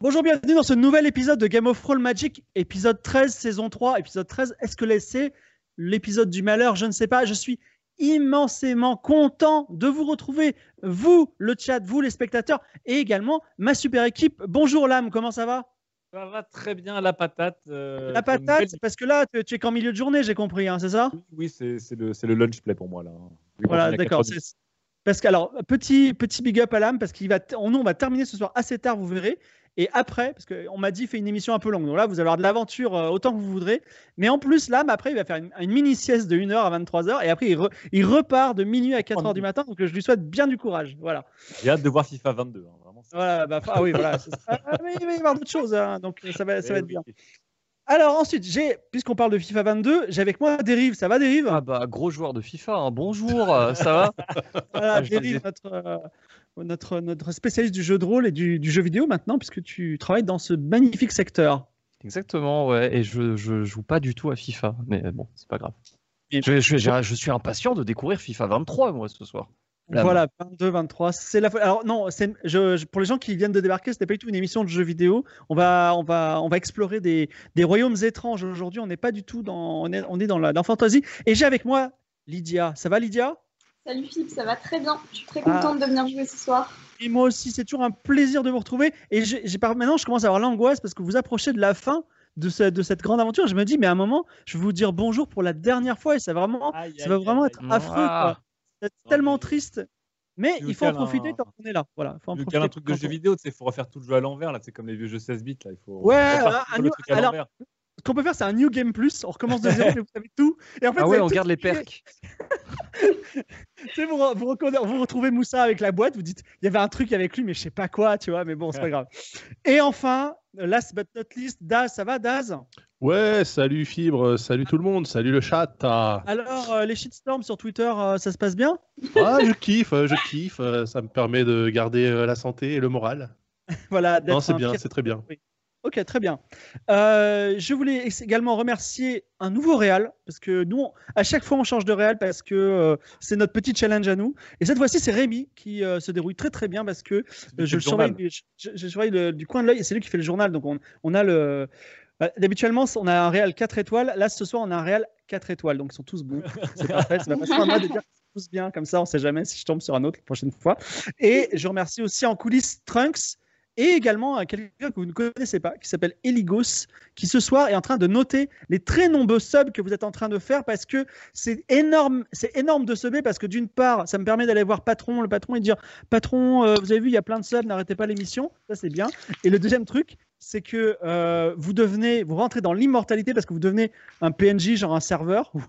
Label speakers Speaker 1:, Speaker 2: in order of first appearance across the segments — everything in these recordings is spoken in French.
Speaker 1: Bonjour, bienvenue dans ce nouvel épisode de Game of Thrones Magic, épisode 13, saison 3, épisode 13. Est-ce que c'est l'épisode du malheur Je ne sais pas. Je suis immensément content de vous retrouver, vous, le chat, vous, les spectateurs, et également ma super équipe. Bonjour, l'âme, comment ça va
Speaker 2: Ça va très bien, la patate. euh,
Speaker 1: La
Speaker 2: pour une
Speaker 1: patate,
Speaker 2: belle-
Speaker 1: parce que là, tu, tu es qu'en milieu de journée, j'ai compris, hein, c'est ça
Speaker 2: Oui, c'est c'est le, c'est le lunch play pour moi. Là. hein. Vu qu'on
Speaker 1: Voilà,
Speaker 2: finit à
Speaker 1: d'accord.
Speaker 2: 4h10.
Speaker 1: c'est- Parce que, alors, petit, petit big up à l'âme, parce qu'on va, t- on on va terminer ce soir assez tard, vous verrez. Et après, parce qu'on m'a dit, fait une émission un peu longue. Donc là, vous allez avoir de l'aventure euh, autant que vous voudrez. Mais en plus, l'âme, après, il va faire une, une mini sieste de 1h à 23h. Et après, il, re- il repart de minuit
Speaker 2: Oh
Speaker 1: à 4h du matin. Donc, je lui souhaite bien du courage. Voilà.
Speaker 2: J'ai hâte de voir FIFA 22. hein, vraiment.
Speaker 1: voilà bah, ah oui, voilà. c'est ça. Ah, mais il va y avoir d'autres choses. hein, donc, ça va, ça va
Speaker 2: Eh
Speaker 1: être
Speaker 2: oui.
Speaker 1: bien. Alors, ensuite, j'ai, puisqu'on parle de FIFA 22, j'ai avec moi Dérive. Ça va, Dérive
Speaker 3: Ah bah gros joueur de FIFA, hein. bonjour, euh, ça va
Speaker 1: Voilà,
Speaker 3: Ah, je
Speaker 1: Dérive, notre, euh, notre, notre spécialiste du jeu de rôle et du, du jeu vidéo maintenant, puisque tu travailles dans ce magnifique secteur.
Speaker 3: Exactement, ouais, et je, je joue pas du tout à FIFA, mais bon, c'est pas grave. Je, je- j'ai- je suis impatient de découvrir FIFA 23 moi ce soir. Là-bas.
Speaker 1: voilà, 22, 23. C'est la. fo- Alors non, c'est je, je- pour les gens qui viennent de débarquer, ce n'est pas du tout une émission de jeux vidéo. On va, on va, on va explorer des, des royaumes étranges aujourd'hui. On n'est pas du tout dans, on est, on est dans la, la fantasy. Et j'ai avec moi Lydia. Ça va, Lydia
Speaker 4: Salut Philippe, ça va très bien. Je suis très
Speaker 1: Ah.
Speaker 4: contente de venir jouer ce soir.
Speaker 1: Et moi aussi, c'est toujours un plaisir de vous retrouver. Et j'ai j'ai par- maintenant, je commence à avoir l'angoisse parce que vous approchez de la fin de, ce- de cette grande aventure. Je me dis, mais à un moment, je vais vous dire bonjour pour la dernière fois et ça va vraiment,
Speaker 2: Aïe,
Speaker 1: ça va
Speaker 2: aïe,
Speaker 1: vraiment
Speaker 2: aïe,
Speaker 1: être
Speaker 2: aïe.
Speaker 1: affreux.
Speaker 3: Ah.
Speaker 1: quoi. C'est tellement
Speaker 2: mais-
Speaker 1: triste. Mais
Speaker 2: Tu nous
Speaker 1: il faut en
Speaker 2: cales un-
Speaker 1: profiter tant qu'on est là. Voilà, faut en
Speaker 2: Tu nous
Speaker 1: profiter
Speaker 2: cales un truc de
Speaker 1: quand
Speaker 2: jeu
Speaker 1: on-
Speaker 2: vidéo, tu sais, il faut refaire tout le jeu à l'envers. là, C'est comme les vieux jeux 16 bits. Là, il faut
Speaker 1: Ouais,
Speaker 2: refaire
Speaker 1: un-
Speaker 2: tout
Speaker 1: un
Speaker 2: le
Speaker 1: new-
Speaker 2: truc à
Speaker 1: alors-
Speaker 2: l'envers.
Speaker 1: Ce qu'on peut faire, c'est un New Game Plus. On recommence de zéro, mais vous savez tout. Et en fait,
Speaker 3: Ah
Speaker 1: vous
Speaker 3: ouais,
Speaker 1: avez
Speaker 3: on
Speaker 1: tout
Speaker 3: garde les
Speaker 1: oublié.
Speaker 3: perks.
Speaker 1: Tu sais, vous, re- vous, reconna- vous retrouvez Moussa avec la boîte, vous dites il y avait un truc avec lui, mais je sais pas quoi, tu vois, mais bon, c'est pas grave. Et enfin, last but not least, Daz, ça va, Daz
Speaker 5: Ouais, salut Fibre, salut tout le monde, salut le chat. Ah,
Speaker 1: Alors, euh, les shitstorms sur Twitter, euh, ça se passe bien
Speaker 5: Ah, je kiffe, euh, je kiffe, euh, ça me permet de garder euh, la santé et le moral.
Speaker 1: Voilà, d'être
Speaker 5: Non, c'est
Speaker 1: un
Speaker 5: bien,
Speaker 1: pire-
Speaker 5: c'est très bien.
Speaker 1: Oui. Ok, très bien. Euh, je voulais ex- également remercier un nouveau réal parce que nous, on- à chaque fois, on change de réal parce que euh, c'est notre petit challenge à nous. Et cette fois-ci, c'est Rémi qui euh, se dérouille très très bien parce que
Speaker 2: C'est
Speaker 1: euh, je
Speaker 2: le
Speaker 1: le surveille,
Speaker 2: journal.
Speaker 1: du, je, je surveille le- du coin de l'œil et c'est lui qui fait le journal. Donc on, on a le. bah, Habituellement, on a un réal 4 étoiles. Là, ce soir, on a un réal 4 étoiles. Donc ils sont tous bons. C'est parfait. C'est pas à moi de dire qu'ils sont tous bien. Comme ça, on sait jamais si je tombe sur un autre la prochaine fois. Et je remercie aussi en coulisses Trunks et également euh, quelqu'un que vous ne connaissez pas qui s'appelle Eligos qui ce soir est en train de noter les très nombreux subs que vous êtes en train de faire parce que c'est énorme, c'est énorme de subber parce que d'une part, ça me permet d'aller voir patron, le patron et de dire patron, euh, vous avez vu, il y a plein de subs, n'arrêtez pas l'émission, ça c'est bien. Et le deuxième truc, c'est que euh, vous devenez, vous rentrez dans l'immortalité parce que vous devenez un PNJ, genre un serveur ou,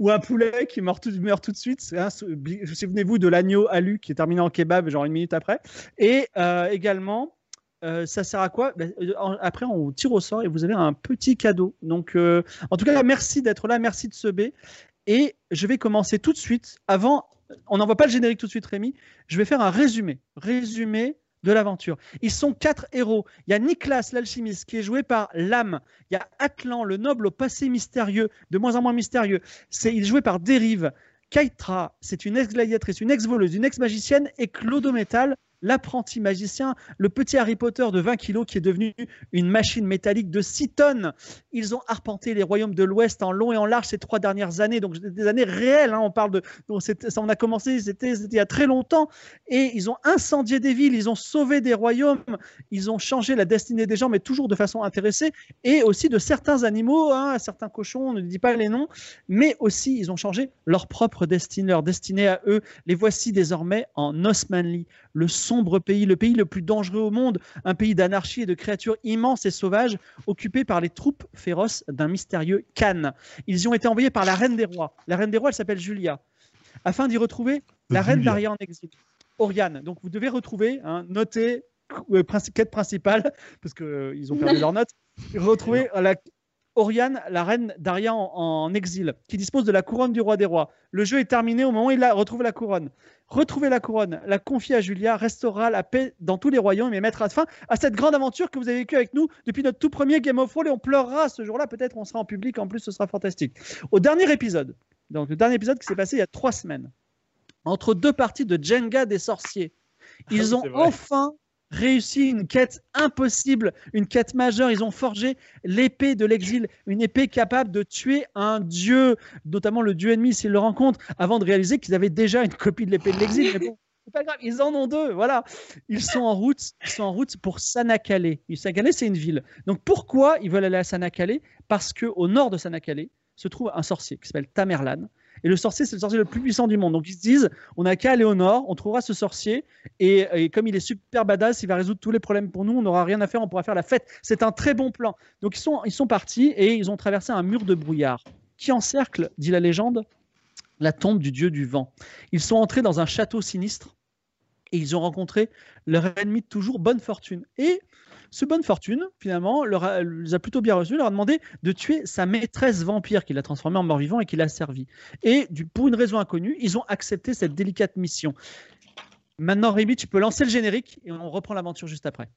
Speaker 1: ou un poulet qui meurt tout, meurt tout de suite. hein. Sou- bli- Souvenez-vous de l'agneau alu qui est terminé en kebab genre une minute après. Et euh, également. Euh, ça sert à quoi Ben, euh, en- Après, on tire au sort et vous avez un petit cadeau. Donc, euh, en tout cas, merci d'être là, merci de se b. Et je vais commencer tout de suite. Avant, on n'envoie pas le générique tout de suite, Rémi. Je vais faire un résumé. Résumé de l'aventure. Ils sont quatre héros. Il y a Niklas, l'alchimiste, qui est joué par l'âme. Il y a Atlan, le noble au passé mystérieux, de moins en moins mystérieux. C'est, il est joué par Dérive. Kaitra, c'est une ex-gladiatrice, une ex-voleuse, une ex-magicienne. Et Clodo Métal, l'apprenti magicien, le petit Harry Potter de 20 kilos qui est devenu une machine métallique de 6 tonnes. Ils ont arpenté les royaumes de l'Ouest en long et en large ces trois dernières années, donc des années réelles. hein, on parle de, donc c'était- ça, on a commencé, c'était c'était il y a très longtemps, et ils ont incendié des villes, ils ont sauvé des royaumes, ils ont changé la destinée des gens, mais toujours de façon intéressée, et aussi de certains animaux, hein, certains cochons, on ne dit pas les noms, mais aussi ils ont changé leur propre destinée, leur destinée à eux. Les voici désormais en Osmanli, le sombre pays, le pays le plus dangereux au monde, un pays d'anarchie et de créatures immenses et sauvages, occupé par les troupes féroces d'un mystérieux Khan. Ils y ont été envoyés par la reine des rois. La reine des rois, elle s'appelle Julia, afin d'y retrouver la reine d'Aria en exil, Oriane. Donc vous devez retrouver, hein, noter, euh, princi- quête principale, parce qu'ils ont perdu leurs notes, retrouver euh, la, Oriane, la reine d'Aria en, en exil, qui dispose de la couronne du roi des rois. Le jeu est terminé au moment où il la- retrouve la couronne. Retrouver la couronne, la confier à Julia, restaurera la paix dans tous les royaumes et mettra fin à cette grande aventure que vous avez vécue avec nous depuis notre tout premier Game of Thrones. Et on pleurera ce jour-là, peut-être on sera en public, en plus ce sera fantastique. Au dernier épisode, donc le dernier épisode qui s'est passé il y a trois semaines, entre deux parties de Jenga des sorciers,
Speaker 2: Ah oui,
Speaker 1: ils ont
Speaker 2: c'est vrai.
Speaker 1: enfin réussi une quête impossible, une quête majeure. Ils ont forgé l'épée de l'exil, une épée capable de tuer un dieu, notamment le dieu ennemi s'il le rencontre, avant de réaliser qu'ils avaient déjà une copie de l'épée de l'exil. Mais bon, c'est pas grave, ils en ont deux, voilà. Ils sont en route, ils sont en route pour Sanakale. Et Sanakale, c'est une ville. Donc pourquoi ils veulent aller à Sanakale Parce que au nord de Sanakale se trouve un sorcier qui s'appelle Tamerlan. Et le sorcier, c'est le sorcier le plus puissant du monde. Donc ils se disent, on n'a qu'à aller au nord, on trouvera ce sorcier, et, et comme il est super badass, il va résoudre tous les problèmes pour nous. On n'aura rien à faire, on pourra faire la fête. C'est un très bon plan. Donc ils sont, ils sont partis et ils ont traversé un mur de brouillard qui encercle, dit la légende, la tombe du dieu du vent. Ils sont entrés dans un château sinistre et ils ont rencontré leur ennemi de toujours, Bonne Fortune. Et ce Bonne Fortune, finalement, leur a, les a plutôt bien reçus, leur a demandé de tuer sa maîtresse vampire qu'il a transformée en mort-vivant et qu'il a servi. Et du- pour une raison inconnue, ils ont accepté cette délicate mission. Maintenant, Rémi, tu peux lancer le générique et on reprend l'aventure juste après.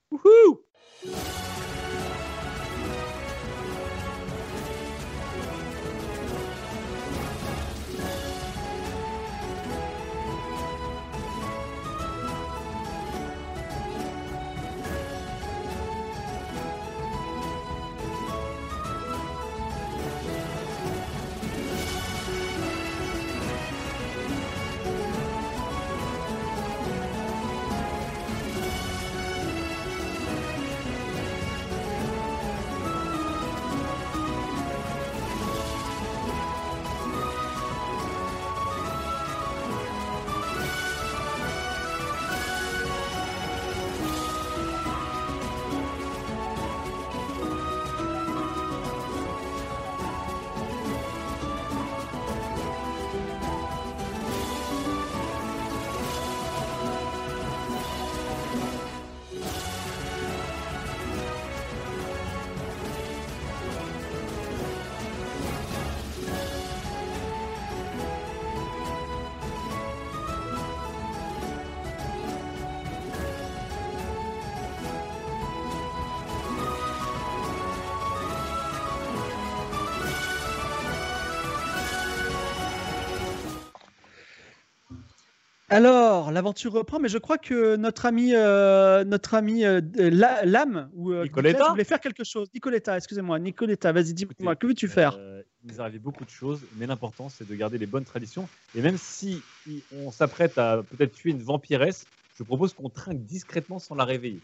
Speaker 1: Alors, l'aventure reprend, mais je crois que notre ami, euh, notre ami euh, euh, La- Lame, ou euh,
Speaker 2: Nicoletta
Speaker 1: Nicolas voulait faire quelque chose. Nicoletta, excusez-moi, Nicoletta, vas-y, dis-moi, que veux-tu faire
Speaker 2: Euh, il nous est arrivé beaucoup de choses, mais l'important, c'est de garder les bonnes traditions. Et même si i- on s'apprête à peut-être tuer une vampiresse, je propose qu'on trinque discrètement sans la réveiller.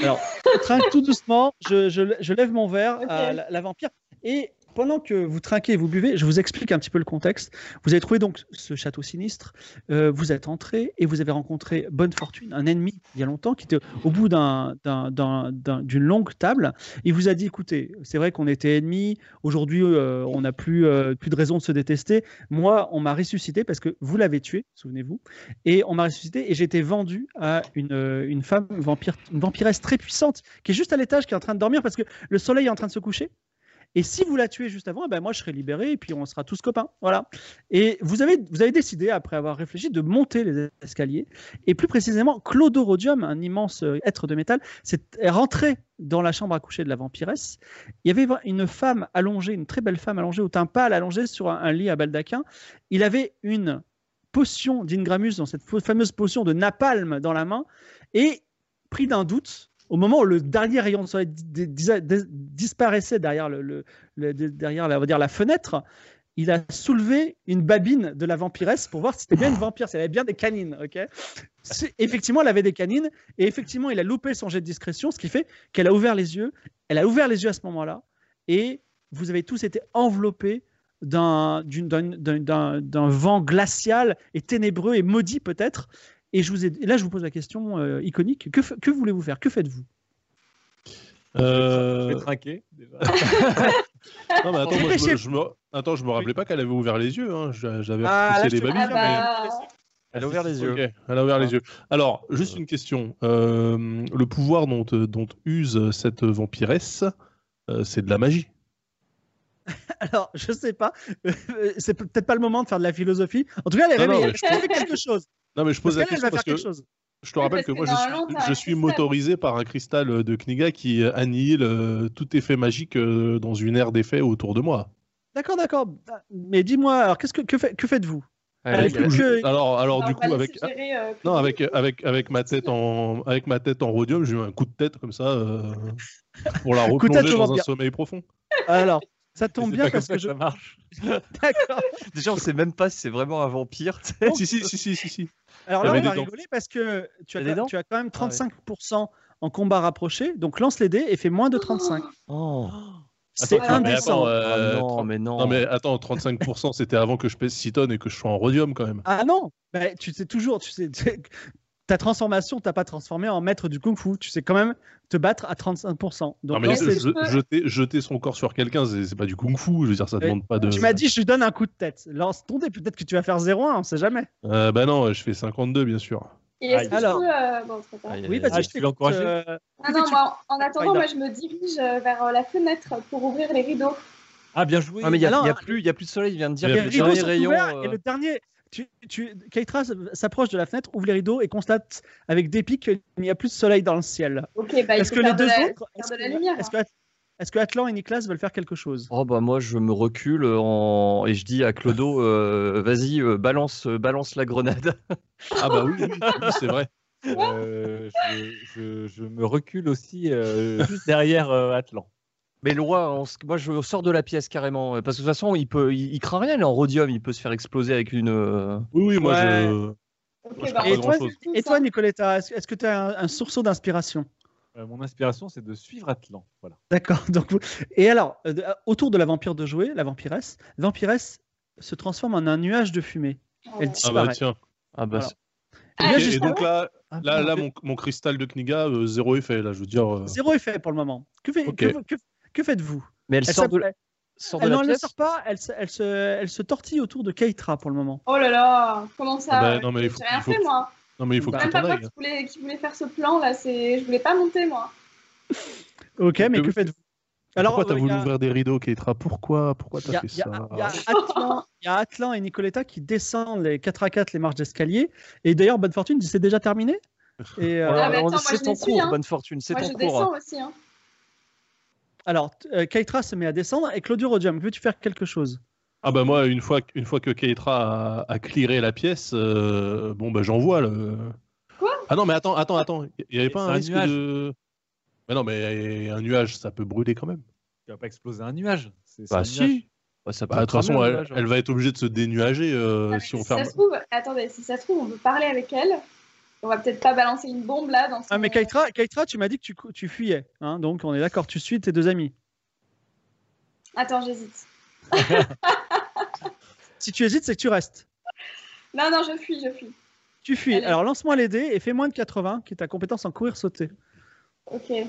Speaker 1: Alors, trinque tout doucement, je, je- je lève mon verre
Speaker 4: Ok.
Speaker 1: à la, la vampire. Et pendant que vous trinquez et vous buvez, je vous explique un petit peu le contexte. Vous avez trouvé donc ce château sinistre, euh, vous êtes entré et vous avez rencontré Bonne Fortune, un ennemi il y a longtemps, qui était au bout d'un- d'un- d'un- d'un- d'une longue table. Il vous a dit écoutez, c'est vrai qu'on était ennemis, aujourd'hui euh, on n'a plus, euh, plus de raison de se détester. Moi, on m'a ressuscité parce que vous l'avez tué, souvenez-vous, et on m'a ressuscité et j'ai été vendu à une, euh, une femme vampire, une vampiresse très puissante qui est juste à l'étage, qui est en train de dormir parce que le soleil est en train de se coucher. Et si vous la tuez juste avant, eh ben moi je serai libéré et puis on sera tous copains. Voilà. Et vous avez, vous avez décidé, après avoir réfléchi, de monter les escaliers. Et plus précisément, Clodorodium, un immense euh, être de métal, s'est est rentré dans la chambre à coucher de la vampiresse. Il y avait une femme allongée, une très belle femme allongée, au teint pâle, allongée sur un, un lit à baldaquin. Il avait une potion d'Ingramus, dans cette fa- fameuse potion de napalm dans la main. Et pris d'un doute, au moment où le dernier rayon de soleil dis- dis- dis- disparaissait derrière, le, le- le- de- derrière la, on va dire la fenêtre, il a soulevé une babine de la vampiresse pour voir si c'était bien une vampire, si elle avait bien des canines. ok C'est- effectivement, elle avait des canines, et effectivement, il a loupé son jet de discrétion, ce qui fait qu'elle a ouvert les yeux. Elle a ouvert les yeux à ce moment-là, et vous avez tous été enveloppés d'un d'une- d'un- d'un- d'un- d'un vent glacial et ténébreux et maudit peut-être. Et, je vous ai- et là, je vous pose la question euh, iconique. Que, f- que voulez-vous faire Que faites-vous
Speaker 2: Je
Speaker 5: Euh,
Speaker 2: vais trinquer déjà.
Speaker 5: non, mais attends, moi, je, me,
Speaker 1: Dépêchez-vous.
Speaker 5: je me- attends, je me rappelais pas qu'elle avait ouvert les yeux. hein. J'a- J'avais
Speaker 1: Ah, là,
Speaker 5: repoussé
Speaker 1: je
Speaker 5: les
Speaker 1: te
Speaker 5: babines.
Speaker 4: Ah
Speaker 1: confirme,
Speaker 5: mais-
Speaker 4: bah,
Speaker 3: Elle a ouvert les yeux.
Speaker 5: Ok, elle a ouvert les yeux. Alors, juste une question. Euh, le pouvoir dont, euh, dont use cette vampiresse, euh, c'est de la magie.
Speaker 1: Alors, je sais pas. Euh, C'est peut-être pas le moment de faire de la philosophie. En tout cas, elle est
Speaker 5: Non, non,
Speaker 1: réveillée.
Speaker 5: mais
Speaker 1: Elle fait quelque chose.
Speaker 5: Non, mais je
Speaker 1: Parce
Speaker 5: pose
Speaker 1: qu'elle,
Speaker 5: la
Speaker 1: elle
Speaker 5: question
Speaker 1: va
Speaker 5: parce
Speaker 1: faire
Speaker 5: que
Speaker 1: quelque chose.
Speaker 5: je te
Speaker 4: Oui,
Speaker 5: rappelle
Speaker 4: parce
Speaker 5: que
Speaker 4: que
Speaker 5: moi, je
Speaker 4: normalement,
Speaker 5: suis,
Speaker 4: t'as
Speaker 5: je
Speaker 4: un
Speaker 5: suis
Speaker 4: cristal.
Speaker 5: motorisé par un cristal euh, de Kniga qui annihile euh, tout effet magique euh, dans une ère d'effets autour de moi.
Speaker 1: D'accord, d'accord. Mais dis-moi, alors, qu'est-ce que, que, fait- que faites-vous
Speaker 5: Ah,
Speaker 3: Allez,
Speaker 1: Avec
Speaker 3: Ah, les gars.
Speaker 1: le jeu.
Speaker 5: Alors, alors
Speaker 4: on va
Speaker 5: du coup,
Speaker 4: laisser
Speaker 5: avec, ah.
Speaker 4: gérer, euh,
Speaker 5: Non, avec, avec, avec, ma tête en, avec ma tête en rhodium, j'ai eu un coup de tête comme ça euh, pour la
Speaker 1: Coup de tête
Speaker 5: replonger
Speaker 1: au
Speaker 5: dans un
Speaker 1: vampire.
Speaker 5: sommeil profond.
Speaker 1: Alors, ça
Speaker 2: C'est
Speaker 1: tombe
Speaker 2: pas
Speaker 1: bien
Speaker 2: comme
Speaker 1: parce
Speaker 2: ça
Speaker 1: que je.
Speaker 2: ça marche.
Speaker 1: D'accord.
Speaker 3: Déjà, on sait même pas si c'est vraiment un vampire. tu sais.
Speaker 1: Oh.
Speaker 5: si, si, si, si, si, si.
Speaker 1: Alors
Speaker 5: Il y
Speaker 1: là,
Speaker 5: avait
Speaker 1: on va
Speaker 5: des dents.
Speaker 1: rigoler parce que tu as,
Speaker 3: Il y a des
Speaker 1: quand-
Speaker 3: dents
Speaker 1: tu as quand même 35% en combat rapproché. Donc lance les dés et fais moins de 35.
Speaker 3: Oh.
Speaker 1: C'est
Speaker 2: attends, mais
Speaker 1: indécent.
Speaker 5: Ah, attends, euh,
Speaker 3: Ah non,
Speaker 5: 30
Speaker 3: mais non.
Speaker 5: Non, mais attends, 35%, c'était avant que je pèse 6 tonnes et que je sois en rhodium quand même.
Speaker 1: Ah non Bah, Tu sais toujours, tu sais, ta transformation, t'as pas transformé en maître du kung-fu. Tu sais quand même te battre à 35%. Donc,
Speaker 5: non, mais
Speaker 1: lance
Speaker 4: non,
Speaker 5: je-
Speaker 1: les-
Speaker 4: c'est-
Speaker 5: je- jeter, jeter son corps sur quelqu'un, c'est c'est pas du kung-fu. Je veux dire, ça
Speaker 1: Mais
Speaker 5: demande pas de.
Speaker 1: Tu m'as dit, je lui donne un coup de tête. Lance ton dé, peut-être que tu vas faire 0-1, on sait jamais.
Speaker 5: Euh, bah non, je fais 52, bien sûr.
Speaker 4: Et est-ce que
Speaker 1: Alors.
Speaker 4: je peux... euh, bon, c'est pas grave.
Speaker 3: Aïe, aïe,
Speaker 1: Oui,
Speaker 3: aïe.
Speaker 1: vas-y,
Speaker 2: Ah,
Speaker 1: je
Speaker 2: tu veux
Speaker 1: t'écoute,
Speaker 2: l'encourager
Speaker 1: euh,
Speaker 4: Ah Non, non, moi, en en attendant,
Speaker 1: Aïda.
Speaker 4: moi, je me dirige euh, vers euh, la fenêtre pour ouvrir les rideaux.
Speaker 2: Ah, bien joué.
Speaker 3: Ah, mais il n'y a,
Speaker 1: Alors-
Speaker 3: y a plus y a plus de soleil, il vient de dire
Speaker 5: Il y
Speaker 1: les
Speaker 5: a
Speaker 3: que
Speaker 5: plus
Speaker 3: le
Speaker 5: de
Speaker 1: rideaux
Speaker 3: dernier
Speaker 1: sont
Speaker 3: rayon.
Speaker 1: ouverts et
Speaker 3: euh,
Speaker 1: le dernier. Tu, tu, Keitra s- s'approche de la fenêtre, ouvre les rideaux et constate avec dépit qu'il n'y a plus de soleil dans le ciel.
Speaker 4: Ok, bah, il
Speaker 1: Est-ce
Speaker 4: faut
Speaker 1: que les
Speaker 4: faire de
Speaker 1: deux
Speaker 4: la-
Speaker 1: autres.
Speaker 4: faire
Speaker 1: Est-ce
Speaker 4: de la
Speaker 1: que-
Speaker 4: lumière. hein.
Speaker 1: est-ce que, est-ce que Atlan et Nicolas veulent faire quelque chose
Speaker 3: Oh bah moi je me recule en... et je dis à Clodo, euh, vas-y euh, balance, euh, balance la grenade.
Speaker 5: Ah bah oui, oui, oui, c'est vrai.
Speaker 2: Euh, je, je- je me recule aussi euh, juste derrière euh, Atlan.
Speaker 3: Mais loin, on s- moi je sors de la pièce carrément euh, parce que de toute façon il peut, il, il craint rien, il est en rhodium, il peut se faire exploser avec une. euh,
Speaker 5: Oui, oui, moi
Speaker 1: Ouais.
Speaker 5: je. Ah
Speaker 4: Ok,
Speaker 5: Moi, je
Speaker 4: bah,
Speaker 5: parle
Speaker 4: on
Speaker 1: Et
Speaker 5: pas
Speaker 1: toi,
Speaker 5: grand-chose.
Speaker 1: Et toi, Nicoletta, est-ce, est-ce que tu as un, un sursaut d'inspiration
Speaker 2: Euh, mon inspiration, c'est de suivre Atlan. Voilà.
Speaker 1: D'accord. Donc, vous- Et alors, euh, de- euh, autour de la vampire de jouet, la vampiresse, la vampiresse se transforme en un nuage de fumée. Elle
Speaker 5: Ah bah
Speaker 1: disparaît.
Speaker 5: tiens.
Speaker 3: Ah bah
Speaker 1: Voilà.
Speaker 3: c'est-
Speaker 4: Ah,
Speaker 1: Et là,
Speaker 5: Ok,
Speaker 1: juste
Speaker 5: et donc là,
Speaker 1: Ah,
Speaker 5: là, là
Speaker 1: non,
Speaker 5: mon, mon cristal de Kniga, euh, zéro effet. Là, je veux dire. euh,
Speaker 1: Zéro effet pour le moment. Que, fait-
Speaker 5: Ok.
Speaker 1: que- que- que faites-vous
Speaker 3: mais elle,
Speaker 1: Elle
Speaker 3: sort de,
Speaker 1: s'appelle-
Speaker 3: sort de
Speaker 1: elle-
Speaker 3: la
Speaker 1: non, elle ne
Speaker 3: pièce.
Speaker 4: Ah,
Speaker 1: sort pas, elle, se- elle se, elle se tortille autour de Keitra pour le moment.
Speaker 4: Oh là là, comment ça
Speaker 5: Ah bah, non, mais il faut-
Speaker 4: J'ai rien
Speaker 5: il faut-
Speaker 4: fait, moi.
Speaker 5: Non, mais il faut
Speaker 1: Bah,
Speaker 5: que tu
Speaker 4: Même pas
Speaker 5: t'en
Speaker 4: moi
Speaker 5: ailles. hein.
Speaker 4: qui voulais, qui voulais faire ce plan, là. c'est- Je voulais pas monter, moi.
Speaker 1: Ok, mais
Speaker 5: que-
Speaker 1: que faites-vous
Speaker 5: euh, Pourquoi
Speaker 1: euh,
Speaker 5: t'as
Speaker 1: il y
Speaker 5: voulu
Speaker 1: a-
Speaker 5: ouvrir euh, des rideaux, Keitra Pourquoi Pourquoi
Speaker 1: Il y
Speaker 5: t'as
Speaker 1: a-
Speaker 5: fait
Speaker 1: il y a-
Speaker 5: ça
Speaker 1: il y a Atlan- il y a Atlan et Nicoletta qui descendent les 4 à 4 les marches d'escalier. Et d'ailleurs, Bonne Fortune dit c'est déjà terminé et, euh,
Speaker 3: Voilà,
Speaker 4: Ah bah
Speaker 3: on-
Speaker 4: attends, moi, je
Speaker 3: c'est en
Speaker 4: les suis,
Speaker 3: cours,
Speaker 4: hein.
Speaker 3: bonne fortune, c'est
Speaker 4: Moi,
Speaker 3: en
Speaker 4: je
Speaker 3: cours.
Speaker 4: descends aussi. hein.
Speaker 1: Alors, t- euh, Keitra se met à descendre et Claudio Rodium, veux-tu faire quelque chose
Speaker 5: Ah bah moi, une fois, que- une fois que Keitra a, a clearé la pièce, euh, bon bah j'envoie le.
Speaker 4: Quoi
Speaker 5: Ah non, mais attends, attends, attends. Il y avait pas
Speaker 2: C'est
Speaker 5: un
Speaker 2: un
Speaker 5: risque
Speaker 2: nuage.
Speaker 5: de. Mais non, mais un nuage, ça peut brûler quand même.
Speaker 2: Tu vas pas exploser un nuage. C'est c'est
Speaker 3: Bah
Speaker 2: un nuage.
Speaker 3: si. Bah, ça peut
Speaker 5: Bah, de toute
Speaker 3: cramer,
Speaker 5: façon,
Speaker 3: un
Speaker 5: elle,
Speaker 3: nuage, hein.
Speaker 5: elle va être obligée de se dénuager euh,
Speaker 4: Ah, mais
Speaker 5: si on
Speaker 4: ça
Speaker 5: ferme.
Speaker 4: se trouve, attendez, si ça se trouve, on peut parler avec elle. On va peut-être pas balancer une bombe là dans son...
Speaker 1: Ah, mais Keitra, Keitra tu m'as dit que tu, cou- tu fuyais. hein, donc, on est d'accord, tu suis tes deux amis.
Speaker 4: Attends, j'hésite.
Speaker 1: Si tu hésites, c'est que tu restes.
Speaker 4: Non, non, je fuis, je fuis.
Speaker 1: Tu fuis.
Speaker 4: Allez.
Speaker 1: Alors lance-moi les dés et fais moins de 80, qui est ta compétence en courir sauter.
Speaker 4: Ok.
Speaker 1: Voilà.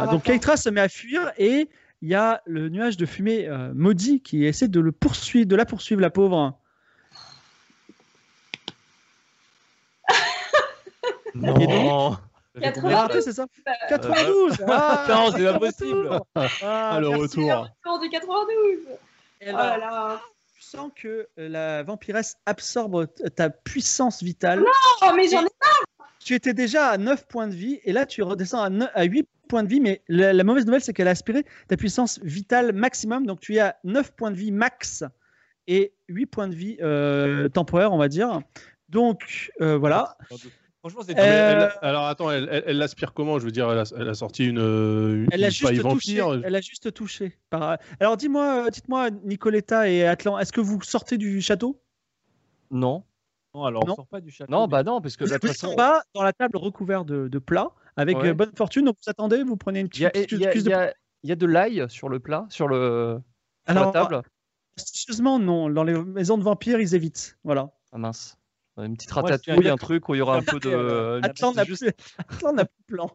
Speaker 4: Alors,
Speaker 1: Donc
Speaker 4: attends.
Speaker 1: Keitra se met à fuir et il y a le nuage de fumée euh, maudit qui essaie de le poursuivre, de la poursuivre, la pauvre.
Speaker 3: Non.
Speaker 4: Quatre-vingts.
Speaker 1: Ah, c'est ça
Speaker 4: Euh,
Speaker 1: 92 Ah,
Speaker 2: Non, c'est pas
Speaker 1: le
Speaker 2: possible.
Speaker 1: retour. Ah,
Speaker 5: Ah, le
Speaker 1: merci.
Speaker 4: C'est le
Speaker 5: retour.
Speaker 4: retour du 92
Speaker 1: Et là,
Speaker 4: Oh là là
Speaker 1: Tu sens que euh, la vampiresse absorbe t- ta puissance vitale.
Speaker 4: Oh, mais j'en ai
Speaker 1: tu étais déjà à 9 points de vie et là tu redescends à, 9 à 8 points de vie, mais la, la mauvaise nouvelle c'est qu'elle a aspiré ta puissance vitale maximum, donc tu es à 9 points de vie max et 8 points de vie euh, temporaires on va dire. Donc euh, voilà,
Speaker 2: Franchement, c'est
Speaker 5: Non, mais
Speaker 1: Euh,
Speaker 5: elle- alors attends, elle, elle, elle l'aspire comment Je veux dire, elle a, elle a sorti une, euh, une
Speaker 1: elle a
Speaker 5: paille
Speaker 1: juste touché.
Speaker 5: vampire.
Speaker 1: Elle a juste touché. Par- Alors dis-moi, euh, dites-moi Nicoletta et Atlan, est-ce que vous sortez du château
Speaker 3: Non,
Speaker 2: Non, alors on
Speaker 1: Non.
Speaker 2: sort pas du château.
Speaker 3: non,
Speaker 2: mais-
Speaker 3: bah non, parce que de toute
Speaker 1: Vous êtes en
Speaker 3: façon,
Speaker 1: bas dans la table recouverte de, de plats avec
Speaker 3: Ouais.
Speaker 1: euh, bonne fortune, donc vous attendez, vous prenez une
Speaker 3: il y a,
Speaker 1: petite
Speaker 3: il y a-
Speaker 1: cuisse de
Speaker 3: il y a- il y a de l'ail sur le plat, sur, le, sur la
Speaker 1: Alors,
Speaker 3: table.
Speaker 1: Astucieusement, non. Dans les maisons de vampires, ils évitent. Voilà.
Speaker 3: Ah mince. Une petite
Speaker 2: Moi, je
Speaker 3: ratatouille,
Speaker 2: tiens-
Speaker 3: un truc où il y aura un peu de.
Speaker 2: Euh,
Speaker 3: une
Speaker 1: Atlan
Speaker 3: petite
Speaker 1: n'a
Speaker 3: juste-
Speaker 1: plus... Atlan n'a plus de plan.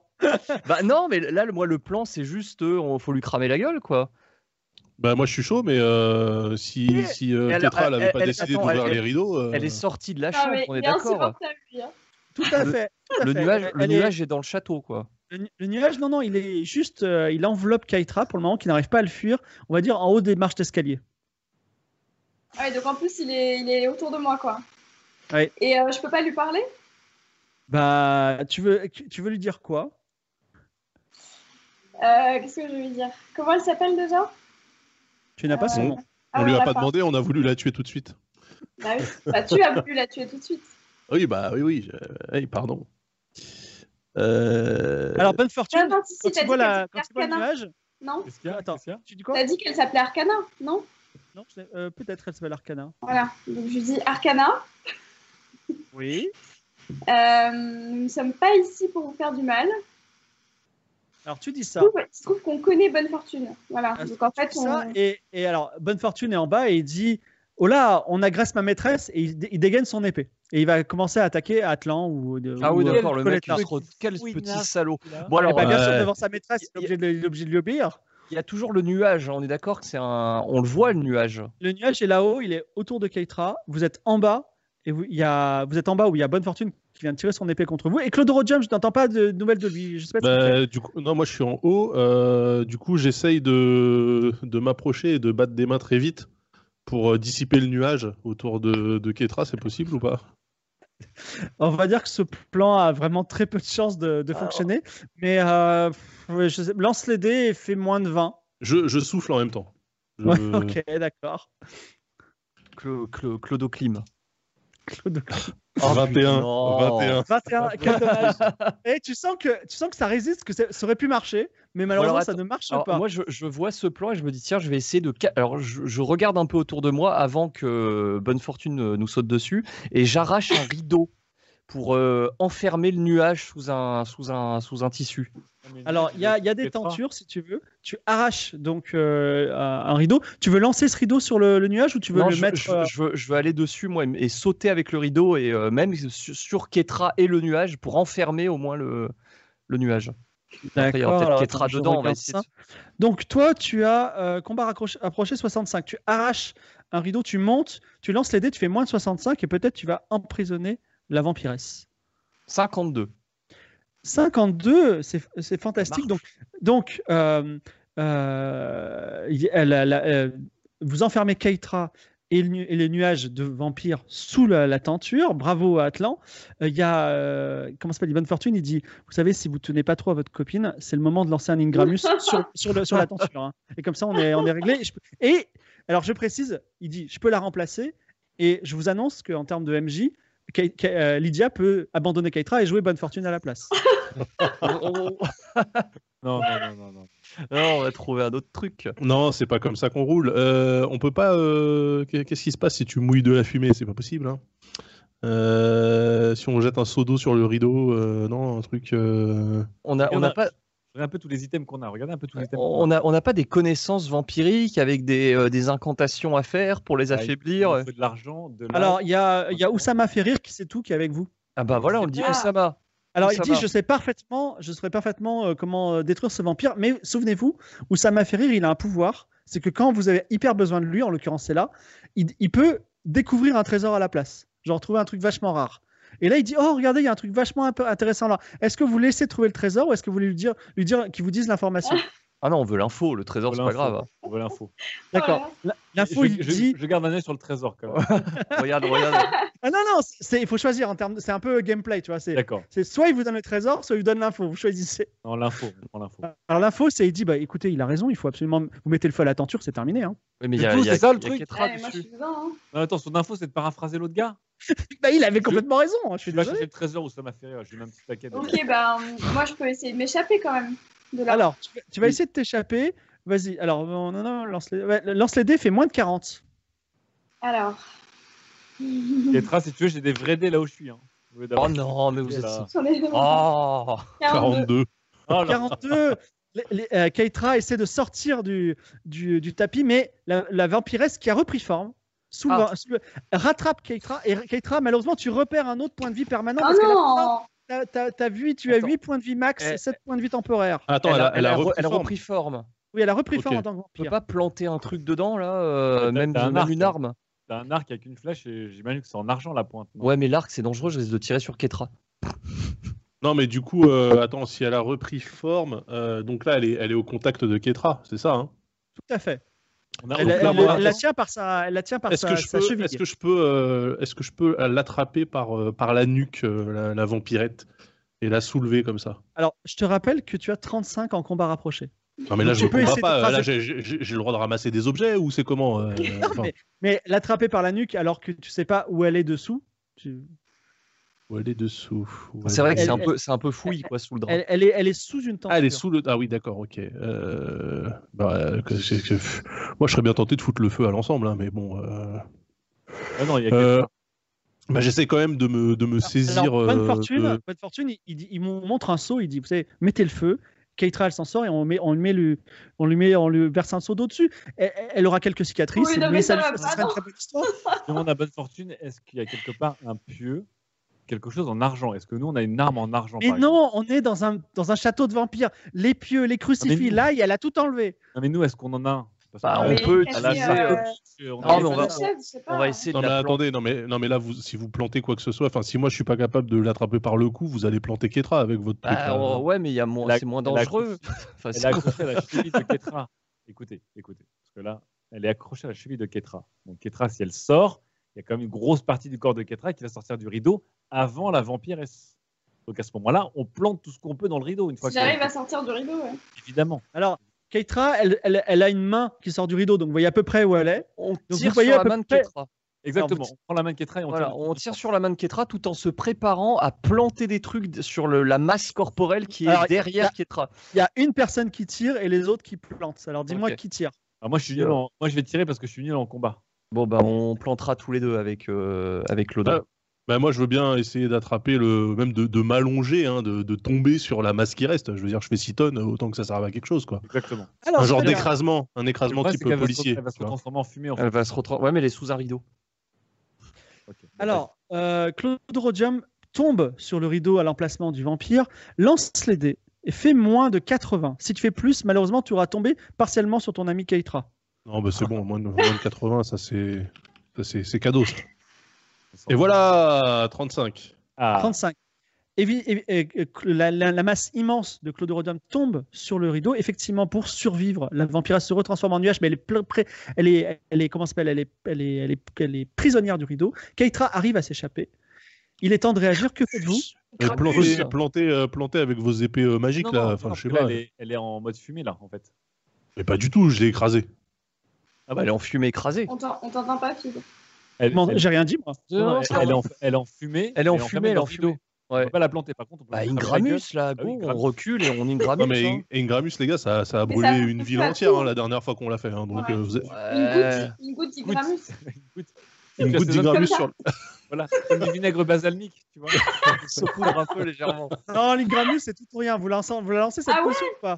Speaker 3: Bah non, mais là, le- moi, le plan, c'est juste, euh, on- faut lui cramer la gueule, quoi.
Speaker 5: Bah moi je suis chaud, mais euh, si,
Speaker 3: Mais-
Speaker 5: si euh,
Speaker 3: mais elle-
Speaker 5: Ketra
Speaker 3: elle-
Speaker 5: n'avait pas
Speaker 3: elle-
Speaker 5: décidé
Speaker 3: attends,
Speaker 5: d'ouvrir
Speaker 3: elle-
Speaker 5: les rideaux, euh,
Speaker 3: Elle est sortie de la
Speaker 4: Ah,
Speaker 3: chambre,
Speaker 4: mais
Speaker 3: on est
Speaker 4: il est
Speaker 3: d'accord.
Speaker 4: insupportable, lui, hein.
Speaker 1: Tout à fait. tout à
Speaker 3: Le
Speaker 1: fait.
Speaker 3: nuage, le
Speaker 1: Elle est-
Speaker 3: nuage est dans le château, quoi.
Speaker 1: le nu- le nuage, non, non, il est juste. euh, il enveloppe Kaitra pour le moment, qui n'arrive pas à le fuir. On va dire en haut des marches d'escalier.
Speaker 4: Ah ouais, donc en plus, il est, il est autour de moi, quoi.
Speaker 1: Ouais.
Speaker 4: Et euh, je peux pas lui parler
Speaker 1: Bah, tu veux, tu veux lui dire quoi
Speaker 4: Euh, Qu'est-ce que je vais lui dire Comment elle s'appelle déjà
Speaker 1: Tu n'as pas son
Speaker 4: Euh,
Speaker 1: nom.
Speaker 4: Ah
Speaker 5: on
Speaker 4: ouais,
Speaker 5: lui a
Speaker 4: l'a
Speaker 5: pas demandé, on a voulu la tuer tout de suite.
Speaker 4: Bah, oui. Bah, tu as voulu la tuer tout de suite.
Speaker 5: Oui, bah oui, oui, je- hey, pardon. Euh,
Speaker 1: Alors, bonne fortune.
Speaker 4: Non, non, si, si,
Speaker 1: Quand
Speaker 4: t'as
Speaker 1: tu
Speaker 4: dit
Speaker 1: vois,
Speaker 4: qu'elle
Speaker 1: la- quand
Speaker 4: s'appelait
Speaker 1: tu vois le
Speaker 4: Arcana,
Speaker 1: nuage,
Speaker 4: non
Speaker 2: Qu'est-ce qu'il y a
Speaker 1: Attends.
Speaker 2: Qu'est-ce qu'il y a
Speaker 1: tu dis
Speaker 4: T'as
Speaker 1: quoi
Speaker 4: dit qu'elle s'appelait Arcana, non
Speaker 1: Non, je sais- euh, peut-être elle s'appelle Arcana.
Speaker 4: Voilà, donc je lui dis Arcana,
Speaker 1: Oui.
Speaker 4: euh, nous ne sommes pas ici pour vous faire du mal.
Speaker 1: Alors, tu dis ça.
Speaker 4: Il se trouve- il se trouve qu'on connaît Bonne Fortune. Voilà,
Speaker 1: Ah,
Speaker 4: donc en fait, on...
Speaker 1: ça, et, et alors, Bonne Fortune est en bas et il dit Oh là, on agresse ma maîtresse et il, dé- il dégaine son épée. Et il va commencer à attaquer Atlan ou. de-
Speaker 3: Ah oui,
Speaker 1: ou, euh,
Speaker 3: d'accord, le mec, il
Speaker 1: Coletta.
Speaker 3: se re- quel
Speaker 2: Fouinard.
Speaker 3: petit salaud.
Speaker 2: Là.
Speaker 3: Bon,
Speaker 1: Eh
Speaker 3: alors, euh,
Speaker 1: ben, bien sûr,
Speaker 5: Ouais.
Speaker 1: devant sa maîtresse, il est obligé de, il est obligé de lui obéir.
Speaker 3: il y a toujours le nuage, on est d'accord que c'est un. On le voit, le nuage.
Speaker 1: Le nuage est là-haut, il est autour de Keitra. Vous êtes en bas, et vous, il y a, vous êtes en bas où il y a Bonne Fortune qui vient de tirer son épée contre vous. Et Claude Rodium, je n'entends pas de nouvelles de lui. Je sais pas ce qu'il fait.
Speaker 5: bah, du coup, non, moi je suis en haut. euh, du coup, j'essaye de, de m'approcher et de battre des mains très vite pour euh, dissiper le nuage autour de, de Ketra. C'est possible ou pas
Speaker 1: On va dire que ce plan a vraiment très peu de chances de,
Speaker 3: Ah.
Speaker 1: de fonctionner. Mais euh, pff, ouais, je sais- lance les dés et fais moins de 20.
Speaker 5: je, je souffle en même temps. Je-
Speaker 1: Ok,
Speaker 3: Mm.
Speaker 1: d'accord.
Speaker 3: Clo- Clo- Clodoclim.
Speaker 1: Claude
Speaker 5: 21,
Speaker 3: non.
Speaker 5: 21.
Speaker 1: 21, quel dommage. Et tu sens que tu sens que ça résiste, que ça, ça aurait pu marcher, mais malheureusement
Speaker 3: alors,
Speaker 1: ça ne marche
Speaker 3: Alors,
Speaker 1: pas.
Speaker 3: moi, je, je vois ce plan et je me dis, tiens, je vais essayer de. ca- Alors, je, je regarde un peu autour de moi avant que Bonne Fortune euh, nous saute dessus et j'arrache un rideau pour euh, enfermer le nuage sous un, sous un, sous un tissu.
Speaker 1: Alors il y a, il y a des tentures si tu veux. Tu arraches donc euh, un un rideau. Tu veux lancer ce rideau sur le, le nuage ou tu veux
Speaker 3: Non,
Speaker 1: le
Speaker 3: je,
Speaker 1: mettre
Speaker 3: je-
Speaker 1: euh,
Speaker 3: je veux, je veux aller dessus, moi, et sauter avec le rideau et euh, même sur, sur Ketra et le nuage pour enfermer au moins le, le nuage. Après, il y aura peut-être
Speaker 1: alors,
Speaker 3: Ketra
Speaker 1: attends, je
Speaker 3: dedans, on va
Speaker 1: regarde
Speaker 3: essayer
Speaker 1: ça.
Speaker 3: de-
Speaker 1: Donc toi tu as euh, combat raccroché- approché 65. Tu arraches un rideau, tu montes, tu lances les dés, tu fais moins de 65 et peut-être tu vas emprisonner la vampiresse.
Speaker 3: 52.
Speaker 1: 52, c'est c'est fantastique.
Speaker 3: Marche.
Speaker 1: Donc, donc euh, euh, il y- elle- elle- elle- vous enfermez Keitra et, le nu- et les nuages de vampires sous la, la tenture. Bravo à Atlan. Euh, Il y a, euh, comment s'appelle, Bonne Fortune, il dit Vous savez, si vous tenez pas trop à votre copine, c'est le moment de lancer un Ingramus sur, sur, le- sur la tenture. hein. Et comme ça, on est, on est réglé. Et, je peux- et, alors, je précise il dit Je peux la remplacer. Et je vous annonce qu'en termes de MJ, Kay- Kay- euh, Lydia peut abandonner Keitra et jouer Bonne Fortune à la place.
Speaker 3: on,
Speaker 2: Non, non, non, non. non.
Speaker 3: on- non, on va trouver un autre truc.
Speaker 5: Non, c'est pas comme ça qu'on roule. Euh, on peut pas. euh, qu'est- Qu'est-ce qui se passe si tu mouilles de la fumée C'est pas possible. hein. Euh, si on jette un seau d'eau sur le rideau, euh, non, un truc. euh,
Speaker 3: On a,
Speaker 1: Il y
Speaker 3: on
Speaker 1: en
Speaker 3: a
Speaker 1: a-
Speaker 3: pas.
Speaker 2: Regardez un peu tous les items qu'on a. Ah, Regardez un peu tous les items.
Speaker 3: On n'a on n'a pas des connaissances vampiriques avec des, euh, des incantations à faire pour les
Speaker 2: Ah, il-
Speaker 3: affaiblir. euh.
Speaker 2: il faut de l'argent, de l'art.
Speaker 1: Alors, il y a, il y a Oussama Ferrir qui sait tout, qui est avec vous.
Speaker 3: Ah bah voilà, on le dit
Speaker 4: Ah.
Speaker 3: Oussama.
Speaker 1: Alors, il
Speaker 3: Oussama.
Speaker 1: dit Je sais parfaitement, je saurais parfaitement euh, comment euh, détruire ce vampire, mais souvenez-vous, Oussama Ferrir, il a un pouvoir. C'est que quand vous avez hyper besoin de lui, en l'occurrence, c'est là, il, il peut découvrir un trésor à la place. Genre, trouver un truc vachement rare. Et là, il dit Oh, regardez, il y a un truc vachement un peu intéressant là. Est-ce que vous laissez trouver le trésor ou est-ce que vous voulez lui dire, lui dire qu'il vous dise l'information
Speaker 3: Ah non, on veut l'info, le trésor,
Speaker 2: On
Speaker 3: c'est
Speaker 2: veut
Speaker 3: pas
Speaker 2: l'info.
Speaker 3: grave.
Speaker 2: On veut l'info.
Speaker 1: D'accord. La- L'info,
Speaker 2: Je-
Speaker 1: il
Speaker 2: je,
Speaker 1: dit
Speaker 2: je garde un œil sur le trésor quand même.
Speaker 3: hein. regarde, regarde.
Speaker 1: Ah non, non, c'est- il faut choisir en termes. de- C'est un peu gameplay, tu vois. C'est
Speaker 2: D'accord.
Speaker 1: c'est soit il vous donne le trésor, soit il vous donne l'info. Vous choisissez.
Speaker 2: Non, l'info. On prend l'info.
Speaker 1: Alors l'info, c'est il dit bah écoutez, il a raison, il faut absolument vous mettez le feu à la tenture, c'est terminé. Hein.
Speaker 3: Oui, mais
Speaker 2: Du
Speaker 3: il y a,
Speaker 2: coup,
Speaker 3: il y a-
Speaker 2: c'est ça, le
Speaker 3: il y a
Speaker 2: truc.
Speaker 3: Ketra
Speaker 4: Ah, mais moi, je
Speaker 3: dessus.
Speaker 4: suis dedans. hein.
Speaker 2: Non, attends, son info, c'est de paraphraser l'autre gars.
Speaker 1: Bah il avait complètement raison. hein, je suis
Speaker 2: Tu vas
Speaker 1: désolé. Oh.
Speaker 2: chercher le trésor ou ça m'a fait rire. J'ai même un petit paquet. de-
Speaker 4: Ok, ben, moi, je peux essayer de m'échapper quand même. De là.
Speaker 1: Alors tu, vas- tu vas essayer de t'échapper. Vas-y. Alors non non, non, lance les ouais, lance les dés, fait moins de 40.
Speaker 4: Alors.
Speaker 2: Ketra, si tu veux, j'ai des vrais dés là où je suis. Hein. Au lieu d'avoir-
Speaker 3: Oh non, mais vous
Speaker 2: Là.
Speaker 3: êtes... si-
Speaker 4: Sur les-
Speaker 3: Oh
Speaker 4: 42.
Speaker 5: 42.
Speaker 2: Oh là.
Speaker 1: 42. Les- les- euh, Keitra essaie de sortir du, du, du tapis, mais la, la vampiresse qui a repris forme sous le
Speaker 3: Ah.
Speaker 1: vent- sous le- rattrape Keitra. Et Keitra, malheureusement, tu repères un autre point de vie permanent.
Speaker 4: Oh
Speaker 1: parce que la plupart
Speaker 4: non
Speaker 1: T'as- T'as t'as vu, et tu as
Speaker 3: Attends.
Speaker 1: 8 points de vie max et
Speaker 3: Eh,
Speaker 1: 7 points de vie temporaires.
Speaker 5: Attends, elle, a, elle a
Speaker 3: re-
Speaker 5: repris
Speaker 3: elle
Speaker 5: forme.
Speaker 3: repris forme.
Speaker 1: Oui, elle a repris
Speaker 5: Ok.
Speaker 1: forme en tant que
Speaker 3: On peut
Speaker 1: vampire.
Speaker 3: pas planter un truc dedans, là, euh,
Speaker 2: T'as-
Speaker 3: même,
Speaker 2: t'as un
Speaker 3: même
Speaker 2: arc,
Speaker 3: une
Speaker 2: hein.
Speaker 3: arme.
Speaker 2: T'as un arc avec une flèche et j'imagine que c'est en argent la pointe. non
Speaker 3: Ouais, mais l'arc, c'est dangereux, je risque de tirer sur Ketra.
Speaker 5: Non, mais du coup, euh, attends, si elle a repris forme, euh, donc là, elle est, elle est au contact de Ketra, c'est ça hein
Speaker 1: Tout à fait.
Speaker 2: On a-
Speaker 1: Elle,
Speaker 5: donc
Speaker 1: elle-
Speaker 5: là,
Speaker 1: elle-
Speaker 5: moi,
Speaker 1: elle la
Speaker 5: attends.
Speaker 1: tient par sa, elle la tient par
Speaker 5: Est-ce
Speaker 1: sa,
Speaker 5: que, je
Speaker 1: sa
Speaker 5: peux-
Speaker 1: cheville.
Speaker 5: est-ce que je peux, euh, est-ce que je peux euh, l'attraper par, euh, par la nuque, euh, la, la vampirette, et la soulever comme ça
Speaker 1: Alors, je te rappelle que tu as 35 en combat rapproché.
Speaker 5: Non, mais là,
Speaker 1: Tu
Speaker 5: je ne
Speaker 1: peux
Speaker 5: comprends
Speaker 1: essayer de
Speaker 5: pas. Là,
Speaker 1: tracer-
Speaker 5: j'ai, j'ai- j'ai- j'ai le droit de ramasser des objets ou c'est comment euh, enfin,
Speaker 1: mais- Mais l'attraper par la nuque alors que tu sais pas où elle est dessous. tu-
Speaker 5: où elle est dessous. où elle
Speaker 3: C'est vrai que
Speaker 5: est-
Speaker 3: c'est un,
Speaker 1: elle-
Speaker 3: peu, c'est un peu fouille, quoi, sous le drap.
Speaker 1: Elle, elle est, elle est sous une tenture.
Speaker 5: Ah, elle est sous le. Ah oui, d'accord, ok. Euh, bah, euh, que- que- que- Moi, je serais bien tenté de foutre le feu à l'ensemble, hein, mais bon. euh,
Speaker 2: Ah non, il y a
Speaker 5: euh, bah, j'essaie quand même de me, de me saisir.
Speaker 1: Alors, bonne
Speaker 5: euh,
Speaker 1: fortune,
Speaker 5: de-
Speaker 1: bonne fortune. Il, il dit- il nous montre un seau. Il dit, vous savez, mettez le feu. Keitra, elle s'en sort et on, met, on lui met le, on lui met, on lui verse un seau d'eau dessus. Elle, elle aura quelques cicatrices.
Speaker 4: Oui, non,
Speaker 1: mais
Speaker 4: mais
Speaker 1: ça,
Speaker 4: ça
Speaker 1: lui-
Speaker 4: va
Speaker 1: ça
Speaker 4: pas,
Speaker 1: sera une
Speaker 4: non.
Speaker 1: très bonne histoire.
Speaker 5: Oh
Speaker 2: Je demande à Bonne Fortune, est-ce qu'il y a quelque part un pieu, quelque chose en argent Est-ce que nous, on a une arme en argent
Speaker 1: Mais
Speaker 2: par exemple
Speaker 1: non, on est dans un, dans un château de vampires. Les pieux, les crucifix,
Speaker 2: Ah, mais nous-
Speaker 1: l'ail, elle a tout enlevé.
Speaker 2: Non, mais nous, est-ce qu'on en a un Parce
Speaker 3: Bah,
Speaker 2: qu'on
Speaker 3: on
Speaker 2: a-
Speaker 4: Mais
Speaker 3: peut
Speaker 4: elle
Speaker 2: on a-
Speaker 4: fait,
Speaker 3: utiliser,
Speaker 4: euh,
Speaker 2: on a-
Speaker 3: Ah, mais on
Speaker 4: elle
Speaker 3: va-
Speaker 4: fait chef, je sais pas.
Speaker 3: On va essayer de
Speaker 5: Non mais
Speaker 3: la planter.
Speaker 5: attendez, non mais, non mais là, vous, si vous plantez quoi que ce soit, enfin si moi je suis pas capable de l'attraper par le cou, vous allez planter Ketra avec votre truc.
Speaker 3: Bah,
Speaker 5: là.
Speaker 3: oh, ouais, mais il y a moins,
Speaker 2: La-
Speaker 3: c'est moins
Speaker 2: la-
Speaker 3: dangereux. Enfin,
Speaker 2: Elle
Speaker 3: c'est-
Speaker 2: est accrochée à la cheville de Ketra. Écoutez, écoutez. Parce que là, elle est accrochée à la cheville de Ketra. Donc Ketra, si elle sort, il y a quand même une grosse partie du corps de Ketra qui va sortir du rideau avant la vampiresse. Donc à ce moment-là, on plante tout ce qu'on peut dans le rideau une fois
Speaker 4: Si
Speaker 2: que
Speaker 4: j'arrive à sortir du rideau, ouais.
Speaker 2: évidemment.
Speaker 1: Alors, Keitra, elle, elle, elle a une main qui sort du rideau, donc vous voyez à peu près où elle est.
Speaker 3: on
Speaker 1: vous
Speaker 3: tire
Speaker 1: voyez
Speaker 3: sur
Speaker 1: à
Speaker 3: la
Speaker 1: peu
Speaker 3: main de
Speaker 1: près-
Speaker 3: Ketra.
Speaker 2: Exactement.
Speaker 1: Alors,
Speaker 2: On prend la main de Ketra et on
Speaker 3: Voilà,
Speaker 2: tire.
Speaker 3: on tire sur la main de Ketra tout en se préparant à planter des trucs d- sur le- la masse corporelle qui est
Speaker 1: Alors,
Speaker 3: derrière Ketra.
Speaker 1: Il y a une personne qui tire et les autres qui plantent. Alors dis-moi
Speaker 3: Ok.
Speaker 1: qui tire.
Speaker 2: Ah, moi, je suis nul en- moi, je vais tirer parce que je suis nul en combat.
Speaker 3: Bon, bah, on plantera tous les deux avec, euh, avec l'autre.
Speaker 5: Bah, moi je veux bien essayer d'attraper le même de, de m'allonger, hein, de, de tomber sur la masse qui reste. Je veux dire, je fais 6 tonnes, euh, autant que ça serve à quelque chose quoi.
Speaker 2: Exactement.
Speaker 1: Alors,
Speaker 5: un genre
Speaker 1: très bien.
Speaker 5: d'écrasement, un
Speaker 2: Le
Speaker 5: écrasement
Speaker 2: problème,
Speaker 5: type
Speaker 2: c'est qu'elle va se-
Speaker 5: policier.
Speaker 2: Elle va se
Speaker 5: tu vois.
Speaker 2: transformer en fumée. En fait.
Speaker 3: Elle va se retrouver. Ouais, mais elle est sous un rideau.
Speaker 2: Ok.
Speaker 1: Alors, euh, Claude Rodium tombe sur le rideau à l'emplacement du vampire, lance les dés et fais moins de 80. Si tu fais plus, malheureusement, tu auras tombé partiellement sur ton ami Keitra.
Speaker 5: Non bah c'est bon, moins de, moins de 80, ça c'est ça, c'est c'est cadeau. ça. Et
Speaker 2: Ensemble.
Speaker 5: voilà 35.
Speaker 2: Ah,
Speaker 1: 35. Évi- évi- euh, euh, la, la- la masse immense de Claude Rodin tombe sur le rideau. Effectivement, pour survivre, la vampiresse se retransforme en nuage, mais elle est, ple- pré- elle est, elle est, comment ça s'appelle elle est, elle, est, elle, est, elle est prisonnière du rideau. Keitra arrive à s'échapper. Il est temps de réagir. Que faites-vous
Speaker 5: Euh,
Speaker 3: Crac-
Speaker 5: Plantez,
Speaker 3: Crac-
Speaker 5: plantez, euh, plantez avec vos épées euh, magiques
Speaker 2: Non, non,
Speaker 5: là,
Speaker 2: non,
Speaker 5: enfin
Speaker 2: parce
Speaker 5: je sais
Speaker 2: que là,
Speaker 5: pas.
Speaker 2: Elle est, elle est en mode fumée là, en fait.
Speaker 5: Mais pas du tout, je l'ai écrasé.
Speaker 3: Ah bah, elle est en fumée écrasée.
Speaker 4: On t'en- on t'entend pas, Phil.
Speaker 2: Elle,
Speaker 1: M'en-
Speaker 2: elle-
Speaker 1: J'ai rien dit, moi.
Speaker 2: non, non,
Speaker 3: Non,
Speaker 2: elle-
Speaker 3: ça va.
Speaker 2: elle est en, elle est en fumée.
Speaker 3: Elle est en
Speaker 2: enfermée
Speaker 3: fumée, elle est
Speaker 2: dans
Speaker 3: en
Speaker 2: le rideau.
Speaker 3: fumée.
Speaker 2: On
Speaker 3: Ouais.
Speaker 2: peut pas la planter, par contre. On peut
Speaker 3: Bah,
Speaker 2: la
Speaker 3: Ingramus, là,
Speaker 2: Ah oui,
Speaker 3: go, on
Speaker 2: Ingramus.
Speaker 3: recule et on
Speaker 5: Non,
Speaker 2: Ah,
Speaker 3: Ingramus.
Speaker 5: mais
Speaker 3: hein.
Speaker 5: In- Ingramus, les gars, ça, ça a
Speaker 4: Mais
Speaker 5: brûlé
Speaker 4: ça-
Speaker 5: une
Speaker 4: ça
Speaker 5: ville
Speaker 4: a
Speaker 5: entière
Speaker 4: tout.
Speaker 5: hein, la dernière fois qu'on l'a fait. hein, donc,
Speaker 4: Ouais.
Speaker 5: euh, vous avez-
Speaker 4: Une
Speaker 3: Ouais.
Speaker 4: goutte, une goutte
Speaker 2: Goutte.
Speaker 4: d'Igramus.
Speaker 2: Écoute,
Speaker 5: une goutte
Speaker 2: c'est notre-
Speaker 5: d'Ingramus
Speaker 4: Comme
Speaker 5: sur,
Speaker 2: Voilà, comme du vinaigre basalmique, tu vois.
Speaker 3: saupoudre un peu légèrement.
Speaker 1: Non, l'Ingramus, c'est tout ou rien. Vous la lancez, vous la lancez cette
Speaker 4: Ah ouais
Speaker 1: potion ou pas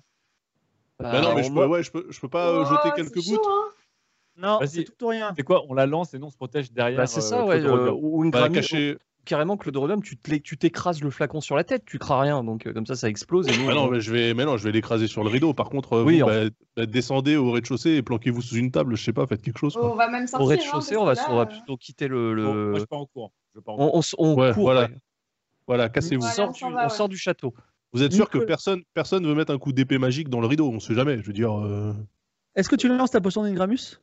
Speaker 5: Bah non, mais je
Speaker 3: on-
Speaker 5: peux, ouais, je peux, je peux pas euh,
Speaker 2: Oh,
Speaker 4: Wow,
Speaker 5: jeter
Speaker 4: Oh, c'est
Speaker 5: quelques
Speaker 4: chaud,
Speaker 5: gouttes.
Speaker 4: hein.
Speaker 1: Non,
Speaker 2: Vas-y.
Speaker 1: c'est tout ou rien.
Speaker 2: C'est quoi On la lance et non, on se protège derrière.
Speaker 3: Bah, c'est
Speaker 2: euh,
Speaker 3: ça, ouais.
Speaker 2: Claude
Speaker 3: euh,
Speaker 2: Robert.
Speaker 3: ou une
Speaker 5: Bah,
Speaker 3: gramine-
Speaker 5: cacher-
Speaker 3: ou carrément, Claude Rodum, tu te l'é- tu t'écrases le flacon sur la tête, tu crains rien, donc euh, comme ça, ça explose. Et nous,
Speaker 5: Ah non,
Speaker 3: on-
Speaker 5: mais je vais, mais non, je vais l'écraser sur le rideau. Par contre, euh,
Speaker 3: Oui,
Speaker 5: vous,
Speaker 3: en-
Speaker 5: bah, bah, descendez au rez-de-chaussée et planquez-vous sous une table. Je sais pas, faites quelque chose. quoi.
Speaker 4: On va même sortir.
Speaker 3: Au
Speaker 4: hein,
Speaker 3: rez-de-chaussée, on va,
Speaker 4: parce que
Speaker 3: on va
Speaker 4: là,
Speaker 3: plutôt quitter le. le-
Speaker 2: Bon, Moi, je pars en courant. Je pars en
Speaker 5: Oh,
Speaker 2: courant.
Speaker 3: On, on s- on
Speaker 5: Ouais,
Speaker 3: court,
Speaker 5: voilà.
Speaker 3: ouais.
Speaker 5: Voilà, cassez-vous.
Speaker 3: on,
Speaker 4: Voilà,
Speaker 3: sort
Speaker 4: on
Speaker 3: du,
Speaker 4: s'en va,
Speaker 3: on
Speaker 4: ouais.
Speaker 3: sort du château.
Speaker 5: Vous êtes sûr que
Speaker 1: Nicolas-
Speaker 5: personne, personne veut mettre un coup d'épée magique dans le rideau On sait jamais. Je veux dire, euh,
Speaker 1: Est-ce que tu lances ta potion d'Ingramus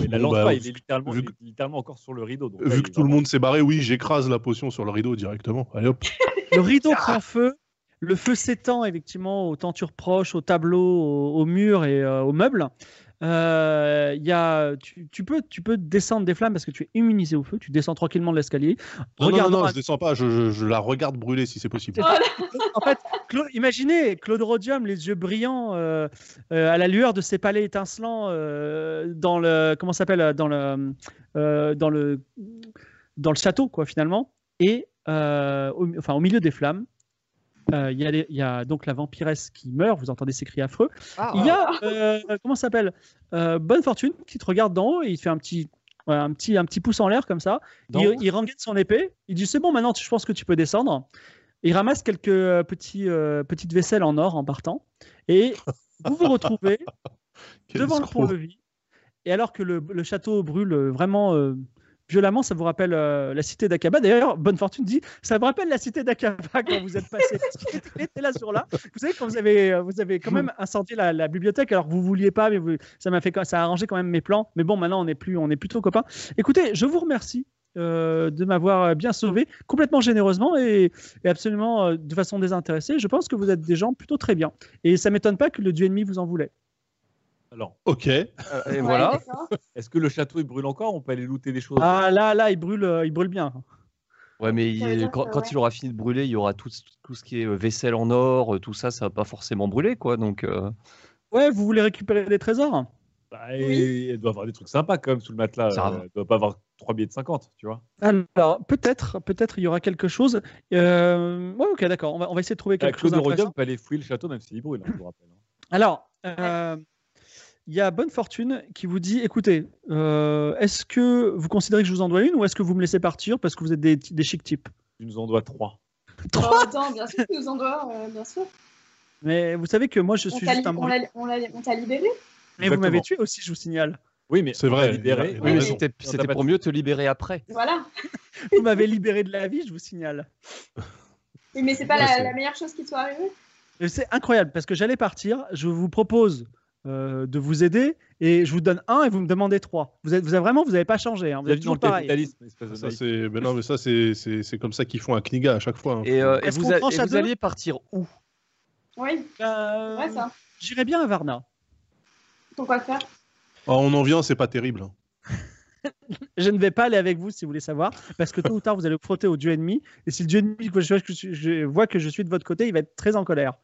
Speaker 2: Mais la
Speaker 5: Bon,
Speaker 2: lance
Speaker 5: bah,
Speaker 2: pas,
Speaker 5: vu
Speaker 2: il est littéralement,
Speaker 5: vu
Speaker 2: il est littéralement encore sur le rideau. donc là,
Speaker 5: vu
Speaker 2: il
Speaker 5: que
Speaker 2: va
Speaker 5: tout le
Speaker 2: pas-
Speaker 5: monde s'est barré, oui, j'écrase la potion sur le rideau directement. Allez hop.
Speaker 1: Le rideau prend feu. Le feu s'étend effectivement aux tentures proches, aux tableaux, aux, aux murs et euh, aux meubles. Euh, il y a, tu, tu peux, tu peux descendre des flammes parce que tu es immunisé au feu. Tu descends tranquillement de l'escalier.
Speaker 5: Non, non, non,
Speaker 1: Regardons
Speaker 5: non,
Speaker 1: à-
Speaker 5: je descends pas. Je, je- je la regarde brûler si c'est possible.
Speaker 1: En fait, Cla- imaginez Claude Rhodium, les yeux brillants euh, euh, à la lueur de ses palais étincelants euh, dans le comment ça s'appelle euh, dans le euh, dans le dans le château quoi finalement et euh, au, enfin au milieu des flammes. euh, Il y, a les- il y a donc la vampiresse qui meurt, vous entendez ces cris affreux. Il y a, euh, comment ça s'appelle Euh, Bonne Fortune qui te regarde d'en haut et il te fait un petit, ouais, un petit, un petit pouce en l'air comme ça.
Speaker 3: Dans-
Speaker 1: Il, il rengaine son épée. Il dit c'est bon maintenant, tu- je pense que tu peux descendre. Il ramasse quelques euh, petits, euh, petites vaisselles en or en partant. Et vous vous retrouvez
Speaker 5: Quel
Speaker 1: devant le
Speaker 5: escroc.
Speaker 1: pont-levis. Et alors que le, le château brûle euh, vraiment euh, violemment, ça vous rappelle euh, la cité d'Akaba. D'ailleurs, Bonne Fortune dit ça me rappelle la cité d'Akaba quand vous êtes passé. Parce qu'il était- il était là sur là. Vous savez, quand vous avez, euh, vous avez quand même incendié la, la bibliothèque, alors que vous vouliez pas, mais vous- ça m'a fait quand- ça a arrangé quand même mes plans. Mais bon, maintenant, on est, plus, on est plutôt copains. Écoutez, je vous remercie. euh, de m'avoir bien sauvé complètement généreusement et, et absolument euh, de façon désintéressée. Je pense que vous êtes des gens plutôt très bien et ça m'étonne pas que le dieu ennemi vous en voulait.
Speaker 2: Alors,
Speaker 5: Ok.
Speaker 3: Euh, et
Speaker 4: Ouais,
Speaker 3: voilà.
Speaker 4: d'accord.
Speaker 2: est-ce que le château il brûle encore On peut aller looter des choses.
Speaker 1: Ah là, là, il brûle, euh, il brûle bien.
Speaker 3: Ouais, mais il-
Speaker 4: Ça veut dire
Speaker 3: quand,
Speaker 4: que,
Speaker 3: quand
Speaker 4: ouais.
Speaker 3: il aura fini de brûler, il y aura tout, ce- tout ce qui est euh, vaisselle en or, euh, tout ça, ça va pas forcément brûler, quoi. Donc, euh,
Speaker 1: Ouais, vous voulez récupérer des trésors
Speaker 2: Bah, et- Elle doit avoir des trucs sympas quand même sous le matelas.
Speaker 3: Ça va.
Speaker 2: euh, Elle doit pas avoir trois billets de 50, tu vois.
Speaker 1: Alors, peut-être, peut-être il y aura quelque chose. Euh, ouais, ok, d'accord. On va, on va essayer de trouver quelque
Speaker 2: Avec Claude
Speaker 1: chose
Speaker 2: de Rhodium
Speaker 1: d'intéressant.
Speaker 2: peut aller fouiller le château même s'il brûle, hein, je vous rappelle. hein.
Speaker 1: Alors, euh, il y a Bonne Fortune qui vous dit écoutez, euh, est-ce que vous considérez que je vous en dois une ou est-ce que vous me laissez partir parce que vous êtes des, des chic types
Speaker 2: Tu nous en dois trois.
Speaker 4: Oh, attends, bien sûr, tu nous en dois, euh, bien sûr.
Speaker 1: Mais vous savez que moi, je
Speaker 4: On
Speaker 1: suis
Speaker 4: t'a
Speaker 1: juste
Speaker 4: li-
Speaker 1: un
Speaker 4: on
Speaker 1: bon.
Speaker 4: l'a- on l'a- on t'a libéré
Speaker 1: Mais vous m'avez
Speaker 2: Exactement.
Speaker 1: tué aussi, je vous signale.
Speaker 2: Oui, mais
Speaker 5: C'est
Speaker 2: on
Speaker 5: vrai,
Speaker 2: t'a libéré.
Speaker 5: il a- il a
Speaker 3: oui, mais
Speaker 5: raison.
Speaker 3: c'était
Speaker 2: On t'a
Speaker 3: c'était
Speaker 2: pas
Speaker 3: pour
Speaker 2: tué.
Speaker 3: mieux te libérer après.
Speaker 4: Voilà.
Speaker 1: Vous m'avez libéré de la vie, je vous signale.
Speaker 4: Oui, mais c'est pas
Speaker 5: Ouais,
Speaker 4: la,
Speaker 5: c'est-
Speaker 4: la meilleure chose qui te soit arrivée.
Speaker 1: Et C'est incroyable parce que j'allais partir. Je vous propose euh, de vous aider et je vous donne un et vous me demandez trois. Vous êtes, vous avez vraiment, vous n'avez pas changé. hein, vous
Speaker 2: Vous avez
Speaker 1: êtes
Speaker 2: vu
Speaker 1: toujours
Speaker 2: dans le
Speaker 1: pareil.
Speaker 2: capitalisme, espèce de
Speaker 5: Ça,
Speaker 2: naïf.
Speaker 5: c'est... ben non, mais ça, c'est, c'est, c'est comme ça qu'ils font un Kniga à chaque fois. hein.
Speaker 3: Et, euh, et
Speaker 1: Est-ce
Speaker 3: vous,
Speaker 1: qu'on
Speaker 3: a-
Speaker 1: tranche
Speaker 3: et
Speaker 1: à
Speaker 3: vous
Speaker 1: deux
Speaker 3: alliez partir où
Speaker 4: Oui, c'est
Speaker 1: Euh,
Speaker 4: vrai ça.
Speaker 1: J'irais bien à Varna.
Speaker 4: Pourquoi faire
Speaker 5: Oh, on en vient, c'est pas terrible. hein.
Speaker 1: Je ne vais pas aller avec vous si vous voulez savoir parce que tôt ou tard vous allez vous frotter au dieu ennemi et si le dieu ennemi voit que je suis- je vois que je suis de votre côté, il va être très en colère.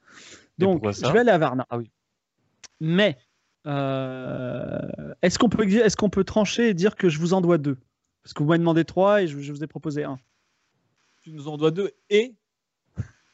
Speaker 3: Mais
Speaker 1: Donc
Speaker 3: pourquoi ça
Speaker 1: je vais aller à Varna.
Speaker 3: Ah oui.
Speaker 1: Mais euh, est-ce qu'on peut est-ce qu'on peut trancher et dire que je vous en dois deux parce que vous m'avez demandé trois et je- je vous ai proposé un.
Speaker 2: Tu nous en dois deux et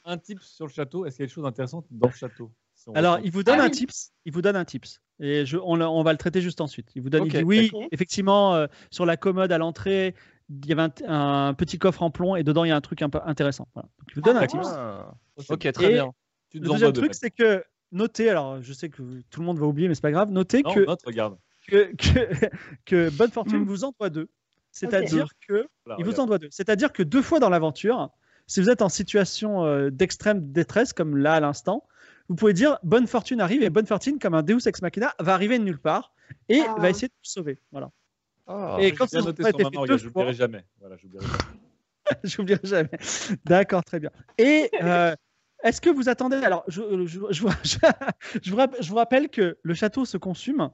Speaker 2: un type sur le château. Est-ce qu'il y a des choses intéressantes dans le château Si on
Speaker 1: Alors,
Speaker 2: reprend-
Speaker 1: il vous donne
Speaker 4: Ah
Speaker 1: un
Speaker 4: oui.
Speaker 1: tips. Il vous donne un tips. Et je, on, le- on va le traiter juste ensuite. Il vous donne.
Speaker 3: Ok,
Speaker 1: il dit oui,
Speaker 4: d'accord.
Speaker 1: effectivement, euh, sur la commode à l'entrée, il y avait un, un petit coffre en plomb et dedans il y a un truc un peu intéressant. Voilà. Donc, il vous
Speaker 4: Ah,
Speaker 1: donne un
Speaker 2: D'accord.
Speaker 1: tips.
Speaker 3: Ok, très
Speaker 1: Et-
Speaker 3: bien.
Speaker 2: tu
Speaker 1: Le
Speaker 2: nous en dois
Speaker 1: deuxième
Speaker 2: deux.
Speaker 1: truc, c'est que notez. Alors, je sais que vous- tout le monde va oublier, mais c'est pas grave. Notez
Speaker 2: Non,
Speaker 1: que,
Speaker 2: note, regarde.
Speaker 1: que, que que bonne
Speaker 4: Hmm.
Speaker 1: fortune vous en doit deux. C'est-à-dire que
Speaker 2: Voilà,
Speaker 1: il
Speaker 2: regarde.
Speaker 1: vous en doit deux. C'est-à-dire que deux fois dans l'aventure, si vous êtes en situation euh, d'extrême détresse, comme là à l'instant, vous pouvez dire Bonne Fortune arrive et Bonne Fortune, comme un Deus Ex Machina, va arriver de nulle part et
Speaker 4: Ah.
Speaker 1: va essayer de vous sauver. Voilà.
Speaker 3: Ah.
Speaker 1: Et
Speaker 2: J'ai
Speaker 1: quand
Speaker 2: bien
Speaker 1: ça
Speaker 2: noté
Speaker 1: aura
Speaker 2: son
Speaker 1: été
Speaker 2: maman,
Speaker 1: fait
Speaker 2: regarde,
Speaker 1: deux
Speaker 2: je l'oublierai jamais. Voilà, j'oublierai jamais.
Speaker 1: J'oublierai jamais. D'accord, très bien. Et euh, est-ce que vous attendez Alors, je, je, je, vous- je vous rapp- je vous rappelle que le château se consume.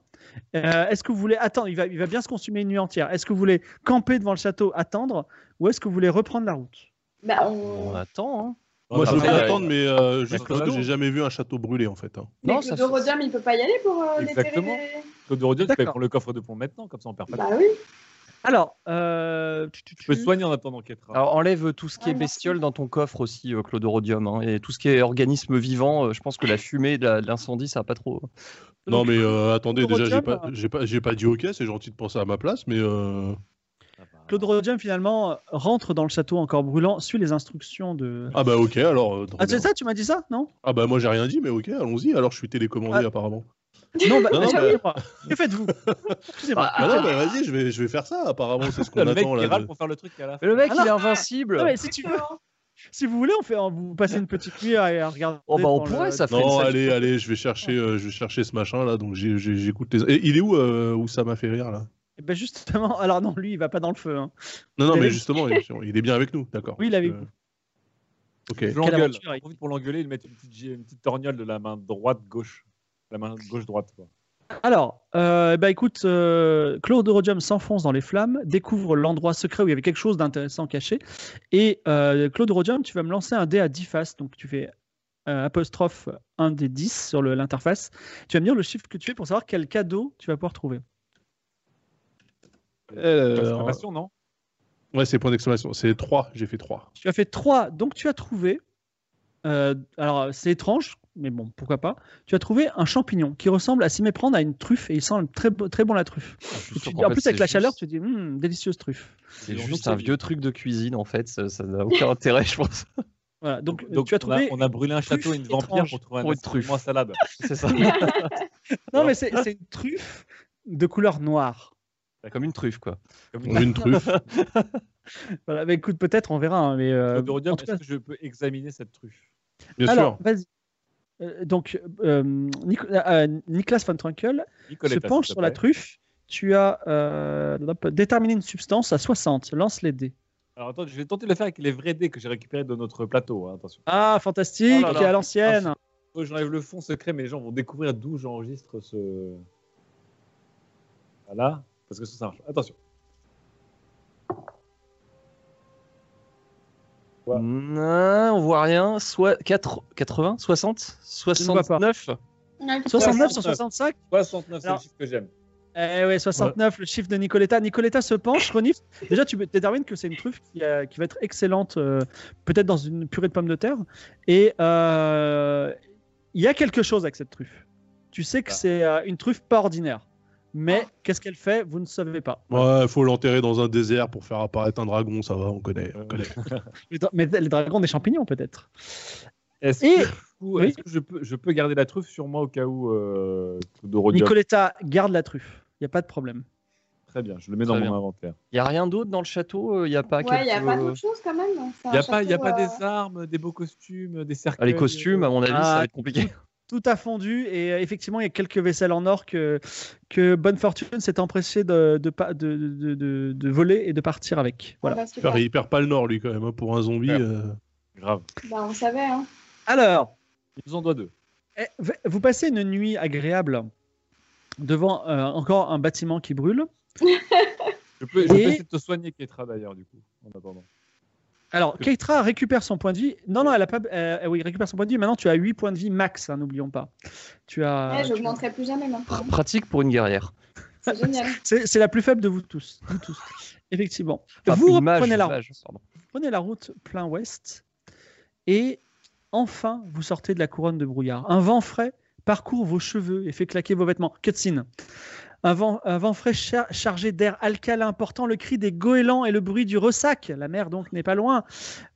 Speaker 1: Euh, est-ce que vous voulez attendre il va, il va bien se consumer une nuit entière. Est-ce que vous voulez camper devant le château, attendre, ou est-ce que vous voulez reprendre la route
Speaker 4: Bah,
Speaker 3: On
Speaker 4: on.
Speaker 3: attend. hein.
Speaker 5: Moi, je veux
Speaker 3: après,
Speaker 5: bien
Speaker 3: euh,
Speaker 5: attendre, mais euh, juste
Speaker 3: Claude
Speaker 5: parce que
Speaker 3: Rhodium.
Speaker 5: j'ai jamais vu un château brûler, en fait. hein.
Speaker 4: Mais
Speaker 3: Non,
Speaker 4: que
Speaker 3: ça
Speaker 4: le
Speaker 3: fait-
Speaker 4: Rhodium, il peut pas y aller pour euh, déterrer
Speaker 2: Exactement.
Speaker 4: les-
Speaker 2: Claude de Rodion, tu peux
Speaker 1: D'accord.
Speaker 2: prendre le coffre de plomb maintenant, comme ça on perd pas de
Speaker 4: Bah oui.
Speaker 1: Alors, euh, tu, tu-
Speaker 2: Je peux
Speaker 1: tu-
Speaker 2: soigner en attendant Ketra.
Speaker 3: Alors enlève tout ce qui
Speaker 4: Ah,
Speaker 3: est
Speaker 4: merci.
Speaker 3: bestiole dans ton coffre aussi, euh, Clodorodium, hein, et tout ce qui est organisme vivant. euh, je pense que la fumée de la- de l'incendie, ça va pas trop.
Speaker 5: Non, mais euh, attendez, déjà, j'ai
Speaker 1: Eurotium,
Speaker 5: pas, j'ai pas, j'ai pas dit ok, c'est gentil de penser à ma place, mais. euh,
Speaker 2: Ah bah,
Speaker 1: Claude Rodium finalement euh, rentre dans le château encore brûlant, suit les instructions de.
Speaker 5: Ah bah ok, alors. euh, très
Speaker 1: Ah c'est
Speaker 5: bien.
Speaker 1: ça, tu m'as dit ça, non
Speaker 5: Ah bah moi j'ai rien dit, mais ok, allons-y. Alors je suis télécommandé
Speaker 1: Ah.
Speaker 5: apparemment.
Speaker 1: Non, bah,
Speaker 5: Non, non,
Speaker 1: excusez-moi. que faites-vous Excusez-moi.
Speaker 5: Bah non, mais vas-y, je vais, je vais faire ça apparemment, c'est ce qu'on
Speaker 2: le mec
Speaker 5: attend
Speaker 2: qui
Speaker 5: là.
Speaker 2: râle
Speaker 5: de-
Speaker 2: pour faire le truc à la fin.
Speaker 3: Mais le mec,
Speaker 1: Ah non.
Speaker 3: il est invincible.
Speaker 1: Non, mais si tu veux, hein. si vous voulez, on fait, on- vous passez une petite nuit à, à regarder.
Speaker 3: Oh, bah, on
Speaker 1: dans le-
Speaker 3: pourrait, ça ferait une
Speaker 5: Non,
Speaker 3: sale- hein,
Speaker 5: allez, allez, je vais chercher, euh, je vais chercher ce machin là. Donc j'ai- j'ai- j'écoute les. Et il est où euh, où ça m'a fait rire là
Speaker 1: Eh ben, justement, alors non, lui, il va pas dans le feu. hein.
Speaker 5: Non, non,
Speaker 1: Il est-
Speaker 5: mais justement, il il est bien avec nous, d'accord.
Speaker 1: Oui, il est avec
Speaker 5: Euh,
Speaker 1: nous.
Speaker 5: Ok.
Speaker 2: Je l'engueule.
Speaker 1: aventure,
Speaker 2: J'en
Speaker 1: il-
Speaker 2: profite pour l'engueuler et lui mettre une petite, gé- une petite torgnole de la main droite-gauche. La main gauche-droite, quoi.
Speaker 1: Alors, euh, bah écoute, euh, Claude Rodium s'enfonce dans les flammes, découvre l'endroit secret où il y avait quelque chose d'intéressant caché. Et euh, Claude Rodium, tu vas me lancer un dé à 10 faces. Donc, tu fais euh, apostrophe 1 des 10 sur le- l'interface. Tu vas me dire le chiffre que tu fais pour savoir quel cadeau tu vas pouvoir trouver.
Speaker 5: Euh,
Speaker 2: Exclamation, non
Speaker 5: ouais, c'est point d'exclamation. C'est 3, j'ai fait 3.
Speaker 1: Tu as fait 3, donc tu as trouvé. euh, alors, c'est étrange, mais bon, pourquoi pas. Tu as trouvé un champignon qui ressemble à s'y méprendre à une truffe et il sent très, bo- très bon la truffe.
Speaker 3: Je suis
Speaker 1: Et
Speaker 3: sûr
Speaker 1: tu-
Speaker 3: qu'en
Speaker 1: en
Speaker 3: fait,
Speaker 1: plus,
Speaker 3: c'est
Speaker 1: avec la chaleur,
Speaker 3: juste-
Speaker 1: tu dis Hum, délicieuse truffe.
Speaker 3: c'est
Speaker 2: Ils ont
Speaker 3: juste
Speaker 2: donc
Speaker 3: un
Speaker 2: les-
Speaker 3: vieux truc de cuisine en fait. Ça ça n'a aucun intérêt, je pense.
Speaker 1: Voilà, donc,
Speaker 2: Donc,
Speaker 1: tu as
Speaker 2: on a-
Speaker 1: trouvé.
Speaker 2: on, a, brûlé un château et une
Speaker 1: truffe
Speaker 2: vampire
Speaker 1: étrange
Speaker 2: pour trouver un
Speaker 3: pour une
Speaker 2: instrument
Speaker 3: truffe.
Speaker 2: à salade.
Speaker 3: C'est ça.
Speaker 1: Non, mais c'est c'est une truffe de couleur noire.
Speaker 3: Comme une truffe quoi.
Speaker 2: Comme une
Speaker 5: Une truffe.
Speaker 1: Voilà, mais écoute, peut-être, on verra. hein, mais, euh,
Speaker 2: Clodorium,
Speaker 1: en tout
Speaker 2: est-ce que je peux examiner cette truffe
Speaker 5: Bien
Speaker 1: alors,
Speaker 5: sûr.
Speaker 1: vas-y. Euh, donc, euh, Nico- euh, Niklas van Trunkel se
Speaker 2: Nicoletta,
Speaker 1: penche
Speaker 2: s'il te
Speaker 1: sur la
Speaker 2: plaît.
Speaker 1: truffe. Tu as euh, hop, déterminé une substance à 60. Lance les dés.
Speaker 2: Alors attends, je vais tenter de le faire avec les vrais dés que j'ai récupérés de notre plateau. hein, attention.
Speaker 1: Ah, fantastique,
Speaker 3: Oh là là.
Speaker 1: et à l'ancienne.
Speaker 2: Faut que J'enlève le fond secret, mais les gens vont découvrir d'où j'enregistre ce. Voilà, parce que ça, ça marche. Attention. Ouais.
Speaker 3: Non, Mmh, on voit rien. Soit 4... 80, 60,
Speaker 1: ne vois pas.
Speaker 3: 69.
Speaker 4: Ouais, putain.
Speaker 1: 69 sur
Speaker 2: 69.
Speaker 1: 65
Speaker 2: 69, c'est le
Speaker 1: Alors-
Speaker 2: chiffre que j'aime.
Speaker 1: Eh ouais, 69, le chiffre de Nicoletta. Nicoletta se penche, renifle. Déjà, tu détermines que c'est une truffe qui, euh, qui va être excellente, euh, peut-être dans une purée de pommes de terre. Et euh, il y a quelque chose avec cette truffe. Tu sais que
Speaker 2: Ah.
Speaker 1: c'est euh, une truffe pas ordinaire. Mais qu'est-ce qu'elle fait Vous ne savez pas.
Speaker 5: Ouais, faut l'enterrer dans un désert pour faire apparaître un dragon, ça va, on connaît. on connaît.
Speaker 1: Les dra- Mais les dragons des champignons, peut-être.
Speaker 2: Est-ce
Speaker 1: Et-
Speaker 2: que, du coup,
Speaker 1: oui.
Speaker 2: est-ce que je, peux, je peux garder la truffe sur moi au cas où euh, de
Speaker 1: Nicoletta garde la truffe. Il n'y a pas de problème.
Speaker 2: Très bien, je le mets dans
Speaker 3: Très
Speaker 2: mon
Speaker 3: bien.
Speaker 2: inventaire.
Speaker 3: Il y a rien d'autre dans le château. euh, Il y a pas.
Speaker 4: Ouais, il y a
Speaker 3: quelques-
Speaker 4: pas d'autre chose quand même. euh,
Speaker 2: Il n'y a, pas- y a pas des armes, des beaux costumes, des cercueils.
Speaker 3: Ah, les costumes, à mon avis, ça
Speaker 1: Ah,
Speaker 3: va être compliqué.
Speaker 1: Tout a fondu et euh, effectivement, il y a quelques vaisselles en or que, que Bonne Fortune s'est empressée de, de, pa- de, de, de- de voler et de partir avec. Voilà.
Speaker 4: Voilà.
Speaker 5: Faire- Il perd pas le nord, lui, quand même, hein, pour un zombie.
Speaker 2: Ouais.
Speaker 5: euh.
Speaker 2: Grave.
Speaker 4: Bah, on savait, hein.
Speaker 1: Alors,
Speaker 2: Il nous en doit deux.
Speaker 1: eh, v- vous passez une nuit agréable devant euh, encore un bâtiment qui brûle.
Speaker 2: Je peux, je peux
Speaker 1: Et-
Speaker 2: essayer de te soigner, Ketra, d'ailleurs, du coup, en attendant.
Speaker 1: Alors, Keitra récupère son point de vie. Non, non, elle a pas. euh, euh, oui, récupère son point de vie. Maintenant, tu as 8 points de vie max, hein, n'oublions pas. Tu as.
Speaker 4: Ouais,
Speaker 1: Ah, tu as-
Speaker 4: Eh, j'augmenterai plus jamais maintenant.
Speaker 3: Pr- Pratique pour une guerrière.
Speaker 4: C'est génial.
Speaker 1: C'est c'est la plus faible de vous tous. Vous tous. Effectivement.
Speaker 3: Enfin,
Speaker 1: vous
Speaker 3: une mage,
Speaker 1: reprenez la
Speaker 3: une
Speaker 1: route.
Speaker 3: mage, pardon.
Speaker 1: prenez la route plein ouest et enfin vous sortez de la couronne de brouillard. Un vent frais parcourt vos cheveux et fait claquer vos vêtements. Cutscene. Un vent, un vent frais cha- chargé d'air alcalin portant le cri des goélands et le bruit du ressac. La mer donc n'est pas loin.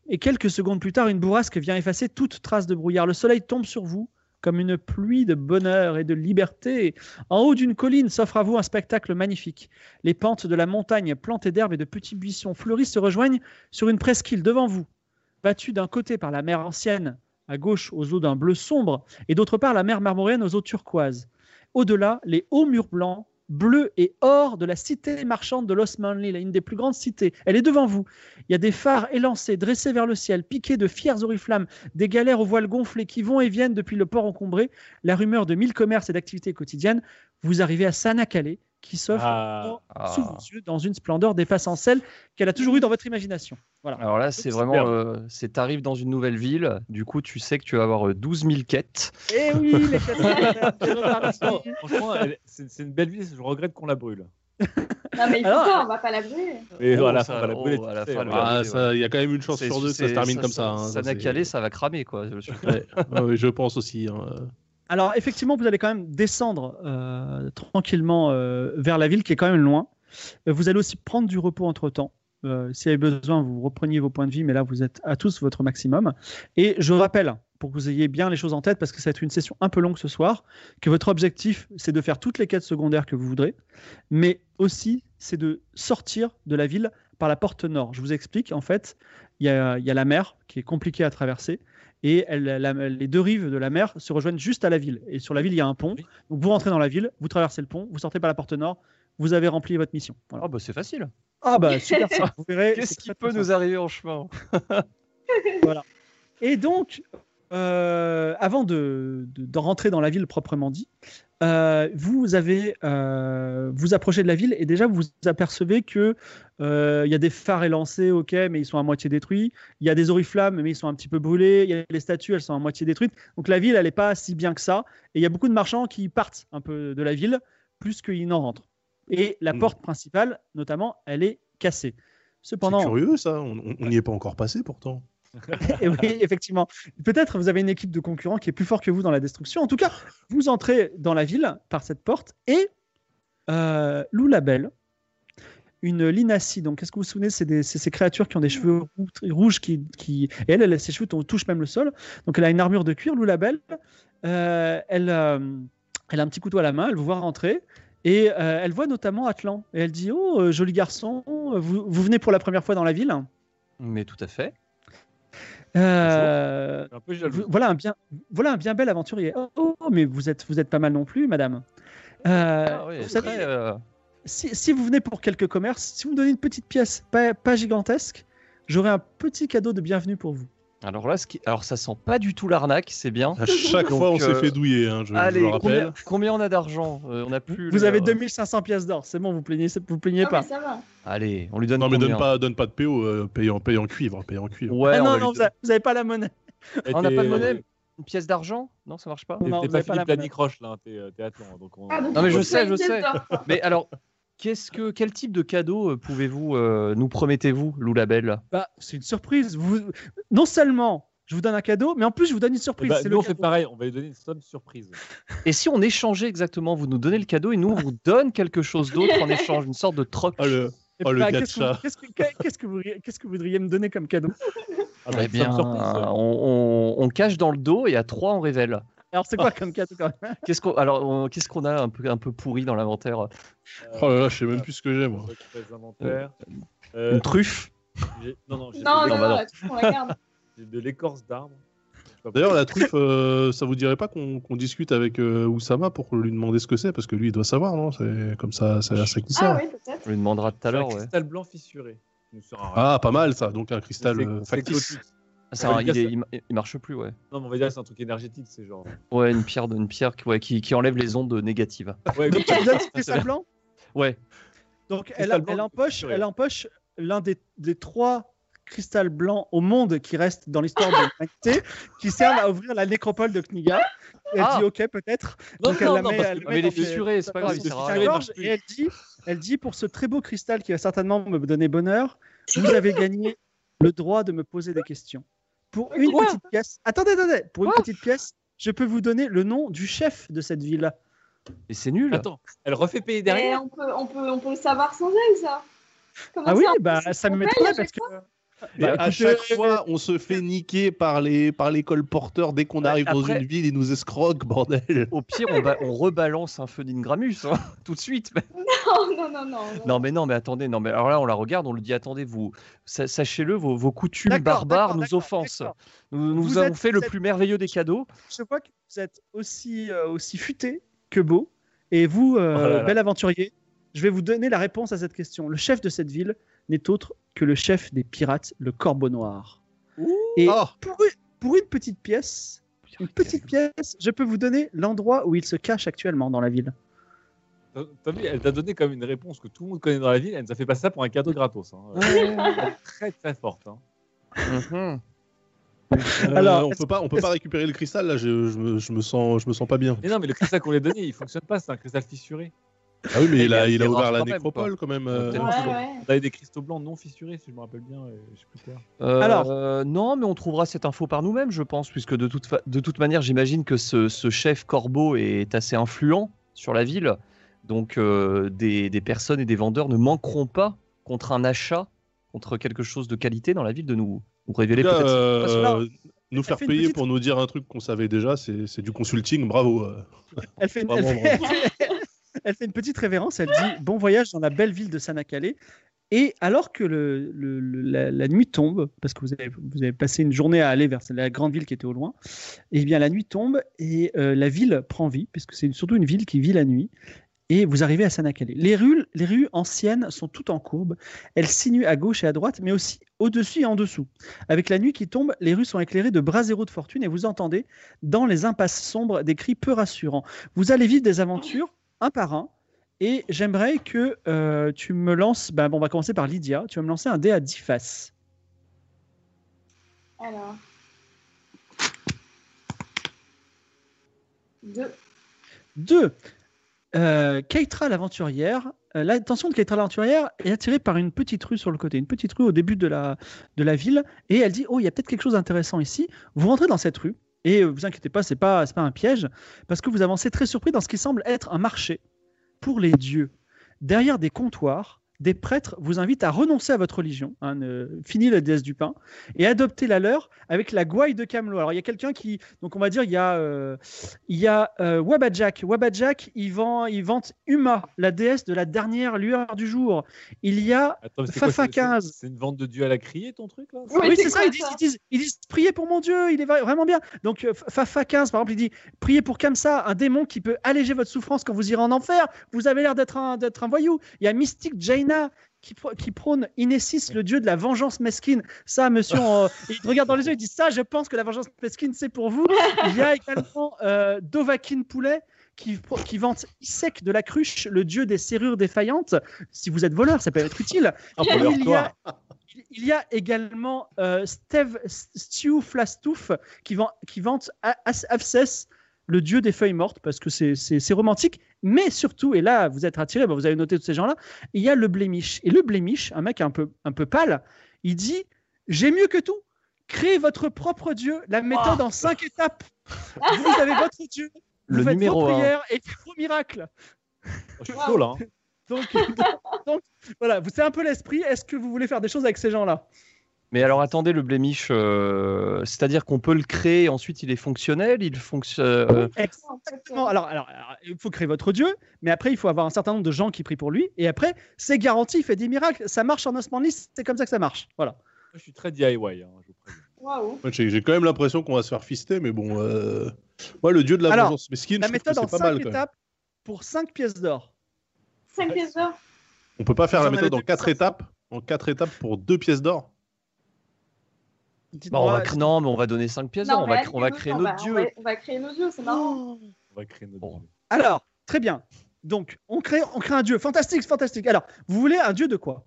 Speaker 1: Et quelques secondes plus tard, une bourrasque vient effacer toute trace de brouillard. Le soleil tombe sur vous comme une pluie de bonheur et de liberté. En haut d'une colline s'offre à vous un spectacle magnifique. Les pentes de la montagne plantées d'herbes et de petits buissons fleuris se rejoignent sur une presqu'île devant vous, battue d'un côté par la mer ancienne, à gauche aux eaux d'un bleu sombre, et d'autre part la mer marmorienne aux eaux turquoises. Au-delà, les hauts murs blancs, bleus et or de la cité marchande de Los Manly, une des plus grandes cités. Elle est devant vous. Il y a des phares élancés, dressés vers le ciel, piqués de fiers oriflammes, des galères aux voiles gonflées qui vont et viennent depuis le port encombré, la rumeur de mille commerces et d'activités quotidiennes. Vous arrivez à Sanacalé, qui s'offre
Speaker 2: Ah,
Speaker 1: sous
Speaker 3: Ah.
Speaker 1: vos yeux dans une splendeur dépassant celle qu'elle a toujours eue dans votre imagination.
Speaker 3: Alors là, c'est
Speaker 2: Superbe.
Speaker 3: vraiment. euh, c'est t'arrives dans une nouvelle ville. Du coup, tu sais que tu vas avoir euh, 12 000 quêtes.
Speaker 1: Eh oui, les
Speaker 2: Franchement, elle- c'est c'est une belle ville, je regrette qu'on la brûle.
Speaker 4: Non, mais il faut
Speaker 1: Alors,
Speaker 4: pas, on va pas la brûler.
Speaker 2: Et
Speaker 3: Oh,
Speaker 2: à la
Speaker 3: ça,
Speaker 2: fin, on va la
Speaker 3: oh,
Speaker 2: brûler,
Speaker 3: à
Speaker 2: tu
Speaker 3: la
Speaker 2: sais,
Speaker 3: fin,
Speaker 2: on
Speaker 3: le-
Speaker 2: va-
Speaker 3: ouais.
Speaker 5: Ah, ça, Il y a quand même une chance
Speaker 3: C'est-
Speaker 5: sur deux que ça
Speaker 3: c'est-
Speaker 5: se termine comme ça. hein.
Speaker 3: Ça
Speaker 5: Ça,
Speaker 3: n'a
Speaker 5: c'est-
Speaker 3: qu'à aller, ça va cramer quoi. Je suis-
Speaker 5: Ouais, ouais, ouais, je pense aussi. hein.
Speaker 1: Alors effectivement, vous allez quand même descendre euh, tranquillement euh, vers la ville qui est quand même loin. Euh, Vous allez aussi prendre du repos entre-temps. Euh, S'il y avait besoin, vous repreniez vos points de vie, mais là, vous êtes à tous votre maximum. Et je rappelle, pour que vous ayez bien les choses en tête, parce que ça va être une session un peu longue ce soir, que votre objectif, c'est de faire toutes les quêtes secondaires que vous voudrez, mais aussi, c'est de sortir de la ville par la porte nord. Je vous explique, en fait, il y a- il y a la mer qui est compliquée à traverser et elle- la- les deux rives de la mer se rejoignent juste à la ville. Et sur la ville, il y a un pont.
Speaker 3: Oui.
Speaker 1: Donc vous rentrez dans la ville, vous traversez le pont, vous sortez par la porte nord, vous avez rempli votre mission. Voilà.
Speaker 3: Ah bah c'est facile.
Speaker 1: Ah bah super ça, vous verrez.
Speaker 3: Qu'est-ce
Speaker 1: c'est
Speaker 3: qui
Speaker 1: très,
Speaker 3: peut
Speaker 1: très
Speaker 3: nous arriver en chemin
Speaker 1: Et donc, euh, avant de, de- de rentrer dans la ville proprement dit, euh, vous avez euh, vous approchez de la ville et déjà vous apercevez que euh, il y a des phares élancés, ok, mais ils sont à moitié détruits. Il y a des oriflammes, mais ils sont un petit peu brûlés. Il y a les statues, elles sont à moitié détruites. Donc la ville, elle n'est pas si bien que ça. Et il y a beaucoup de marchands qui partent un peu de la ville plus qu'ils n'en rentrent. Et la
Speaker 5: Mm.
Speaker 1: porte principale, notamment, elle est cassée.
Speaker 5: C'est
Speaker 1: Cependant,
Speaker 5: curieux ça, on on- on n'y est pas encore passé pourtant.
Speaker 1: Et oui, effectivement. Peut-être vous avez une équipe de concurrents qui est plus fort que vous dans la destruction. En tout cas, vous entrez dans la ville par cette porte et euh, Lou Labelle, une Linassi. Donc, est-ce que vous vous souvenez, c'est des- c'est ces créatures qui ont des cheveux roux- très rouges qui, qui... et elle, elle, ses cheveux tou- touchent même le sol. Donc, elle a une armure de cuir, Lou Labelle. Euh, elle, euh, elle a un petit couteau à la main. Elle vous voit rentrer. Et euh, elle voit notamment Atlan. Et elle dit Oh, euh, joli garçon, vous, vous venez pour la première fois dans la ville.
Speaker 3: Mais tout à fait.
Speaker 1: Euh,
Speaker 2: Je suis un peu jaloux.
Speaker 1: vous- voilà un bien, voilà un bien bel aventurier. Oh, oh, oh, mais vous êtes, vous êtes pas mal non plus, madame. Euh,
Speaker 3: Ah oui,
Speaker 1: vous savez,
Speaker 3: après, euh,
Speaker 1: si, si vous venez pour quelques commerces, si vous me donnez une petite pièce, pas, pas gigantesque, j'aurai un petit cadeau de bienvenue pour vous.
Speaker 3: Alors là, ce qui... alors ça sent pas du tout l'arnaque, c'est bien.
Speaker 5: À chaque
Speaker 3: Donc,
Speaker 5: fois, on
Speaker 3: euh,
Speaker 5: s'est fait douiller, hein, je, je
Speaker 3: Allez,
Speaker 5: le rappelle.
Speaker 3: combien, combien on a d'argent Euh, On a plus.
Speaker 1: Vous
Speaker 3: le-
Speaker 1: avez 2500 pièces d'or, c'est bon, vous plaignez, vous plaignez
Speaker 4: Non, Ah, mais
Speaker 1: pas.
Speaker 4: ça va.
Speaker 3: Allez, on lui donne.
Speaker 5: Non, mais donne
Speaker 3: combien
Speaker 5: pas, donne pas de PO, euh, paye, en, paye en cuivre, paye en cuivre.
Speaker 3: Ouais,
Speaker 1: Ah
Speaker 3: on va
Speaker 1: non,
Speaker 3: lui
Speaker 1: non,
Speaker 3: donner-
Speaker 1: vous avez- vous n'avez pas la monnaie.
Speaker 2: Eh,
Speaker 3: on n'a
Speaker 2: t'es-
Speaker 3: pas de monnaie Une pièce d'argent Non, ça marche pas.
Speaker 2: T'es
Speaker 1: Non,
Speaker 2: t'es
Speaker 1: vous
Speaker 2: pas
Speaker 1: avez pas la
Speaker 2: Philippe
Speaker 1: monnaie.
Speaker 2: Lanicroche, là, hein, t'es euh, t'es Atlan, donc on-
Speaker 4: Ah, donc
Speaker 3: Non, mais
Speaker 4: il
Speaker 3: je
Speaker 4: faut
Speaker 3: sais,
Speaker 4: une
Speaker 3: je
Speaker 4: pièce
Speaker 3: sais.
Speaker 4: d'or, quoi.
Speaker 3: Mais alors, qu'est-ce que, quel type de cadeau euh, pouvez-vous euh, nous promettez-vous, Lou Labelle
Speaker 1: Bah, c'est une surprise. Vous, non seulement je vous donne un cadeau, mais en plus je vous donne une
Speaker 2: Eh
Speaker 1: surprise.
Speaker 2: ben,
Speaker 1: c'est
Speaker 2: nous,
Speaker 1: le
Speaker 2: on fait
Speaker 1: cadeau.
Speaker 2: pareil, on va lui donner une somme surprise.
Speaker 3: Et si on échangeait exactement, vous nous donnez le cadeau et nous on vous donne quelque chose d'autre en échange, une sorte de troc.
Speaker 5: Ah, le-
Speaker 1: Et
Speaker 5: Oh, le
Speaker 1: bah, qu'est-ce que
Speaker 5: gacha.
Speaker 1: vous- qu'est-ce que- qu'est-ce que vous- qu'est-ce que vous voudriez me donner comme cadeau
Speaker 2: Ah, bah, une
Speaker 3: eh
Speaker 2: somme
Speaker 3: bien,
Speaker 2: surprise.
Speaker 3: on, on- on cache dans le dos et à trois on révèle.
Speaker 1: Alors c'est quoi comme cadeau quand même
Speaker 3: Qu'est-ce qu'on, alors on- qu'est-ce qu'on a un peu, un peu pourri dans l'inventaire
Speaker 2: Euh,
Speaker 5: Oh là là, je sais même plus ce que j'ai, moi.
Speaker 2: Je récupère les inventaires. Euh,
Speaker 3: Une truffe
Speaker 2: j'ai- non, non, j'ai
Speaker 4: Non,
Speaker 2: de-
Speaker 4: non,
Speaker 3: bah
Speaker 4: non,
Speaker 3: non.
Speaker 4: la truc, on la garde.
Speaker 2: j'ai de l'écorce d'arbre.
Speaker 5: D'ailleurs, la truffe, euh, ça vous dirait pas qu'on qu'on discute avec euh, Oussama pour lui demander ce que c'est Parce que lui, il doit savoir, non C'est Comme ça, c'est à ça qu'il sert.
Speaker 4: Ah oui, peut-être.
Speaker 3: On lui demandera tout à
Speaker 2: C'est un
Speaker 3: l'heure. ouais.
Speaker 2: cristal blanc fissuré. Il nous sera
Speaker 5: Ah, pas mal ça, donc un
Speaker 2: C'est-
Speaker 5: cristal euh,
Speaker 2: c'est
Speaker 5: factice.
Speaker 2: gothique.
Speaker 3: C'est
Speaker 2: Ouais,
Speaker 3: un-
Speaker 2: le
Speaker 3: il,
Speaker 2: gars,
Speaker 3: est-
Speaker 2: ça-
Speaker 3: il ma- il marche plus, ouais.
Speaker 2: Non, mais on va dire que c'est un truc énergétique, c'est genre.
Speaker 3: Ouais, une pierre, de- une pierre qui, ouais, qui, qui enlève les ondes négatives.
Speaker 2: Ouais,
Speaker 1: Donc tu lui donnes ce cristal blanc
Speaker 3: Ouais,
Speaker 1: Donc
Speaker 2: Cristal
Speaker 1: elle,
Speaker 2: blanc,
Speaker 1: elle
Speaker 2: c'est
Speaker 1: empoche,
Speaker 2: sûr.
Speaker 1: elle empoche l'un des, des trois cristals blancs au monde qui restent dans l'histoire de l'humanité, qui servent à ouvrir la nécropole de Kniga. Et elle
Speaker 3: Ah.
Speaker 1: dit ok peut-être.
Speaker 3: Non,
Speaker 1: Donc
Speaker 3: non,
Speaker 1: elle la
Speaker 3: non,
Speaker 1: met-
Speaker 3: parce
Speaker 1: elle
Speaker 3: que-
Speaker 1: met
Speaker 3: Ah, mais
Speaker 1: dans
Speaker 3: les
Speaker 1: ses-
Speaker 3: fissurés, c'est pas
Speaker 1: dans
Speaker 3: grave,
Speaker 1: son
Speaker 3: il sert à
Speaker 1: petit
Speaker 3: rien.
Speaker 1: gorge, et elle dit, elle dit pour ce très beau cristal qui va certainement me donner bonheur, vous avez gagné le droit de me poser des questions. Pour une
Speaker 3: Quoi
Speaker 1: petite pièce. Attendez, attendez. Pour une
Speaker 3: Quoi
Speaker 1: petite pièce, je peux vous donner le nom du chef de cette ville.
Speaker 3: Et c'est nul.
Speaker 2: Attends, elle refait payer
Speaker 4: Et
Speaker 2: derrière.
Speaker 4: on peut, on, peut, on peut le savoir sans elle, ça. Comment
Speaker 1: Ah oui,
Speaker 4: ça, on peut
Speaker 1: bah
Speaker 4: se
Speaker 1: ça me
Speaker 4: tromper
Speaker 1: m'étonnerait
Speaker 4: à chaque
Speaker 1: parce que.
Speaker 5: Bah,
Speaker 1: Bah,
Speaker 5: à
Speaker 1: écoutez,
Speaker 5: chaque fois, on se fait niquer par les par les colporteurs dès qu'on
Speaker 1: Bah,
Speaker 3: Ouais,
Speaker 5: arrive dans
Speaker 3: après-
Speaker 5: une ville, ils nous escroquent, bordel.
Speaker 3: Au pire, on, ba- on rebalance un feu d'Ingramus hein, tout de suite.
Speaker 4: Oh, non, non, non.
Speaker 3: Non, mais non, mais attendez, non, mais alors là, on la regarde, on lui dit attendez, vous, sa- sachez-le, vos, vos coutumes
Speaker 1: D'accord,
Speaker 3: barbares
Speaker 1: d'accord,
Speaker 3: nous
Speaker 1: d'accord,
Speaker 3: offensent.
Speaker 1: d'accord.
Speaker 3: Nous, nous
Speaker 1: Vous
Speaker 3: avons
Speaker 1: êtes-
Speaker 3: fait le
Speaker 1: vous êtes-
Speaker 3: plus merveilleux des cadeaux.
Speaker 1: Je vois que vous êtes aussi, euh, aussi futé que beau. Et vous, euh,
Speaker 2: Oh là là.
Speaker 1: bel aventurier, je vais vous donner la réponse à cette question. Le chef de cette ville n'est autre que le chef des pirates, le Corbeau Noir. Et
Speaker 2: Oh.
Speaker 5: Ah,
Speaker 1: pour, une, pour une petite pièce, une petite pièce, je peux vous donner l'endroit où il se cache actuellement dans la ville.
Speaker 2: T'as euh, t'as vu, elle t'a donné comme une réponse que tout le monde connaît dans la ville. Elle nous a fait passer ça pour un cadeau gratos. hein. Euh,
Speaker 1: Mhm.
Speaker 2: Elle est très très forte. hein.
Speaker 3: Mhm.
Speaker 5: euh,
Speaker 1: Alors,
Speaker 5: on
Speaker 1: est-ce-
Speaker 5: peut pas on peut pas récupérer le cristal là, je, je me, je me sens je me sens pas bien.
Speaker 2: Mais non, mais le cristal qu'on lui a donné, il fonctionne pas. C'est un cristal fissuré.
Speaker 5: Ah
Speaker 1: Eh
Speaker 5: oui, mais il a,
Speaker 3: Il
Speaker 5: il a
Speaker 3: est
Speaker 5: ouvert
Speaker 3: rare
Speaker 5: la
Speaker 3: quand même,
Speaker 5: nécropole quand même. euh,
Speaker 3: Peut-être.
Speaker 4: Ouais,
Speaker 2: toujours.
Speaker 4: ouais.
Speaker 2: On avait des cristaux blancs non fissurés, si je me rappelle bien. euh, Je sais plus quoi.
Speaker 3: Euh,
Speaker 1: Alors-
Speaker 3: non, mais on trouvera cette info par nous-mêmes, je pense, puisque de toute, fa- de toute manière, j'imagine que ce, ce chef corbeau est assez influent sur la ville. Donc, euh, des, des personnes et des vendeurs ne manqueront pas, contre un achat, contre quelque chose de qualité dans la ville, de nous, nous révéler
Speaker 5: Là,
Speaker 3: peut-être.
Speaker 5: euh,
Speaker 3: Parce que
Speaker 1: là,
Speaker 5: nous faire
Speaker 1: fait
Speaker 5: payer
Speaker 1: une petite-
Speaker 5: pour nous dire un truc qu'on savait déjà, c'est c'est du consulting, bravo. euh.
Speaker 1: Elle fait, une,
Speaker 5: Bravo,
Speaker 1: elle fait- elle fait une petite révérence, elle dit Bon voyage dans la belle ville de Sanakale. Et alors que le, le- le- la, la nuit tombe, parce que vous avez, vous avez passé une journée à aller vers la grande ville qui était au loin, et bien la nuit tombe et euh, la ville prend vie, puisque c'est une- surtout une ville qui vit la nuit. Et vous arrivez à Sanakale. Les rues, les rues anciennes sont toutes en courbe. Elles sinuent à gauche et à droite, mais aussi au-dessus et en dessous. Avec la nuit qui tombe, les rues sont éclairées de braséros de fortune et vous entendez dans les impasses sombres des cris peu rassurants. Vous allez vivre des aventures un par un. Et j'aimerais que euh, tu me lances. ben, bon, on va commencer par Lydia. Tu vas me lancer un dé à 10 faces.
Speaker 4: Alors. Deux.
Speaker 1: 2. Euh, Keitra l'aventurière. euh, L'attention de Keitra l'aventurière est attirée par une petite rue sur le côté, une petite rue au début de la, de la ville. Et elle dit Oh, il y a peut-être quelque chose d'intéressant ici. Vous rentrez dans cette rue. Et euh, vous inquiétez pas, c'est pas, c'est pas un piège. Parce que vous avancez très surpris dans ce qui semble être un marché pour les dieux. Derrière des comptoirs, des prêtres vous invitent à renoncer à votre religion. hein, ne- fini la déesse du pain. Et adopter la leur avec la gouaille de Camelot. Alors il y a quelqu'un qui. Donc on va dire, il y a. euh, il y a euh, Wabajak. Wabajak, il, vend, il vante Uma, la déesse de la dernière lueur du jour. Il y a.
Speaker 2: Attends, mais c'est quoi,
Speaker 1: Fafa
Speaker 2: c'est- c'est-
Speaker 1: 15.
Speaker 2: C'est une vente de dieu à la criée, ton truc là
Speaker 4: Ouais,
Speaker 1: oui,
Speaker 4: c'est
Speaker 1: c'est ça,
Speaker 4: quoi,
Speaker 1: ils disent,
Speaker 4: ça
Speaker 1: ils, disent, ils disent priez pour mon Dieu, il est va- vraiment bien. Donc euh, Fafa 15, par exemple, il dit priez pour Kamsa, un démon qui peut alléger votre souffrance quand vous irez en enfer. Vous avez l'air d'être un, d'être un voyou. Il y a Mystique Jaina. Qui, pro- qui prône Inessis, le dieu de la vengeance mesquine. Ça, monsieur, on- euh, il te regarde dans les yeux, il dit ça, je pense que la vengeance mesquine, c'est pour vous. Il y a également euh, Dovakin Poulet qui, pro- qui vante Isek de la cruche, le dieu des serrures défaillantes. Si vous êtes voleur, ça peut être utile.
Speaker 2: Ah, pour leur
Speaker 1: il, y
Speaker 2: toi.
Speaker 1: a, il- il y a également euh, Steve Stu Flastouf qui, vend- qui vante A- As- Afses, le dieu des feuilles mortes, parce que c'est- c'est c'est romantique. Mais surtout, et là, vous êtes attiré, bah, vous avez noté tous ces gens-là, il y a le Blémiche. Et le Blémiche, un mec un peu, un peu pâle, il dit J'ai mieux que tout. Créez votre propre dieu, la méthode en cinq étapes. Vous avez votre dieu, vous
Speaker 3: Le
Speaker 1: faites
Speaker 3: numéro
Speaker 1: vos
Speaker 3: un.
Speaker 1: prières et vos miracles.
Speaker 2: Je suis chaud là. hein.
Speaker 1: Donc, donc, voilà, vous- c'est un peu l'esprit. Est-ce que vous voulez faire des choses avec ces gens-là
Speaker 3: Mais alors attendez, le blémiche, euh, c'est-à-dire qu'on peut le créer, ensuite il est fonctionnel, il fonctionne. euh,
Speaker 4: En fait,
Speaker 1: Exactement. Alors, alors, alors, il faut créer votre Dieu, mais après, il faut avoir un certain nombre de gens qui prient pour lui. Et après, c'est garanti, il fait des miracles. Ça marche en Osmanlis, c'est comme ça que ça marche. Voilà.
Speaker 2: Moi, Je suis très DIY. hein, je vous préviens.
Speaker 4: Waouh.
Speaker 5: Ouais, J'ai j'ai quand même l'impression qu'on va se faire fister, mais bon. euh, Moi, le dieu de la
Speaker 1: Alors,
Speaker 5: vengeance mesquine,
Speaker 1: La
Speaker 5: je trouve
Speaker 1: méthode en
Speaker 5: que c'est
Speaker 1: 5
Speaker 5: pas mal quand même.
Speaker 1: étapes pour 5 pièces d'or.
Speaker 4: Cinq pièces d'or.
Speaker 5: On peut pas faire
Speaker 1: J'en
Speaker 5: la
Speaker 1: avais
Speaker 5: méthode en
Speaker 1: deux
Speaker 5: quatre
Speaker 1: pièces.
Speaker 5: étapes, en quatre étapes pour deux pièces d'or.
Speaker 1: Dites-moi,
Speaker 3: Bon, bah, on va cr- Non, mais on va donner 5 pièces, d'or, on,
Speaker 4: mais
Speaker 3: va,
Speaker 4: allez,
Speaker 3: on va
Speaker 4: nous,
Speaker 3: créer
Speaker 4: on
Speaker 3: notre
Speaker 4: va-
Speaker 3: dieu.
Speaker 4: On va, on va créer nos dieux, c'est marrant.
Speaker 2: On va créer notre.
Speaker 3: Bon.
Speaker 2: dieu.
Speaker 1: Alors, très bien. Donc, on crée, on crée un Dieu. Fantastique, fantastique. Alors, vous voulez un Dieu de quoi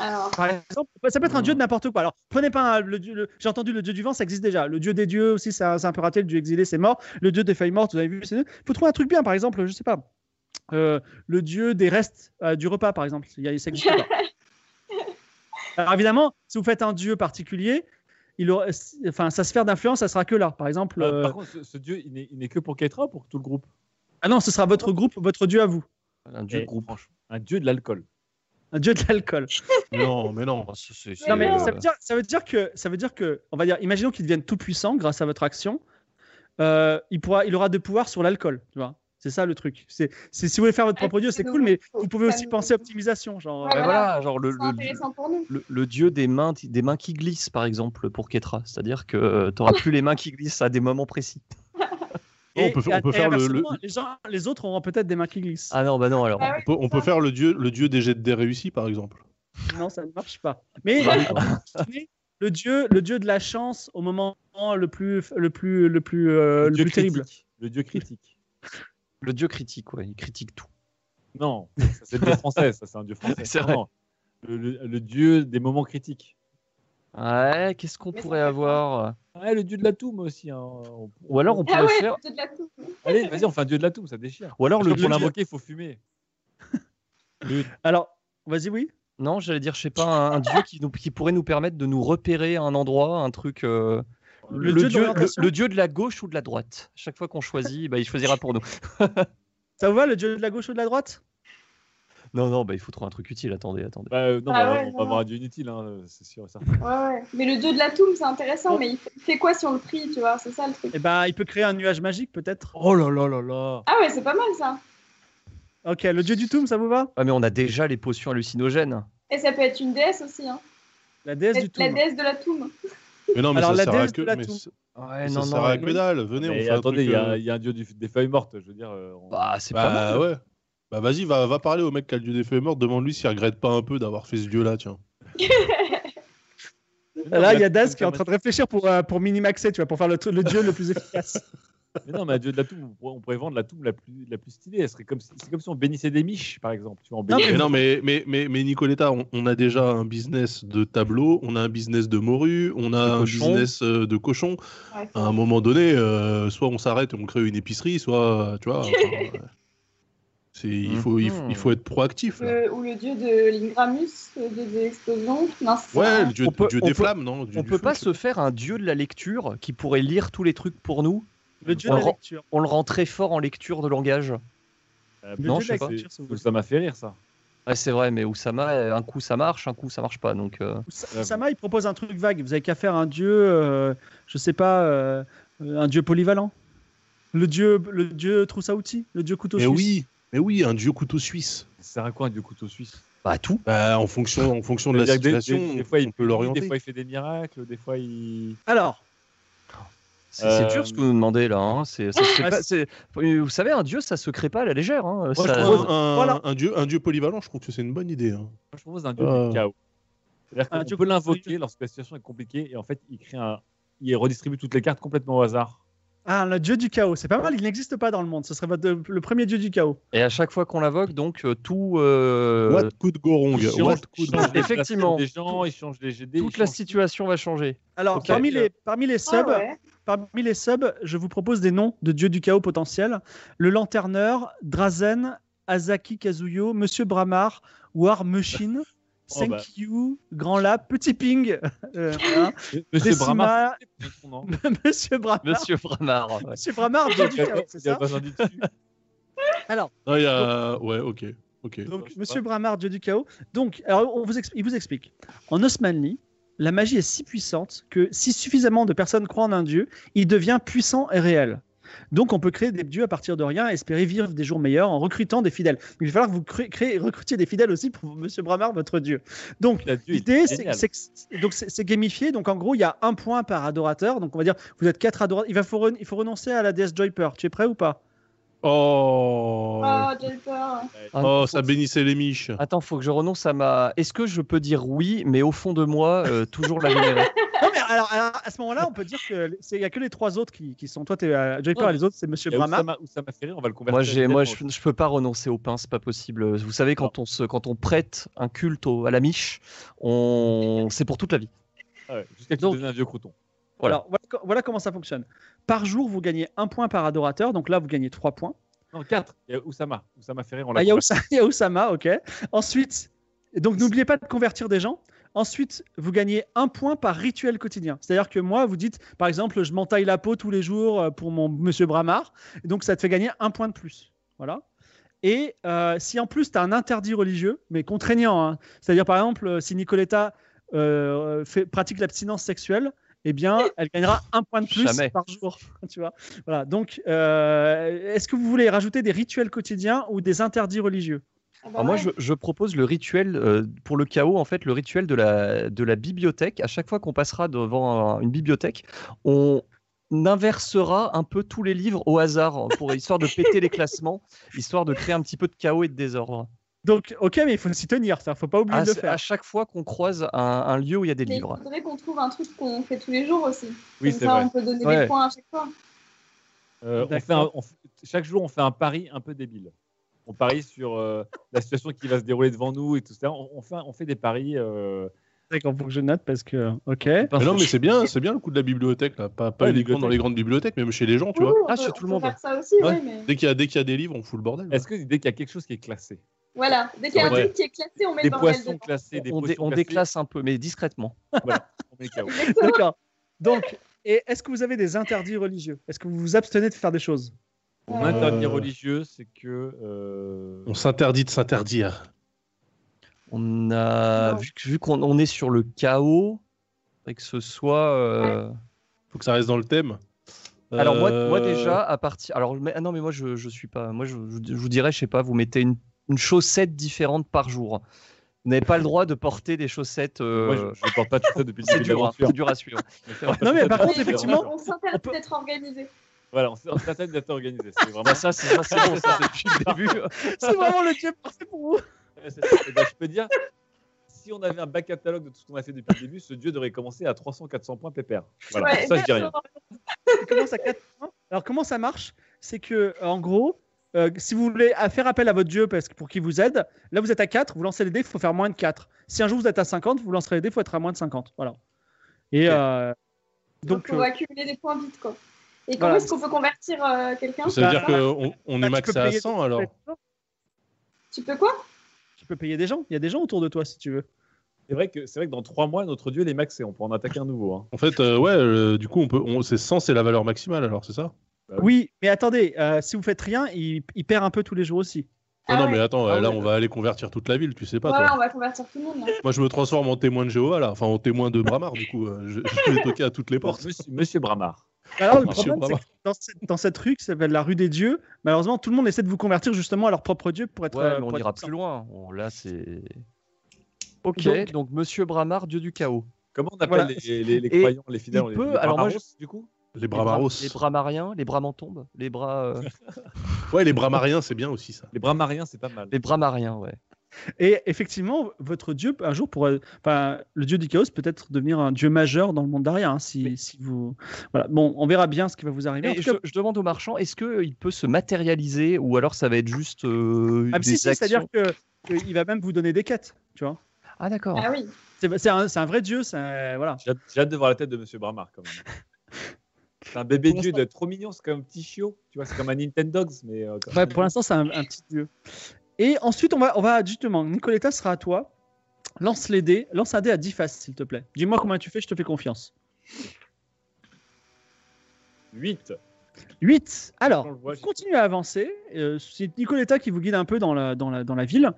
Speaker 4: Alors,
Speaker 1: Par exemple, ça peut être un dieu de n'importe quoi. Alors, prenez pas un- le dieu. le- J'ai entendu le dieu du vent, ça existe déjà. Le dieu des dieux aussi, c'est un, c'est un peu raté. Le dieu exilé, c'est mort. Le dieu des feuilles mortes, vous avez vu, c'est. faut trouver un truc bien, par exemple, je sais pas. euh, le dieu des restes euh, du repas, par exemple. Il y a, ça existe pas. Alors, évidemment, si vous faites un dieu particulier, il aura- enfin, sa sphère d'influence, ça sera que là. Par exemple,
Speaker 2: Ah,
Speaker 1: euh,
Speaker 2: Par contre, ce, ce dieu, il n'est il n'est que pour Keitra ou pour tout le groupe
Speaker 1: ah non, ce sera votre groupe, votre dieu à vous.
Speaker 3: Un
Speaker 2: Eh,
Speaker 3: dieu de groupe.
Speaker 2: franchement, Un dieu de l'alcool.
Speaker 1: Un dieu de l'alcool.
Speaker 5: non, mais non.
Speaker 1: Non, mais
Speaker 4: Euh,
Speaker 1: ça veut, dire, ça, veut dire que, ça veut dire que, on va dire, imaginons qu'il devienne tout puissant grâce à votre action, euh, il, pourra, il aura de pouvoir sur l'alcool, tu vois. C'est ça le truc. C'est, c'est- si vous voulez faire votre propre dieu, c'est cool, mais vous pouvez aussi penser optimisation, genre.
Speaker 4: Ouais,
Speaker 3: Ouais,
Speaker 1: euh,
Speaker 3: voilà, genre le,
Speaker 4: c'est
Speaker 3: le-
Speaker 4: intéressant pour nous.
Speaker 3: le- le dieu des mains, des mains qui glissent, par exemple, pour Ketra. C'est-à-dire que tu n'auras plus les mains qui glissent à des moments précis.
Speaker 5: on peut- on peut faire le-
Speaker 1: inversement,
Speaker 5: le-
Speaker 1: Les, gens- les autres auront peut-être des mains qui glissent.
Speaker 3: Ah non, bah non, alors.
Speaker 4: Ah ouais,
Speaker 5: On peut, on peut faire le dieu, le dieu des jets de dés réussis, par exemple.
Speaker 1: Non, ça ne marche pas. Mais
Speaker 3: Bah Ah.
Speaker 1: imaginez le dieu, le dieu de la chance au moment le plus, le plus, le plus, euh, le
Speaker 2: dieu
Speaker 1: plus terrible.
Speaker 2: critique. Le dieu critique.
Speaker 3: Le dieu critique, ouais, il critique tout.
Speaker 2: Non, ça, c'est le dieu français, ça c'est un dieu français.
Speaker 3: C'est vrai.
Speaker 2: Non, non. Le, le- le dieu des moments critiques.
Speaker 3: Ouais, qu'est-ce qu'on
Speaker 4: Mais ça
Speaker 3: pourrait
Speaker 4: fait
Speaker 3: avoir
Speaker 2: Ouais, le dieu de la toux, moi aussi. hein. On-
Speaker 3: Ou alors on pourrait
Speaker 4: Ah ouais,
Speaker 3: faire.
Speaker 4: c'est de la toux.
Speaker 2: Allez, vas-y, on fait un dieu de la toux, ça déchire.
Speaker 3: Ou alors le
Speaker 2: Pour
Speaker 3: dieu.
Speaker 2: l'invoquer, il faut fumer.
Speaker 1: Alors, vas-y, oui.
Speaker 3: Non, j'allais dire, je sais pas, un, un dieu qui, nous- qui pourrait nous permettre de nous repérer un endroit, un truc. euh,
Speaker 1: Le dieu d'orientation.
Speaker 3: le- le dieu de la gauche ou de la droite. Chaque fois qu'on choisit, bah, il choisira pour nous.
Speaker 1: Ça vous va, le dieu de la gauche ou de la droite
Speaker 3: Non, non, bah, il faut trouver un truc utile. Attendez, attendez.
Speaker 2: Bah, euh, non,
Speaker 4: Ah
Speaker 2: bah,
Speaker 4: ouais,
Speaker 2: on
Speaker 4: non,
Speaker 2: va avoir
Speaker 4: non.
Speaker 2: un dieu inutile, hein, c'est sûr. et certain.
Speaker 4: Ouais, ouais. Mais le dieu de la toux, c'est intéressant,
Speaker 1: Bon.
Speaker 4: mais il fait- il fait quoi si on le prie, tu vois C'est ça le truc.
Speaker 1: Eh ben, il peut créer un nuage magique, peut-être.
Speaker 2: Oh là là là là
Speaker 4: Ah ouais, c'est pas mal ça.
Speaker 1: Ok, le dieu du Toum, ça vous va
Speaker 3: Ah, mais on a déjà les potions hallucinogènes.
Speaker 4: Et ça peut être une déesse aussi. Hein.
Speaker 1: La déesse
Speaker 4: La,
Speaker 1: du
Speaker 4: la
Speaker 1: Toum.
Speaker 4: déesse de la toum.
Speaker 5: Mais non, mais
Speaker 1: Alors, la
Speaker 5: ça sert à
Speaker 1: déesse
Speaker 5: que.
Speaker 1: de la
Speaker 5: mais
Speaker 1: toux.
Speaker 5: ça-
Speaker 3: Ouais,
Speaker 5: ça
Speaker 3: Eh, non,
Speaker 5: sert
Speaker 3: non.
Speaker 5: à que dalle. Venez, on
Speaker 2: Mais
Speaker 5: fait un
Speaker 2: Attendez,
Speaker 5: truc.
Speaker 2: il y, a-
Speaker 5: euh,
Speaker 2: il y a un dieu du- des feuilles mortes, je veux dire. euh, on-
Speaker 3: Bah, c'est pas mal.
Speaker 5: Bah ouais. Bah vas-y, va, va parler au mec qui a le dieu des feuilles mortes, demande-lui s'il regrette pas un peu d'avoir fait ce dieu-là, tiens.
Speaker 2: Mais non,
Speaker 1: Là,
Speaker 2: mais
Speaker 1: il y a
Speaker 2: un dieu
Speaker 1: Das qui est en train de réfléchir pour, euh, pour minimaxer, tu vois, pour faire le, tru- le dieu le plus efficace.
Speaker 2: Mais non, mais un dieu de la toux, on pourrait, on pourrait vendre la toux la plus, la plus stylée. Elle serait comme si- C'est comme si on bénissait des miches, par exemple. Tu vois, on
Speaker 1: Non,
Speaker 2: bénit-
Speaker 5: Mais non, mais, mais, mais, mais Nicoletta, on, on a déjà un business de tableau, on a un business de morue, on a
Speaker 3: De
Speaker 5: un
Speaker 3: cochon.
Speaker 5: business euh, de cochon.
Speaker 4: Ouais.
Speaker 3: Ah,
Speaker 5: À un moment donné, euh, soit on s'arrête et on crée une épicerie, soit, euh, tu vois... enfin, ouais. C'est- il, faut, il, faut, il
Speaker 3: Mhm.
Speaker 5: faut être proactif.
Speaker 3: Euh,
Speaker 5: là.
Speaker 4: Le- ou le dieu de l'Ingramus, le dieu des explosions. Non, c'est ça.
Speaker 5: Ouais, le dieu,
Speaker 3: On peut-
Speaker 5: dieu
Speaker 3: on
Speaker 5: des
Speaker 3: peut-
Speaker 5: flammes, non dieu
Speaker 3: On
Speaker 5: du
Speaker 3: peut
Speaker 5: feu,
Speaker 3: pas
Speaker 5: je-
Speaker 3: se faire un dieu de la lecture qui pourrait lire tous les trucs pour nous.
Speaker 1: Le dieu
Speaker 3: On
Speaker 1: de
Speaker 3: le
Speaker 1: la
Speaker 3: rend-
Speaker 1: lecture.
Speaker 3: On le rend très fort en lecture de langage.
Speaker 2: Euh,
Speaker 1: Le
Speaker 3: Non,
Speaker 1: dieu de
Speaker 3: je
Speaker 1: la
Speaker 3: sais pas.
Speaker 1: culture, si vous
Speaker 2: Donc
Speaker 1: voulez.
Speaker 2: ça m'a fait rire, ça.
Speaker 3: Ouais, c'est vrai, mais Oussama, euh, un coup ça marche, un coup ça marche pas. Donc, euh,
Speaker 1: Oussa- Oussama, il propose un truc vague. Vous avez qu'à faire un dieu, euh, je sais pas, euh, euh, un dieu polyvalent. Le dieu, le dieu trousse à outils, le dieu couteau
Speaker 5: Mais
Speaker 1: suisse.
Speaker 5: oui, mais oui, un dieu couteau suisse.
Speaker 2: Ça sert à quoi un dieu couteau suisse
Speaker 3: bah tout.
Speaker 5: Bah, en fonction, en fonction de la
Speaker 2: C'est-à-dire que des-
Speaker 5: situation,
Speaker 2: des- des fois,
Speaker 5: on
Speaker 2: il
Speaker 5: peut l'orienter.
Speaker 2: Des fois, il fait des miracles, des fois, il.
Speaker 1: Alors,
Speaker 3: C'est c'est
Speaker 2: Euh,
Speaker 3: dur ce que vous nous demandez là. hein. C'est- ça se crée
Speaker 1: Ouais,
Speaker 3: pas- c'est- Vous savez, un dieu, ça se crée pas à la légère. hein.
Speaker 5: Moi,
Speaker 3: Ça-
Speaker 5: je propose un,
Speaker 1: voilà.
Speaker 5: un dieu, un dieu polyvalent, je trouve que c'est une bonne idée. hein.
Speaker 2: Moi, je propose un dieu
Speaker 5: Euh.
Speaker 2: du chaos. C'est-à-dire
Speaker 1: Un
Speaker 2: qu'on
Speaker 1: dieu
Speaker 2: peut
Speaker 1: couteau
Speaker 2: l'invoquer
Speaker 1: suisse.
Speaker 2: lorsque la situation est compliquée et en fait, il crée un. Il redistribue toutes les cartes complètement au hasard.
Speaker 1: ah, le dieu du chaos, c'est pas mal, il n'existe pas dans le monde. Ce serait votre- le premier dieu du chaos.
Speaker 3: Et à chaque fois qu'on l'invoque, donc euh, tout, euh,
Speaker 5: What good gorong
Speaker 2: il
Speaker 5: What
Speaker 2: change, il
Speaker 5: good
Speaker 2: change les classements
Speaker 3: Effectivement.
Speaker 2: des gens, il change les GD.
Speaker 3: toute la situation va changer.
Speaker 1: Alors,
Speaker 3: Ok.
Speaker 1: parmi, les, parmi, les
Speaker 4: Ah
Speaker 1: subs,
Speaker 4: ouais.
Speaker 1: parmi les subs, je vous propose des noms de dieux du chaos potentiels. Le lanterneur, Drazen, Azaki Kazuyo, Monsieur Bramar, War Machine,
Speaker 2: Oh, bah.
Speaker 1: Senkyu, Grand Lap, Petit Ping, euh, hein,
Speaker 2: Monsieur
Speaker 1: Décima,
Speaker 2: Brahma. hein. c'est son nom.
Speaker 1: Monsieur Bramar.
Speaker 3: Monsieur Bramar. ouais.
Speaker 1: Monsieur Bramar, dieu du chaos, c'est
Speaker 2: Il y a
Speaker 1: ça
Speaker 2: pas un dit dessus.
Speaker 5: Non, Ah, il y a... Ouais, ok. ok.
Speaker 2: Je
Speaker 1: Donc,
Speaker 2: sais
Speaker 1: Monsieur Bramar, dieu du chaos. Donc, alors, on vous expl- il vous explique. En Osmanli, la magie est si puissante que si suffisamment de personnes croient en un dieu, il devient puissant et réel. Donc, on peut créer des dieux à partir de rien et espérer vivre des jours meilleurs en recrutant des fidèles. Donc, il va falloir que vous cré- créez- recrutiez des fidèles aussi pour Monsieur Bramar, votre dieu. Donc,
Speaker 2: La dieu, il est
Speaker 1: L'idée, c'est
Speaker 2: génial.
Speaker 1: c'est que c'est- donc c'est c'est gamifié. Donc en gros, il y a un point par adorateur. Donc on va dire, vous êtes quatre adorateurs. Il va faut, ren- il faut renoncer à la déesse Joyper. Tu es prêt ou pas
Speaker 5: Oh,
Speaker 1: Ah,
Speaker 4: Oh, j'ai peur.
Speaker 5: oh ça bénissait les miches.
Speaker 3: Attends, faut que je renonce à ma. Est-ce que je peux dire oui, mais au fond de moi, euh, toujours la vénérer
Speaker 1: Non mais alors, alors, à ce moment-là, on peut dire que c'est- il y a que les trois autres qui, qui sont. Toi, t'es euh, Joyper
Speaker 2: Ouais.
Speaker 1: et les autres, c'est Monsieur
Speaker 2: Il y a
Speaker 1: Brahma.
Speaker 2: Oussama- Oussama Ferré, on va le convertir.
Speaker 3: Moi, j'ai, moi, je,
Speaker 2: immédiatement.
Speaker 3: je peux pas renoncer au pain, c'est pas possible. Vous savez, quand on se, quand on prête un culte au- à la miche, on, c'est pour toute la vie.
Speaker 2: Ah ouais, Jusqu'à qu'il
Speaker 3: Donc-
Speaker 2: devienne un vieux crouton.
Speaker 3: voilà.
Speaker 1: Alors voilà, co- voilà comment ça fonctionne. Par jour, vous gagnez un point par adorateur. Donc là, vous gagnez trois points.
Speaker 2: Non, 4. Il y a Oussama. Oussama Ferré, on
Speaker 1: Ah,
Speaker 2: l'a
Speaker 1: Il y a
Speaker 2: converti.
Speaker 1: Oussa- il y a Oussama, ok. Ensuite, donc n'oubliez pas de convertir des gens. Ensuite, vous gagnez un point par rituel quotidien. C'est-à-dire que moi, vous dites, par exemple, je m'entaille la peau tous les jours euh, pour mon monsieur Bramar. Et donc, ça te fait gagner un point de plus. Voilà. Et euh, si en plus, tu as un interdit religieux, mais contraignant, hein. c'est-à-dire par exemple, euh, si Nicoletta euh, fait, pratique l'abstinence sexuelle, eh bien, elle gagnera un point de plus
Speaker 3: Jamais.
Speaker 1: par jour. Tu vois voilà. Donc, euh, est-ce que vous voulez rajouter des rituels quotidiens ou des interdits religieux
Speaker 4: Ah bah
Speaker 3: Alors moi,
Speaker 4: ouais.
Speaker 3: je, je propose le rituel euh, pour le chaos, en fait, le rituel de la, de la bibliothèque. À chaque fois qu'on passera devant un- une bibliothèque, on inversera un peu tous les livres au hasard hein, pour histoire de péter les classements, histoire de créer un petit peu de chaos et de désordre.
Speaker 1: Donc, ok, mais il faut s'y tenir, ça, faut pas oublier
Speaker 3: À,
Speaker 1: de le faire.
Speaker 3: à chaque fois qu'on croise un, un lieu où il y a des
Speaker 4: Mais il
Speaker 3: livres.
Speaker 4: faudrait qu'on trouve un truc qu'on fait tous les jours aussi.
Speaker 2: Oui,
Speaker 4: Comme
Speaker 2: c'est
Speaker 4: ça,
Speaker 2: vrai.
Speaker 4: on peut donner
Speaker 3: Ouais.
Speaker 4: des points à chaque fois.
Speaker 2: Euh, on fait un- on fait- chaque jour, on fait un pari un peu débile. On parie sur euh, la situation qui va se dérouler devant nous et tout ça. On, on fait, on fait des paris. euh,
Speaker 1: bibliothèque en pour que je note parce que. Ok.
Speaker 5: Mais non, mais c'est bien, c'est bien le coup de la bibliothèque, là. Pas, pas
Speaker 2: Ouais,
Speaker 5: uniquement dans
Speaker 2: bibliothèque.
Speaker 5: les grandes bibliothèques, même chez les gens, tu vois.
Speaker 4: Ouh, on
Speaker 3: Ah,
Speaker 4: peut-
Speaker 3: sur tout le
Speaker 4: on peut
Speaker 3: monde.
Speaker 4: faire ça aussi,
Speaker 5: Ouais.
Speaker 4: ouais, mais...
Speaker 5: Dès qu'il y, a- dès qu'il y a des livres, on fout le bordel.
Speaker 2: Est-ce que dès qu'il y a quelque chose qui est classé,
Speaker 4: Voilà, dès qu'il y a un
Speaker 5: Ouais.
Speaker 4: truc qui est classé, on met
Speaker 2: des
Speaker 4: le bordel
Speaker 2: poissons
Speaker 4: dedans.
Speaker 2: classés, des
Speaker 3: on, dé-
Speaker 2: potions
Speaker 3: on
Speaker 2: classées,
Speaker 3: déclasse un peu, mais discrètement.
Speaker 2: on met KO.
Speaker 4: Exactement.
Speaker 1: D'accord. Donc, et est-ce que vous avez des interdits religieux Est-ce que vous vous abstenez de faire des choses
Speaker 2: Mon
Speaker 4: Euh,
Speaker 2: interdit religieux, c'est que. euh,
Speaker 5: On s'interdit de s'interdire.
Speaker 3: On a
Speaker 4: Non.
Speaker 3: vu, que- vu qu'on on est sur le chaos, faudrait que ce soit. euh,
Speaker 5: Faut que ça reste dans le thème.
Speaker 3: Alors moi,
Speaker 5: Euh,
Speaker 3: moi déjà à partir. Alors mais- ah non mais moi je, je suis pas. Moi je, je- je vous dirais je sais pas. Vous mettez une, une chaussette différente par jour. Vous n'avez pas le droit de porter des chaussettes. euh,
Speaker 2: Moi, je je ne porte pas de ça depuis le
Speaker 3: C'est
Speaker 2: début de
Speaker 3: dur, hein,
Speaker 2: l'aventure.
Speaker 3: c'est dur à suivre.
Speaker 1: Non, mais par
Speaker 2: Ah,
Speaker 4: Mais
Speaker 1: contre, effectivement,
Speaker 4: On s'interdit
Speaker 1: on peut-
Speaker 4: d'être organisé.
Speaker 2: Voilà, on s'est- on s'interdit d'être organisé. C'est vraiment
Speaker 3: Bah, ça c'est ça, c'est bon ça depuis le début.
Speaker 1: C'est vraiment le dieu parfait pour vous.
Speaker 2: Ouais, c'est ça. Eh ben, je peux dire, si on avait un bac catalogue de tout ce qu'on a fait depuis le début, ce dieu devrait commencer à 300-400 points pépère. Voilà,
Speaker 4: Ouais,
Speaker 2: ça je dis rien.
Speaker 4: exactement.
Speaker 1: Ça commence à quatre points. Alors, comment ça marche C'est que, en gros, euh, si vous voulez à- faire appel à votre dieu parce que pour qu'il vous aide, là vous êtes à 4, vous lancez les dés, il faut faire moins de 4. Si un jour vous êtes à 50, vous lancerez les dés, il faut être à moins de 50. Voilà. Et euh,
Speaker 4: Donc,
Speaker 1: donc,
Speaker 4: on
Speaker 1: euh,
Speaker 4: va accumuler des points vite, quoi. Et comment
Speaker 1: Voilà.
Speaker 4: est-ce qu'on peut convertir euh, quelqu'un
Speaker 5: Ça veut
Speaker 1: Bah,
Speaker 5: dire qu'on on
Speaker 1: bah,
Speaker 5: est
Speaker 1: tu
Speaker 5: maxé
Speaker 1: peux
Speaker 5: à
Speaker 1: payer
Speaker 5: 100
Speaker 1: des-
Speaker 5: alors.
Speaker 4: Tu peux quoi
Speaker 1: tu peux payer des gens. Il y a des gens autour de toi si tu veux.
Speaker 2: C'est vrai, que, c'est vrai que dans 3 mois, notre dieu il est maxé. On peut en attaquer un nouveau. hein.
Speaker 5: En fait, euh, ouais, euh, du coup, on peut, on, c'est 100, c'est la valeur maximale alors, c'est ça
Speaker 2: Ah oui.
Speaker 1: Oui, mais attendez, euh, si vous faites rien, il, il perd un peu tous les jours aussi.
Speaker 4: Ah
Speaker 5: Non, non,
Speaker 4: ouais.
Speaker 5: mais attends, euh,
Speaker 2: Ah
Speaker 5: là,
Speaker 2: ouais.
Speaker 5: on va aller convertir toute la ville, tu sais pas,
Speaker 4: Ouais, ouais,
Speaker 5: toi.
Speaker 4: on va convertir tout le monde. hein. là.
Speaker 5: Moi, je me transforme en témoin de Jéhovah, là. Enfin, en témoin de Bramar, du coup. euh, Je, je vais toquer à toutes les portes.
Speaker 2: Monsieur, Monsieur Bramar.
Speaker 1: Alors, le
Speaker 3: Ah,
Speaker 5: Monsieur
Speaker 1: problème, c'est
Speaker 5: Bramar.
Speaker 1: que dans cette, dans cette rue qui s'appelle la rue des dieux, malheureusement, tout le monde essaie de vous convertir justement à leur propre dieu pour être.
Speaker 3: Ouais,
Speaker 1: euh,
Speaker 3: mais on
Speaker 1: pour être
Speaker 3: ira
Speaker 1: puissant.
Speaker 3: plus loin. On- là c'est. Ok.
Speaker 1: Donc-
Speaker 3: Donc, Monsieur Bramar, dieu du chaos.
Speaker 2: Comment on appelle
Speaker 1: Voilà.
Speaker 2: les, les- les
Speaker 3: Et
Speaker 2: croyants, les fidèles
Speaker 3: il
Speaker 2: on les-
Speaker 3: peut-
Speaker 2: les
Speaker 3: alors moi,
Speaker 2: Bramaros, du coup
Speaker 5: Les Bramaros.
Speaker 3: Les Bramariens, les Bramantombes, les bras. euh,
Speaker 5: Ouais, les Bramariens, c'est bien aussi, ça.
Speaker 2: Les Bramariens, c'est pas mal.
Speaker 3: les Bramariens, ouais.
Speaker 1: Et effectivement, votre dieu, un jour, pourra- enfin, le dieu du chaos peut être devenir un dieu majeur dans le monde d'Aria. hein, si, si vous... voilà. Bon, on verra bien ce qui va vous arriver. En
Speaker 3: Et
Speaker 1: tout
Speaker 3: je,
Speaker 1: cas,
Speaker 3: je demande au marchand, est-ce qu'il peut se matérialiser ou alors ça va être juste euh,
Speaker 1: ah, mais
Speaker 3: des
Speaker 1: si, si,
Speaker 3: actions
Speaker 1: c'est-à-dire qu'il va même vous donner des quêtes. Tu vois
Speaker 3: Ah d'accord.
Speaker 4: Ah oui.
Speaker 1: c'est, c'est un, c'est un vrai dieu. c'est un- voilà.
Speaker 2: J'ai hâte, j'ai hâte de voir la tête de Monsieur Bramar quand même. C'est un bébé
Speaker 1: Pour
Speaker 2: dieu, il doit être trop mignon. C'est comme un petit chiot. Tu vois, c'est comme un Nintendogs. Mais, euh, quand
Speaker 1: Ouais,
Speaker 2: même.
Speaker 1: pour l'instant, c'est un, un petit dieu. Et ensuite, on va, on va justement, Nicoletta sera à toi. Lance les dés, lance un dé à 10 faces, s'il te plaît. Dis-moi combien tu fais, je te fais confiance.
Speaker 2: 8.
Speaker 1: 8. Alors,
Speaker 2: Quand on le voit, j'ai-
Speaker 1: continuez à avancer. Euh, c'est Nicoletta qui vous guide un peu dans la, dans la, dans la ville.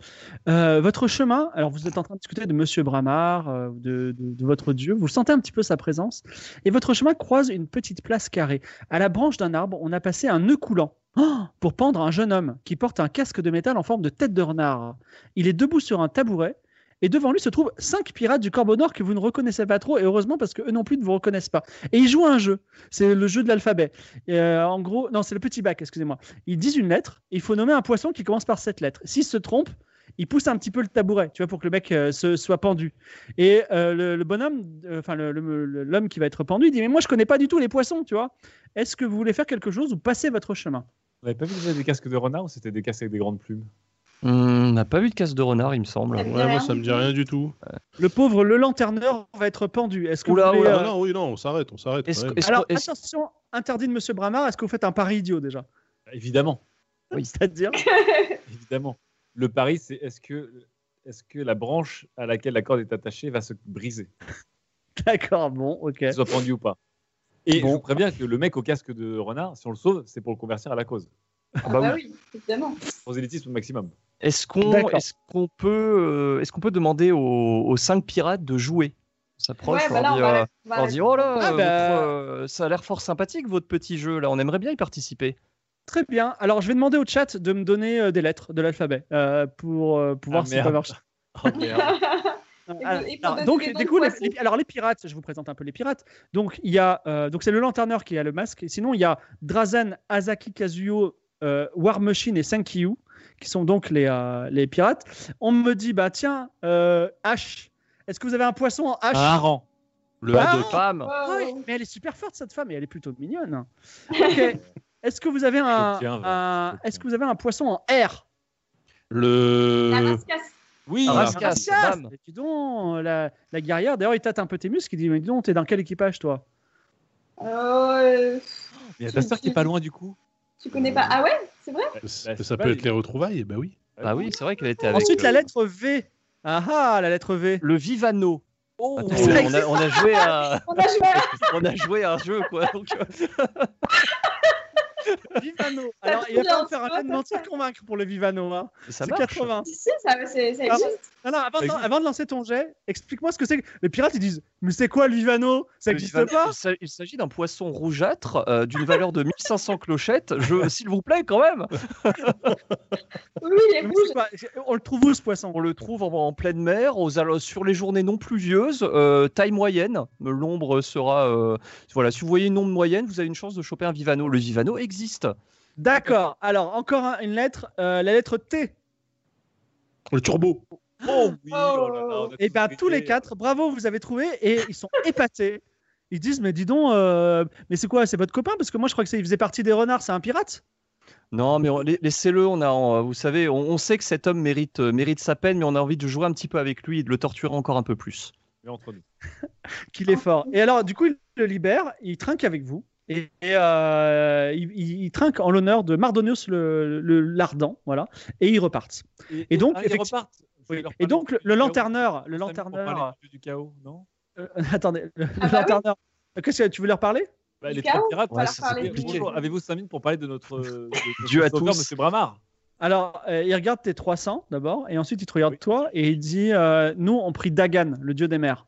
Speaker 1: Euh, votre chemin, alors vous êtes en train de discuter de Monsieur Bramar, euh, de, de- de votre dieu, vous sentez un petit peu sa présence, et votre chemin croise une petite place carrée. À la branche d'un arbre, on a passé un nœud coulant oh, pour pendre un jeune homme qui porte un casque de métal en forme de tête de renard. Il est debout sur un tabouret. Et devant lui se trouvent cinq pirates du Corbeau Nord que vous ne reconnaissez pas trop, et heureusement parce que eux non plus ne vous reconnaissent pas. Et ils jouent à un jeu. C'est le jeu de l'alphabet. Euh, en gros, non, c'est le petit bac, excusez-moi. Ils disent une lettre, et il faut nommer un poisson qui commence par cette lettre. S'il se trompe, il pousse un petit peu le tabouret, tu vois, pour que le mec euh, se soit pendu. Et euh, le, le bonhomme, euh, enfin le- le- le- l'homme qui va être pendu, il dit mais moi je connais pas du tout les poissons, tu vois. Est-ce que vous voulez faire quelque chose ou passer votre chemin
Speaker 2: On n'avait pas vu déjà des casques de renard ou c'était des casques avec des grandes plumes
Speaker 3: Hmm, on n'a pas vu de casse de renard, il me semble.
Speaker 4: Ça me dit
Speaker 5: Ouais, moi,
Speaker 4: rien
Speaker 5: ça me
Speaker 4: du
Speaker 5: dit
Speaker 4: tout.
Speaker 5: rien du tout.
Speaker 1: Le pauvre le lanterneur va être pendu. Est-ce que
Speaker 3: Oula,
Speaker 1: vous voulez,
Speaker 3: oula,
Speaker 1: euh,
Speaker 5: Ah non, oui, non, on s'arrête, on s'arrête.
Speaker 3: Est-ce
Speaker 5: ouais.
Speaker 3: que- est-ce
Speaker 1: Alors
Speaker 3: que- est-ce-
Speaker 1: attention, interdit de Monsieur Bramard. Est-ce que vous faites un pari idiot déjà
Speaker 2: Bah, Évidemment.
Speaker 1: C'est-à-dire
Speaker 2: Évidemment. Le pari, c'est est-ce que, est-ce que la branche à laquelle la corde est attachée va se briser,
Speaker 1: D'accord, bon, ok.
Speaker 2: qu'elle soit pendue ou pas Et
Speaker 1: Bon.
Speaker 2: je vous préviens que le mec au casque de renard, si on le sauve, c'est pour le convertir à la cause.
Speaker 4: Ah
Speaker 3: bah
Speaker 4: bah oui, évidemment.
Speaker 2: Prosélytisme au maximum.
Speaker 3: est-ce qu'on
Speaker 1: D'accord.
Speaker 3: est-ce qu'on peut euh, est-ce qu'on peut demander aux, aux cinq pirates de jouer On s'approche,
Speaker 4: Ouais,
Speaker 3: on
Speaker 4: bah
Speaker 3: leur
Speaker 4: là, on
Speaker 3: dit,
Speaker 4: va
Speaker 3: euh,
Speaker 4: la- on va
Speaker 3: on leur
Speaker 4: la-
Speaker 3: dit, oh là,
Speaker 1: Ah
Speaker 3: euh,
Speaker 1: bah.
Speaker 3: votre, euh, ça a l'air fort sympathique votre petit jeu là, on aimerait bien y participer.
Speaker 1: Très bien. Alors, je vais demander au chat de me donner euh, des lettres de l'alphabet euh, pour, euh, pour
Speaker 2: Ah,
Speaker 1: voir si ça
Speaker 2: merde.
Speaker 1: marche.
Speaker 2: Oh, merde.
Speaker 1: Alors,
Speaker 4: et pour
Speaker 1: alors,
Speaker 4: donner des
Speaker 1: donc,
Speaker 4: bonnes
Speaker 1: du coup, les,
Speaker 4: poissons.
Speaker 1: les- alors les pirates, je vous présente un peu les pirates. Donc, il y a, euh, donc c'est le lanterneur qui a le masque. Et sinon, il y a Drazen, Azaki Kazuyo, euh, War Machine et Senkyu, qui sont donc les, euh, les pirates. On me dit, bah tiens, euh, H. Est-ce que vous avez un poisson en H
Speaker 2: Un hareng.
Speaker 5: Le
Speaker 1: Ah
Speaker 5: haddock.
Speaker 3: Pam,
Speaker 1: Ah oui,
Speaker 4: Oh.
Speaker 1: mais elle est super forte cette femme et elle est plutôt mignonne. Ok. Est-ce que vous avez un,
Speaker 2: Je tiens, va.
Speaker 1: un-
Speaker 2: Je tiens.
Speaker 1: est-ce que vous avez un poisson en R
Speaker 4: La
Speaker 5: Le.
Speaker 4: rascasse.
Speaker 2: Oui,
Speaker 5: Ah,
Speaker 2: Raskas.
Speaker 3: Raskas,
Speaker 1: Raskas
Speaker 3: bam.
Speaker 1: Mais dis donc, la, la guerrière, d'ailleurs, il tâte un peu tes muscles. Il dit Mais dis donc, t'es dans quel équipage, toi
Speaker 4: Euh,
Speaker 2: Il y a ta sœur qui est pas loin du coup.
Speaker 4: tu connais pas Ah ouais C'est vrai
Speaker 5: Ça,
Speaker 2: Bah,
Speaker 5: ça
Speaker 2: bah,
Speaker 5: peut être les retrouvailles, bah oui.
Speaker 3: Bah oui, c'est vrai qu'elle était avec.
Speaker 1: Ensuite, la
Speaker 3: euh,
Speaker 1: lettre V. Ah ah, la lettre V.
Speaker 3: Le Vivano.
Speaker 2: Oh,
Speaker 3: Attends,
Speaker 1: ça
Speaker 3: on, a, on a joué à,
Speaker 4: On a joué à
Speaker 3: on a joué à un jeu, quoi. donc, euh,
Speaker 1: Vivano.
Speaker 4: T'as
Speaker 1: Alors,
Speaker 4: tout
Speaker 1: il va falloir
Speaker 4: lancé,
Speaker 1: faire un
Speaker 4: toi,
Speaker 1: jeu de mentir convaincre pour le Vivano. Hein.
Speaker 3: ça
Speaker 1: C'est
Speaker 3: marche.
Speaker 1: 80.
Speaker 4: ici, ça, c'est- ça
Speaker 1: Ah.
Speaker 4: existe.
Speaker 1: Non, non, avant,
Speaker 2: Ça existe.
Speaker 1: avant de lancer ton jet, explique-moi ce que c'est. que- Les pirates, ils disent Mais c'est quoi le Vivano Ça
Speaker 3: Le
Speaker 1: n'existe
Speaker 3: Vivano,
Speaker 1: pas
Speaker 3: il s'a- Il s'agit d'un poisson rougeâtre euh, d'une valeur de 1500 clochettes. Je, s'il vous plaît, quand même.
Speaker 4: Oui, il est
Speaker 1: Mais
Speaker 4: rouge.
Speaker 1: c'est pas- On le trouve où ce poisson
Speaker 3: On le trouve en, en pleine mer, aux, alo- sur les journées non pluvieuses, euh, taille moyenne. L'ombre sera. euh, voilà, si vous voyez une ombre moyenne, vous avez une chance de choper un Vivano. Le Vivano existe.
Speaker 1: D'accord. Alors, encore un- une lettre, euh, la lettre T.
Speaker 5: Le turbo.
Speaker 2: Oh, oui,
Speaker 4: Oh.
Speaker 1: Et bien, Eh ben, tous les quatre, bravo, vous avez trouvé. Et ils sont épatés. Ils disent Mais dis donc, euh, mais c'est quoi C'est votre copain Parce que moi, je crois que ça, il faisait partie des renards. C'est un pirate
Speaker 3: Non, mais on- la- laissez-le. On a, on- euh, vous savez, on, on sait que cet homme mérite, euh, mérite sa peine, mais on a envie de jouer un petit peu avec lui et de le torturer encore un peu plus.
Speaker 2: Mais entre nous.
Speaker 1: qu'il est fort. Et alors, du coup, il le libère, il trinque avec vous, et, et, euh, il, il- il trinque en l'honneur de Mardonius le, le- l'Ardent, voilà, et ils repartent. Et donc,
Speaker 2: ah, ils
Speaker 1: effectivement-
Speaker 2: repartent. Je vais leur
Speaker 1: Et
Speaker 2: parler
Speaker 1: donc, le,
Speaker 2: du
Speaker 1: le
Speaker 2: chaos.
Speaker 1: lanterneur, le
Speaker 2: Cinq minutes pour
Speaker 1: lanterneur,
Speaker 2: parler du chaos, non
Speaker 1: euh, attendez, le, le
Speaker 4: bah oui.
Speaker 1: lanterneur, qu'est-ce que tu veux leur parler
Speaker 2: Bah,
Speaker 4: Du
Speaker 2: les
Speaker 4: chaos,
Speaker 2: trois pirates,
Speaker 4: on va
Speaker 2: ouais,
Speaker 4: leur
Speaker 2: c'est
Speaker 4: parler
Speaker 2: compliqué.
Speaker 3: du-
Speaker 2: Bonjour, Avez-vous 5 minutes pour parler de notre. euh, de notre
Speaker 3: Dieu à
Speaker 2: sauveur,
Speaker 3: tous.
Speaker 2: Monsieur Bramard.
Speaker 1: Alors, euh, il regarde tes 300 d'abord, et ensuite il te regarde
Speaker 2: Oui.
Speaker 1: toi, et il dit euh, Nous, on prie Dagan, le dieu des mers,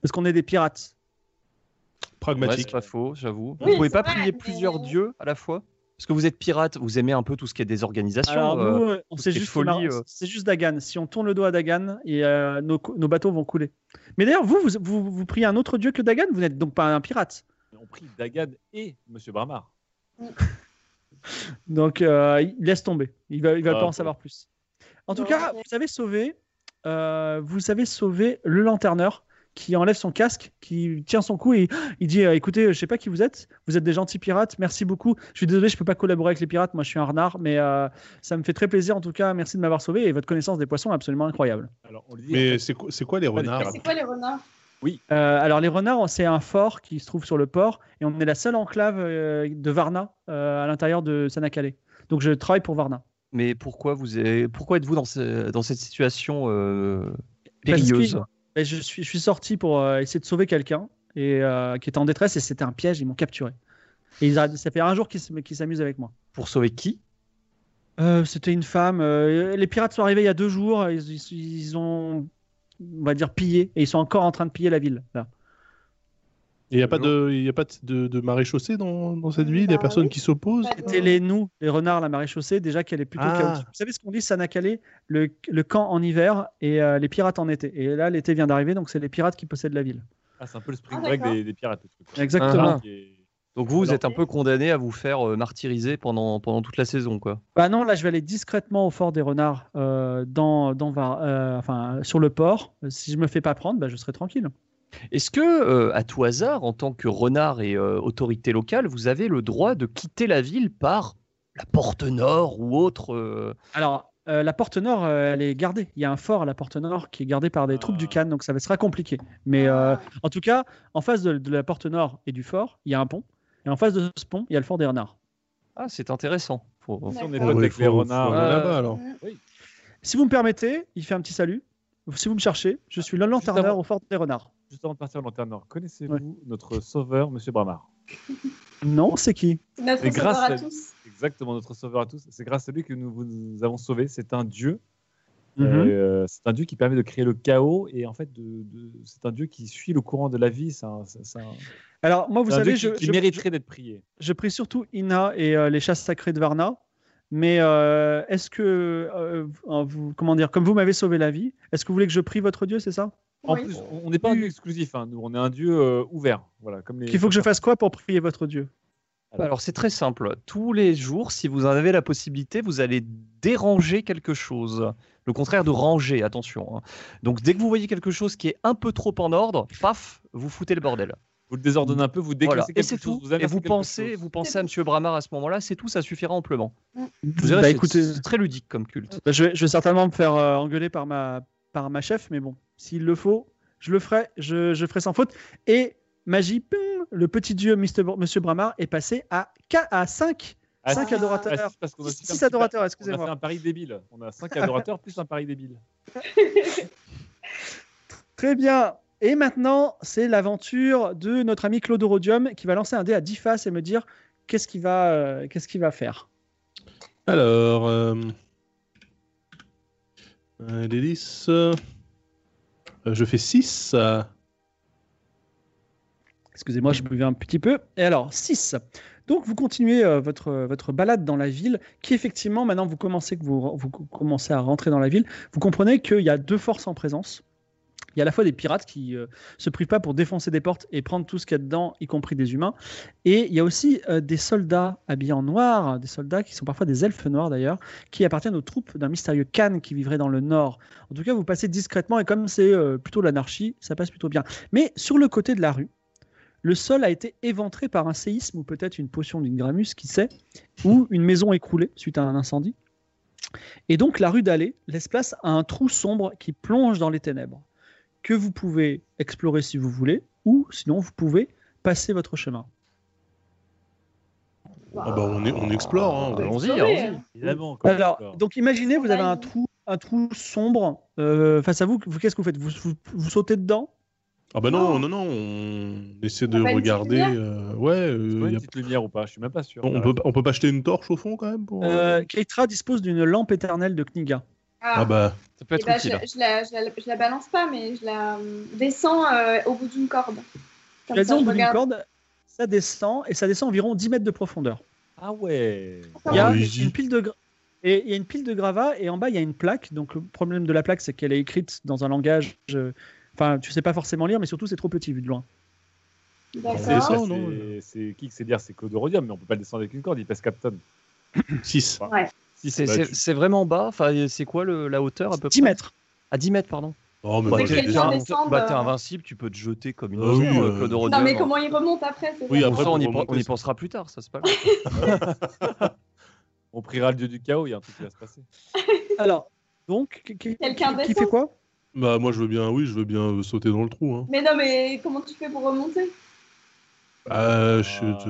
Speaker 1: parce qu'on est des pirates.
Speaker 3: Ouais,
Speaker 5: Pragmatique.
Speaker 3: c'est pas faux, j'avoue.
Speaker 4: Oui,
Speaker 3: vous pouvez
Speaker 4: c'est
Speaker 3: pas
Speaker 4: vrai,
Speaker 3: prier
Speaker 4: mais-
Speaker 3: plusieurs dieux à la fois Parce que vous êtes pirate, vous aimez un peu tout ce qui est désorganisation.
Speaker 1: Alors,
Speaker 3: euh,
Speaker 1: nous, euh, on
Speaker 3: tout
Speaker 1: sait
Speaker 3: ce qui est
Speaker 1: juste,
Speaker 3: folie,
Speaker 1: Mar-
Speaker 3: euh.
Speaker 1: c'est juste Dagan. Si on tourne le dos à Dagan, et, euh, nos, co- nos bateaux vont couler. Mais d'ailleurs, vous, vous, vous, vous priez un autre dieu que Dagan Vous n'êtes donc pas un pirate.
Speaker 2: On prie Dagan et Monsieur Bramard.
Speaker 1: Donc, euh, il laisse tomber. Il va, il va
Speaker 2: Ah,
Speaker 1: pas en
Speaker 2: bon.
Speaker 1: savoir plus. En tout
Speaker 4: Bon,
Speaker 1: cas,
Speaker 4: ok.
Speaker 1: vous avez sauvé, euh, vous avez sauvé le lanterneur qui enlève son casque, qui tient son cou et il dit euh, Écoutez, je sais pas qui vous êtes. Vous êtes des gentils pirates. Merci beaucoup. Je suis désolé, je peux pas collaborer avec les pirates. Moi, je suis un renard, mais euh, ça me fait très plaisir. En tout cas, merci de m'avoir sauvé et votre connaissance des poissons est absolument incroyable.
Speaker 2: Alors, on lui dit.
Speaker 5: Mais c'est quoi, Ah, c'est quoi les renards
Speaker 4: C'est quoi les renards
Speaker 1: Euh, alors les renards, c'est un fort qui se trouve sur le port et on est la seule enclave euh, de Varna euh, à l'intérieur de Sanakale. Donc je travaille pour Varna.
Speaker 3: Mais pourquoi, vous avez- pourquoi êtes-vous dans, ce- dans cette situation euh,
Speaker 1: Parce que-
Speaker 3: périlleuse
Speaker 1: Ben, je, suis, je suis sorti pour euh, essayer de sauver quelqu'un et euh, qui était en détresse et c'était un piège, ils m'ont capturé. Et ils arrêtent- ça fait un jour qu'ils s- qu'ils s'amusent avec moi.
Speaker 3: Pour sauver qui
Speaker 1: Euh, c'était une femme. euh, les pirates sont arrivés il y a deux jours. Ils, ils- ils ont, on va dire, pillé et ils sont encore en train de piller la ville. là.
Speaker 5: Il n'y a pas de, il y a pas de, de, de maréchaussée dans, dans cette ville Il n'y a
Speaker 4: Bah
Speaker 5: personne
Speaker 4: oui.
Speaker 5: qui s'oppose
Speaker 4: Pas de-
Speaker 1: C'était les nous, les renards, la marée chaussée, déjà qu'elle est plutôt
Speaker 5: Ah.
Speaker 1: chaotique. Vous savez ce qu'on dit, Sanakale, le, le camp en hiver et euh, les pirates en été. Et là, l'été vient d'arriver, donc c'est les pirates qui possèdent la ville.
Speaker 2: Ah, c'est un peu le spring
Speaker 4: Ah,
Speaker 2: break
Speaker 4: d'accord.
Speaker 2: des, des pirates. le truc, quoi.
Speaker 1: Exactement.
Speaker 3: Ah.
Speaker 2: Qui est-
Speaker 3: Donc vous, vous
Speaker 2: Alors-
Speaker 3: êtes un peu condamné à vous faire euh, martyriser pendant, pendant toute la saison, quoi.
Speaker 1: Bah non, là, je vais aller discrètement au fort des renards, euh, dans, dans Var- euh, enfin, sur le port. Si je me fais pas prendre, bah, je serai tranquille.
Speaker 3: Est-ce que, euh, à tout hasard, en tant que renard et euh, autorité locale, vous avez le droit de quitter la ville par la porte nord ou autre euh,
Speaker 1: Alors, euh, la porte nord, euh, elle est gardée. Il y a un fort à la porte nord qui est gardé par des troupes du
Speaker 2: Ah.
Speaker 1: Khan, donc ça sera compliqué. Mais euh, en tout cas, en face de, de la porte nord et du fort, il y a un pont. Et en face de ce pont, il y a le fort des renards.
Speaker 3: Ah, c'est intéressant. Faut-
Speaker 2: Si on est
Speaker 4: D'accord.
Speaker 2: potes
Speaker 5: il
Speaker 2: avec
Speaker 5: faut-
Speaker 2: les
Speaker 5: faut
Speaker 2: renards.
Speaker 5: aller
Speaker 1: euh,
Speaker 5: là-bas, alors.
Speaker 1: Si vous me permettez, il fait un petit salut. Si vous me cherchez, je suis le lanterneur
Speaker 2: avant.
Speaker 1: au fort des renards.
Speaker 2: Juste avant de partir en lanterne nord, connaissez-vous notre sauveur, Monsieur Bramard
Speaker 1: Non, c'est qui
Speaker 4: C'est notre
Speaker 2: Mais grâce
Speaker 4: sauveur
Speaker 2: à-
Speaker 4: à tous.
Speaker 2: Exactement, notre sauveur à tous. C'est grâce à lui que nous vous nous avons sauvés. C'est un dieu.
Speaker 1: Mhm.
Speaker 2: Euh, c'est un dieu qui permet de créer le chaos. Et en fait, de- de- c'est un dieu qui suit le courant de la vie. C'est un, c'est- c'est un-
Speaker 1: Alors, moi, vous
Speaker 2: c'est un
Speaker 1: savez,
Speaker 2: dieu
Speaker 1: je,
Speaker 2: qui, qui
Speaker 1: je-
Speaker 2: mériterait d'être prié.
Speaker 1: je prie surtout Ina et euh, les chasses sacrées de Varna. Mais euh, est-ce que, euh, vous, comment dire, comme vous m'avez sauvé la vie, est-ce que vous voulez que je prie votre Dieu, c'est ça
Speaker 2: En
Speaker 4: Oui.
Speaker 2: plus, on on n'est pas un dieu exclusif. hein. Nous, on est un dieu euh, ouvert. Voilà, comme les.
Speaker 1: Qu'il faut que je fasse quoi pour prier votre Dieu
Speaker 3: Alors c'est très simple. Tous les jours, si vous en avez la possibilité, vous allez déranger quelque chose. Le contraire de ranger, attention. hein. Donc dès que vous voyez quelque chose qui est un peu trop en ordre, paf, vous foutez le bordel.
Speaker 2: Vous le désordonnez un peu, vous déclassez
Speaker 3: Voilà.
Speaker 2: quelque
Speaker 3: Et c'est
Speaker 2: chose,
Speaker 3: tout. et
Speaker 2: annoncez
Speaker 3: vous
Speaker 2: quelque
Speaker 3: pensez,
Speaker 2: chose.
Speaker 3: vous pensez à Monsieur Bramar à ce moment-là, c'est tout, ça suffira amplement. Je vous dirais,
Speaker 1: Bah,
Speaker 3: c'est-
Speaker 1: écoutez,
Speaker 3: c'est très ludique comme culte.
Speaker 1: bah, je, vais, je vais certainement me faire euh, engueuler par ma, par ma chef, mais bon, s'il le faut, je le ferai, je, je ferai sans faute. Et magie, ping, le petit dieu Mr. Br- Monsieur Bramar est passé à, 5.
Speaker 2: Ah,
Speaker 1: Cinq
Speaker 2: si,
Speaker 1: adorateurs.
Speaker 2: ah, si, parce qu'on a aussi fait un
Speaker 1: 6
Speaker 2: petit
Speaker 1: adorateurs,
Speaker 2: par- On a fait
Speaker 1: excusez-moi.
Speaker 2: un pari débile. On a 5 adorateurs plus un pari débile.
Speaker 1: Très bien. Et maintenant, c'est l'aventure de notre ami Claude Rhodium qui va lancer un dé à 10 faces et me dire qu'est-ce qu'il va, euh, qu'est-ce qu'il va faire.
Speaker 5: Alors. Euh... euh, les 10. euh, euh, je fais Ah, 6.
Speaker 1: Excusez-moi, je buvais un petit peu. Et alors, 6. Donc, vous continuez euh, votre, votre balade dans la ville, qui effectivement, maintenant vous commencez, que vous, vous commencez à rentrer dans la ville, vous comprenez qu'il y a deux forces en présence. Il y a à la fois des pirates qui euh, se privent pas pour défoncer des portes et prendre tout ce qu'il y a dedans, y compris des humains. Et il y a aussi euh, des soldats habillés en noir, des soldats qui sont parfois des elfes noirs d'ailleurs, qui appartiennent aux troupes d'un mystérieux Khan qui vivrait dans le nord. En tout cas, vous passez discrètement et comme c'est euh, plutôt l'anarchie, ça passe plutôt bien. Mais sur le côté de la rue, le sol a été éventré par un séisme ou peut-être une potion d'une gramus, qui sait, ou une maison écroulée suite à un incendie. Et donc la rue d'Allée laisse place à un trou sombre qui plonge dans les ténèbres, que vous pouvez explorer si vous voulez, ou sinon vous pouvez passer votre chemin.
Speaker 5: Ah bah, on, est- on explore. hein, on-
Speaker 3: Allons-y,
Speaker 4: explorer.
Speaker 3: allons-y.
Speaker 2: Évidemment. quoi.
Speaker 1: Alors, donc imaginez, vous avez un
Speaker 4: Ouais.
Speaker 1: trou, un trou sombre euh, face à vous. Vous- Qu'est-ce que vous faites vous, vous- vous sautez dedans
Speaker 5: Ah bah non, non, non, on essaie de
Speaker 4: On va une petite
Speaker 5: regarder.
Speaker 4: lumière
Speaker 5: euh, ouais, euh,
Speaker 2: Tu vois
Speaker 5: y
Speaker 2: une
Speaker 5: a-
Speaker 2: petite lumière ou pas Je suis même pas sûr.
Speaker 5: on, peut, on peut pas acheter une torche au fond quand même pour...
Speaker 1: Euh, Keitra dispose d'une lampe éternelle de Kniga.
Speaker 5: Ah bah,
Speaker 3: Ça peut
Speaker 4: Eh
Speaker 3: être
Speaker 4: ben,
Speaker 3: utile.
Speaker 4: je, je la, je, la, je la balance pas, mais je la euh, descends euh, au bout d'une corde. Comme
Speaker 1: La
Speaker 4: ça,
Speaker 1: au
Speaker 4: je
Speaker 1: bout d'une
Speaker 4: regarde.
Speaker 1: corde, ça descend et ça descend environ 10 mètres de profondeur.
Speaker 2: Ah ouais.
Speaker 1: Il y a
Speaker 5: Ah, easy.
Speaker 1: une pile de gra- et il y a une pile de gravats et en bas il y a une plaque. Donc le problème de la plaque c'est qu'elle est écrite dans un langage, euh, enfin tu sais pas forcément lire, mais surtout c'est trop petit vu de loin.
Speaker 5: C'est
Speaker 4: D'accord.
Speaker 5: ça.
Speaker 2: Ça,
Speaker 5: non,
Speaker 2: c'est- C'est qui que c'est dire C'est Claude Rhodium, mais on peut pas le descendre avec une corde, il pèse 4 tonnes.
Speaker 5: 6.
Speaker 2: Si
Speaker 3: C'est-
Speaker 2: bah,
Speaker 3: C'est
Speaker 2: tu-
Speaker 3: c'est vraiment bas. Enfin, c'est quoi le- la hauteur à peu
Speaker 1: 10
Speaker 3: près
Speaker 1: mètres.
Speaker 3: À 10 mètres, pardon.
Speaker 5: Oh, mais
Speaker 4: Bah,
Speaker 5: moi, j'ai
Speaker 4: quelqu'un
Speaker 5: déjà-
Speaker 4: des- descendre,
Speaker 3: bah, t'es
Speaker 4: euh.
Speaker 3: invincible, tu peux te jeter comme une
Speaker 5: Ah
Speaker 3: osée,
Speaker 5: oui,
Speaker 3: euh,
Speaker 5: euh.
Speaker 3: Claude
Speaker 5: Non,
Speaker 4: Non,
Speaker 3: Rodium.
Speaker 4: mais comment il remonte après c'est
Speaker 5: Oui,
Speaker 4: ça
Speaker 3: Pour
Speaker 5: après,
Speaker 3: ça, on, y
Speaker 5: pour
Speaker 3: pen- on y
Speaker 5: remonter,
Speaker 3: pensera plus tard, ça c'est pas grave.
Speaker 2: On priera le dieu du chaos, il y a un truc qui va se passer.
Speaker 1: Alors donc qui, qui-
Speaker 4: Quelqu'un
Speaker 1: qui fait
Speaker 4: descend
Speaker 1: quoi
Speaker 5: Bah moi je veux bien, oui, je veux bien euh, sauter dans le trou. Hein.
Speaker 4: Mais non, mais comment tu fais pour remonter
Speaker 5: Ah, je- te-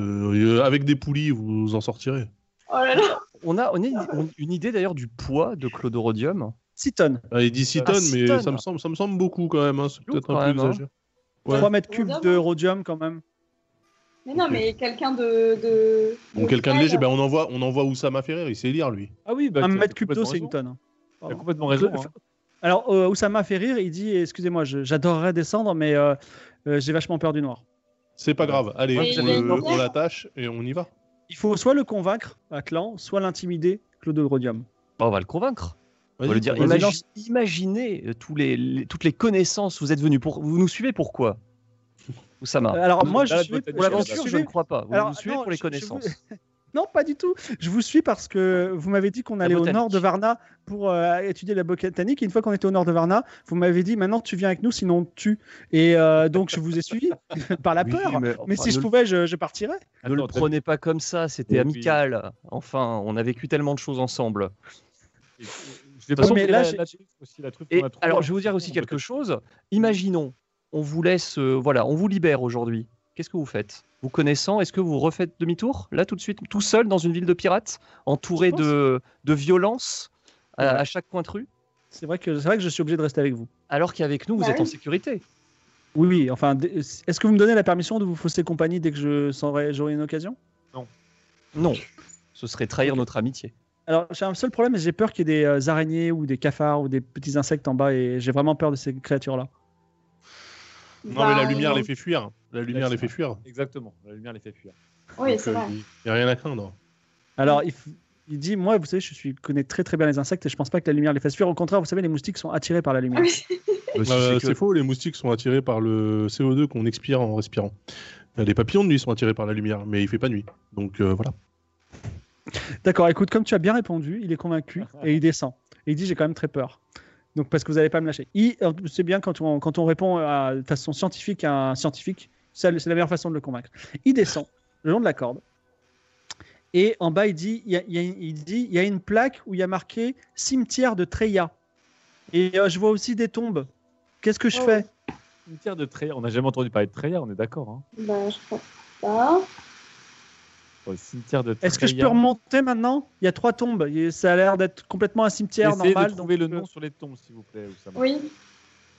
Speaker 5: euh, avec des poulies, vous en sortirez.
Speaker 4: Oh là là
Speaker 3: On a, on a une, on- une idée d'ailleurs du poids de Claude Rodium.
Speaker 1: 6 tonnes,
Speaker 5: Allez, 10
Speaker 3: Ah,
Speaker 5: tonnes,
Speaker 3: six
Speaker 5: mais
Speaker 3: tonnes.
Speaker 5: ça me semble, ça me semble beaucoup quand même. hein, C'est
Speaker 3: Lourd,
Speaker 5: peut-être
Speaker 3: quand
Speaker 5: un peu
Speaker 3: même, hein.
Speaker 5: exagéré. Ouais.
Speaker 1: 3 mètres cubes de rhodium quand même.
Speaker 4: Mais non,
Speaker 5: Ok.
Speaker 4: mais quelqu'un de. de,
Speaker 5: Bon, quelqu'un de léger, bah, on envoie, on envoie Oussama Ferrer, il sait lire lui.
Speaker 2: Ah oui, bah,
Speaker 1: 1
Speaker 2: tu as
Speaker 1: mètre cube d'eau
Speaker 2: complètement
Speaker 1: c'est une
Speaker 2: raison.
Speaker 1: tonne. hein.
Speaker 2: Tu as complètement raison. hein.
Speaker 1: Alors euh, Oussama fait rire, il dit excusez-moi, je- j'adorerais descendre mais euh, euh, j'ai vachement peur du noir.
Speaker 5: C'est pas grave, allez,
Speaker 4: Ouais,
Speaker 5: on,
Speaker 4: mais
Speaker 5: le-
Speaker 4: j'avais une
Speaker 5: on l'attache et on y va.
Speaker 1: Il faut soit le convaincre à Clan, soit l'intimider Claude Rhodium.
Speaker 3: Bah, on va le convaincre. On
Speaker 5: Vas-y,
Speaker 3: va lui dire
Speaker 5: vas-y.
Speaker 3: imagine- imaginez euh, tous les, les- toutes les connaissances. Vous êtes venus pour, vous nous suivez pourquoi Oussama.
Speaker 1: Alors
Speaker 2: Nous,
Speaker 1: moi je
Speaker 2: Ah. là,
Speaker 1: suis
Speaker 2: peut-être
Speaker 3: pour
Speaker 2: je-
Speaker 3: l'aventure,
Speaker 2: je-
Speaker 3: je ne crois pas. Vous
Speaker 1: Alors,
Speaker 3: nous suivez
Speaker 1: non,
Speaker 3: pour les
Speaker 1: je- je vous-
Speaker 3: connaissances.
Speaker 1: Non, pas du tout. Je vous suis parce que vous m'avez dit qu'on
Speaker 3: La
Speaker 1: allait au
Speaker 3: botanique.
Speaker 1: nord de Varna pour euh, étudier la botanique. Et une fois qu'on était au nord de Varna, vous m'avez dit maintenant tu viens avec nous, sinon on te tue. Et euh, donc je vous ai suivi par la
Speaker 3: Oui,
Speaker 1: peur. Mais,
Speaker 3: enfin,
Speaker 1: si
Speaker 3: ne
Speaker 1: je
Speaker 3: le-
Speaker 1: pouvais, je, je partirais.
Speaker 3: Ne le
Speaker 2: Attends, t'as-
Speaker 3: prenez pas comme ça, c'était
Speaker 2: Oui.
Speaker 3: amical. Enfin, on a vécu tellement de choses ensemble.
Speaker 2: Et- et- Je vais
Speaker 3: toute façon,
Speaker 2: pas
Speaker 1: mais
Speaker 2: mais
Speaker 1: là,
Speaker 2: là, la,
Speaker 1: j'ai-
Speaker 2: la truffe aussi, la truffe
Speaker 3: Et
Speaker 2: qu'on a trouvée.
Speaker 3: alors, je vais vous dire aussi quelque chose. Imaginons, on vous laisse, euh, voilà, on vous libère aujourd'hui. Qu'est-ce que vous faites Vous connaissant, est-ce que vous refaites demi-tour là tout de suite, tout seul dans une ville de pirates, entouré
Speaker 1: Je pense.
Speaker 3: de de violence à,
Speaker 1: Ouais.
Speaker 3: à chaque coin de rue,
Speaker 1: C'est vrai que c'est vrai que je suis obligé de rester avec vous.
Speaker 3: alors qu'avec nous, vous
Speaker 4: Bah
Speaker 3: êtes
Speaker 4: oui.
Speaker 3: en sécurité.
Speaker 1: Oui, oui. Enfin, d- est-ce que vous me donnez la permission de vous fausser compagnie dès que je saurai- j'aurai une occasion
Speaker 3: Non, ce serait trahir notre amitié.
Speaker 1: Alors j'ai un seul problème, j'ai peur qu'il y ait des euh, araignées ou des cafards ou des petits insectes en bas, et j'ai vraiment peur de ces créatures-là.
Speaker 5: Non,
Speaker 4: ben, Bah,
Speaker 5: mais la lumière les fait fuir. La lumière les fait fuir.
Speaker 2: Exactement, la lumière les fait fuir.
Speaker 4: Oui,
Speaker 5: Donc,
Speaker 4: c'est
Speaker 5: euh,
Speaker 4: vrai.
Speaker 5: Il n'y a rien à craindre.
Speaker 1: Alors, il, f- il dit, moi, vous savez, je suis, connais très très bien les insectes et je pense pas que la lumière les fasse fuir. Au contraire, vous savez, les moustiques sont attirés par la lumière.
Speaker 5: Euh, c'est faux, les moustiques sont attirés par le CO2 qu'on expire en respirant. Euh, Les papillons de nuit sont attirés par la lumière, mais il fait pas nuit. Donc euh, voilà.
Speaker 1: D'accord, écoute, comme tu as bien répondu, il est convaincu et il descend. Et il dit, j'ai quand même très peur. Donc, parce que vous n'allez pas me lâcher. Il- alors, C'est bien quand on, quand on répond à, de façon scientifique à un scientifique, ça, c'est la meilleure façon de le convaincre. Il descend le long de la corde. Et en bas, il dit, il y a, il y a- il dit, il y a une plaque où il y a marqué cimetière de Treya. Et euh, je vois aussi des tombes. Qu'est-ce que je
Speaker 4: Oh.
Speaker 1: fais
Speaker 2: Cimetière de Treya. On n'a jamais entendu parler de Treya, on est d'accord. Hein.
Speaker 4: Bah, je crois pas.
Speaker 2: Sur le cimetière de Treya.
Speaker 1: Est-ce que je peux remonter maintenant Il y a trois tombes. Et ça a l'air d'être complètement un cimetière
Speaker 2: Essayez
Speaker 1: normal.
Speaker 2: de trouver
Speaker 1: donc,
Speaker 2: le
Speaker 1: euh,
Speaker 2: nom sur les tombes, s'il vous plaît. Oussama.
Speaker 4: Oui.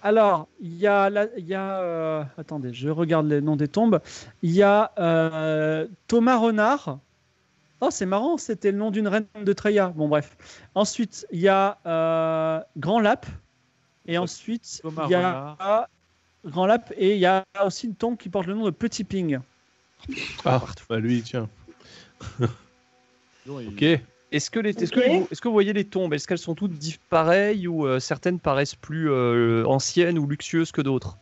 Speaker 1: Alors, il y a, la- il y a euh, attendez, je regarde les noms des tombes. Il y a euh, Thomas Renard. Oh, c'est marrant, c'était le nom d'une reine de Treya. Bon, bref. Ensuite, il y a euh, Grand Lap. Et ensuite,
Speaker 2: Thomas
Speaker 1: il y a Grand Lap. Et il y a aussi une tombe qui porte le nom de Petit Ping.
Speaker 5: Ah, bah lui, tiens.
Speaker 2: Dis donc,
Speaker 5: Ok.
Speaker 2: il-
Speaker 3: Est-ce que, les- est-ce
Speaker 4: Ok.
Speaker 3: que, vous- est-ce que vous voyez les tombes Est-ce qu'elles sont toutes diff- pareilles ou euh, certaines paraissent plus euh, anciennes ou luxueuses que d'autres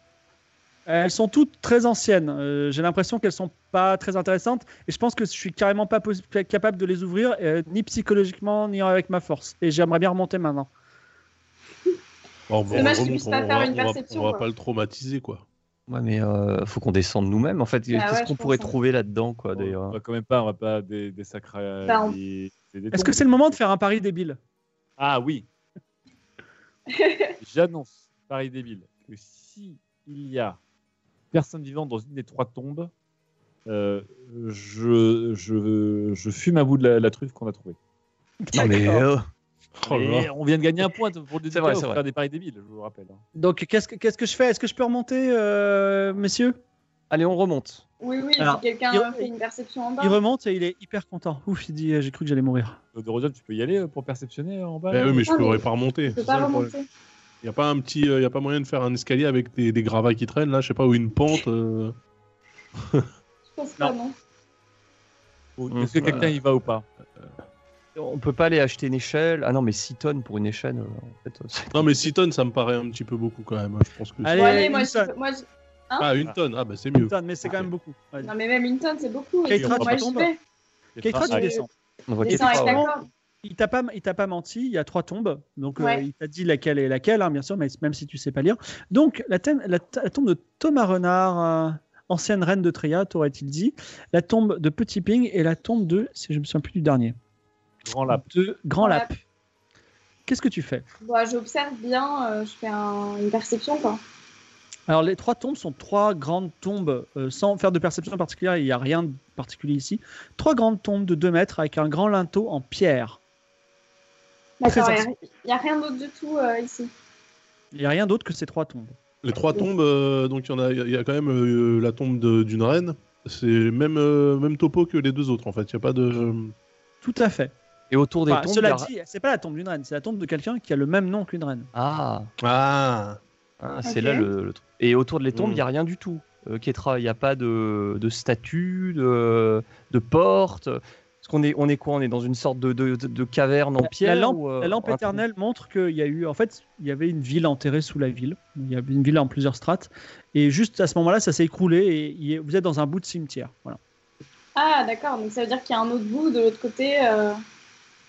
Speaker 1: Elles sont toutes très anciennes. Euh, J'ai l'impression qu'elles sont pas très intéressantes. Et je pense que je suis carrément pas possi- capable de les ouvrir, euh, ni psychologiquement, ni avec ma force. Et j'aimerais bien remonter maintenant.
Speaker 5: Bon, bah, on
Speaker 4: dommage qu'il
Speaker 5: remonte,
Speaker 4: puisse
Speaker 5: on
Speaker 4: pas
Speaker 5: va-
Speaker 4: faire une
Speaker 5: on va-
Speaker 4: perception,
Speaker 5: On va
Speaker 4: quoi.
Speaker 5: pas le traumatiser, quoi.
Speaker 3: Ouais, mais euh, faut qu'on descende nous-mêmes. En fait, qu'est-ce
Speaker 4: ouais,
Speaker 3: qu'on
Speaker 4: je
Speaker 3: pourrait
Speaker 4: pense, hein.
Speaker 3: trouver là-dedans, quoi,
Speaker 2: Bon,
Speaker 3: d'ailleurs
Speaker 2: on va quand même pas, on va pas des, des sacrés.
Speaker 4: Bah, on-
Speaker 2: des- des- des
Speaker 1: Est-ce
Speaker 2: tombes.
Speaker 1: que c'est le moment de faire un pari débile
Speaker 2: Ah oui. J'annonce, pari débile, que si il y a personne vivante dans une des trois tombes, euh, je, je, je fume à bout de la, la truffe qu'on a trouvée.
Speaker 3: Non, mais euh,
Speaker 5: Oh là
Speaker 2: Et
Speaker 5: là.
Speaker 2: on vient de gagner un point pour le
Speaker 3: C'est vrai,
Speaker 2: dédicace,
Speaker 3: c'est
Speaker 2: pour
Speaker 3: vrai.
Speaker 2: faire des paris débiles, je vous le rappelle. hein.
Speaker 1: Donc, qu'est-ce que, qu'est-ce que je fais Est-ce que je peux remonter, euh, messieurs
Speaker 3: allez, on remonte.
Speaker 4: Oui, oui,
Speaker 1: Alors,
Speaker 4: si quelqu'un
Speaker 1: il-
Speaker 4: fait une perception en bas.
Speaker 1: Il remonte et il est hyper content. Ouf, il dit euh, J'ai cru que j'allais mourir.
Speaker 2: Dorothée, tu peux y aller euh, pour perceptionner euh, en bas
Speaker 5: Bah
Speaker 2: là
Speaker 5: oui, mais je
Speaker 4: Non, mais
Speaker 5: pourrais pas remonter.
Speaker 4: Je peux pas remonter.
Speaker 5: Il y a pas un petit, euh, y a pas moyen de faire un escalier avec des, des gravats qui traînent là, je sais pas, ou une pente. euh.
Speaker 4: Je pense pas, non.
Speaker 2: Ou- Est-ce que quelqu'un y va ou pas
Speaker 3: On peut pas aller acheter une échelle. Ah non, mais 6 tonnes pour une échelle, euh, en fait, euh, c'est-
Speaker 5: Non, mais 6 tonnes, ça me paraît un petit peu beaucoup quand même. hein. Je pense que.
Speaker 1: Allez,
Speaker 4: Bon, allez, moi,
Speaker 1: une
Speaker 4: je-
Speaker 1: tonne.
Speaker 4: moi, je-
Speaker 5: Ah, une tonne, ah bah c'est mieux.
Speaker 1: Putain, mais c'est quand même beaucoup. Ouais.
Speaker 4: Non, mais même une tonne, c'est beaucoup.
Speaker 1: Keitra,
Speaker 4: Et
Speaker 2: tu
Speaker 4: moi, je
Speaker 1: tombes
Speaker 4: vais.
Speaker 1: Keitra, tu
Speaker 4: Ah,
Speaker 1: descends.
Speaker 3: on va
Speaker 4: Descends
Speaker 3: quelque part,
Speaker 4: avec la
Speaker 3: ouais.
Speaker 4: corde.
Speaker 1: Il t'a pas, il t'a pas menti. Il y a trois tombes. Donc, euh,
Speaker 4: Ouais.
Speaker 1: il t'a dit laquelle est laquelle, hein, bien sûr, mais même si tu sais pas lire. Donc, la, thème- la t- la tombe de Thomas Renard, euh, ancienne reine de Tréa, t'aurait-il dit La tombe de Petit Ping et la tombe de, si je me souviens plus du dernier,
Speaker 2: Grand lap.
Speaker 1: de Grand
Speaker 4: Grand
Speaker 1: Lap. Qu'est-ce que tu fais
Speaker 4: Bon, Bah, J'observe bien, euh, je fais un- une perception, quoi.
Speaker 1: Alors, les trois tombes sont trois grandes tombes, euh, sans faire de perception particulière, il n'y a rien de particulier ici. Trois grandes tombes de 2 mètres avec un grand linteau en pierre.
Speaker 4: D'accord,
Speaker 1: Très
Speaker 4: il n'y a rien d'autre du tout euh, ici.
Speaker 1: Il n'y a rien d'autre que ces trois tombes.
Speaker 5: Les trois tombes, euh, donc il y en a, il y a quand même euh, la tombe de- d'une reine. C'est le même euh, même topo que les deux autres en fait. Il y a pas de. euh.
Speaker 1: Tout à fait.
Speaker 3: Et autour des
Speaker 1: Enfin,
Speaker 3: tombes. il y
Speaker 1: cela
Speaker 3: a-
Speaker 1: dit, c'est pas la tombe d'une reine, c'est la tombe de quelqu'un qui a le même nom qu'une reine.
Speaker 3: Ah,
Speaker 5: Ah.
Speaker 3: ah,
Speaker 4: Ok.
Speaker 3: c'est là le, le truc. Et autour de les tombes, il
Speaker 5: Mm.
Speaker 3: n'y a rien du tout. Euh, Ketra, il n'y a pas de, de statue, de, de porte. Parce qu'on est, on est quoi On est dans une sorte de, de, de- de caverne en
Speaker 1: La-
Speaker 3: pierre
Speaker 1: la lampe-
Speaker 3: ou, euh,
Speaker 1: La lampe
Speaker 3: un-
Speaker 1: éternelle montre qu'il y a eu, en fait, il y avait une ville enterrée sous la ville. Il y avait une ville en plusieurs strates. Et juste à ce moment-là, ça s'est écroulé et il est- vous êtes dans un bout de cimetière. Voilà.
Speaker 4: Ah, d'accord, donc ça veut dire qu'il y a un autre bout de l'autre côté euh,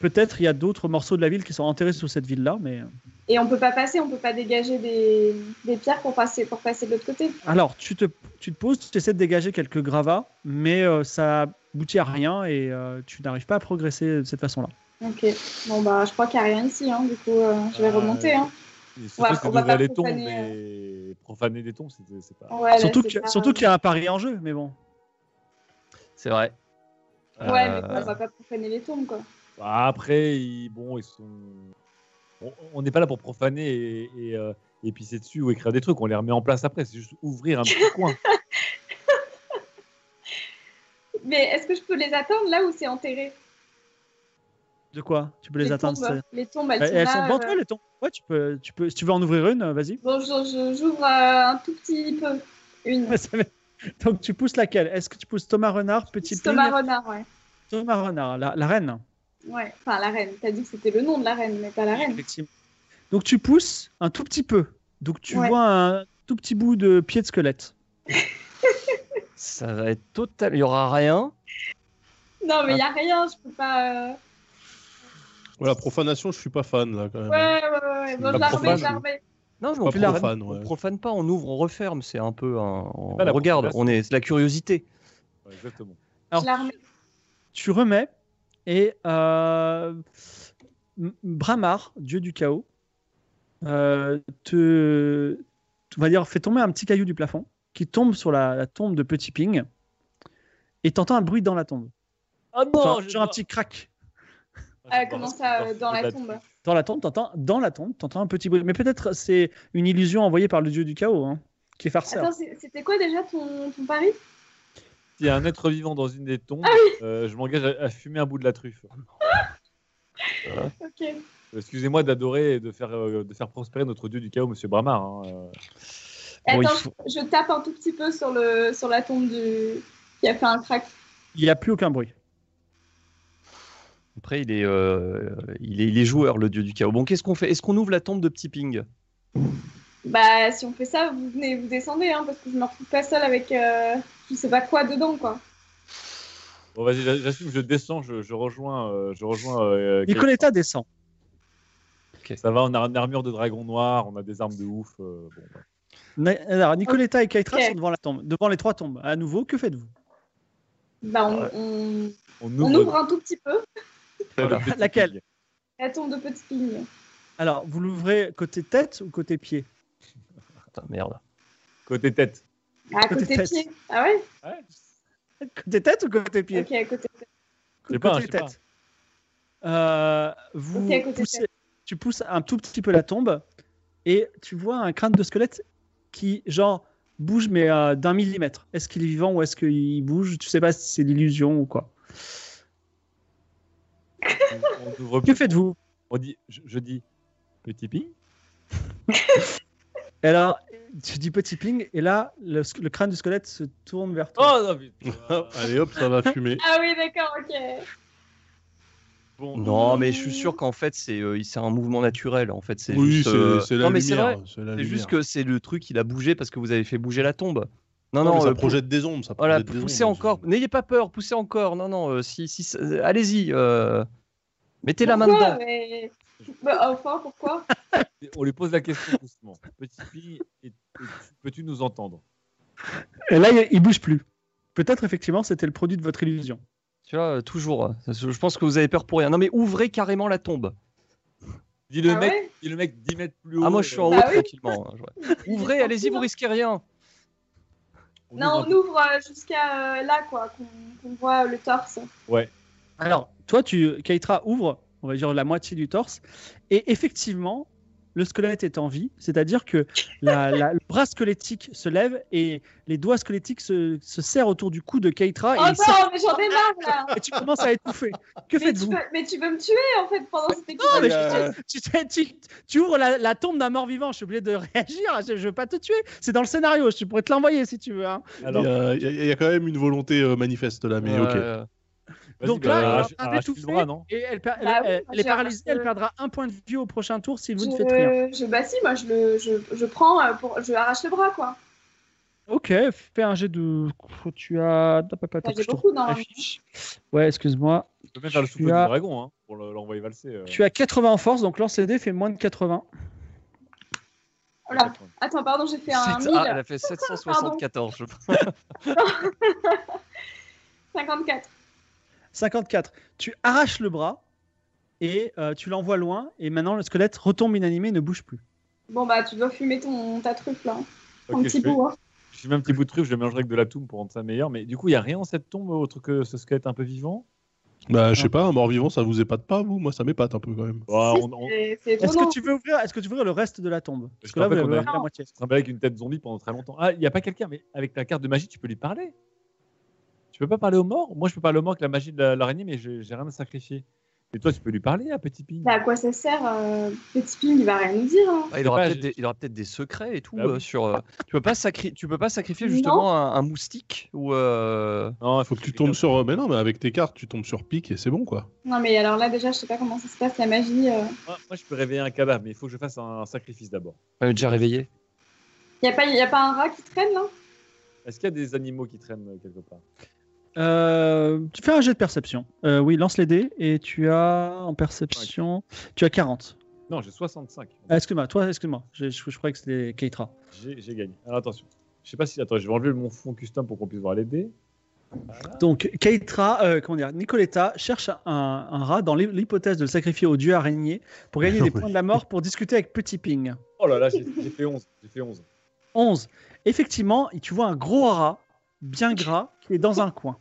Speaker 1: Peut-être il y a d'autres morceaux de la ville qui sont enterrés sous cette ville-là, mais. euh,
Speaker 4: et on peut pas passer, on peut pas dégager des, des pierres pour passer, pour passer de l'autre côté.
Speaker 1: Alors, tu te, tu te poses, tu essaies de dégager quelques gravats, mais euh, ça aboutit à rien et euh, tu n'arrives pas à progresser de cette façon-là.
Speaker 4: Ok, bon bah je crois qu'il n'y a rien ici, hein. du coup euh, je vais
Speaker 2: Euh,
Speaker 4: remonter. Hein.
Speaker 2: Il se
Speaker 4: On va-
Speaker 2: peut que
Speaker 4: on va
Speaker 2: devrait
Speaker 4: pas
Speaker 2: les tombes,
Speaker 4: profaner, euh.
Speaker 2: mais profaner des tombes, c'est c'est pas.
Speaker 4: Ouais, Ah, là,
Speaker 1: surtout
Speaker 4: c'est
Speaker 1: que-
Speaker 4: pas-
Speaker 1: surtout qu'il y a un pari en jeu, mais bon.
Speaker 3: C'est vrai.
Speaker 4: Ouais,
Speaker 3: Euh,
Speaker 4: mais on va pas profaner les tombes quoi.
Speaker 2: Bah, après, ils, bon, ils sont. on- On n'est pas là pour profaner et, et, euh, et pisser dessus ou écrire des trucs. On les remet en place après. C'est juste ouvrir un petit coin.
Speaker 4: Mais est-ce que je peux les atteindre là où c'est enterré
Speaker 1: De quoi Tu peux les, atteindre
Speaker 4: tombes,
Speaker 1: c'est-
Speaker 4: Les tombes, elles,
Speaker 1: Elles,
Speaker 4: sont
Speaker 1: Eh, elles
Speaker 4: là,
Speaker 1: sont devant
Speaker 4: euh,
Speaker 1: toi, les tombes. Ouais, tu peux, tu peux, si tu veux en ouvrir une, euh, vas-y.
Speaker 4: Bon, je- je- j'ouvre euh, un tout petit peu. Une.
Speaker 1: Ouais, ça va- Donc tu pousses laquelle Est-ce que tu pousses Thomas Renard, Petit
Speaker 4: Thomas
Speaker 1: Ping
Speaker 4: Renard, ouais.
Speaker 1: Thomas Renard, la, la reine.
Speaker 4: Ouais, enfin la reine. T'as dit que c'était le nom de la reine, mais pas la reine.
Speaker 1: Effectivement. Donc tu pousses un tout petit peu. Donc tu
Speaker 4: Ouais.
Speaker 1: vois un tout petit bout de pied de squelette.
Speaker 3: Ça va être total. Il y aura rien.
Speaker 4: Non, mais il n'y a rien, je peux pas. euh,
Speaker 5: Voilà, profanation, je suis pas fan là quand même.
Speaker 4: Ouais, ouais, ouais, ouais. Bon,
Speaker 5: La
Speaker 4: je la remets,
Speaker 5: profane,
Speaker 4: je la remets.
Speaker 3: Non, mais
Speaker 5: Pas
Speaker 3: on, fait la-
Speaker 5: profane,
Speaker 3: on
Speaker 5: ouais.
Speaker 3: profane pas, on ouvre, on referme. C'est un peu un. On,
Speaker 2: pas la
Speaker 3: regarde,
Speaker 2: profanation.
Speaker 3: on est, c'est la curiosité.
Speaker 2: Ouais, exactement.
Speaker 1: Alors,
Speaker 4: Je la remets.
Speaker 1: tu remets et euh, M- Bramar, dieu du chaos, euh, te, on va dire, fait tomber un petit caillou du plafond qui tombe sur la, la tombe de Petit Ping et t'entends un bruit dans la tombe.
Speaker 4: Oh
Speaker 2: Ah non,
Speaker 1: Enfin,
Speaker 2: je
Speaker 1: genre un
Speaker 2: dois-
Speaker 1: petit crack.
Speaker 4: Ah, comment ça, euh, dans la tombe
Speaker 1: Dans la tombe, t'entends dans la tombe, t'entends un petit bruit. Mais peut-être c'est une illusion envoyée par le dieu du chaos, hein, qui est farceur.
Speaker 4: Attends, c'est- c'était quoi déjà ton, ton pari
Speaker 2: S'il y a un être vivant dans une des
Speaker 4: Ah
Speaker 2: tombes, euh, je m'engage à, à fumer un bout de la truffe.
Speaker 4: Ok.
Speaker 2: Excusez-moi d'adorer et de faire, euh, de faire prospérer notre dieu du chaos, monsieur Bramar. hein, euh.
Speaker 3: Bon, il
Speaker 4: Attends,
Speaker 3: faut-
Speaker 4: je je tape un tout petit peu sur, le, sur la tombe du... qui a fait un crack.
Speaker 1: Il n'y a plus aucun bruit.
Speaker 3: Après, il est, euh, il, est, il est joueur, le dieu du chaos. Bon, qu'est-ce qu'on fait Est-ce qu'on ouvre la tombe de Petit Ping
Speaker 4: Bah, si on fait ça, vous venez, vous descendez, hein, parce que je me retrouve pas seule avec euh, je sais pas quoi dedans, quoi.
Speaker 2: Bon, vas-y, j'a- j'assume, je descends, je, je rejoins. euh, je rejoins euh, quelqu'un.
Speaker 1: Nicoletta descend.
Speaker 2: Ça va, on a une armure de dragon noir, on a des armes de ouf. euh, bon, bah.
Speaker 1: Na- Alors, Nicoletta et Kaitra
Speaker 4: Ok.
Speaker 1: sont devant la tombe, devant les trois tombes. À nouveau, que faites-vous
Speaker 4: Bah, on, on,
Speaker 2: On
Speaker 4: on
Speaker 2: ouvre,
Speaker 4: ouvre un tout petit peu
Speaker 2: le petit
Speaker 1: Laquelle
Speaker 2: pilier.
Speaker 4: la tombe de Petit Ping.
Speaker 1: Alors, vous l'ouvrez côté tête ou côté pied
Speaker 3: Putain, merde.
Speaker 2: Côté tête.
Speaker 4: À
Speaker 1: Côté
Speaker 4: côté
Speaker 1: tête.
Speaker 4: pied. Ah ouais
Speaker 2: Ouais.
Speaker 1: Côté tête ou côté pied
Speaker 4: Ok, à côté tête.
Speaker 2: Je
Speaker 1: côté
Speaker 2: sais pas, je sais
Speaker 1: tête. Euh, vous
Speaker 4: Ok, côté tête.
Speaker 1: poussez- tu pousses un tout petit peu la tombe et tu vois un crâne de squelette qui, genre, bouge mais euh, d'un millimètre. Est-ce qu'il est vivant ou est-ce qu'il bouge Tu sais pas si c'est l'illusion ou quoi.
Speaker 2: On, on ouvre
Speaker 1: Que
Speaker 2: plus.
Speaker 1: faites-vous
Speaker 2: On dit, je, je dis, petit ping.
Speaker 1: Et Alors, tu dis petit ping et là, le, squ- le crâne du squelette se tourne vers toi.
Speaker 2: Oh non, putain.
Speaker 5: Allez hop, ça va fumer.
Speaker 4: Ah oui, d'accord, ok.
Speaker 2: Bon,
Speaker 3: Non, mais je suis sûr qu'en fait, c'est euh, c'est un mouvement naturel. En fait, c'est
Speaker 5: Oui,
Speaker 3: juste, euh,
Speaker 5: c'est c'est la
Speaker 3: non, mais c'est vrai.
Speaker 5: lumière. C'est la
Speaker 3: C'est
Speaker 5: lumière.
Speaker 3: juste que c'est le truc, il a bougé parce que vous avez fait bouger la tombe. Non,
Speaker 5: Non, mais
Speaker 3: non,
Speaker 5: ça
Speaker 3: euh,
Speaker 5: projette des ombres. Ça
Speaker 3: Voilà,
Speaker 5: projette des
Speaker 3: poussez
Speaker 5: ombres.
Speaker 3: encore. N'ayez pas peur, poussez encore. Non, non, euh, si, si, ça- euh, allez-y. euh, mettez la main
Speaker 4: Pourquoi
Speaker 3: dedans.
Speaker 4: mais... bah, Enfin, pourquoi
Speaker 2: On lui pose la question doucement. Petit ping, et- et tu- peux-tu nous entendre Oh
Speaker 1: Et là, il, il bouge plus. Peut-être effectivement, c'était le produit de votre illusion.
Speaker 3: Tu vois, euh, toujours. euh, Je pense que vous avez peur pour rien. Non, mais ouvrez carrément la tombe.
Speaker 2: Dis le
Speaker 4: Ah
Speaker 2: mec,
Speaker 4: ouais
Speaker 2: dis le mec 10 mètres plus haut.
Speaker 3: Ah, moi, je suis en haut
Speaker 2: euh,
Speaker 4: Bah oui.
Speaker 3: tranquillement. hein, je vois. Ouvrez, allez-y, vous risquez rien.
Speaker 2: on
Speaker 4: Non,
Speaker 2: ouvre
Speaker 4: on ouvre euh, jusqu'à euh, là, quoi, qu'on qu'on voit le torse.
Speaker 1: Alors, toi, tu, Keitra ouvre, on va dire, la moitié du torse, et effectivement, le squelette est en vie, c'est-à-dire que la- la- le bras squelettique se lève et les doigts squelettiques se, se serrent autour du cou de Keitra
Speaker 4: Oh
Speaker 1: et, ils serrent-
Speaker 4: non, mais j'en ai marre, là
Speaker 1: et tu commences à étouffer. Que
Speaker 4: mais tu,
Speaker 1: faites-vous
Speaker 4: peux, mais tu peux me tuer, en fait, pendant cette épisode.
Speaker 1: Non, mais
Speaker 3: Il y a-
Speaker 1: je- tu, tu- tu ouvres la, la tombe d'un mort-vivant, je suis obligé de réagir, je, je veux pas te tuer, c'est dans le scénario, je pourrais te l'envoyer si tu veux. hein.
Speaker 2: Alors,
Speaker 5: Il y a- il y, a- il y a quand même une volonté euh, manifeste là, mais ok.
Speaker 3: Euh,
Speaker 2: vas-y,
Speaker 1: Donc
Speaker 2: bah,
Speaker 1: là,
Speaker 2: arrache-
Speaker 1: elle a
Speaker 2: arrache-lui
Speaker 1: tout
Speaker 2: le
Speaker 1: fait.
Speaker 2: bras, non
Speaker 1: Et elle, per-
Speaker 4: Bah
Speaker 1: elle-
Speaker 4: oui,
Speaker 1: elle-
Speaker 4: moi,
Speaker 1: elle est
Speaker 4: j'ai
Speaker 1: paralysée,
Speaker 4: un peu-
Speaker 1: elle perdra un point de vue au prochain tour si vous ne faites rien.
Speaker 4: Je, je, bah si, moi, je, le, je, je prends, euh, pour, je arrache le bras, quoi.
Speaker 1: Ok, fais un jet de. Oh, Tu as. Attends, attends, attends,
Speaker 4: J'ai
Speaker 1: je te
Speaker 4: beaucoup,
Speaker 1: retrouve la
Speaker 4: normalement.
Speaker 1: fiche. Ouais, excuse-moi.
Speaker 2: Tu peux même faire le souffle
Speaker 1: Tu
Speaker 2: du
Speaker 1: as-
Speaker 2: dragon hein, pour le- l'envoyer valser. euh,
Speaker 1: Tu as 80 en force, donc lance les dés, fait moins de 80.
Speaker 4: Voilà. Attends, pardon, j'ai fait un
Speaker 3: sept-
Speaker 4: 1000,
Speaker 3: ah, elle a fait 774, je pense.
Speaker 4: 54.
Speaker 1: 54. Tu arraches le bras et euh, tu l'envoies loin, et maintenant le squelette retombe inanimé et ne bouge plus.
Speaker 4: Bon, bah, tu dois fumer ton, ta truffe, là.
Speaker 2: Ok,
Speaker 4: un
Speaker 2: je
Speaker 4: petit
Speaker 2: fais-
Speaker 4: bout, hein.
Speaker 2: Je fais un petit bout de truffe, je le mélangerai avec de la toum pour rendre ça meilleur. Mais du coup, il n'y a rien en cette tombe autre que ce squelette un peu vivant.
Speaker 5: Bah, je sais pas, un mort-vivant, ça vous épate pas, vous Moi, ça m'épate un peu quand même.
Speaker 2: Bah,
Speaker 4: Si,
Speaker 2: on, on,
Speaker 4: C'est c'est
Speaker 1: Est-ce que,
Speaker 4: étonnant.
Speaker 1: tu veux ouvrir, est-ce que tu veux ouvrir le reste de la tombe Parce
Speaker 2: Je
Speaker 1: que là, vous
Speaker 2: rappelle
Speaker 1: avez
Speaker 2: qu'on
Speaker 1: ouvert
Speaker 2: a-
Speaker 1: la moitié.
Speaker 2: trimballer avec une tête zombie pendant très longtemps. Ah, il n'y a pas quelqu'un, mais avec la carte de magie, tu peux lui parler. Tu peux pas parler aux morts Moi, je peux parler aux morts avec la magie de la- l'araignée, mais j'ai j'ai rien à sacrifier. Et toi, tu peux lui parler à Petit Ping.
Speaker 4: Mais Bah, à quoi ça sert euh, Petit Ping, il va rien nous dire. hein.
Speaker 3: Ah, il
Speaker 2: sais
Speaker 3: aura
Speaker 2: pas,
Speaker 3: peut-être
Speaker 2: j'ai-
Speaker 3: des, il aura peut-être des secrets et tout.
Speaker 2: Ah oui.
Speaker 3: euh, sur, euh, tu, peux pas sacri- tu peux pas sacrifier justement un, un moustique ou. euh,
Speaker 2: Non, il
Speaker 5: Ah, Faut que tu tombes sur. Mais non, mais avec tes cartes, tu tombes sur pique et c'est bon, quoi.
Speaker 4: Non, mais alors là, déjà, je sais pas comment ça se passe, la magie. euh.
Speaker 2: Moi, moi, je peux réveiller un cadavre, mais il faut que je fasse un sacrifice d'abord.
Speaker 3: elle est déjà réveillé.
Speaker 4: Y a pas, y a pas un rat qui traîne, là
Speaker 2: Est-ce qu'il y a des animaux qui traînent euh, quelque part
Speaker 1: Euh, tu fais un jet de perception. Euh, oui, lance les dés et tu as en perception. Tu as 40.
Speaker 2: Non, j'ai 65.
Speaker 4: Euh.
Speaker 1: Ah, excuse-moi, toi, excuse-moi. Je, je, je croyais que c'était Keitra.
Speaker 2: J'ai j'ai gagné. Alors attention. Je sais pas si. Attends, je vais enlever mon fond custom pour qu'on puisse voir les dés.
Speaker 1: Donc, Keitra, euh, comment dire, Nicoletta cherche un, un rat dans l'hy- l'hypothèse de le sacrifier au dieu araignée pour gagner des points de la mort pour discuter avec Petit Ping.
Speaker 2: Oh là là, j'ai j'ai fait 11. J'ai fait 11.
Speaker 1: 11. Effectivement, tu vois un gros rat, bien gras, qui est dans un coin.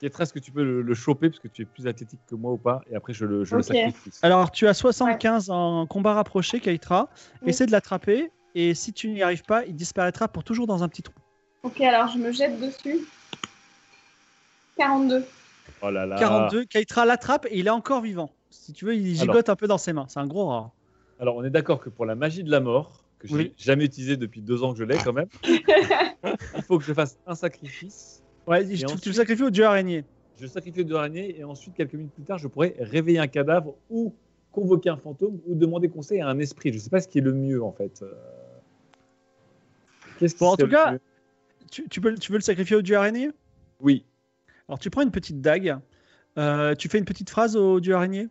Speaker 2: Kétra, est-ce que tu peux le, le choper parce que tu es plus athlétique que moi ou pas Et après, je le, je le
Speaker 4: Ok.
Speaker 2: sacrifie.
Speaker 1: Alors, tu as 75 en combat rapproché, Keitra.
Speaker 4: Oui.
Speaker 1: Essaie de l'attraper. Et si tu n'y arrives pas, il disparaîtra pour toujours dans un petit trou.
Speaker 4: Ok, alors je me jette dessus. 42.
Speaker 2: Oh là là.
Speaker 1: 42, Keitra l'attrape et il est encore vivant. Si tu veux, il gigote un peu dans ses mains. C'est un gros rat.
Speaker 2: Alors, on est d'accord que pour la magie de la mort, que j'ai
Speaker 1: Oui.
Speaker 2: jamais utilisée depuis deux ans que je l'ai quand même, il faut que je fasse un sacrifice.
Speaker 1: Ouais, je- tu, tu
Speaker 2: ensuite-
Speaker 1: le sacrifies au dieu araignée.
Speaker 2: Je sacrifie le dernier et ensuite, quelques minutes plus tard, je pourrais réveiller un cadavre ou convoquer un fantôme ou demander conseil à un esprit. Je ne sais pas ce qui est le mieux en fait. Euh, Qu'est-ce qui
Speaker 1: Bon, en
Speaker 2: serait
Speaker 1: tout
Speaker 2: le
Speaker 1: cas-
Speaker 2: mieux
Speaker 1: Tu, tu peux, tu veux le sacrifier au dieu araignée
Speaker 2: oui.
Speaker 1: Alors, tu prends une petite dague. Euh, tu fais une petite phrase au dieu araignée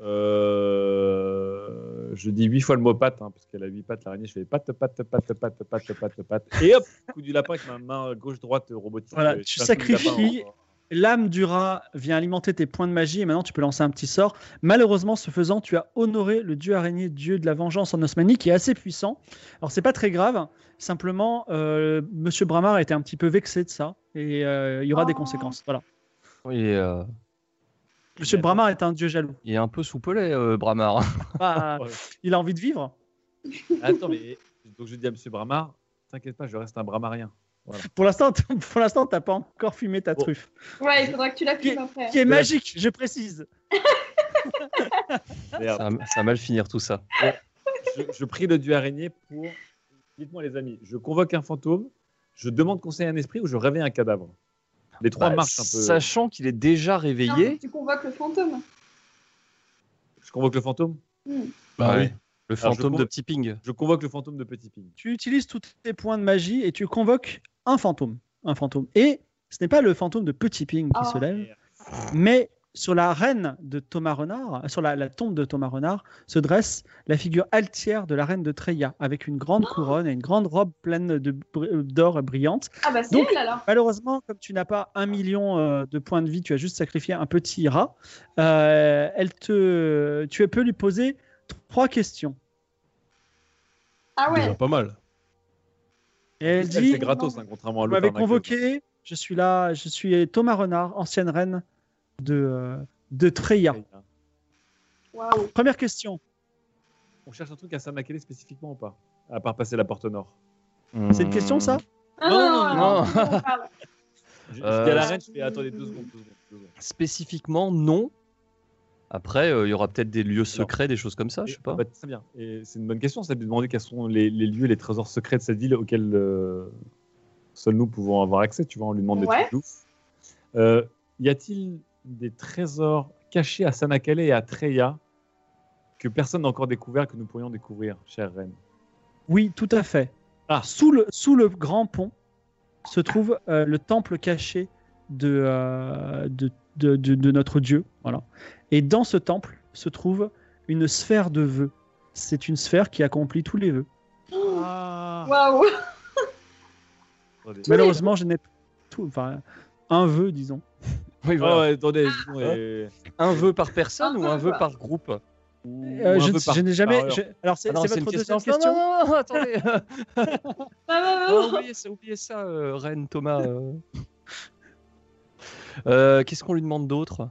Speaker 2: Euh, je dis huit fois le mot patte, hein, parce qu'elle a huit pattes, l'araignée, je fais patte, patte, patte, patte, patte, patte, patte. Et hop, coup du lapin avec ma main gauche-droite robotique. euh,
Speaker 1: Voilà,
Speaker 2: Je
Speaker 1: tu
Speaker 2: fais un coup du lapin
Speaker 1: sacrifies-
Speaker 2: en-
Speaker 1: L'âme du rat vient alimenter tes points de magie et maintenant tu peux lancer un petit sort. Malheureusement, ce faisant, tu as honoré le dieu araignée, dieu de la vengeance en Osmanie, qui est assez puissant. Alors, c'est pas très grave, simplement, euh, monsieur Bramar a été un petit peu vexé de ça et euh, il y aura des
Speaker 4: Ah.
Speaker 1: conséquences. Voilà.
Speaker 3: Il est, euh,
Speaker 1: Monsieur
Speaker 2: Bien.
Speaker 1: Bramar est un dieu jaloux.
Speaker 3: il est un peu soupelé, euh, Bramar.
Speaker 1: Bah,
Speaker 2: Ouais.
Speaker 1: il a envie de vivre.
Speaker 2: Ah, Attends, mais donc je dis à Monsieur Bramar, t'inquiète pas, je reste un Bramarien.
Speaker 1: Pour l'instant, t- pour l'instant, t'as pas encore fumé ta
Speaker 2: Bon.
Speaker 1: truffe, Euh,
Speaker 4: Ouais, il faudra que tu l'appuies après.
Speaker 1: qui est magique, je précise.
Speaker 2: Merde.
Speaker 3: Ah, Ça, va- ça va mal finir tout ça.
Speaker 2: je, je prie le dieu araignée pour. Dites-moi, les amis, je convoque un fantôme, je demande conseil à un esprit ou je réveille un cadavre. Les trois
Speaker 3: Bah,
Speaker 2: marchent un peu.
Speaker 3: Sachant qu'il est déjà
Speaker 4: Non, faut
Speaker 3: réveillé,
Speaker 4: que tu convoques le fantôme.
Speaker 2: Je convoque le fantôme
Speaker 5: Bah
Speaker 3: Ouais. le
Speaker 5: oui.
Speaker 2: Alors, je
Speaker 3: fantôme
Speaker 2: con-
Speaker 3: de Petit Ping.
Speaker 2: Je convoque le fantôme de Petit Ping.
Speaker 1: Tu utilises tous tes points de magie et tu convoques un fantôme, un fantôme. Et ce n'est pas le fantôme de Petit Ping qui
Speaker 4: Ah.
Speaker 1: se lève. Mais sur la reine de Thomas Renard, euh, sur la, la tombe de Thomas Renard, se dresse la figure altière de la reine de Treya, avec une grande couronne et une grande robe pleine de br- d'or brillante.
Speaker 4: Ah bah c'est
Speaker 1: Donc-
Speaker 4: elle alors.
Speaker 1: Malheureusement, comme tu n'as pas un million euh, de points de vie, tu as juste sacrifié un petit rat. euh, elle te, tu peux lui poser trois questions.
Speaker 4: Ah
Speaker 5: Déjà
Speaker 4: ouais.
Speaker 5: pas mal.
Speaker 1: Et elle
Speaker 2: C'est
Speaker 1: dit
Speaker 2: gratos, hein, contrairement à
Speaker 1: Vous
Speaker 2: l'autre.
Speaker 1: m'avez
Speaker 2: arnaqueuse.
Speaker 1: convoqué, je suis là, je suis Thomas Renard, ancienne reine de, euh, de Treya.
Speaker 4: Waouh.
Speaker 1: Première question,
Speaker 2: On cherche un truc à Samakele spécifiquement ou pas À part passer la porte nord.
Speaker 1: c'est
Speaker 2: Hmm.
Speaker 1: une question ça
Speaker 4: Ah,
Speaker 2: Non,
Speaker 3: non,
Speaker 4: non, on parle.
Speaker 2: Je, je
Speaker 3: Euh,
Speaker 2: dis à la reine, je fais attendez deux secondes. Deux secondes, deux secondes.
Speaker 3: Spécifiquement, non. Après, euh, il y aura peut-être des lieux secrets, des choses
Speaker 1: Ah,
Speaker 3: comme ça, je
Speaker 2: Et-
Speaker 3: sais pas.
Speaker 2: bah, très bien. Et c'est une bonne question. Ça de demander quels sont les, les lieux, les trésors secrets de cette ville auxquels euh, seuls nous pouvons avoir accès. Tu vois, on lui demande des
Speaker 4: Ouais.
Speaker 2: trucs de ouf. Euh, y a-t-il des trésors cachés à Sanakale et à Treya que personne n'a encore découvert que nous pourrions découvrir, chère reine
Speaker 1: Oui, tout à fait.
Speaker 2: Ah.
Speaker 1: Sous, le, sous le grand pont se trouve euh, le temple caché de, euh, de, de- de- de notre dieu. Voilà. Et dans ce temple se trouve une sphère de vœux. C'est une sphère qui accomplit tous les vœux.
Speaker 4: Waouh.
Speaker 2: Attendez.
Speaker 1: Malheureusement, je n'ai tout, enfin, un vœu, disons.
Speaker 3: Oui,
Speaker 2: Ah
Speaker 3: voilà.
Speaker 2: ouais, attendez, dis donc,
Speaker 3: Hein
Speaker 2: et-
Speaker 3: Un vœu par personne
Speaker 4: Un
Speaker 3: ou un
Speaker 4: vœu
Speaker 3: vœu
Speaker 4: par-
Speaker 3: par groupe
Speaker 2: ou-
Speaker 1: Euh,
Speaker 2: ou un
Speaker 1: je,
Speaker 2: peu
Speaker 1: ne-
Speaker 2: par-
Speaker 1: je n'ai jamais.
Speaker 2: par heure.
Speaker 1: je- alors, c'est
Speaker 3: Ah non,
Speaker 1: c'est votre
Speaker 3: une
Speaker 1: deuxième
Speaker 3: question-
Speaker 1: question.
Speaker 3: Non, non, non, attendez.
Speaker 4: Non, non, non.
Speaker 3: Ah, oubliez, ça, oubliez ça, euh, Reine Thomas. euh. Euh, Qu'est-ce qu'on lui demande d'autre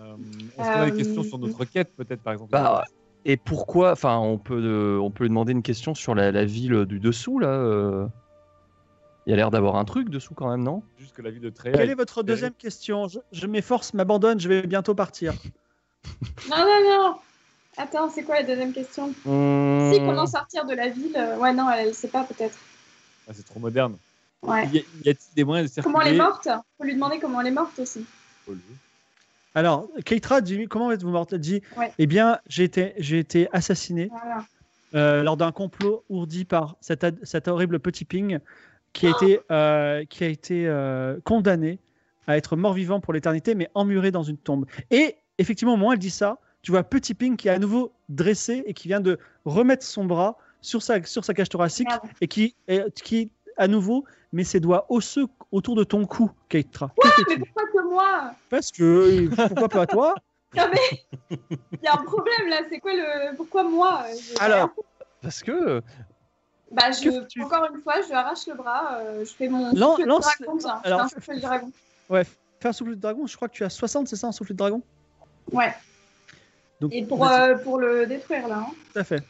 Speaker 2: Euh, Est-ce qu'on a des
Speaker 4: Euh,
Speaker 2: questions sur notre quête, peut-être, par exemple
Speaker 3: Bah, Et pourquoi Enfin, on peut, euh, on peut lui demander une question sur la, la ville du dessous, là. euh. Il y a l'air d'avoir un truc dessous quand même, non
Speaker 2: Juste que la ville de
Speaker 1: Quelle
Speaker 2: Treya.
Speaker 1: est votre deuxième question Je, je m'efforce, m'abandonne, je vais bientôt partir.
Speaker 4: Non, non, non. Attends, c'est quoi la deuxième question Si comment sortir de la ville euh, Ouais, non, elle sait pas peut-être.
Speaker 2: Ah, c'est trop moderne.
Speaker 4: Ouais.
Speaker 2: Y a- y a-t-il des moyens de circuler
Speaker 4: Comment elle est morte Faut lui demander comment elle est morte aussi.
Speaker 1: Alors, Keitra dit Comment êtes-vous morte Elle dit
Speaker 4: Ouais.
Speaker 1: Eh bien, j'ai été, j'ai été assassinée
Speaker 4: Voilà.
Speaker 1: euh, lors d'un complot ourdi par cet, ad- cet horrible petit ping qui a été,
Speaker 4: Oh.
Speaker 1: euh, qui a été euh, condamné à être mort-vivant pour l'éternité, mais emmuré dans une tombe. Et effectivement, au moment où elle dit ça, tu vois petit ping qui est à nouveau dressé et qui vient de remettre son bras sur sa, sur sa cage thoracique
Speaker 4: Merde.
Speaker 1: et qui, et qui à nouveau, mais ses doigts osseux autour de ton cou, Keitra.
Speaker 4: Ah, Mais pourquoi que moi
Speaker 1: Parce que pourquoi pas toi
Speaker 4: Non mais il y a un problème là. C'est quoi le pourquoi moi J'ai-
Speaker 1: Alors,
Speaker 3: Parce que euh,
Speaker 4: bah, je-
Speaker 1: que fais-tu
Speaker 4: encore une fois, je lui arrache le bras, euh, je fais mon
Speaker 1: Lan-
Speaker 4: souffle de
Speaker 1: lance-
Speaker 4: dragon. tiens.
Speaker 1: alors-
Speaker 4: C'est un souffle de dragon.
Speaker 1: ouais, faire souffle de dragon, je crois que tu as 60, c'est ça, un souffle de dragon
Speaker 4: Ouais.
Speaker 1: Donc,
Speaker 4: Et pour,
Speaker 1: vas-y,
Speaker 4: euh, pour le détruire là, hein.
Speaker 1: tout à fait.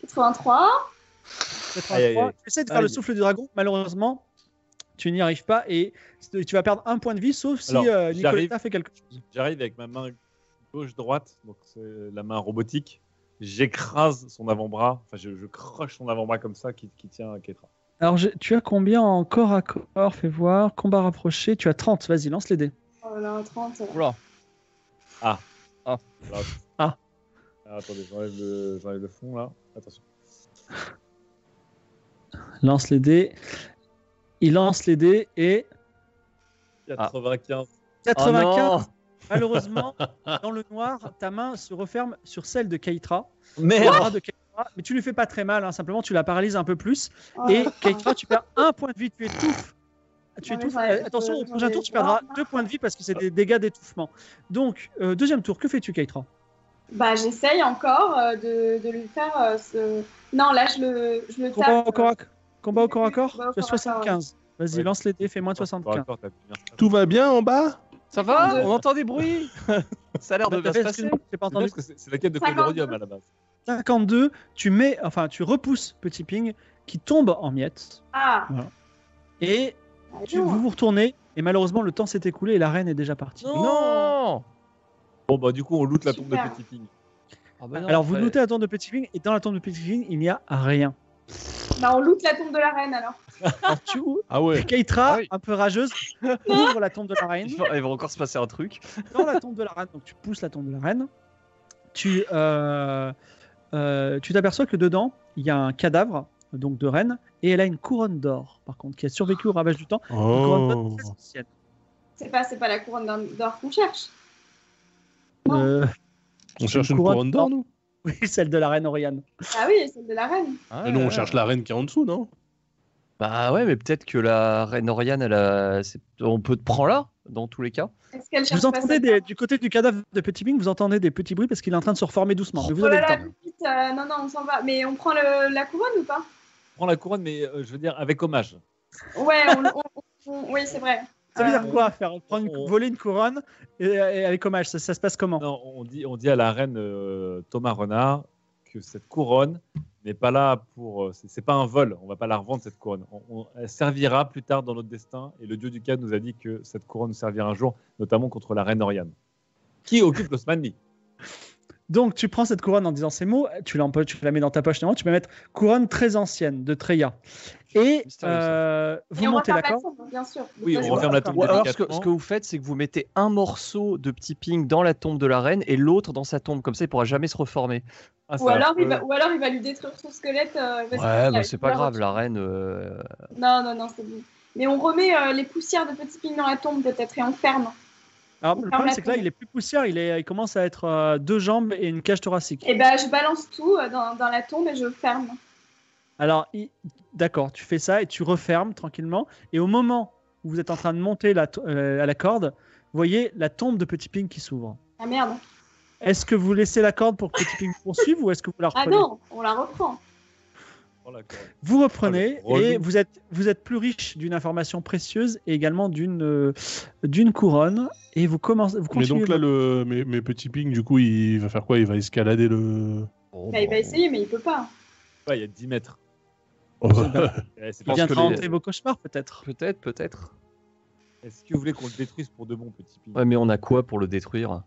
Speaker 4: 83.
Speaker 1: 83.
Speaker 3: Aïe, aïe, aïe.
Speaker 1: Tu essaies de faire le
Speaker 3: Aïe.
Speaker 1: souffle du dragon, malheureusement, tu n'y arrives pas et tu vas perdre un point de vie, sauf si
Speaker 2: Alors,
Speaker 1: euh,
Speaker 2: j'arrive.
Speaker 1: Nicoletta fait quelque chose.
Speaker 2: J'arrive avec ma main gauche-droite, donc c'est la main robotique. J'écrase son avant-bras, enfin je, je croche son avant-bras comme ça qui, qui tient Ketra.
Speaker 1: Alors, j'ai- tu as combien en corps à corps Fais voir. Combat rapproché, tu as 30. Vas-y, lance les dés.
Speaker 4: Oh là là, 30.
Speaker 3: Oula. Ah
Speaker 2: Alors,
Speaker 1: Ah.
Speaker 2: Ah, attendez, j'enlève le, j'enlève le fond là. Attention.
Speaker 1: Lance les dés. Il lance les dés et Ah.
Speaker 2: 95.
Speaker 3: Oh
Speaker 1: 95. Malheureusement, dans le noir, ta main se referme sur celle de Keitra. Le bras de Keitra. Mais tu lui fais pas très mal, hein, simplement tu la paralyses un peu plus.
Speaker 4: Oh là
Speaker 1: Et
Speaker 4: là.
Speaker 1: Keitra, tu perds un point de vie, tu étouffes. Tu
Speaker 4: Ouais,
Speaker 1: étouffes.
Speaker 4: mais j'en ai-
Speaker 1: Euh, Attention, au
Speaker 4: j'en
Speaker 1: prochain
Speaker 4: ai
Speaker 1: tour, tu
Speaker 4: pas.
Speaker 1: perdras deux points de vie parce que c'est des dégâts d'étouffement. Donc, euh, deuxième tour, que fais-tu, Keitra
Speaker 4: Bah, j'essaye encore euh, de, de lui faire euh, ce. Non, là, je le, je le
Speaker 1: Combat
Speaker 4: tape.
Speaker 1: au corps à, combat au corps, à corps
Speaker 4: Combat
Speaker 1: Tu as
Speaker 4: au corps à corps, ouais.
Speaker 1: 75. Vas-y,
Speaker 2: Ouais.
Speaker 1: lance les dés, fais moins de 75.
Speaker 2: Encore, t'as pu bien faire.
Speaker 5: Tout va bien en bas
Speaker 3: Ça va
Speaker 4: Deux.
Speaker 3: On entend des bruits Ça a l'air de bien se passer.
Speaker 1: Excuse-moi, j'ai pas
Speaker 2: C'est bien
Speaker 1: entendu.
Speaker 2: parce que c'est c'est la quête de Fonderium à la base.
Speaker 1: 52, tu mets, enfin, tu repousses Petit Ping qui tombe en miettes
Speaker 4: Ah,
Speaker 1: et
Speaker 4: bah,
Speaker 1: Ah, tu- vous
Speaker 4: non.
Speaker 1: vous retournez et malheureusement le temps s'est écoulé et la reine est déjà partie.
Speaker 3: Non
Speaker 2: Bon, bah, du coup, on loot la tombe de
Speaker 4: Super.
Speaker 2: Petit Ping.
Speaker 3: Ah bah non,
Speaker 1: Alors vous
Speaker 3: ouais.
Speaker 1: notez la tombe de Petit Ping et dans la tombe de Petit Ping il n'y a rien.
Speaker 4: Bah, on loot la tombe de la reine alors.
Speaker 1: Alors tu
Speaker 5: Ah ouais.
Speaker 1: Keitra,
Speaker 3: Ah oui.
Speaker 1: un peu rageuse, ouvre la tombe de la reine.
Speaker 3: Il va, il va encore se passer un truc.
Speaker 1: Dans la tombe de la reine, donc tu pousses la tombe de la reine, tu euh, euh, tu t'aperçois que dedans il y a un cadavre donc de reine et elle a une couronne d'or par contre qui a survécu au ravage du
Speaker 5: Oh.
Speaker 1: temps. Une couronne d'or très ancienne.
Speaker 4: C'est pas, c'est pas la couronne d'un- d'or qu'on cherche. Non.
Speaker 1: Euh,
Speaker 5: On cherche
Speaker 1: une
Speaker 5: une
Speaker 1: couronne
Speaker 5: couronne d'or, nous
Speaker 1: oui, celle de la reine Oriane.
Speaker 4: Ah oui, celle de la reine.
Speaker 5: Ah Non, on cherche la reine qui est en dessous, non
Speaker 3: Bah ouais, mais peut-être que la reine Oriane, elle a... c'est- on peut te prendre là, dans tous les cas.
Speaker 4: Est-ce qu'elle cherche
Speaker 1: Vous
Speaker 4: pas
Speaker 1: entendez
Speaker 4: cette
Speaker 1: des-
Speaker 4: reine
Speaker 1: du côté du cadavre de Petit Ping, vous entendez des petits bruits parce qu'il est en train de se reformer doucement. Mais vous
Speaker 4: Oh
Speaker 1: avez
Speaker 4: là
Speaker 1: le
Speaker 4: là,
Speaker 1: temps.
Speaker 4: vite, vite, euh, non, non, on s'en va. Mais on prend le- la couronne ou pas
Speaker 2: Prends la couronne, mais euh, je veux dire avec hommage.
Speaker 4: Ouais, on, on- on- oui, c'est vrai.
Speaker 1: Ça veut
Speaker 4: Euh,
Speaker 1: dire quoi faire prendre une-
Speaker 2: on-
Speaker 1: Voler une couronne et, et avec hommage, ça, ça se passe comment
Speaker 2: Non, on dit, on dit à la reine euh, Thomas Renard que cette couronne n'est pas là pour. euh, c'est c'est pas un vol. On va pas la revendre cette couronne. On- on- elle servira plus tard dans notre destin. Et le dieu du cadre nous a dit que cette couronne nous servira un jour, notamment contre la reine Oriane, qui occupe l'Osmanli.
Speaker 1: Donc tu prends cette couronne en disant ces mots, tu, l'empo- tu la mets dans ta poche, normalement, tu vas mettre couronne très ancienne de Treya. Et
Speaker 3: Mystérieux, ça.
Speaker 1: euh, vous
Speaker 4: et on
Speaker 1: montez
Speaker 4: referme la
Speaker 1: d'accord
Speaker 4: tombe, bien sûr.
Speaker 2: Oui,
Speaker 4: Donc,
Speaker 2: on
Speaker 4: je-
Speaker 2: referme la tombe.
Speaker 3: Ou alors, ce que,
Speaker 2: Délicatement.
Speaker 3: ce que vous faites, c'est que vous mettez un morceau de petit ping dans la tombe de la reine et l'autre dans sa tombe. Comme ça, il pourra jamais se reformer.
Speaker 2: Ah,
Speaker 4: Ou
Speaker 2: ça-
Speaker 4: alors, il
Speaker 2: euh,
Speaker 4: va, ou alors il va lui détruire son squelette. euh, parce
Speaker 3: Ouais,
Speaker 4: qu'il a-
Speaker 3: bah c'est pas
Speaker 4: il a-
Speaker 3: grave, la reine. euh,
Speaker 4: Non, non, non, c'est bon. Mais on remet euh, les poussières de Petit Ping dans la tombe peut-être et on ferme.
Speaker 1: Alors
Speaker 4: on
Speaker 1: le
Speaker 4: ferme
Speaker 1: problème
Speaker 4: la
Speaker 1: c'est que là
Speaker 4: tombe.
Speaker 1: il est plus poussière, il, est, il commence à être euh, deux jambes et une cage thoracique.
Speaker 4: Et ben je balance tout euh, dans, dans la tombe et je ferme.
Speaker 1: Alors, il- d'accord, tu fais ça et tu refermes tranquillement. Et au moment où vous êtes en train de monter la to- euh, à la corde, vous voyez la tombe de Petit Ping qui s'ouvre.
Speaker 4: Ah merde.
Speaker 1: Est-ce que vous laissez la corde pour que Petit Ping poursuive ou est-ce que vous la
Speaker 4: Ah
Speaker 1: reprenez
Speaker 4: non, on la reprend.
Speaker 2: prends oh, la couronne.
Speaker 1: Vous reprenez
Speaker 2: Oh, le
Speaker 1: et
Speaker 2: relou.
Speaker 1: vous êtes, vous êtes plus riche d'une information précieuse et également d'une euh, d'une couronne. Et vous, commencez, vous
Speaker 5: Mais
Speaker 1: continuez.
Speaker 5: donc là, le... mes, mes petits pings, du coup, il va faire quoi Il va escalader le.
Speaker 3: Oh,
Speaker 4: Bah, il va essayer, mais il peut pas.
Speaker 2: Ouais, il y a 10 mètres.
Speaker 5: Oh,
Speaker 2: Eh, c'est
Speaker 1: Il
Speaker 2: pas-
Speaker 3: Bien. pense que
Speaker 1: viendra
Speaker 3: les-
Speaker 1: hanter vos cauchemars peut-être.
Speaker 3: Peut-être, peut-être.
Speaker 2: Est-ce que vous voulez qu'on le détruise pour de bon, petit ping
Speaker 3: Ouais, mais on a quoi pour le détruire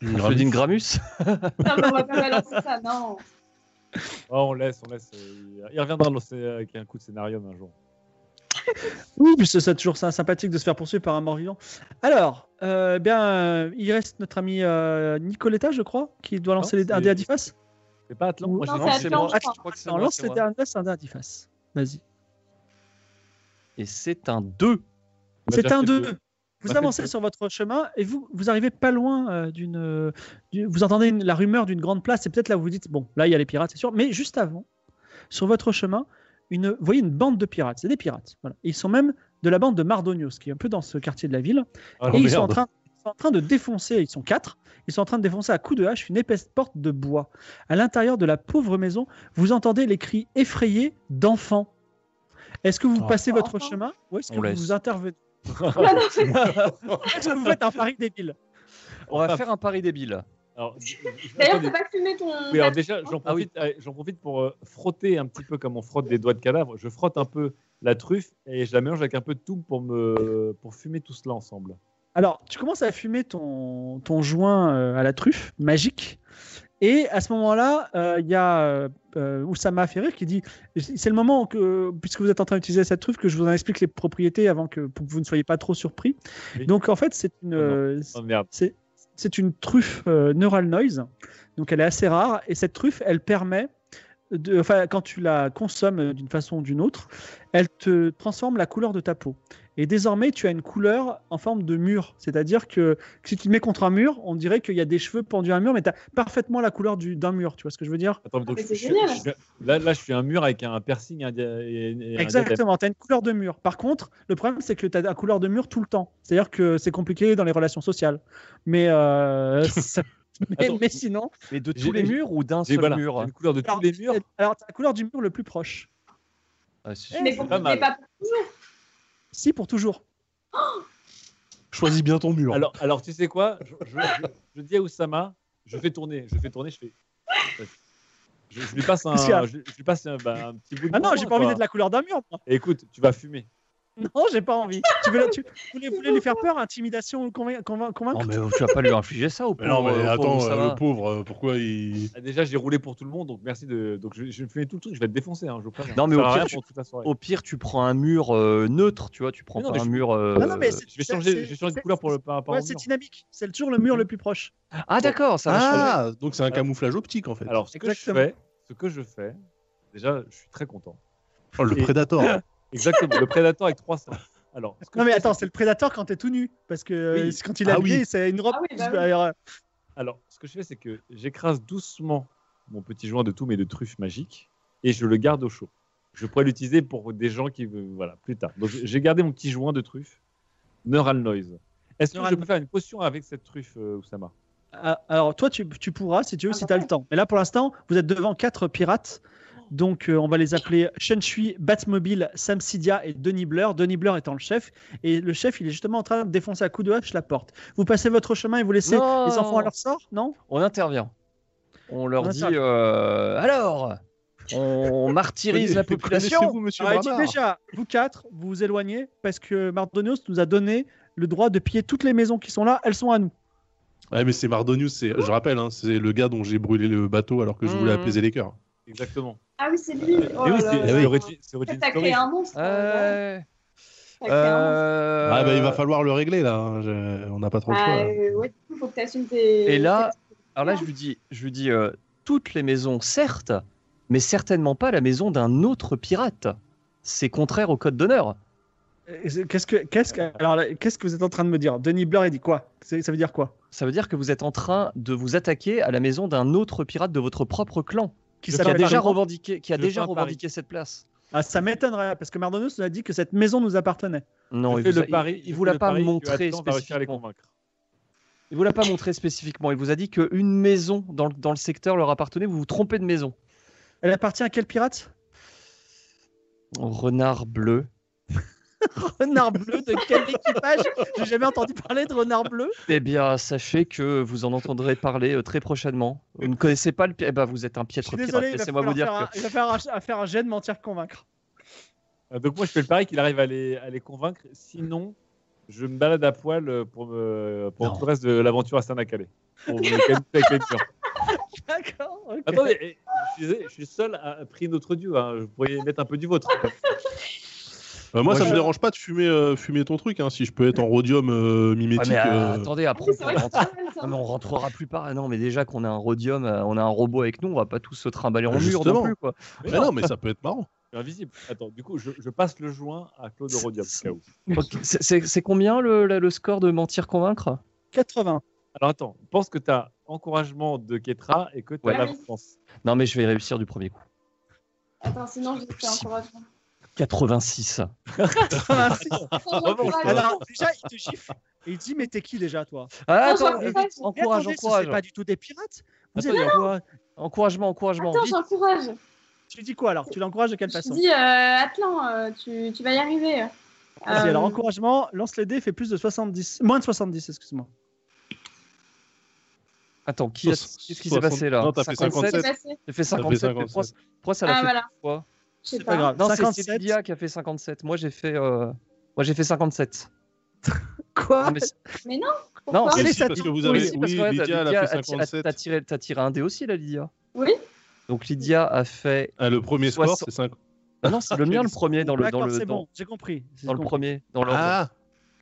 Speaker 5: une
Speaker 3: On
Speaker 5: gramme.
Speaker 3: se dit une Gramus
Speaker 4: Non, mais on va pas balancer ça, non.
Speaker 2: Oh, On laisse, on laisse. euh, Il reviendra dans l'océan avec un coup de scénarium un jour.
Speaker 1: Oui, parce que c'est toujours ça, sympathique de se faire poursuivre par un mort-vivant. Alors, euh, bien, euh, il reste notre ami euh, Nicoletta, je crois, qui doit lancer
Speaker 2: Non,
Speaker 1: les- un
Speaker 2: c'est-
Speaker 1: dé à 10 faces. Ah,
Speaker 2: C'est pas Atlan
Speaker 1: Non,
Speaker 2: moi, j'ai-
Speaker 4: c'est
Speaker 2: Non,
Speaker 4: Atlan.
Speaker 2: moi.
Speaker 4: je crois.
Speaker 3: crois que c'est
Speaker 1: On
Speaker 3: moi,
Speaker 1: lance
Speaker 3: c'est
Speaker 1: les
Speaker 3: moi.
Speaker 1: dés à un dé, c'est un dé à 10 faces. Vas-y.
Speaker 3: Et c'est un 2.
Speaker 2: On a
Speaker 1: C'est
Speaker 2: déjà
Speaker 1: un
Speaker 2: fait
Speaker 1: 2.
Speaker 2: deux.
Speaker 1: Vous avancez sur votre chemin et vous, vous arrivez pas loin euh, d'une. euh, du- vous entendez une- la rumeur d'une grande place et peut-être là vous vous dites bon, là il y a les pirates, c'est sûr. Mais juste avant, sur votre chemin, une, vous voyez une bande de pirates. C'est des pirates. Voilà. Ils sont même de la bande de Mardonios, qui est un peu dans ce quartier de la ville.
Speaker 2: Ah,
Speaker 1: Et ils
Speaker 2: merde.
Speaker 1: sont, en train, ils sont en train de défoncer, ils sont quatre, ils sont en train de défoncer à coups de hache une épaisse porte de bois. À l'intérieur de la pauvre maison, vous entendez les cris effrayés d'enfants. Est-ce que vous
Speaker 3: Ah.
Speaker 1: passez votre
Speaker 4: Enfants.
Speaker 1: chemin ou est-ce que
Speaker 3: On
Speaker 1: vous
Speaker 3: laisse.
Speaker 1: vous intervenez
Speaker 4: Non, non, c'est-
Speaker 1: Est-ce que vous faites un pari débile
Speaker 3: On va faire un pari débile.
Speaker 2: Alors, je- je-
Speaker 4: D'ailleurs,
Speaker 2: attendez.
Speaker 4: faut pas filmer ton.
Speaker 2: Oui, alors déjà, j'en
Speaker 3: Ah oui.
Speaker 2: profite, euh, j'en profite pour euh, frotter un petit peu comme on frotte des doigts de cadavre. Je frotte un peu la truffe et je la mélange avec un peu de tout pour, me, pour fumer tout cela ensemble.
Speaker 1: Alors, tu commences à fumer ton, ton joint euh, à la truffe, magique. Et à ce moment-là, euh, il y a euh, euh, Oussama Ferrer qui dit C'est le moment, que, puisque vous êtes en train d'utiliser cette truffe, que je vous en explique les propriétés avant que, pour que vous ne soyez pas trop surpris.
Speaker 2: Oui.
Speaker 1: Donc, en fait, c'est une,
Speaker 2: Oh non.
Speaker 1: euh,
Speaker 2: Oh merde.
Speaker 1: c'est- c'est une truffe euh, Neural Noise. Donc, elle est assez rare. Et cette truffe, elle permet, de, enfin, quand tu la consommes euh, d'une façon ou d'une autre, elle te transforme la couleur de ta peau. Et désormais, tu as une couleur en forme de mur. C'est-à-dire que, que si tu te mets contre un mur, on dirait qu'il y a des cheveux pendus à un mur, mais tu as parfaitement la couleur du- d'un mur. Tu vois ce que je veux dire
Speaker 2: Attends, donc,
Speaker 4: Ah, Mais
Speaker 2: je-
Speaker 4: c'est
Speaker 2: je-
Speaker 4: génial.
Speaker 2: je- là, là, je suis un mur avec un piercing. Un dia- et- et un diadème.
Speaker 1: Exactement, tu as une couleur de mur. Par contre, le problème, c'est que tu as la couleur de mur tout le temps. C'est-à-dire que c'est compliqué dans les relations sociales. Mais, euh, ça- mais,
Speaker 2: Attends.
Speaker 1: mais sinon,
Speaker 3: Mais de
Speaker 2: J'ai-
Speaker 3: tous les
Speaker 2: j'ai-
Speaker 3: murs ou d'un
Speaker 2: J'ai
Speaker 3: seul
Speaker 2: voilà, j'ai
Speaker 3: mur
Speaker 2: une couleur de tous
Speaker 1: Alors,
Speaker 2: les murs.
Speaker 1: Alors, t'as la couleur du mur le plus proche.
Speaker 3: Ah, si,
Speaker 4: Mais
Speaker 3: si.
Speaker 4: pour
Speaker 2: pas
Speaker 4: qu'il n'est
Speaker 2: mal.
Speaker 4: pas.
Speaker 1: Si, pour toujours.
Speaker 5: Choisis bien ton mur.
Speaker 2: Alors, alors, tu sais quoi je, je- je- je dis à Oussama, je fais tourner, je fais tourner, je fais. Je, je lui passe un,
Speaker 1: Qu'est-ce qu'il y a
Speaker 2: je, je lui passe un, bah, un petit bout de.
Speaker 1: Ah non,
Speaker 2: bois,
Speaker 1: j'ai pas envie
Speaker 2: quoi.
Speaker 1: d'être la couleur d'un mur, moi.
Speaker 2: Et Écoute, tu vas fumer.
Speaker 1: Non, j'ai pas envie. tu veux, la- tu, vous voulez, vous voulez lui faire peur, intimidation ou convain- convain- convaincre
Speaker 3: Non, mais tu vas pas lui infliger ça au
Speaker 5: Mais non,
Speaker 3: pauvre,
Speaker 5: mais
Speaker 3: euh, pauvre
Speaker 5: attends, euh,
Speaker 3: Oussama.
Speaker 5: le pauvre, euh, pourquoi il.
Speaker 2: Ah, Déjà, j'ai roulé pour tout le monde, donc merci de. Donc, je, je vais fumer tout le truc, je vais te défoncer. Hein, je vous préviens.
Speaker 3: Non, mais
Speaker 2: Ça
Speaker 3: au
Speaker 2: sert à
Speaker 3: pire,
Speaker 2: rien
Speaker 3: tu-
Speaker 2: pour toute la soirée.
Speaker 3: Au pire, tu prends un mur euh, neutre, tu vois, tu prends
Speaker 2: Mais non,
Speaker 3: pas
Speaker 2: mais
Speaker 3: un
Speaker 2: je-
Speaker 3: mur. euh,
Speaker 1: Ah non, mais c'est-
Speaker 2: Je vais changer,
Speaker 1: c'est-
Speaker 2: je vais changer de
Speaker 1: c'est-
Speaker 2: couleur pour le par rapport
Speaker 1: Ouais,
Speaker 2: au
Speaker 1: c'est
Speaker 2: mur.
Speaker 1: dynamique. C'est toujours le mur le plus proche.
Speaker 3: Ah d'accord, ça va changer.
Speaker 5: Ah, donc c'est un camouflage optique en fait.
Speaker 2: Alors, ce que
Speaker 1: Exactement.
Speaker 2: je fais, ce que je fais, déjà, je suis très content.
Speaker 5: Oh, le
Speaker 2: et-
Speaker 5: Predator.
Speaker 2: Exactement. le prédateur avec 300. Alors, ce que
Speaker 1: Non, mais
Speaker 2: je fais,
Speaker 1: attends, c'est le prédateur quand t'es tout nu. Parce que euh,
Speaker 2: Oui.
Speaker 1: c'est quand il est
Speaker 5: Ah
Speaker 1: habillé,
Speaker 5: oui.
Speaker 1: c'est une robe.
Speaker 4: Ah oui, bah oui.
Speaker 1: Alors, euh,
Speaker 2: Alors, ce que je fais, c'est que j'écrase doucement mon petit joint de tout, mais de truffes magiques, et je le garde au chaud. Je pourrais l'utiliser pour des gens qui veulent, voilà, plus tard. Donc, j'ai gardé mon petit joint de truffes, Neural Noise. Est-ce que
Speaker 1: Neural
Speaker 2: je peux faire une potion avec cette truffe, euh, Oussama
Speaker 1: ah, alors, toi, tu, tu pourras, si tu veux,
Speaker 4: Ah,
Speaker 1: si t'as le temps. Mais là, pour l'instant, vous êtes devant quatre pirates. Donc, euh, on va les appeler Shui, Batmobile, Samsidia et Denis Blur. Denis Blur étant le chef. Et le chef, il est justement en train de défoncer à coups de hache la porte. Vous passez votre chemin et vous laissez
Speaker 3: Non.
Speaker 1: les enfants à leur sort, non
Speaker 3: On intervient. On leur
Speaker 1: On
Speaker 3: dit
Speaker 1: intervient.
Speaker 3: euh, alors, on martyrise la population.
Speaker 5: Connaissez-vous,
Speaker 3: Ah,
Speaker 5: monsieur
Speaker 1: Alors, il dit
Speaker 5: Bernard
Speaker 1: Ah, déjà, vous quatre, vous vous éloignez parce que Mardonios nous a donné le droit de piller toutes les maisons qui sont là, elles sont à nous.
Speaker 5: Ouais, mais c'est Mardonius, c'est- je rappelle, hein, c'est le gars dont j'ai brûlé le bateau alors que je voulais
Speaker 3: Mhm.
Speaker 5: apaiser les cœurs.
Speaker 2: Exactement.
Speaker 4: Ah oui, c'est lui. Oh
Speaker 2: Euh, Mais
Speaker 4: là
Speaker 2: oui,
Speaker 4: là.
Speaker 2: c'est c'est Origin- c'est Origin
Speaker 4: T'as
Speaker 2: Story.
Speaker 4: créé un monstre. euh,
Speaker 3: Ouais.
Speaker 4: t'as créé un monstre.
Speaker 3: Euh,
Speaker 5: Ah, bah, il va falloir le régler là, hein, je- on n'a pas trop le
Speaker 4: Ah,
Speaker 5: choix. là.
Speaker 4: euh, ouais, du coup, faut que t'assumes tes.
Speaker 3: Et là, alors là, je lui dis, je lui dis euh, toutes les maisons, certes, mais certainement pas la maison d'un autre pirate. C'est contraire au code d'honneur.
Speaker 1: Et c'est- Qu'est-ce que, qu'est-ce que, alors, là, qu'est-ce que vous êtes en train de me dire Denis Blur, il dit quoi C'est- Ça veut dire quoi
Speaker 3: Ça veut dire que vous êtes en train de vous attaquer à la maison d'un autre pirate de votre propre clan
Speaker 1: Qui
Speaker 2: Je
Speaker 3: qui a
Speaker 2: fais un pari.
Speaker 3: déjà revendiqué, qui a
Speaker 2: Je fais
Speaker 3: déjà
Speaker 2: un pari.
Speaker 3: revendiqué cette place.
Speaker 1: Ah, ça m'étonnerait parce que Mardonios nous a dit que cette maison nous appartenait.
Speaker 3: Non,
Speaker 2: Je
Speaker 3: il
Speaker 2: fais
Speaker 3: vous,
Speaker 2: le
Speaker 3: a-
Speaker 2: pari-
Speaker 3: il- il
Speaker 2: je
Speaker 3: vous
Speaker 2: fais
Speaker 3: l'a
Speaker 2: le
Speaker 3: pas
Speaker 2: pari que
Speaker 3: montré
Speaker 2: Atlan va réussir à les
Speaker 3: spécifiquement.
Speaker 2: convaincre.
Speaker 3: Il vous l'a pas montré spécifiquement. Il vous a dit qu'une maison dans le, dans le secteur leur appartenait. Vous vous trompez de maison.
Speaker 1: Elle appartient à quel pirate
Speaker 3: Renard bleu.
Speaker 1: Renard bleu de quel équipage J'ai jamais entendu parler de renard bleu.
Speaker 3: Eh bien, sachez que vous en entendrez parler euh, très prochainement. Vous ne connaissez pas le pirate. Eh ben, vous êtes un
Speaker 1: Je
Speaker 3: piètre
Speaker 1: suis
Speaker 3: pirate.
Speaker 1: désolé, il va
Speaker 3: Laissez-moi vous
Speaker 1: falloir faire,
Speaker 3: dire que.
Speaker 1: un, il va faire un- à faire un jet de mentir convaincre.
Speaker 2: Euh, Donc, moi, je fais le pari qu'il arrive à les, à les convaincre. Sinon, je me balade à poil euh, pour, me, pour
Speaker 3: Non.
Speaker 2: tout le reste de l'aventure à Sanacalé. Pour me calmer avec les murs.
Speaker 1: D'accord. ok.
Speaker 2: Attendez, eh, je suis, désolé, je suis seul à prier notre dieu. hein. Vous pourriez mettre un peu du vôtre.
Speaker 5: Euh, moi,
Speaker 3: Moi,
Speaker 5: ça
Speaker 1: je-
Speaker 5: me dérange pas de fumer, euh, fumer ton truc, hein, si je peux être en rhodium euh,
Speaker 3: Ah,
Speaker 5: mimétique.
Speaker 3: mais, euh,
Speaker 5: euh,
Speaker 3: attendez,
Speaker 4: Ah
Speaker 3: après,
Speaker 4: oui,
Speaker 3: on
Speaker 4: c'est vrai
Speaker 3: pourra
Speaker 4: que
Speaker 3: rentrer-
Speaker 4: c'est pas mal, ça.
Speaker 3: Ah, mais on rentrera plus par. Ah Non, mais déjà qu'on a un rhodium, euh, on a un robot avec nous, on va pas tous se trimballer en mur non
Speaker 5: Justement.
Speaker 3: plus. Quoi.
Speaker 5: mais non, mais ça peut être marrant.
Speaker 2: Je suis invisible. Attends, du coup, je, je passe le joint à Claude Rodium.
Speaker 3: C'est- Ok, c'est- C'est c'est combien le, la- le score de mentir convaincre
Speaker 1: 80.
Speaker 2: Alors attends, pense que tu as encouragement de Ketra et que tu as
Speaker 4: Ouais.
Speaker 2: l'avance.
Speaker 3: Non, mais je vais réussir du premier coup.
Speaker 4: Attends, sinon je fais
Speaker 3: Impossible.
Speaker 4: encore un point.
Speaker 3: 86.
Speaker 4: Sans
Speaker 2: Bravo.
Speaker 4: encouragement.
Speaker 1: Alors, déjà, il te gifle. Et il dit, mais t'es qui déjà, toi
Speaker 3: Ah,
Speaker 4: Non,
Speaker 3: attends,
Speaker 4: j'en-
Speaker 3: vite, vite,
Speaker 4: Mais
Speaker 3: encourage,
Speaker 1: Mais Eh, attendez, ce,
Speaker 3: encourage.
Speaker 1: C'est pas du tout des pirates. Vous
Speaker 2: Attends,
Speaker 1: êtes quoi
Speaker 3: Encouragement, encouragement.
Speaker 4: Attends,
Speaker 3: vite.
Speaker 4: j'encourage.
Speaker 1: Tu lui dis quoi alors Tu l'encourages de quelle
Speaker 4: Je
Speaker 1: façon
Speaker 4: dis, euh, Atlan, euh, tu, tu vas y arriver.
Speaker 1: Vas-y,
Speaker 4: Euh,
Speaker 1: alors encouragement, lance les dés, fait plus de 70. Moins de 70, excuse-moi.
Speaker 3: Attends, qui a-
Speaker 5: Soix-
Speaker 3: qu'est-ce qui s'est passé là
Speaker 5: Non, t'as fait
Speaker 4: Qu'est-ce qui s'est
Speaker 5: 57.
Speaker 4: passé
Speaker 3: J'ai fait
Speaker 5: fait
Speaker 3: 57. mais
Speaker 5: 57.
Speaker 3: Pourquoi, pourquoi ça l'a
Speaker 4: Ah,
Speaker 3: fait
Speaker 4: voilà.
Speaker 3: pourquoi
Speaker 4: Je sais
Speaker 1: C'est pas
Speaker 4: pas.
Speaker 1: grave.
Speaker 3: Non, c'est
Speaker 1: 57.
Speaker 3: Célia qui a fait 57. Moi, j'ai fait, euh, moi, j'ai fait 57.
Speaker 1: Quoi
Speaker 3: Non, mais c'est-
Speaker 4: Pourquoi
Speaker 3: Non,
Speaker 5: Mais
Speaker 3: c'est-
Speaker 5: si, parce que vous
Speaker 3: oui,
Speaker 5: avez.
Speaker 3: si, parce
Speaker 5: Oui,
Speaker 3: que, ouais,
Speaker 5: Lydia, elle a fait
Speaker 3: ti- a-
Speaker 5: 57.
Speaker 3: t'as tiré, t'as tiré un dé aussi, là, Lydia.
Speaker 4: Oui.
Speaker 3: Donc, Lydia a fait.
Speaker 5: Ah, le premier score,
Speaker 3: Soixante-
Speaker 5: c'est 5.
Speaker 3: Ah non, c'est le mien, le premier, dans le, dans
Speaker 1: D'accord,
Speaker 3: le,
Speaker 1: c'est
Speaker 3: dans,
Speaker 1: bon, j'ai compris. j'ai
Speaker 3: dans le
Speaker 1: compris.
Speaker 3: premier. Dans l'ordre.
Speaker 5: Ah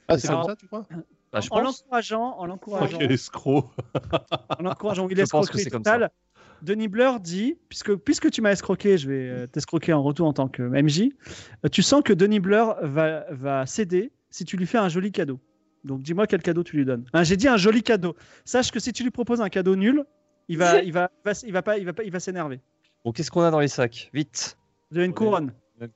Speaker 5: Ah, c'est
Speaker 3: ça.
Speaker 5: comme ça, tu crois
Speaker 3: Bah, je
Speaker 1: En
Speaker 3: pense.
Speaker 1: l'encourageant, en
Speaker 5: Oh,
Speaker 1: l'encourageant,
Speaker 5: quel escroc
Speaker 1: en l'encourageant, il
Speaker 3: Je pense que
Speaker 1: escroquerie
Speaker 3: c'est comme
Speaker 1: totale. Denis Bleur dit, puisque, puisque tu m'as escroqué, je vais euh, t'escroquer en retour en tant que MJ, euh, tu sens que Denis Bleur va, va céder si tu lui fais un joli cadeau. Donc dis-moi quel cadeau tu lui donnes. Hein, J'ai dit un joli cadeau. Sache que si tu lui proposes un cadeau nul, il va, il va, il va, il va pas, il va pas, il va s'énerver.
Speaker 3: Bon, qu'est-ce qu'on a dans les sacs Vite.
Speaker 1: De une
Speaker 2: Ouais.
Speaker 1: couronne.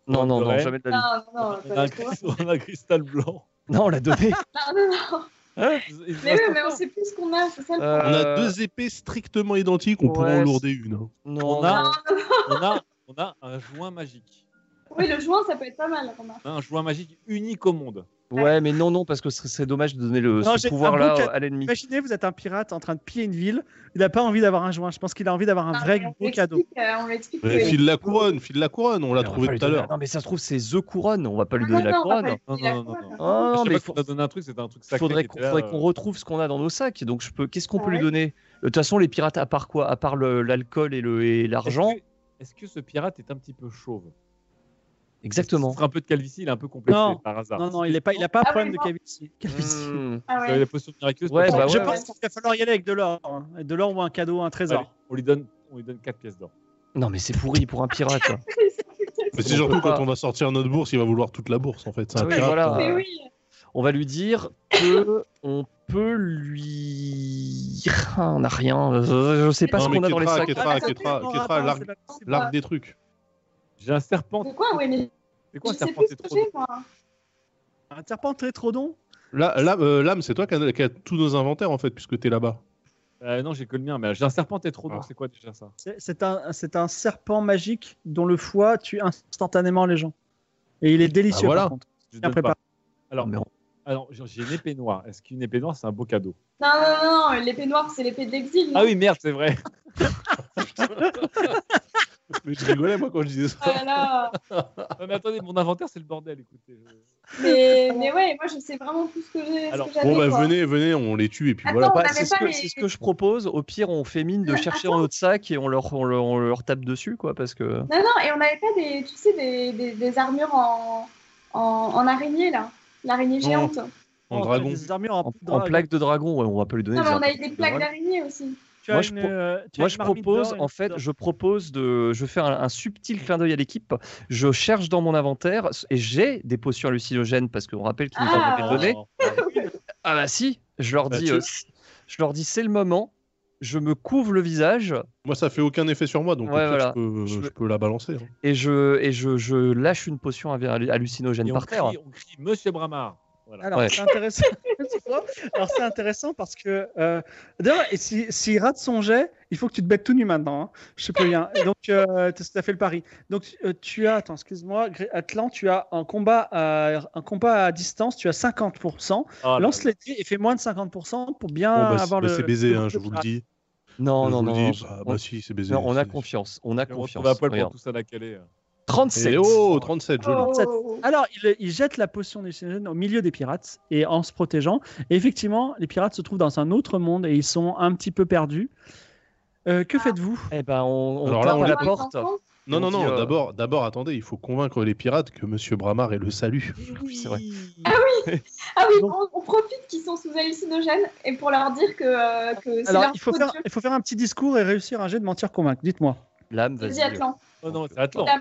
Speaker 3: Non, non, non,
Speaker 2: Ouais.
Speaker 3: jamais de la vie.
Speaker 4: Ah, Non, non,
Speaker 2: On a,
Speaker 4: pas
Speaker 2: un
Speaker 4: du tout. non,
Speaker 2: cristal- on a un cristal blanc.
Speaker 3: Non, on l'a donné.
Speaker 1: Ah,
Speaker 4: non, non.
Speaker 2: Hein
Speaker 4: Mais oui, mais on sait plus ce qu'on a, c'est ça le
Speaker 3: Euh,
Speaker 4: problème.
Speaker 5: On a deux épées strictement identiques, on pourrait
Speaker 3: ouais,
Speaker 5: en lourder une. hein.
Speaker 3: Non,
Speaker 2: On
Speaker 3: non,
Speaker 4: Ah,
Speaker 2: a-
Speaker 3: non.
Speaker 2: on, a, on a un joint magique.
Speaker 4: Oui, le joint, ça peut être pas mal, remarque.
Speaker 2: On a un joint magique unique au monde.
Speaker 3: Ouais, mais non, non, parce que ce serait dommage de donner le
Speaker 1: Non,
Speaker 3: ce
Speaker 1: j'ai un
Speaker 3: pouvoir-là
Speaker 1: bouquet.
Speaker 3: à l'ennemi.
Speaker 1: Imaginez, vous êtes un pirate en train de piller une ville. Il n'a pas envie d'avoir un joint. Je pense qu'il a envie d'avoir un
Speaker 4: Ah,
Speaker 1: vrai
Speaker 4: mais on
Speaker 1: gros
Speaker 4: l'explique,
Speaker 1: cadeau.
Speaker 4: euh, on l'explique. que-
Speaker 5: Mais File la couronne, file la couronne, on l'a
Speaker 3: Mais on va
Speaker 5: trouvé
Speaker 3: pas lui
Speaker 5: tout à
Speaker 3: donner-
Speaker 5: l'heure.
Speaker 3: Non, mais ça se trouve, c'est The Couronne. On va pas lui
Speaker 4: Ah,
Speaker 3: donner
Speaker 4: non,
Speaker 3: la
Speaker 4: non, on va
Speaker 3: couronne.
Speaker 4: pas lui
Speaker 2: Non,
Speaker 4: donner
Speaker 2: non,
Speaker 4: la
Speaker 2: non,
Speaker 4: couronne.
Speaker 3: Oh, non,
Speaker 2: je sais
Speaker 3: mais
Speaker 2: pas qu'on a donné un truc, c'était un truc
Speaker 3: Il
Speaker 2: sacré.
Speaker 3: faudrait
Speaker 2: qui
Speaker 3: qu'on
Speaker 2: était là,
Speaker 3: faudrait qu'on
Speaker 2: euh,
Speaker 3: retrouve ce qu'on a dans nos sacs. Donc, je peux... qu'est-ce qu'on peut
Speaker 4: Ah
Speaker 3: lui
Speaker 4: ouais.
Speaker 3: donner De toute façon, les pirates, à part quoi À part le- l'alcool et le- et l'argent
Speaker 2: Est-ce que, est-ce que ce pirate est un petit peu chauve
Speaker 3: Exactement.
Speaker 2: Ce serait un peu de calvitie, il est un peu complexé
Speaker 1: Non.
Speaker 2: par hasard.
Speaker 1: Non, non, il n'a pas, il a pas
Speaker 4: Ah,
Speaker 1: problème
Speaker 4: oui,
Speaker 1: de
Speaker 4: non.
Speaker 1: calvitie. Calvitie.
Speaker 3: Hmm.
Speaker 4: Ah
Speaker 2: Il
Speaker 4: ouais.
Speaker 2: a des postures miraculeuses.
Speaker 3: Ouais,
Speaker 2: parce
Speaker 3: bah
Speaker 2: que-
Speaker 1: je
Speaker 4: ouais.
Speaker 1: pense qu'il va falloir y aller avec de l'or. hein. De l'or ou un cadeau, un trésor.
Speaker 2: Allez, on lui donne, on lui donne 4 pièces d'or.
Speaker 3: Non, mais c'est pourri pour un pirate.
Speaker 5: Mais c'est
Speaker 3: On
Speaker 5: surtout
Speaker 3: peut pas.
Speaker 5: quand on va sortir notre bourse, il va vouloir toute la bourse en fait. C'est
Speaker 3: Ah
Speaker 5: un
Speaker 3: oui,
Speaker 5: pirate,
Speaker 3: voilà.
Speaker 4: Mais
Speaker 3: Euh,
Speaker 4: oui.
Speaker 3: On va lui dire que on peut lui. Ah, on n'a rien. Euh, Je sais pas
Speaker 5: Non,
Speaker 3: ce
Speaker 5: mais
Speaker 3: qu'on a dans les
Speaker 5: Ketra,
Speaker 1: Ah,
Speaker 3: sacs.
Speaker 5: Ketra, Ketra,
Speaker 1: c'est bon,
Speaker 5: Ketra,
Speaker 1: attends,
Speaker 5: largue-
Speaker 1: c'est pas-
Speaker 4: C'est
Speaker 5: L'arc
Speaker 4: pas-
Speaker 5: des trucs.
Speaker 2: J'ai un serpent.
Speaker 4: De quoi Oui, mais
Speaker 2: C'est quoi
Speaker 4: je
Speaker 2: un
Speaker 4: sais
Speaker 2: serpent
Speaker 4: plus ce
Speaker 2: C'est
Speaker 4: que
Speaker 2: trop.
Speaker 4: j'ai, moi.
Speaker 1: Un serpent très trop don.
Speaker 5: Là, là, euh, l'âme, c'est toi qui as, qui as tous nos inventaires en fait, puisque t'es là-bas.
Speaker 2: Euh, non, j'ai que le mien, mais j'ai un serpent tétrodon,
Speaker 5: Ah.
Speaker 2: c'est quoi déjà ça
Speaker 1: C'est c'est un, c'est un serpent magique dont le foie tue instantanément les gens. Et
Speaker 3: Bah
Speaker 1: il est délicieux.
Speaker 5: Ah, voilà.
Speaker 1: par contre.
Speaker 2: Je
Speaker 1: Bien
Speaker 2: donne pas.
Speaker 1: préparé.
Speaker 2: Alors,
Speaker 3: Mais on-
Speaker 2: alors, j'ai- j'ai une épée noire. Est-ce qu'une épée noire, c'est un beau cadeau
Speaker 4: Non, non, non, l'épée noire, c'est l'épée de l'exil. non
Speaker 2: Ah oui, merde, c'est vrai.
Speaker 5: Mais je rigolais moi quand je disais ça.
Speaker 4: Oh là là.
Speaker 2: Non, mais attendez, mon inventaire, c'est le bordel, écoutez.
Speaker 4: Mais, mais ouais, moi je sais vraiment plus ce que j'ai. ce
Speaker 2: Alors,
Speaker 4: que j'avais,
Speaker 5: Bon bah
Speaker 4: quoi.
Speaker 5: venez, venez, on les tue et puis
Speaker 4: Attends,
Speaker 5: voilà.
Speaker 4: on
Speaker 3: Bah,
Speaker 4: n'avait
Speaker 3: c'est ce,
Speaker 4: pas
Speaker 3: que-
Speaker 4: les- Euh,
Speaker 3: c'est ce que je propose. Au pire, on fait mine de chercher dans notre sac et on leur, on leur- on leur tape dessus, quoi, parce que.
Speaker 4: Non, non, et on n'avait pas des, tu sais, des, des, des armures en, en, en araignée, là. L'araignée
Speaker 5: Non.
Speaker 4: géante.
Speaker 5: En
Speaker 1: Oh,
Speaker 5: dragon.
Speaker 1: des armures en,
Speaker 3: En, en
Speaker 1: dragon.
Speaker 3: plaques de dragon, ouais, on va pas lui donner.
Speaker 4: Non, mais
Speaker 3: des
Speaker 4: on
Speaker 3: armes.
Speaker 4: avait des plaques d'araignée aussi.
Speaker 1: Tu as
Speaker 3: Moi, je
Speaker 1: une,
Speaker 3: pro-
Speaker 1: euh, tu as
Speaker 3: Moi,
Speaker 1: une
Speaker 3: je
Speaker 1: marmite
Speaker 3: propose,
Speaker 1: d'or et
Speaker 3: en
Speaker 1: une
Speaker 3: fait,
Speaker 1: d'or.
Speaker 3: je propose de. Je fais un, un subtil clin d'œil à l'équipe. Je cherche dans mon inventaire et j'ai des potions hallucinogènes parce qu'on rappelle qu'ils nous en
Speaker 4: Ah.
Speaker 3: avaient donné. Ah bah si, je leur
Speaker 5: Bah,
Speaker 3: dis,
Speaker 5: tu-
Speaker 3: euh, c- je leur dis, c'est le moment. Je me couvre le visage
Speaker 5: Moi ça fait aucun effet sur moi donc au
Speaker 3: Ouais,
Speaker 5: pire,
Speaker 3: voilà.
Speaker 5: je, peux,
Speaker 3: Je
Speaker 5: je
Speaker 3: veux-
Speaker 5: peux la balancer. hein.
Speaker 3: et je et je, je lâche une potion hallu-
Speaker 2: Et
Speaker 3: hallucinogène
Speaker 2: on,
Speaker 3: par terre.
Speaker 2: crie, on crie Monsieur Bramard. Voilà.
Speaker 1: Alors,
Speaker 3: Ouais.
Speaker 1: c'est intéressant. Alors, c'est intéressant parce que. euh, D'ailleurs, et si- s'il rate son jet, il faut que tu te bêtes tout nu maintenant. hein. Je sais plus rien. Et Donc, euh, t- ça fait le pari. Donc, euh, tu as. Attends, excuse-moi. Gré- Atlan, tu as un combat, à, un combat à distance. Tu as 50%.
Speaker 2: Ah, là,
Speaker 1: Lance
Speaker 2: là.
Speaker 1: les dés et fais moins de 50% pour bien
Speaker 3: Ah,
Speaker 5: Bon, bah, c'est-
Speaker 1: avoir
Speaker 5: bah,
Speaker 1: le.
Speaker 5: c'est baisé,
Speaker 1: le-
Speaker 5: hein, je vous le dis.
Speaker 3: Non
Speaker 5: Je
Speaker 3: non
Speaker 5: vous le
Speaker 3: non.
Speaker 5: dis, bah,
Speaker 3: on-
Speaker 5: bah, si, c'est baisé.
Speaker 3: non, on a
Speaker 5: c'est-
Speaker 3: confiance, on a
Speaker 2: Et On
Speaker 3: confiance.
Speaker 2: retrouve à poil pour
Speaker 3: Regarde.
Speaker 2: tous à la calée.
Speaker 3: 37.
Speaker 5: Et oh, 37, joli.
Speaker 4: Oh.
Speaker 1: Alors, il, il jette la potion hallucinogène au milieu des pirates et en se protégeant. Et effectivement, les pirates se trouvent dans un autre monde et ils sont un petit peu perdus. Euh, que faites-vous
Speaker 3: Eh ben, on, on
Speaker 5: Alors là,
Speaker 3: tape
Speaker 5: on
Speaker 3: à la
Speaker 5: l'a-
Speaker 3: porte.
Speaker 4: Enfant,
Speaker 3: Et
Speaker 5: Non,
Speaker 3: on
Speaker 5: non,
Speaker 3: dit,
Speaker 5: non,
Speaker 3: euh,
Speaker 5: d'abord, d'abord, attendez, il faut convaincre les pirates que Monsieur Bramar est le salut.
Speaker 3: C'est vrai.
Speaker 4: Ah oui,
Speaker 1: Donc-
Speaker 4: on, on profite qu'ils sont sous hallucinogène et pour leur dire que, euh, que c'est
Speaker 1: Alors,
Speaker 4: leur
Speaker 1: il faut,
Speaker 4: faute
Speaker 1: faire,
Speaker 4: Dieu.
Speaker 1: il faut faire un petit discours et réussir un jet de mentir convaincre. Dites-moi.
Speaker 3: L'âme,
Speaker 4: Vas-y,
Speaker 3: vas-y.
Speaker 4: Atlan.
Speaker 2: Oh non, c'est Atlan.
Speaker 4: Dame.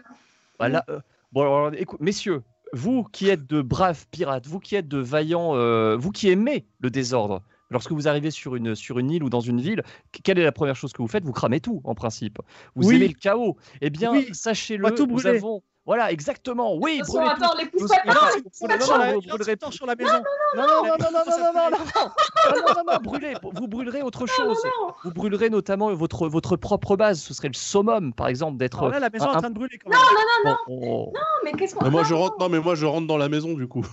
Speaker 3: Bah
Speaker 1: Mmh.
Speaker 3: là, euh, bon, alors, écou- messieurs, vous qui êtes de braves pirates, vous qui êtes de vaillants, euh, vous qui aimez le désordre, lorsque vous arrivez sur une, sur une île ou dans une ville, qu- quelle est la première chose que vous faites Vous cramez tout, en principe. Vous
Speaker 1: Oui.
Speaker 3: aimez le chaos. Eh bien,
Speaker 1: Oui.
Speaker 3: sachez-le,
Speaker 1: va tout
Speaker 3: nous
Speaker 1: brûler.
Speaker 3: avons... Voilà, exactement. Oui,
Speaker 4: Attention,
Speaker 3: brûlez tout.
Speaker 4: attends, les pousse
Speaker 3: Nous-
Speaker 4: pas
Speaker 3: Non,
Speaker 4: tard.
Speaker 3: vous
Speaker 1: Torche
Speaker 3: brûlerez-
Speaker 1: sur la-
Speaker 3: vous brûlerez-
Speaker 1: torche sur la maison.
Speaker 3: non, non, non, non, non, non, non, non, non, non, non, non, brûlez, vous brûlerez autre chose. Vous brûlerez notamment votre, votre propre base. Ce serait le summum, par exemple,
Speaker 1: Alors
Speaker 3: d'être.
Speaker 1: là, la maison est
Speaker 3: Un-
Speaker 1: en train de brûler quand même.
Speaker 3: Bon, on-
Speaker 4: Non, mais qu'est-ce qu'on
Speaker 5: Mais moi,
Speaker 4: Ah,
Speaker 5: je rentre, non, mais moi, je rentre dans la maison, du coup.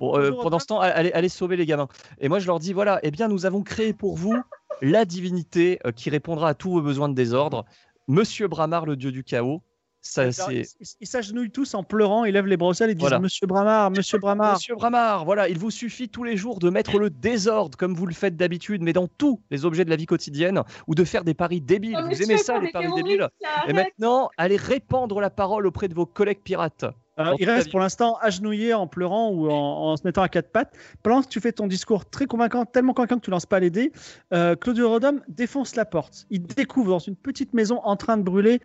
Speaker 3: Bon, euh,
Speaker 1: Toujours
Speaker 3: pendant
Speaker 1: autant.
Speaker 3: ce temps, allez, allez sauver les gamins. Et moi, je leur dis voilà, eh bien, nous avons créé pour vous la divinité euh, qui répondra à tous vos besoins de désordre. Monsieur Bramar, le dieu du chaos.
Speaker 4: Eh
Speaker 3: Ça,
Speaker 1: Alors,
Speaker 3: c'est.
Speaker 1: ils ils- ils s'agenouillent tous en pleurant, ils lèvent les bras au ciel, ils disent
Speaker 3: Voilà.
Speaker 1: Monsieur Bramar, Monsieur Bramar.
Speaker 3: Monsieur Bramar, voilà, il vous suffit tous les jours de mettre le désordre comme vous le faites d'habitude, mais dans tous les objets de la vie quotidienne, ou de faire des paris débiles.
Speaker 4: non, mais
Speaker 3: vous
Speaker 4: tu
Speaker 3: aimez
Speaker 4: vas
Speaker 3: ça,
Speaker 4: faire
Speaker 3: les
Speaker 4: des
Speaker 3: paris
Speaker 4: terroristes,
Speaker 3: débiles ben,
Speaker 4: là,
Speaker 3: Et
Speaker 4: arrête.
Speaker 3: maintenant, allez répandre la parole auprès de vos collègues pirates.
Speaker 1: Alors, il
Speaker 3: Dans
Speaker 1: reste
Speaker 3: ta
Speaker 1: pour l'instant agenouillé en pleurant ou en, en se mettant à quatre pattes. Pendant que tu fais ton discours très convaincant, tellement convaincant que tu lances pas les dés, euh, Claudio Rodom défonce la porte. Il découvre dans une petite maison en train de brûler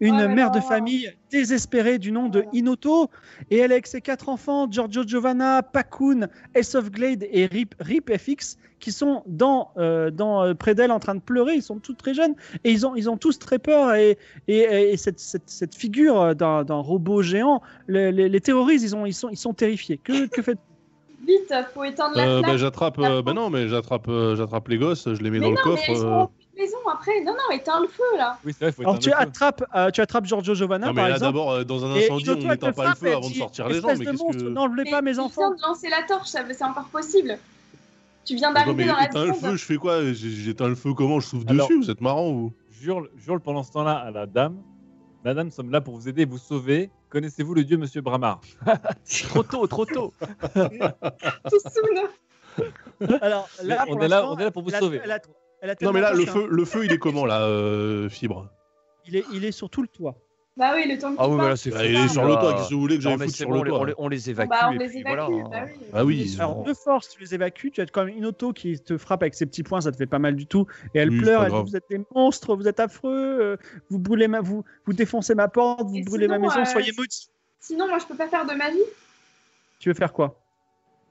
Speaker 1: une
Speaker 4: Oh là
Speaker 1: mère de
Speaker 4: là. Oh.
Speaker 1: famille désespérée du nom de
Speaker 4: Voilà.
Speaker 1: Inoto. Et elle est avec ses quatre enfants, Giorgio Giovanna, Pakun, Ace of Glade et Rip, Rip FX, qui sont dans, euh, dans, euh, près d'elle en train de pleurer. Ils sont tous très jeunes et ils ont, ils ont tous très peur. Et, et, et cette, cette, cette figure euh, d'un d'un robot géant le- les, les terroristes, ils, ont, ils, sont, ils sont terrifiés. Que, que faites
Speaker 4: Vite, faut éteindre la
Speaker 5: Euh,
Speaker 4: flamme.
Speaker 5: bah, j'attrape, euh, bah non, mais j'attrape, euh, j'attrape les gosses, je les mets
Speaker 4: Mais
Speaker 5: dans le
Speaker 4: non, mais
Speaker 5: coffre.
Speaker 4: elles
Speaker 5: euh.
Speaker 4: sont en maison après. Non, non, éteins le feu là.
Speaker 2: Oui, c'est vrai, faut
Speaker 1: Alors,
Speaker 2: éteindre
Speaker 1: tu
Speaker 2: le feu.
Speaker 1: attrapes, euh, tu attrapes Giorgio Giovanna,
Speaker 5: Non, mais
Speaker 1: par
Speaker 5: là,
Speaker 1: exemple.
Speaker 5: d'abord, euh, dans un
Speaker 1: et
Speaker 5: incendie,
Speaker 1: Inoto,
Speaker 5: on
Speaker 1: elle te
Speaker 5: n'éteint pas le
Speaker 1: frappe et
Speaker 5: feu
Speaker 1: elle
Speaker 5: avant de
Speaker 1: dit,
Speaker 5: sortir les gens.
Speaker 1: espèce
Speaker 5: Mais
Speaker 1: de
Speaker 5: qu'est-ce
Speaker 1: monstre,
Speaker 5: que.
Speaker 1: N'enlevez
Speaker 4: Mais
Speaker 1: pas mes enfants.
Speaker 4: Tu viens de lancer la torche, ça- c'est encore possible. Tu viens
Speaker 5: Non, mais
Speaker 4: d'arriver dans la
Speaker 5: éteins le
Speaker 4: seconde.
Speaker 5: feu, je fais quoi J'ai- J'éteins le feu comment Je souffle
Speaker 2: Alors-
Speaker 5: dessus Vous êtes marrant ou
Speaker 2: Jure, jure pendant ce temps-là à la dame. Madame, nous sommes là pour vous aider, vous sauver. Connaissez-vous le dieu Monsieur Bramar
Speaker 3: Trop tôt, trop tôt.
Speaker 4: Tout sous nous.
Speaker 1: Alors, là,
Speaker 2: on
Speaker 1: pour
Speaker 2: est là-
Speaker 1: l'instant,
Speaker 2: on est là pour vous
Speaker 1: elle a-
Speaker 2: sauver.
Speaker 1: elle a- elle a
Speaker 5: Non,
Speaker 1: tellement
Speaker 5: mais là, le
Speaker 1: peur
Speaker 5: feu, le feu, il est comment là, euh, fibre
Speaker 1: qu'il- Il est, il est sur tout le toit.
Speaker 4: Bah oui, le temps que
Speaker 3: Ah
Speaker 4: tu
Speaker 3: oui,
Speaker 4: parles.
Speaker 3: voilà, c'est
Speaker 5: Bah,
Speaker 3: fou.
Speaker 5: Il est sur le
Speaker 3: Ah.
Speaker 5: toit. Qu'est-ce que vous voulez que
Speaker 3: Non,
Speaker 5: j'aille
Speaker 3: mais
Speaker 5: foutre
Speaker 3: c'est
Speaker 5: sur hein.
Speaker 3: bon, on
Speaker 5: le
Speaker 3: les- on, les,
Speaker 5: toit
Speaker 3: on les évacue.
Speaker 4: Bah, on
Speaker 3: et
Speaker 4: les
Speaker 3: puis
Speaker 4: évacue.
Speaker 3: voilà. hein.
Speaker 4: Bah oui.
Speaker 5: Ah oui. ils
Speaker 1: Alors,
Speaker 5: ont-
Speaker 1: de force, tu les évacues. Tu as quand même une auto qui te frappe avec ses petits poings, ça te fait pas mal du tout. Et elle
Speaker 5: Oui, c'est
Speaker 1: pleure.
Speaker 5: pas
Speaker 1: Elle dit
Speaker 5: grave.
Speaker 1: Vous êtes des monstres, vous êtes affreux, euh, vous brûlez ma, vous, vous défoncez ma porte, vous
Speaker 4: Et
Speaker 1: brûlez ma
Speaker 4: sinon,
Speaker 1: maison,
Speaker 4: euh,
Speaker 1: soyez maudits.
Speaker 4: Sinon, moi, je peux pas faire de magie.
Speaker 1: Tu veux faire quoi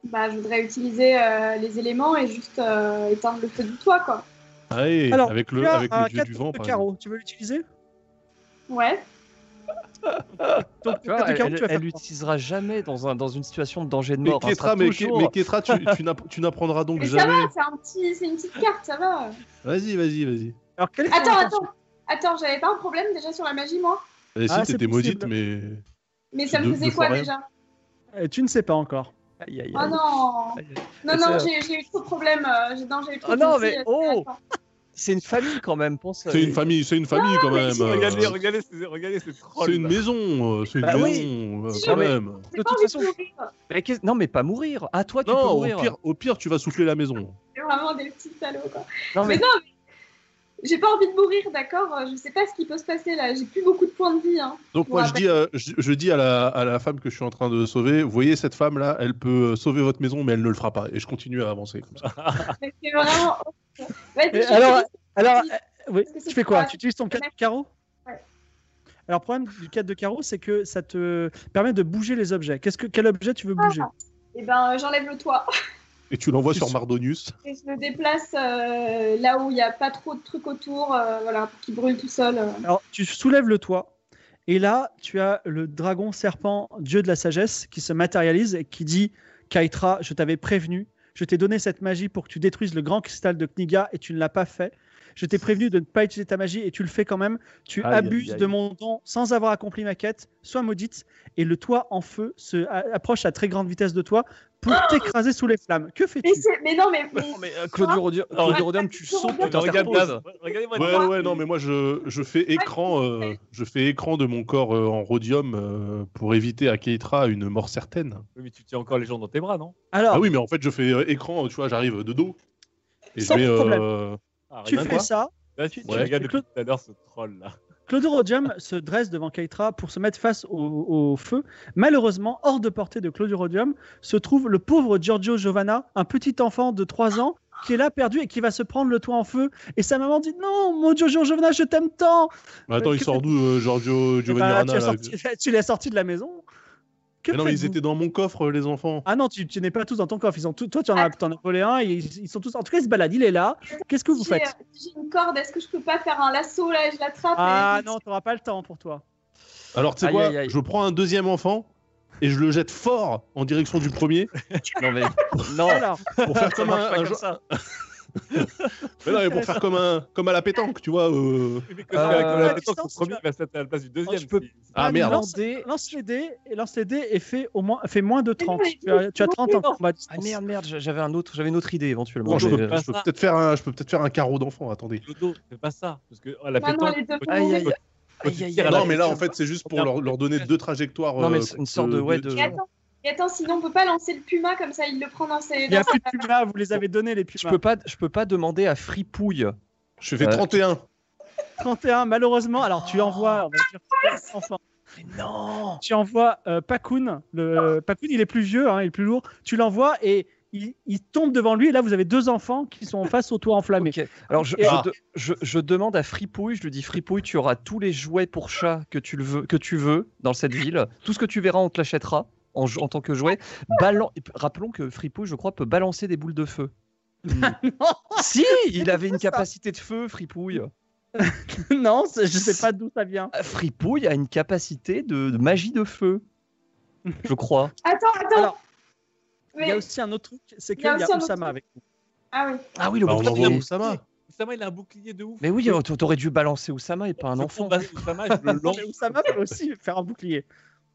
Speaker 4: Bah, je voudrais utiliser euh, les éléments et juste euh, éteindre le feu du toit, quoi.
Speaker 5: Allez,
Speaker 1: Alors,
Speaker 5: avec
Speaker 1: tu
Speaker 5: le,
Speaker 1: as
Speaker 5: avec
Speaker 1: un
Speaker 5: le dieu du
Speaker 1: quatre
Speaker 5: vent.
Speaker 1: de
Speaker 5: par exemple.
Speaker 1: carreau. Tu veux l'utiliser
Speaker 4: Ouais. Ah,
Speaker 1: Donc,
Speaker 3: Tu vois,
Speaker 1: quatre de
Speaker 3: elle-
Speaker 1: carreau,
Speaker 3: elle-
Speaker 1: hein, tu vas faire
Speaker 3: elle l'utilisera jamais dans, un, dans une situation de danger de
Speaker 5: Mais
Speaker 3: mort. hein,
Speaker 5: Ketra,
Speaker 3: sera
Speaker 5: mais,
Speaker 3: toujours-
Speaker 5: mais Ketra, tu, tu n'app- tu n'apprendras donc
Speaker 4: Mais ça
Speaker 5: jamais.
Speaker 4: va, c'est un petit, c'est une petite carte, ça va.
Speaker 5: Vas-y, vas-y, vas-y.
Speaker 1: Alors, quel est
Speaker 3: Ah,
Speaker 1: ton
Speaker 4: Attends,
Speaker 1: intention
Speaker 4: attends, attends, j'avais pas un problème déjà sur la magie, moi.
Speaker 5: Allez,
Speaker 1: Ah,
Speaker 5: si,
Speaker 1: c'est
Speaker 5: t'étais maudite,
Speaker 1: possible.
Speaker 5: mais.
Speaker 4: Mais ça
Speaker 5: Deux-
Speaker 4: me faisait
Speaker 5: deux
Speaker 4: quoi
Speaker 5: fois rien.
Speaker 4: déjà
Speaker 1: Euh, Tu ne sais pas encore.
Speaker 3: Aïe, aïe,
Speaker 5: Ah
Speaker 4: Oh
Speaker 3: aïe.
Speaker 4: non
Speaker 3: Aïe,
Speaker 4: Non,
Speaker 3: Et
Speaker 4: non,
Speaker 3: ça-
Speaker 4: j'ai j'ai eu trop de problèmes. euh, j'ai- non, j'ai eu trop
Speaker 3: Oh
Speaker 4: de
Speaker 3: non,
Speaker 4: soucis,
Speaker 3: mais
Speaker 4: euh,
Speaker 3: oh
Speaker 4: c'est
Speaker 3: C'est une famille quand même, pense. euh, à-
Speaker 5: C'est une famille, c'est une famille quand même. euh,
Speaker 2: Regardez, regardez, ces- regardez ces trolls.
Speaker 5: C'est une maison, euh, c'est une
Speaker 3: Bah oui.
Speaker 5: maison, euh,
Speaker 4: Si,
Speaker 5: quand
Speaker 3: mais-
Speaker 5: même.
Speaker 4: J'ai
Speaker 3: De
Speaker 4: pas
Speaker 3: toute
Speaker 4: envie
Speaker 3: façon-
Speaker 4: de mourir.
Speaker 3: Mais qu'est- Non, mais pas mourir. Ah, toi, tu peux
Speaker 5: Non, au
Speaker 3: mourir.
Speaker 5: pire, au pire, tu vas souffler la maison.
Speaker 4: C'est vraiment des petits salauds, quoi.
Speaker 3: Non,
Speaker 4: Mais
Speaker 3: mais
Speaker 4: non, mais... j'ai pas envie de mourir, d'accord Je sais pas ce qui peut se passer là. J'ai plus beaucoup de points de vie. Hein.
Speaker 5: Donc
Speaker 4: Bon,
Speaker 5: moi, je
Speaker 4: après-
Speaker 5: dis, euh, je, je dis à la, à la femme que je suis en train de sauver, vous voyez cette femme là, elle peut euh, sauver votre maison, mais elle ne le fera pas. Et je continue à avancer comme ça.
Speaker 4: Mais C'est vraiment. oh, Vas-y,
Speaker 1: Et
Speaker 4: je-
Speaker 1: Ah. alors, alors
Speaker 4: Oui.
Speaker 1: euh, oui,
Speaker 4: Parce que c'est
Speaker 1: tu fais
Speaker 4: pour
Speaker 1: quoi
Speaker 4: la-
Speaker 1: Tu utilises ton 4 de
Speaker 4: la-
Speaker 1: carreau
Speaker 4: Ouais.
Speaker 1: Alors, le problème du 4 de carreau, c'est que ça te permet de bouger les objets. Qu'est-ce que, quel objet tu veux bouger
Speaker 4: Eh ben, euh, j'enlève le toit
Speaker 5: Et tu l'envoies
Speaker 1: Tu
Speaker 5: sur
Speaker 1: sou-
Speaker 5: Mardonius.
Speaker 4: et je le déplace euh, là où il n'y a pas trop de trucs autour, euh, voilà, pour qu'il brûle tout seul. euh.
Speaker 1: Alors, tu soulèves le toit, et là, tu as le dragon serpent, dieu de la sagesse, qui se matérialise et qui dit Kaitra, je t'avais prévenu, je t'ai donné cette magie pour que tu détruises le grand cristal de Kniga et tu ne l'as pas fait. Je t'ai prévenu de ne pas utiliser ta magie et tu le fais quand même. Tu
Speaker 3: Aïe, aïe,
Speaker 1: abuses
Speaker 3: aïe.
Speaker 1: de mon don sans avoir accompli ma quête. Sois maudite. Et le toit en feu se a- approche à très grande vitesse de toi pour t'écraser sous les flammes. Que
Speaker 4: Mais,
Speaker 1: fais-tu
Speaker 4: c'est- mais non, mais, mais-
Speaker 3: Non, mais, euh, Claudio Rodi- Claudio Rodium, tu
Speaker 4: Claudio
Speaker 3: sautes, tu
Speaker 4: Rodium,
Speaker 2: Regarde,
Speaker 3: t'interposes.
Speaker 2: regardez-moi.
Speaker 5: Ouais, ouais, non, mais moi je, je fais écran, euh, je fais écran de mon corps euh, en rhodium euh, pour éviter à Keitra une mort certaine.
Speaker 2: Oui, Mais tu tiens encore les gens dans tes bras, non
Speaker 1: Alors,
Speaker 5: Ah oui, mais en fait, je fais euh, écran, tu vois, j'arrive de dos. Et
Speaker 1: Sans
Speaker 5: je vais, euh,
Speaker 2: Ah,
Speaker 1: tu
Speaker 2: regarde,
Speaker 1: fais
Speaker 2: quoi
Speaker 1: ça.
Speaker 2: Là, tu, tu
Speaker 5: Ouais.
Speaker 2: regardes depuis tout à l'heure ce troll là.
Speaker 1: Claudio Rodium se dresse devant Keitra pour se mettre face au, au feu. Malheureusement, hors de portée de Claudio Rodium, se trouve le pauvre Giorgio Giovanna, un petit enfant de 3 ans qui est là perdu et qui va se prendre le toit en feu. Et sa maman dit non, mon Jojo Jovenas, je t'aime tant.
Speaker 5: Mais attends, il sort d'où, euh, Giorgio
Speaker 1: Eh ben,
Speaker 5: Giovanni Rana
Speaker 1: tu l'as
Speaker 5: là
Speaker 1: sorti, tu l'as sorti de la maison. Que
Speaker 5: Mais Non, mais ils
Speaker 1: faites-vous
Speaker 5: étaient dans mon coffre, les enfants.
Speaker 1: Ah non, tu, tu n'es pas tous dans ton coffre. Ils ont tout- toi, tu en as, t'en as volé un. et ils, ils sont tous. En tout cas, ils se baladent. Il est là. Qu'est-ce que vous
Speaker 4: J'ai euh,
Speaker 1: faites
Speaker 4: j'ai une corde, est-ce que je peux pas faire un lasso là et je l'attrape
Speaker 1: Ah
Speaker 4: et-
Speaker 1: non, t'auras pas le temps pour toi.
Speaker 5: Alors, tu sais
Speaker 3: Aïe,
Speaker 5: quoi
Speaker 3: aïe, aïe.
Speaker 5: Je prends un deuxième enfant et je le jette fort en direction du premier
Speaker 3: Non, mais. Non,
Speaker 1: Alors,
Speaker 5: pour faire
Speaker 3: ça
Speaker 5: comme
Speaker 3: marche
Speaker 5: un.
Speaker 3: pas
Speaker 5: un
Speaker 3: comme
Speaker 5: genre-
Speaker 3: ça.
Speaker 5: Mais non, mais pour faire comme, un, comme à la pétanque, tu vois. euh,
Speaker 2: Mais
Speaker 3: Euh,
Speaker 2: avec
Speaker 3: à
Speaker 2: la pétanque,
Speaker 1: distance,
Speaker 2: ton premier
Speaker 1: tu
Speaker 2: va se mettre à la place du deuxième.
Speaker 1: je peux-
Speaker 2: si- si-
Speaker 5: Ah,
Speaker 1: Allez,
Speaker 5: merde.
Speaker 1: Lance, lance les dés et lance les dés et fais au moins fait moins de
Speaker 4: Mais non,
Speaker 1: 30.
Speaker 4: mais
Speaker 1: Tu as, tu as
Speaker 4: non,
Speaker 1: 30 en combat. à distance.
Speaker 3: Ah merde, merde, j'a- j'avais un autre, j'avais une autre idée éventuellement.
Speaker 5: bon, je
Speaker 3: mais,
Speaker 5: peux,
Speaker 3: euh,
Speaker 2: pas
Speaker 5: je peux
Speaker 2: ça.
Speaker 5: peut-être faire un, je peux peut-être faire un carreau d'enfant. Attendez.
Speaker 2: Dodo, fais pas ça. Parce que oh, la
Speaker 4: Non, non,
Speaker 2: pétanque.
Speaker 4: les deux
Speaker 2: quand-
Speaker 4: vont
Speaker 2: quand-
Speaker 4: mourir.
Speaker 2: quand- quand
Speaker 3: Aïe,
Speaker 2: tu
Speaker 3: aïe,
Speaker 2: tires à
Speaker 3: aïe,
Speaker 2: la
Speaker 5: Non, mais là, en
Speaker 2: pétanque,
Speaker 5: fait, c'est juste pour leur, leur donner deux trajectoires.
Speaker 3: Non, mais
Speaker 5: euh,
Speaker 3: c'est une sorte de- ouais, de-
Speaker 4: Et attends, et attends, sinon on peut pas lancer le puma comme ça, il le prend dans ses.
Speaker 1: Il n'y a
Speaker 4: dans
Speaker 1: plus de pumas. Vous les avez donnés les pumas.
Speaker 3: je peux pas, je peux pas demander à Fripouille.
Speaker 5: Je fais
Speaker 3: Ouais.
Speaker 5: 31.
Speaker 1: 31 malheureusement. Alors tu envoies. on va dire, enfin,
Speaker 3: non.
Speaker 1: tu envoies euh, Pakun. Le, Pakun, il est plus vieux, hein, il est plus lourd. Tu l'envoies et il, il tombe devant lui. Et là, vous avez deux enfants qui sont face au toit enflammé.
Speaker 3: Ok. Alors je,
Speaker 1: Et-
Speaker 3: je
Speaker 1: Ah.
Speaker 3: de- je- je demande à Fripouille, je lui dis Fripouille, tu auras tous les jouets pour chat que tu le veux, que tu veux dans cette ville. Tout ce que tu verras, on te l'achètera en, jou- en tant que jouet. Balan- et p- Rappelons que Fripouille, je crois, peut balancer des boules de feu. Hmm. Ah si, il avait une capacité de feu, Fripouille.
Speaker 1: non, c'est- je sais pas d'où ça vient.
Speaker 3: Ah, Fripouille a une capacité de, de magie de feu. Je crois.
Speaker 4: Attends, attends.
Speaker 1: Alors, Il y
Speaker 4: Mais-
Speaker 1: a aussi un autre truc, c'est
Speaker 4: Il
Speaker 1: qu'il
Speaker 4: y
Speaker 1: y
Speaker 4: a
Speaker 1: a
Speaker 4: aussi un autre
Speaker 1: Oussama
Speaker 4: truc.
Speaker 1: avec.
Speaker 4: Ah oui.
Speaker 3: Ah oui, le
Speaker 5: Bah, on
Speaker 3: bouclier.
Speaker 5: envoie Oussama.
Speaker 2: Oussama, il a un bouclier de ouf.
Speaker 3: Mais oui, alors, t'aurais dû balancer Oussama et pas un
Speaker 2: Je
Speaker 3: enfant.
Speaker 2: prends Oussama, je le
Speaker 1: Non,
Speaker 2: lance.
Speaker 1: mais Oussama peut aussi faire un bouclier.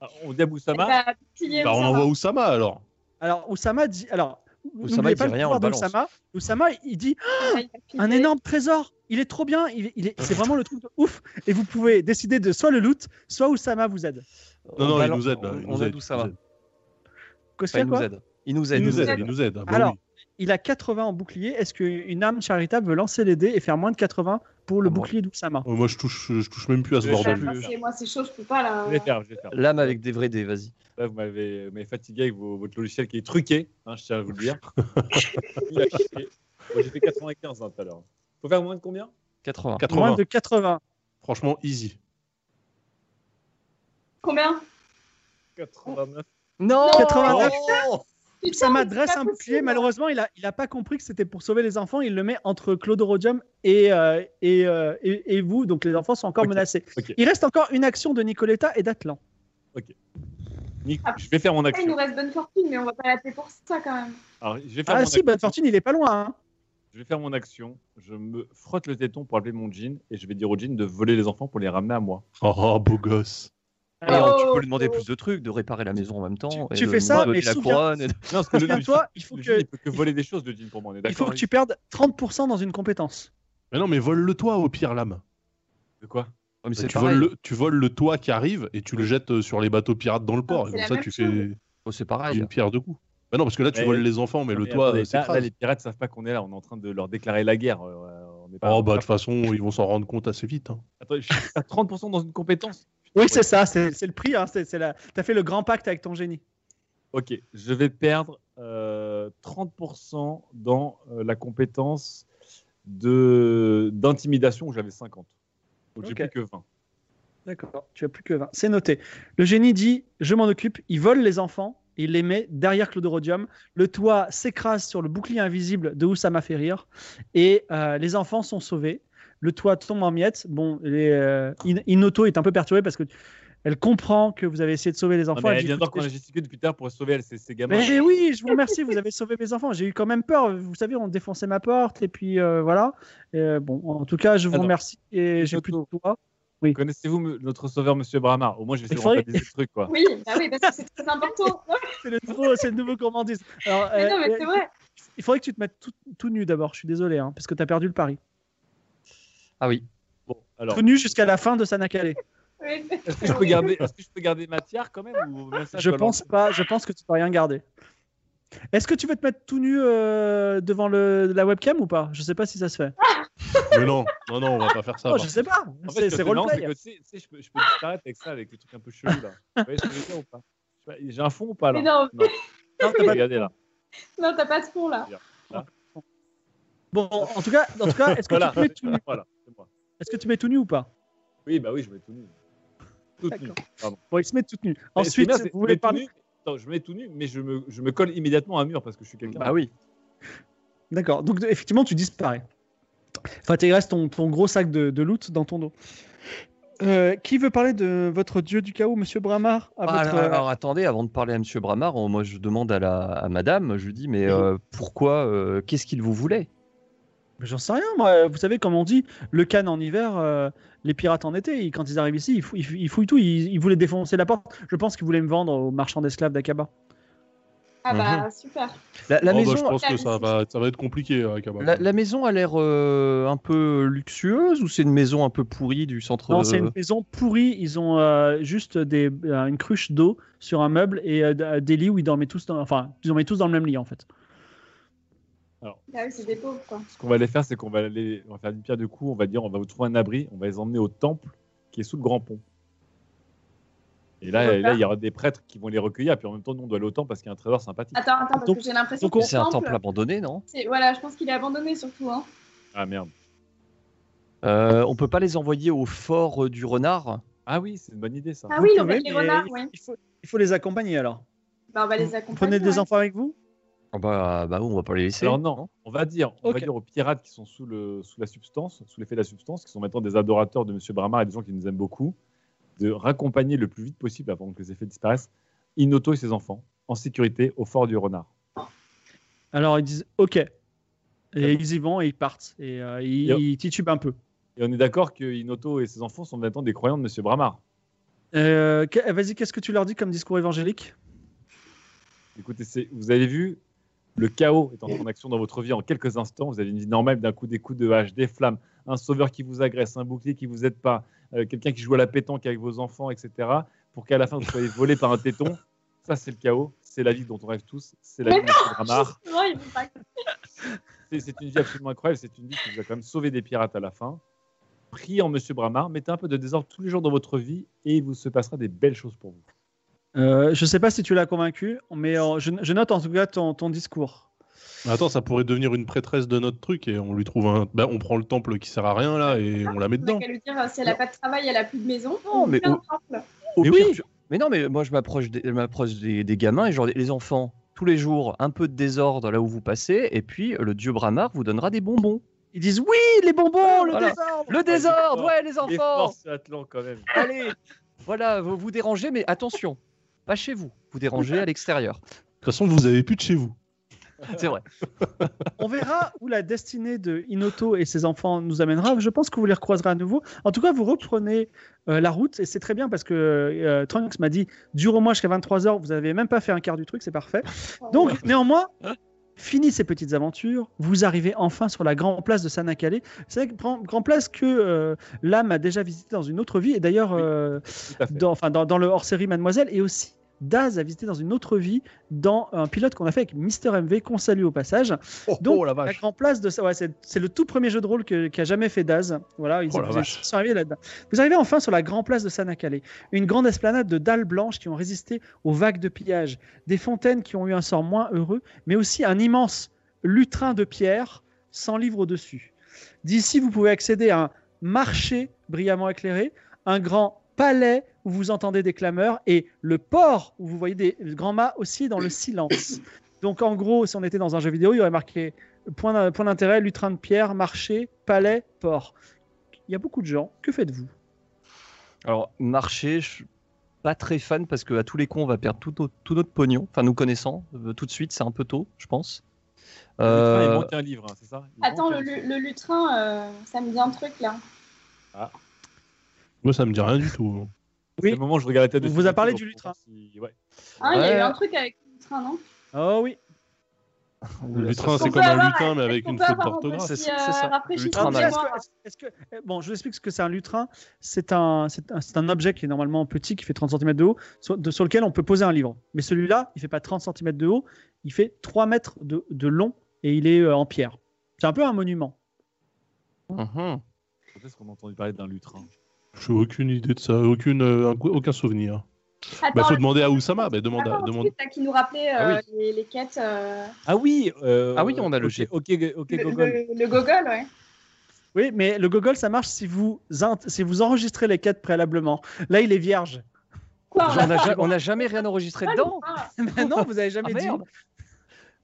Speaker 2: Ah, On dit à
Speaker 3: Eh
Speaker 2: Oussama.
Speaker 3: ben,
Speaker 4: Bah, bouclier,
Speaker 5: Bah, on
Speaker 4: ça va.
Speaker 5: envoie Oussama alors.
Speaker 1: Alors Oussama dit. Alors
Speaker 3: Oussama,
Speaker 1: n'oubliez
Speaker 3: il
Speaker 1: pas
Speaker 3: dit
Speaker 1: le
Speaker 3: rien, on
Speaker 1: pouvoir
Speaker 3: le balance.
Speaker 1: d'Oussama. Oussama, il dit
Speaker 4: Ah, il a filé.
Speaker 1: un énorme trésor. Il est trop bien. Il, il est. C'est vraiment le truc de ouf. Et vous pouvez décider de soit le loot, soit Oussama vous aide.
Speaker 5: Non,
Speaker 3: On
Speaker 5: non, il
Speaker 3: balance-
Speaker 5: nous aide là.
Speaker 3: on-
Speaker 5: il
Speaker 3: On
Speaker 5: nous
Speaker 3: aide Oussama.
Speaker 1: Qu'est-ce
Speaker 3: Enfin,
Speaker 1: qu'il
Speaker 3: il
Speaker 1: y a,
Speaker 3: nous
Speaker 1: quoi
Speaker 3: aide. Il nous aide.
Speaker 5: Il nous aide, il
Speaker 3: aide.
Speaker 5: nous aide. Ah, bah
Speaker 1: Alors,
Speaker 5: oui.
Speaker 1: il a 80 en bouclier. Est-ce qu'une âme charitable veut lancer les dés et faire moins de 80 pour le
Speaker 3: Ah, moi-
Speaker 1: bouclier d'Oussama
Speaker 5: Oh, moi, je touche, je touche même plus à ce
Speaker 2: Je
Speaker 4: Ah,
Speaker 2: sais
Speaker 5: bordel.
Speaker 4: non, c'est- Moi, c'est chaud, je peux pas là.
Speaker 2: Je vais faire, je vais faire.
Speaker 3: L'âme avec des vrais dés, vas-y.
Speaker 2: Là, vous m'avez vous m'avez fatigué avec vos- votre logiciel qui est truqué, hein, je tiens à vous le dire. Il a chié. Moi, J'ai fait 95 hein, tout à l'heure. Faut faire moins de combien
Speaker 3: 80.
Speaker 5: 80.
Speaker 1: Moins de 80.
Speaker 5: Franchement, easy.
Speaker 4: Combien
Speaker 2: 89.
Speaker 3: Non
Speaker 2: Oh
Speaker 1: 89.
Speaker 4: Putain,
Speaker 1: Oussama
Speaker 4: mais c'est
Speaker 1: dresse
Speaker 4: pas
Speaker 1: un
Speaker 4: possible.
Speaker 1: bouclier. Malheureusement, il a, il a pas compris que c'était pour sauver les enfants. Il le met entre Clodorodium et, euh, et, euh, et, et vous. Donc les enfants sont encore
Speaker 2: Ok.
Speaker 1: menacés.
Speaker 2: Ok.
Speaker 1: Il reste encore une action de Nicoletta et d'Atlan.
Speaker 2: Nick, je vais faire mon
Speaker 4: Ah, Il nous
Speaker 2: action.
Speaker 4: reste bonne fortune, mais on va pas l'appeler pour ça quand même.
Speaker 2: Alors, je, vais faire
Speaker 1: Ah
Speaker 2: mon
Speaker 1: si,
Speaker 2: action.
Speaker 1: bonne fortune, il est pas loin. hein.
Speaker 2: je vais faire mon action. Je me frotte le téton pour appeler mon jean et je vais dire au jean de voler les enfants pour les ramener à moi.
Speaker 5: Oh, oh, beau gosse.
Speaker 2: Ah,
Speaker 3: Et
Speaker 1: Alors,
Speaker 4: Oh,
Speaker 3: on- tu peux lui demander plus de trucs, de réparer la maison en même temps.
Speaker 1: Tu-
Speaker 3: et
Speaker 1: tu
Speaker 3: de
Speaker 1: fais ça,
Speaker 3: lui
Speaker 1: mais
Speaker 3: donner la
Speaker 1: souviens-
Speaker 3: couronne. et de-
Speaker 2: Non, parce que le,
Speaker 1: Souviens-toi, il faut
Speaker 2: le
Speaker 1: que
Speaker 2: jean, il peut que voler des choses, le jean, pour moi. on est
Speaker 1: il faut
Speaker 2: d'accord
Speaker 1: que tu perdes 30% dans une compétence.
Speaker 5: Mais non, mais vole-le toit au pire, l'âme.
Speaker 2: De quoi
Speaker 3: Oh, mais c'est
Speaker 5: Bah, Tu
Speaker 3: pareil.
Speaker 5: voles, le, tu voles le toit qui arrive et tu le jettes euh, sur les bateaux pirates dans le port.
Speaker 4: Ah, c'est
Speaker 5: et comme
Speaker 4: la
Speaker 5: ça,
Speaker 4: même
Speaker 5: tu fais
Speaker 4: chose.
Speaker 3: Oh, c'est pareil.
Speaker 5: une pierre deux coups. Bah non, parce que là, tu
Speaker 2: Mais-
Speaker 5: voles les enfants, mais le
Speaker 2: Mais
Speaker 5: toit,
Speaker 2: attendez,
Speaker 5: euh,
Speaker 2: là- là,
Speaker 5: s'écrase.
Speaker 2: Ah, les pirates savent pas qu'on est là. On est en train de leur déclarer la guerre. euh, on n'est pas-
Speaker 5: Oh, bah, de toute façon, ils vont s'en rendre compte assez vite. hein.
Speaker 2: Attends, je suis à 30% dans une compétence.
Speaker 1: Oui, c'est ça, c'est c'est le prix. Hein, c'est- c'est la... T'as fait le grand pacte avec ton génie.
Speaker 2: Ok, je vais perdre euh, 30% dans euh, la compétence de d'intimidation où j'avais 50. Donc j'ai
Speaker 1: Ok.
Speaker 2: plus que 20.
Speaker 1: D'accord, tu as plus que 20. C'est noté. Le génie dit Je m'en occupe. Il vole les enfants. Il les met derrière Clodorodium. Le toit s'écrase sur le bouclier invisible de Oussama Ferrir. Et euh, les enfants sont sauvés. Le toit tombe en miettes. Bon, les, euh, In- Inoto est un peu perturbée parce que elle comprend que vous avez essayé de sauver les
Speaker 2: Non,
Speaker 1: enfants.
Speaker 2: Ah, mais
Speaker 1: Elle
Speaker 2: elle
Speaker 1: dit,
Speaker 2: vient
Speaker 1: Écoutez,
Speaker 2: qu'on a gesticulé depuis tard pour sauver elle, ces, ces gamins.
Speaker 1: mais oui, je vous remercie, vous avez sauvé mes enfants. J'ai eu quand même peur. Vous savez, on défonçait ma porte et puis euh, voilà. Et, euh, bon, en tout cas, je vous
Speaker 2: Alors,
Speaker 1: remercie et j'ai
Speaker 2: Toto.
Speaker 1: plus de toi.
Speaker 2: Connaissez-vous me- notre sauveur, Monsieur Brahma Au moins, je vais
Speaker 1: Il
Speaker 2: essayer de
Speaker 1: faudrait-
Speaker 2: rentabiliser le truc. Quoi.
Speaker 4: Oui, bah oui, parce que c'est très important. Non,
Speaker 1: C'est le nouveau, c'est le nouveau gourmandise. Alors,
Speaker 4: mais non,
Speaker 1: euh,
Speaker 4: mais c'est vrai.
Speaker 1: il faudrait que tu te mettes tout, tout nu d'abord. Je suis désolé, hein, parce que tu as perdu le pari.
Speaker 3: Ah oui.
Speaker 2: Bon, alors,
Speaker 1: Tout nu jusqu'à la fin de Sanakale.
Speaker 4: Oui, mais-
Speaker 2: est-ce que, je peux garder- est-ce que je peux garder Mathiar quand même ou même ça,
Speaker 1: Je
Speaker 2: dois
Speaker 1: pense pas. Je pense que tu peux rien garder. Est-ce que tu veux te mettre tout nu euh, devant le, la webcam ou pas Je sais pas si ça se fait.
Speaker 5: Mais non, non, non, on va pas faire ça.
Speaker 1: Oh,
Speaker 5: va.
Speaker 1: je sais pas.
Speaker 2: En fait,
Speaker 1: C'est
Speaker 2: ce
Speaker 1: c'est
Speaker 2: qui est marrant,
Speaker 1: roleplay.
Speaker 2: c'est que, tu sais- tu sais, je peux, je peux disparaître avec ça, avec les trucs un peu chelous là. Vous voyez ce que je veux dire ou pas Je sais pas, J'ai un fond ou pas là
Speaker 4: Mais non,
Speaker 2: Non,
Speaker 1: Non, t'as pas-
Speaker 2: regardez là.
Speaker 4: non, t'as pas ce fond là.
Speaker 1: Bon, en tout cas, en tout cas est-ce que,
Speaker 2: Voilà,
Speaker 1: tu te mets tout nu
Speaker 2: voilà, c'est moi.
Speaker 1: est-ce que tu mets tout nu ou pas
Speaker 2: Oui, bah oui, je mets tout nu. Tout nu.
Speaker 1: D'accord.
Speaker 2: Pardon.
Speaker 1: Bon, il se met tout nu.
Speaker 2: Mais ce qui est
Speaker 1: Ensuite,
Speaker 2: bien, c'est que
Speaker 1: vous
Speaker 2: je mets
Speaker 1: voulez
Speaker 2: tout
Speaker 1: parler
Speaker 2: nu. Attends, je mets tout nu, mais je me, je me colle immédiatement à un mur parce que je suis quelqu'un.
Speaker 3: Bah oui.
Speaker 1: D'accord. Donc, effectivement, tu disparais. Enfin, il reste ton, ton gros sac de, de loot dans ton dos. Euh, qui veut parler de votre dieu du chaos, monsieur Bramar à
Speaker 3: Ah,
Speaker 1: votre- euh,
Speaker 3: alors, alors, attendez, avant de parler à Monsieur Bramar, on- moi je demande à la à Madame, je lui dis mais euh, pourquoi, euh, qu'est-ce qu'il vous voulait
Speaker 1: Mais euh, J'en sais rien, moi. Vous savez, comme on dit, le can en hiver, euh, les pirates en été, ils- quand ils arrivent ici, ils, fou- ils fou- ils fouillent tout. Ils, ils voulaient défoncer la porte. Je pense qu'ils voulaient me vendre aux marchands d'esclaves d'Akaba.
Speaker 4: Ah bah, super.
Speaker 3: La, la
Speaker 5: Oh, bah,
Speaker 3: maison,
Speaker 5: je pense que ça
Speaker 4: la-
Speaker 5: va, ça va être compliqué. hein, Kabak.
Speaker 3: la, la maison a l'air euh, un peu luxueuse ou c'est une maison un peu pourrie du centre
Speaker 1: Non, c'est une maison pourrie. Ils ont euh, juste des, euh, une cruche d'eau sur un meuble et euh, d- euh, des lits où ils dormaient tous dans, enfin, ils dormaient tous dans le même lit, en fait.
Speaker 4: Ah oui, c'est des pauvres, quoi.
Speaker 2: Ce qu'on va aller faire, c'est qu'on va aller on va faire une pierre de coups, on va dire, on va vous trouver un abri, on va les emmener au temple qui est sous le grand pont. Et là,
Speaker 4: Pourquoi
Speaker 2: et là, il y aura des prêtres qui vont les recueillir, puis en même temps, nous, on doit aller au temple parce qu'il y a un trésor sympathique.
Speaker 1: Ah.
Speaker 4: Attends, attends, parce
Speaker 1: Donc-
Speaker 4: que j'ai l'impression
Speaker 1: donc
Speaker 4: que
Speaker 1: on-
Speaker 4: le
Speaker 3: C'est un
Speaker 4: temple,
Speaker 3: temple abandonné, non
Speaker 4: c'est- Voilà, je pense qu'il est abandonné surtout. Hein.
Speaker 2: Ah merde.
Speaker 3: Euh, On peut pas les envoyer au fort euh, du renard
Speaker 2: Ah oui, c'est une bonne idée ça.
Speaker 4: Ah oui,
Speaker 1: Vous
Speaker 4: on va
Speaker 1: pouvez,
Speaker 4: les
Speaker 1: mais
Speaker 4: renards,
Speaker 1: il-
Speaker 4: oui.
Speaker 1: il, faut, il faut les accompagner alors.
Speaker 4: Bah, on va les
Speaker 1: Vous
Speaker 4: accompagner.
Speaker 1: Prenez des
Speaker 4: ouais.
Speaker 1: enfants avec vous
Speaker 3: Ah bah, bah oui, on va pas les laisser.
Speaker 2: Alors non, on va dire, on
Speaker 1: Ok.
Speaker 2: va dire aux pirates qui sont sous, le, sous la substance, sous l'effet de la substance, qui sont maintenant des adorateurs de Monsieur Bramar et des gens qui nous aiment beaucoup, de raccompagner le plus vite possible avant que les effets disparaissent, Inoto et ses enfants, en sécurité au fort du renard.
Speaker 1: Alors ils disent OK. Et ils y vont et ils partent. Et euh, ils,
Speaker 2: Yo.
Speaker 1: ils titubent un peu.
Speaker 2: Et on est d'accord que Inoto et ses enfants sont maintenant des croyants de Monsieur Bramar.
Speaker 1: Euh, que- Vas-y, qu'est-ce que tu leur dis comme discours évangélique
Speaker 2: Écoutez, c'est- vous avez vu, le chaos est entré en action dans votre vie en quelques instants. Vous avez une vie normale, d'un coup des coups de hache, des flammes, un sauveur qui vous agresse, un bouclier qui vous aide pas, euh, quelqu'un qui joue à la pétanque avec vos enfants, etc. Pour qu'à la fin vous soyez volé par un téton. Ça, c'est le chaos. C'est la vie dont on rêve tous. C'est la
Speaker 4: Mais
Speaker 2: vie de Monsieur Bramar.
Speaker 4: Non, ils vont pas.
Speaker 2: C'est c'est une vie absolument incroyable. C'est une vie qui vous a quand même sauvé des pirates à la fin. Priez en Monsieur Bramar, mettez un peu de désordre tous les jours dans votre vie et il vous se passera des belles choses pour vous.
Speaker 1: Euh, Je sais pas si tu l'as convaincu, mais euh, je, je note en tout cas ton, ton discours.
Speaker 5: Mais Attends, ça pourrait devenir une prêtresse de notre truc et on lui trouve un. Bah, on prend le temple qui sert à rien là et on la met
Speaker 4: On a
Speaker 5: dedans.
Speaker 4: qu'à lui dire, euh, si elle a pas de travail, elle a plus de maison.
Speaker 3: Non,
Speaker 4: on
Speaker 3: mais
Speaker 4: fait un
Speaker 3: au-
Speaker 4: temple.
Speaker 3: Au
Speaker 2: Mais
Speaker 3: pire,
Speaker 2: oui.
Speaker 3: tu- mais non, mais moi je m'approche des, je m'approche des, des gamins et genre les enfants, tous les jours, un peu de désordre là où vous passez, et puis euh, le dieu Bramar vous donnera des bonbons.
Speaker 1: Ils disent oui, les bonbons, le
Speaker 3: Voilà.
Speaker 1: désordre.
Speaker 3: Oh, Le désordre,
Speaker 2: fort.
Speaker 3: ouais, les
Speaker 2: Les
Speaker 3: enfants
Speaker 2: forces Atlan quand même.
Speaker 3: Allez Voilà, vous vous dérangez, mais attention, pas chez vous, vous dérangez à l'extérieur.
Speaker 5: De toute façon, vous avez plus de chez vous.
Speaker 3: C'est vrai.
Speaker 1: On verra où la destinée de Inoto et ses enfants nous amènera. Je pense que vous les recroiserez à nouveau. En tout cas, vous reprenez euh, la route et c'est très bien parce que euh, Trunks m'a dit dure au moins jusqu'à 23h. Vous n'avez même pas fait un quart du truc, c'est parfait. Donc, néanmoins, fini ces petites aventures. Vous arrivez enfin sur la grande place de Sanakale. C'est une grand, grand place que euh, l'âme a déjà visitée dans une autre vie. Et d'ailleurs,
Speaker 2: Oui.
Speaker 1: euh,
Speaker 2: Tout à fait.
Speaker 1: dans, enfin, dans, dans le hors-série Mademoiselle et aussi Daz a visité dans une autre vie dans un pilote qu'on a fait avec Mister MV qu'on salue au passage.
Speaker 5: Oh,
Speaker 1: Donc,
Speaker 5: oh, la
Speaker 1: La
Speaker 5: vache.
Speaker 1: grande place de ça, ouais, c'est c'est le tout premier jeu de rôle que- qu'a jamais fait Daz. Voilà, ils
Speaker 5: Oh la
Speaker 1: vous,
Speaker 5: vache.
Speaker 1: sont arrivés là-dedans. Vous arrivez enfin sur la grande place de Sanakale, une grande esplanade de dalles blanches qui ont résisté aux vagues de pillage, des fontaines qui ont eu un sort moins heureux, mais aussi un immense lutrin de pierre sans livre au-dessus. D'ici, vous pouvez accéder à un marché brillamment éclairé, un grand palais où vous entendez des clameurs et le port où vous voyez des grands mâts aussi dans le silence. Donc en gros, si on était dans un jeu vidéo, il y aurait marqué point d'in- point d'intérêt, lutrin de pierre, marché, palais, port. Il y a beaucoup de gens. Que faites-vous
Speaker 3: Alors, marché, je suis pas très fan parce que à tous les cons, on va perdre tout, notre- tout notre pognon, enfin nous connaissant, euh, tout de suite, c'est un peu tôt, je pense.
Speaker 2: Le train,
Speaker 3: Euh,
Speaker 2: Il manque un livre, hein, c'est ça Il
Speaker 4: Attends,
Speaker 2: manque
Speaker 4: le,
Speaker 2: un
Speaker 4: le,
Speaker 2: livre.
Speaker 4: le lutrin, euh, ça me dit un truc là.
Speaker 5: Moi, ça me dit rien du tout. hein.
Speaker 2: C'est
Speaker 1: Oui.
Speaker 2: le moment où je regarde la tête de
Speaker 1: On vous a
Speaker 2: Philippe
Speaker 1: parlé
Speaker 2: pour
Speaker 1: du
Speaker 2: voir si- ouais.
Speaker 4: Hein, Il y a
Speaker 3: Ouais.
Speaker 4: eu un truc avec le lutrin, non
Speaker 1: Oh oui.
Speaker 5: Le lutrin,
Speaker 4: On
Speaker 5: c'est
Speaker 4: peut
Speaker 5: comme un
Speaker 4: avoir-
Speaker 5: lutin, mais avec
Speaker 4: On
Speaker 5: une
Speaker 4: peut
Speaker 5: faute
Speaker 4: avoir un
Speaker 5: d'orthographe.
Speaker 3: c'est
Speaker 4: petit
Speaker 3: ça, c'est ça.
Speaker 4: euh, rafraîchissement
Speaker 3: Lutrin,
Speaker 4: de
Speaker 1: Alors, Ah, est-ce que-
Speaker 4: mémoire.
Speaker 1: est-ce que- est-ce que- bon, je vous explique ce que c'est un lutrin. C'est un, c'est un, c'est un objet qui est normalement petit, qui fait 30 cm de haut, sur, de- sur lequel on peut poser un livre. Mais celui-là, il fait pas 30 cm de haut, il fait 3 mètres de, de long et il est euh, en pierre. C'est un peu un monument.
Speaker 3: mhm.
Speaker 2: Quand est-ce qu'on a entendu parler d'un lutrin
Speaker 5: J'ai aucune idée de ça, aucune, euh, aucun souvenir.
Speaker 4: Attends,
Speaker 5: Bah, faut
Speaker 4: la-
Speaker 5: demander à Oussama. Bah, demande à,
Speaker 4: attends,
Speaker 5: demande...
Speaker 4: ensuite, là, qui nous rappelait
Speaker 2: Ah oui.
Speaker 4: euh, les, les quêtes. euh,
Speaker 2: Ah oui euh,
Speaker 3: Ah oui, on a le
Speaker 2: ok,
Speaker 3: G.
Speaker 2: Ok, ok,
Speaker 4: le,
Speaker 2: Gogol.
Speaker 4: le- le gogol, ouais.
Speaker 1: Oui, mais le Gogol, ça marche si vous, int- si vous enregistrez les quêtes préalablement. Là, il est vierge.
Speaker 4: Quoi,
Speaker 3: Genre,
Speaker 4: on a
Speaker 3: on n'a ja- on n'a jamais rien enregistré
Speaker 4: pas
Speaker 3: dedans.
Speaker 4: le- ah,
Speaker 1: Mais non, vous avez jamais
Speaker 3: Ah,
Speaker 1: dit.
Speaker 3: merde.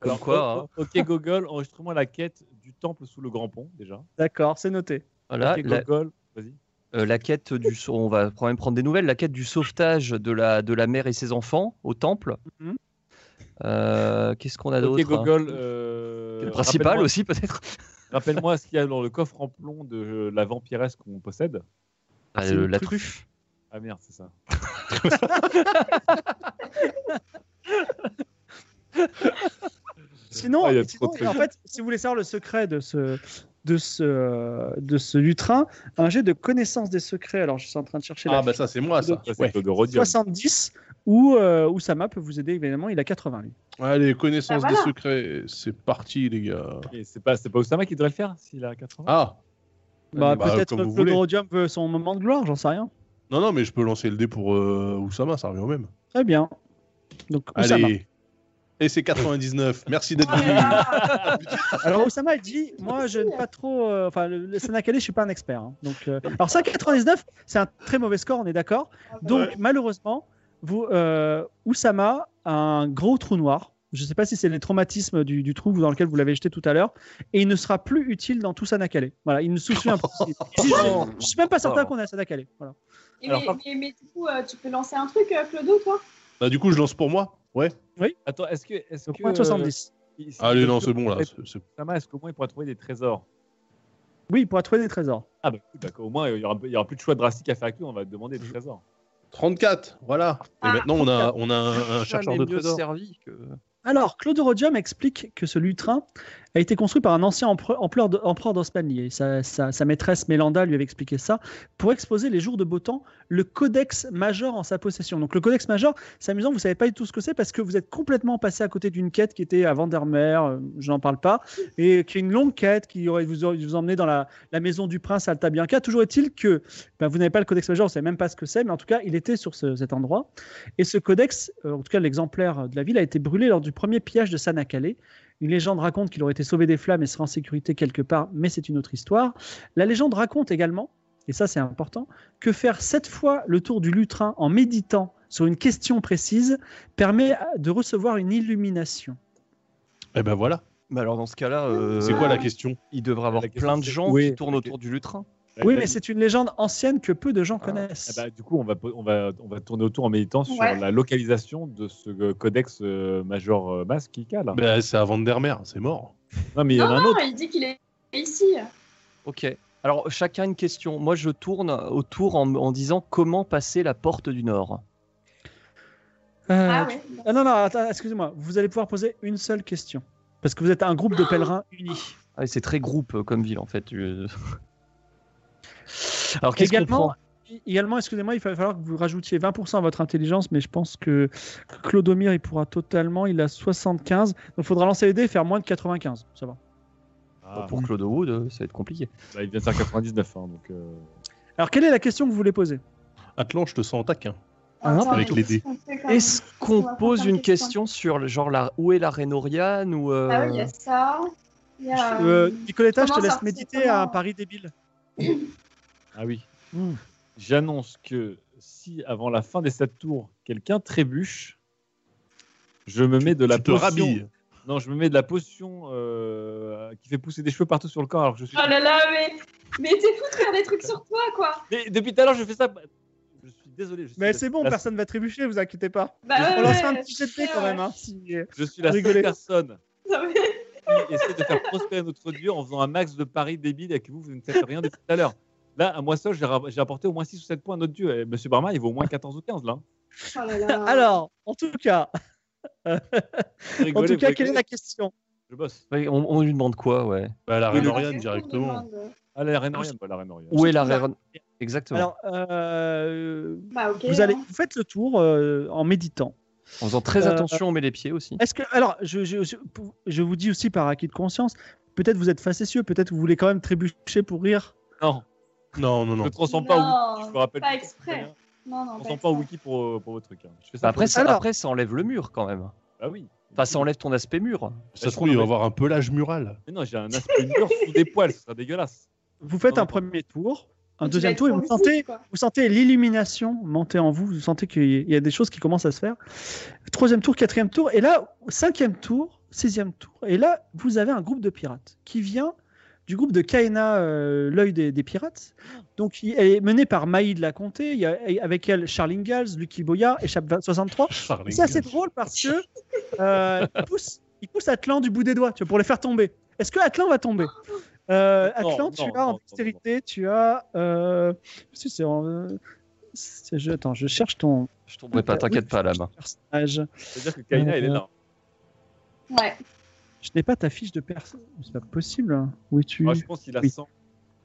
Speaker 3: Comme
Speaker 2: Alors,
Speaker 3: quoi, hein
Speaker 2: o- o- Ok, Gogol, enregistrement à la quête du temple sous le grand pont, déjà.
Speaker 1: D'accord, c'est noté.
Speaker 3: Voilà,
Speaker 2: ok,
Speaker 3: Ah, la,
Speaker 2: Gogol, vas-y.
Speaker 3: euh, la quête du, sau- on va quand même prendre des nouvelles, la quête du sauvetage de la, de la mère et ses enfants au temple.
Speaker 1: Mhm.
Speaker 3: Euh, Qu'est-ce qu'on a
Speaker 2: Ok,
Speaker 3: d'autre hein
Speaker 2: Gogol. euh,
Speaker 3: Le principal
Speaker 2: rappelle-moi-
Speaker 3: aussi peut-être
Speaker 2: Rappelle-moi ce qu'il y a dans le coffre en plomb de euh, la vampiresse qu'on possède.
Speaker 3: Ah,
Speaker 1: c'est
Speaker 3: le-
Speaker 1: une
Speaker 3: La
Speaker 1: truffe.
Speaker 3: truffe.
Speaker 2: Ah merde, c'est ça.
Speaker 1: Sinon,
Speaker 2: Ah, il y a
Speaker 1: sinon,
Speaker 2: trop de
Speaker 1: en fait, si vous voulez savoir le secret de ce de ce de ce lutrin, un jet de connaissance des secrets. Alors, je suis en train de chercher
Speaker 5: Ah,
Speaker 1: la
Speaker 5: bah ça, c'est moi, ça.
Speaker 2: Ça, c'est
Speaker 5: Ouais.
Speaker 2: Claude Rodion.
Speaker 1: 70 ou euh, Oussama peut vous aider évidemment. Il a 80 lui.
Speaker 5: Allez, connaissance
Speaker 4: Ah, voilà.
Speaker 5: des secrets. C'est parti, les gars.
Speaker 2: Et C'est pas, c'est pas Osama qui devrait le faire s'il a 80
Speaker 5: Ah
Speaker 1: Bah,
Speaker 5: Bah,
Speaker 1: peut-être
Speaker 5: comme
Speaker 1: que
Speaker 5: vous
Speaker 1: Claude
Speaker 5: voulez.
Speaker 1: Rhodium veut son moment de gloire, j'en sais rien.
Speaker 5: Non, non, mais je peux lancer le dé pour euh, Oussama, ça revient au même.
Speaker 1: Très bien. Donc Oussama.
Speaker 5: Allez. Et c'est 99. Merci d'être
Speaker 4: oh là
Speaker 5: venu.
Speaker 4: là.
Speaker 1: Alors Oussama il dit, moi je ne pas trop, euh, enfin le, le Sanakale, je suis pas un expert. hein. donc euh, alors 5,99 c'est un très mauvais score, on est d'accord. Donc malheureusement, vous euh, Oussama a un gros trou noir. Je ne sais pas si c'est les traumatismes du, du trou dans lequel vous l'avez jeté tout à l'heure, et il ne sera plus utile dans tout Sanakale. Voilà, il ne se souvient plus. Si- si-
Speaker 5: Ah,
Speaker 1: je ne suis même pas certain qu'on est à Sanakale. Voilà.
Speaker 4: Et
Speaker 2: Alors,
Speaker 4: mais,
Speaker 2: par-
Speaker 4: mais- mais du coup, euh, tu peux lancer un truc, euh, Clodo, toi
Speaker 5: Bah, du coup, je lance pour moi. Ouais.
Speaker 2: Attends, est-ce que. euh, Est
Speaker 1: Donc moins de 70.
Speaker 5: Allez, non, c'est bon, là. c'est- c'est-
Speaker 2: Osama, est-ce qu'au moins il pourra trouver des trésors
Speaker 1: Oui, il pourra trouver des trésors.
Speaker 2: Ah bah, oui, d'accord, au moins il y, aura, il y aura plus de choix drastiques à faire avec lui, on va demander des trésors.
Speaker 5: 34, voilà. Et
Speaker 4: Ah,
Speaker 5: maintenant, on a, on a un, un chercheur de trésors.
Speaker 3: servi que.
Speaker 1: Alors, Claude Rhodium explique que ce lutrin a été construit par un ancien empereur, empereur de- empereur d'Osmanli. Et sa, sa- sa maîtresse Mélanda lui avait expliqué ça pour exposer les jours de beau temps le codex major en sa possession. Donc, le codex major, c'est amusant, vous savez pas du tout ce que c'est parce que vous êtes complètement passé à côté d'une quête qui était à Vandermeer, euh, je n'en parle pas, et qui est une longue quête qui aurait vous, aurait- vous emmener dans la, la maison du prince Altabianca. Toujours est-il que ben, vous n'avez pas le codex major, vous savez même pas ce que c'est, mais en tout cas, il était sur ce- cet endroit. Et ce codex, euh, en tout cas l'exemplaire de la ville, a été brûlé lors du premier pillage de Sanakale. Une légende raconte qu'il aurait été sauvé des flammes et serait en sécurité quelque part, mais c'est une autre histoire. La légende raconte également, et ça c'est important, que faire sept fois le tour du lutrin en méditant sur une question précise permet à- de recevoir une illumination.
Speaker 5: Eh ben voilà.
Speaker 3: Mais alors dans ce cas-là,
Speaker 5: Euh,
Speaker 3: euh,
Speaker 5: C'est quoi la question
Speaker 3: Il devrait avoir
Speaker 2: La question,
Speaker 3: plein de
Speaker 2: c'est-
Speaker 3: gens
Speaker 2: oui.
Speaker 3: qui tournent autour du lutrin.
Speaker 1: Oui, mais c'est une légende ancienne que peu de gens
Speaker 2: Eh Ah
Speaker 1: connaissent.
Speaker 2: bah, du coup, on va, po- on, va, on va tourner autour en méditant sur
Speaker 4: Ouais.
Speaker 2: la localisation de ce euh, codex euh, major euh, masque qui cale.
Speaker 5: Bah, c'est à Vandermeer, c'est mort.
Speaker 2: Non, mais il y en a un
Speaker 4: Non,
Speaker 2: autre.
Speaker 4: il dit qu'il est ici.
Speaker 1: Euh,
Speaker 3: Ok. Alors chacun une question. Moi je tourne autour en, en disant comment passer la porte du nord.
Speaker 1: Euh,
Speaker 4: Ah ouais.
Speaker 1: ah non, non, attends, excusez-moi, vous allez pouvoir poser une seule question. Parce que vous êtes un groupe de pèlerins unis.
Speaker 3: Ah, et c'est très groupe euh, comme ville en fait. Euh, Alors qu'est-ce qu'on
Speaker 1: Également-
Speaker 3: prend
Speaker 1: Également, excusez-moi, il va falloir que vous rajoutiez 20% à votre intelligence, mais je pense que Clodomir, il pourra totalement, il a 75. Donc, il faudra lancer les dés et faire moins de 95. Ça va.
Speaker 2: Ah,
Speaker 3: Pour Claude Wood, euh, ça va être compliqué.
Speaker 2: bah, il vient de faire 99, hein, donc. euh,
Speaker 1: Alors, quelle est la question que vous voulez poser
Speaker 5: Atlan, je te sens en taquin.
Speaker 1: ah,
Speaker 4: Attends,
Speaker 5: avec
Speaker 4: mais
Speaker 5: les
Speaker 4: qu'est-ce qu'on fait quand
Speaker 3: Est-ce
Speaker 4: même
Speaker 3: qu'on
Speaker 4: On va
Speaker 3: pose
Speaker 4: prendre
Speaker 3: une
Speaker 4: une question.
Speaker 3: question sur le genre la, où est la Rénoriane ou euh,
Speaker 4: Ah oui, il y a ça. Il y a,
Speaker 1: Euh,
Speaker 4: euh,
Speaker 1: Nicoletta, je te
Speaker 4: comment
Speaker 1: laisse
Speaker 4: sortir-
Speaker 1: méditer
Speaker 4: comment-
Speaker 1: à un pari débile.
Speaker 2: Ah oui.
Speaker 1: Hmm.
Speaker 2: J'annonce que si avant la fin des sept tours, quelqu'un trébuche, je me mets de la
Speaker 5: tu te
Speaker 2: potion-
Speaker 5: rhabilles.
Speaker 2: Non, je me mets de la potion euh, qui fait pousser des cheveux partout sur le corps. Alors que je suis.
Speaker 4: Oh là là, mais, mais t'es fou de faire des trucs sur toi, quoi.
Speaker 2: Mais depuis tout à l'heure, je fais ça. Je suis désolé. Je suis
Speaker 1: Mais
Speaker 2: la-
Speaker 1: c'est bon,
Speaker 2: la-
Speaker 1: personne va trébucher, vous inquiétez pas.
Speaker 4: Bah,
Speaker 1: On
Speaker 4: ouais,
Speaker 1: lance
Speaker 4: ouais,
Speaker 1: un petit jet de dés
Speaker 4: ouais,
Speaker 1: quand même.
Speaker 4: ouais.
Speaker 1: hein, si-
Speaker 2: Je suis la
Speaker 1: Rigolez.
Speaker 2: seule personne
Speaker 4: Non, mais-
Speaker 2: qui essaie de faire prospérer notre dieu en faisant un max de paris débiles et que vous, vous ne faites rien depuis tout à l'heure. Là, à moi seul, j'ai ra- j'ai apporté au moins 6 ou 7 points à notre dieu. Et Monsieur Barma, il vaut au moins 14 ou 15 là.
Speaker 4: Oh là là.
Speaker 1: Alors, en tout cas, en tout cas, quelle est la question
Speaker 2: Je bosse.
Speaker 3: ouais, on, on lui demande quoi ouais.
Speaker 5: Bah, la
Speaker 4: Qu'est-ce qu'on
Speaker 5: Rénoriane, directement.
Speaker 4: demande
Speaker 2: Ah, la reine Oriane, pas la reine Oriane.
Speaker 3: Où est la
Speaker 4: Surtout là.
Speaker 3: Rénoriane Exactement.
Speaker 1: Alors, euh,
Speaker 4: Bah, ok.
Speaker 1: vous, allez,
Speaker 4: hein.
Speaker 1: vous faites le tour euh, en méditant.
Speaker 3: en faisant très
Speaker 1: euh,
Speaker 3: attention, on met les pieds aussi.
Speaker 1: Est-ce que alors je, je, je- pour- je vous dis aussi par acquis de conscience, peut-être vous êtes facétieux, peut-être vous voulez quand même trébucher pour rire.
Speaker 2: Non,
Speaker 5: Non, non,
Speaker 2: je ne
Speaker 5: non.
Speaker 2: transforme pas au
Speaker 4: Non,
Speaker 2: je me rappelle.
Speaker 4: pas
Speaker 2: plus hein.
Speaker 4: exprès.
Speaker 2: très bien.
Speaker 4: Non, non,
Speaker 2: On
Speaker 4: pas
Speaker 2: sent
Speaker 4: exprès.
Speaker 2: pas au wiki pour, pour vos trucs. hein. Je fais ça
Speaker 3: Après
Speaker 2: pour-
Speaker 3: ça,
Speaker 1: Alors-
Speaker 3: après, ça enlève le mur quand même.
Speaker 2: Ah oui.
Speaker 3: Enfin, ça enlève ton aspect mur.
Speaker 5: Ça se trouve, il va avoir un pelage mural.
Speaker 2: Mais non, j'ai un aspect mur sous des poils, ce serait dégueulasse.
Speaker 1: Vous faites
Speaker 2: Non.
Speaker 1: un premier tour, un
Speaker 4: Tu vas
Speaker 1: deuxième
Speaker 4: être
Speaker 1: tour, et vous
Speaker 4: convulsif,
Speaker 1: sentez,
Speaker 4: quoi.
Speaker 1: vous sentez l'illumination monter en vous. Vous sentez qu'il y a des choses qui commencent à se faire. Troisième tour, quatrième tour, et là, cinquième tour, sixième tour. Et là, vous avez un groupe de pirates qui vient du groupe de Kaena, euh, l'œil des, des pirates. Donc, il- elle est menée par Maï de la Comté, il y a, avec elle Charles Ingalls, Lucky Boya, Échappe 20- 63.
Speaker 5: Charlie.
Speaker 1: Et C'est assez drôle parce que euh, il, pousse, il pousse Atlan du bout des doigts tu vois, pour les faire tomber. Est-ce que Atlan va tomber Euh,
Speaker 2: Non,
Speaker 1: Atlan,
Speaker 2: non,
Speaker 1: tu
Speaker 2: non,
Speaker 1: as en
Speaker 2: non,
Speaker 1: dextérité, tu as. Euh, si c'est en, euh, c'est- je, attends, je cherche ton
Speaker 3: Je tomberai pas,
Speaker 1: Oui,
Speaker 3: t'inquiète pas, là main.
Speaker 1: personnage.
Speaker 2: C'est-à-dire que Kaina, elle est là.
Speaker 4: Ouais.
Speaker 1: Je n'ai pas ta fiche de personne. C'est pas possible. hein. Oui, tu.
Speaker 2: Moi, Ah, je pense qu'il a
Speaker 1: Oui.
Speaker 2: 100.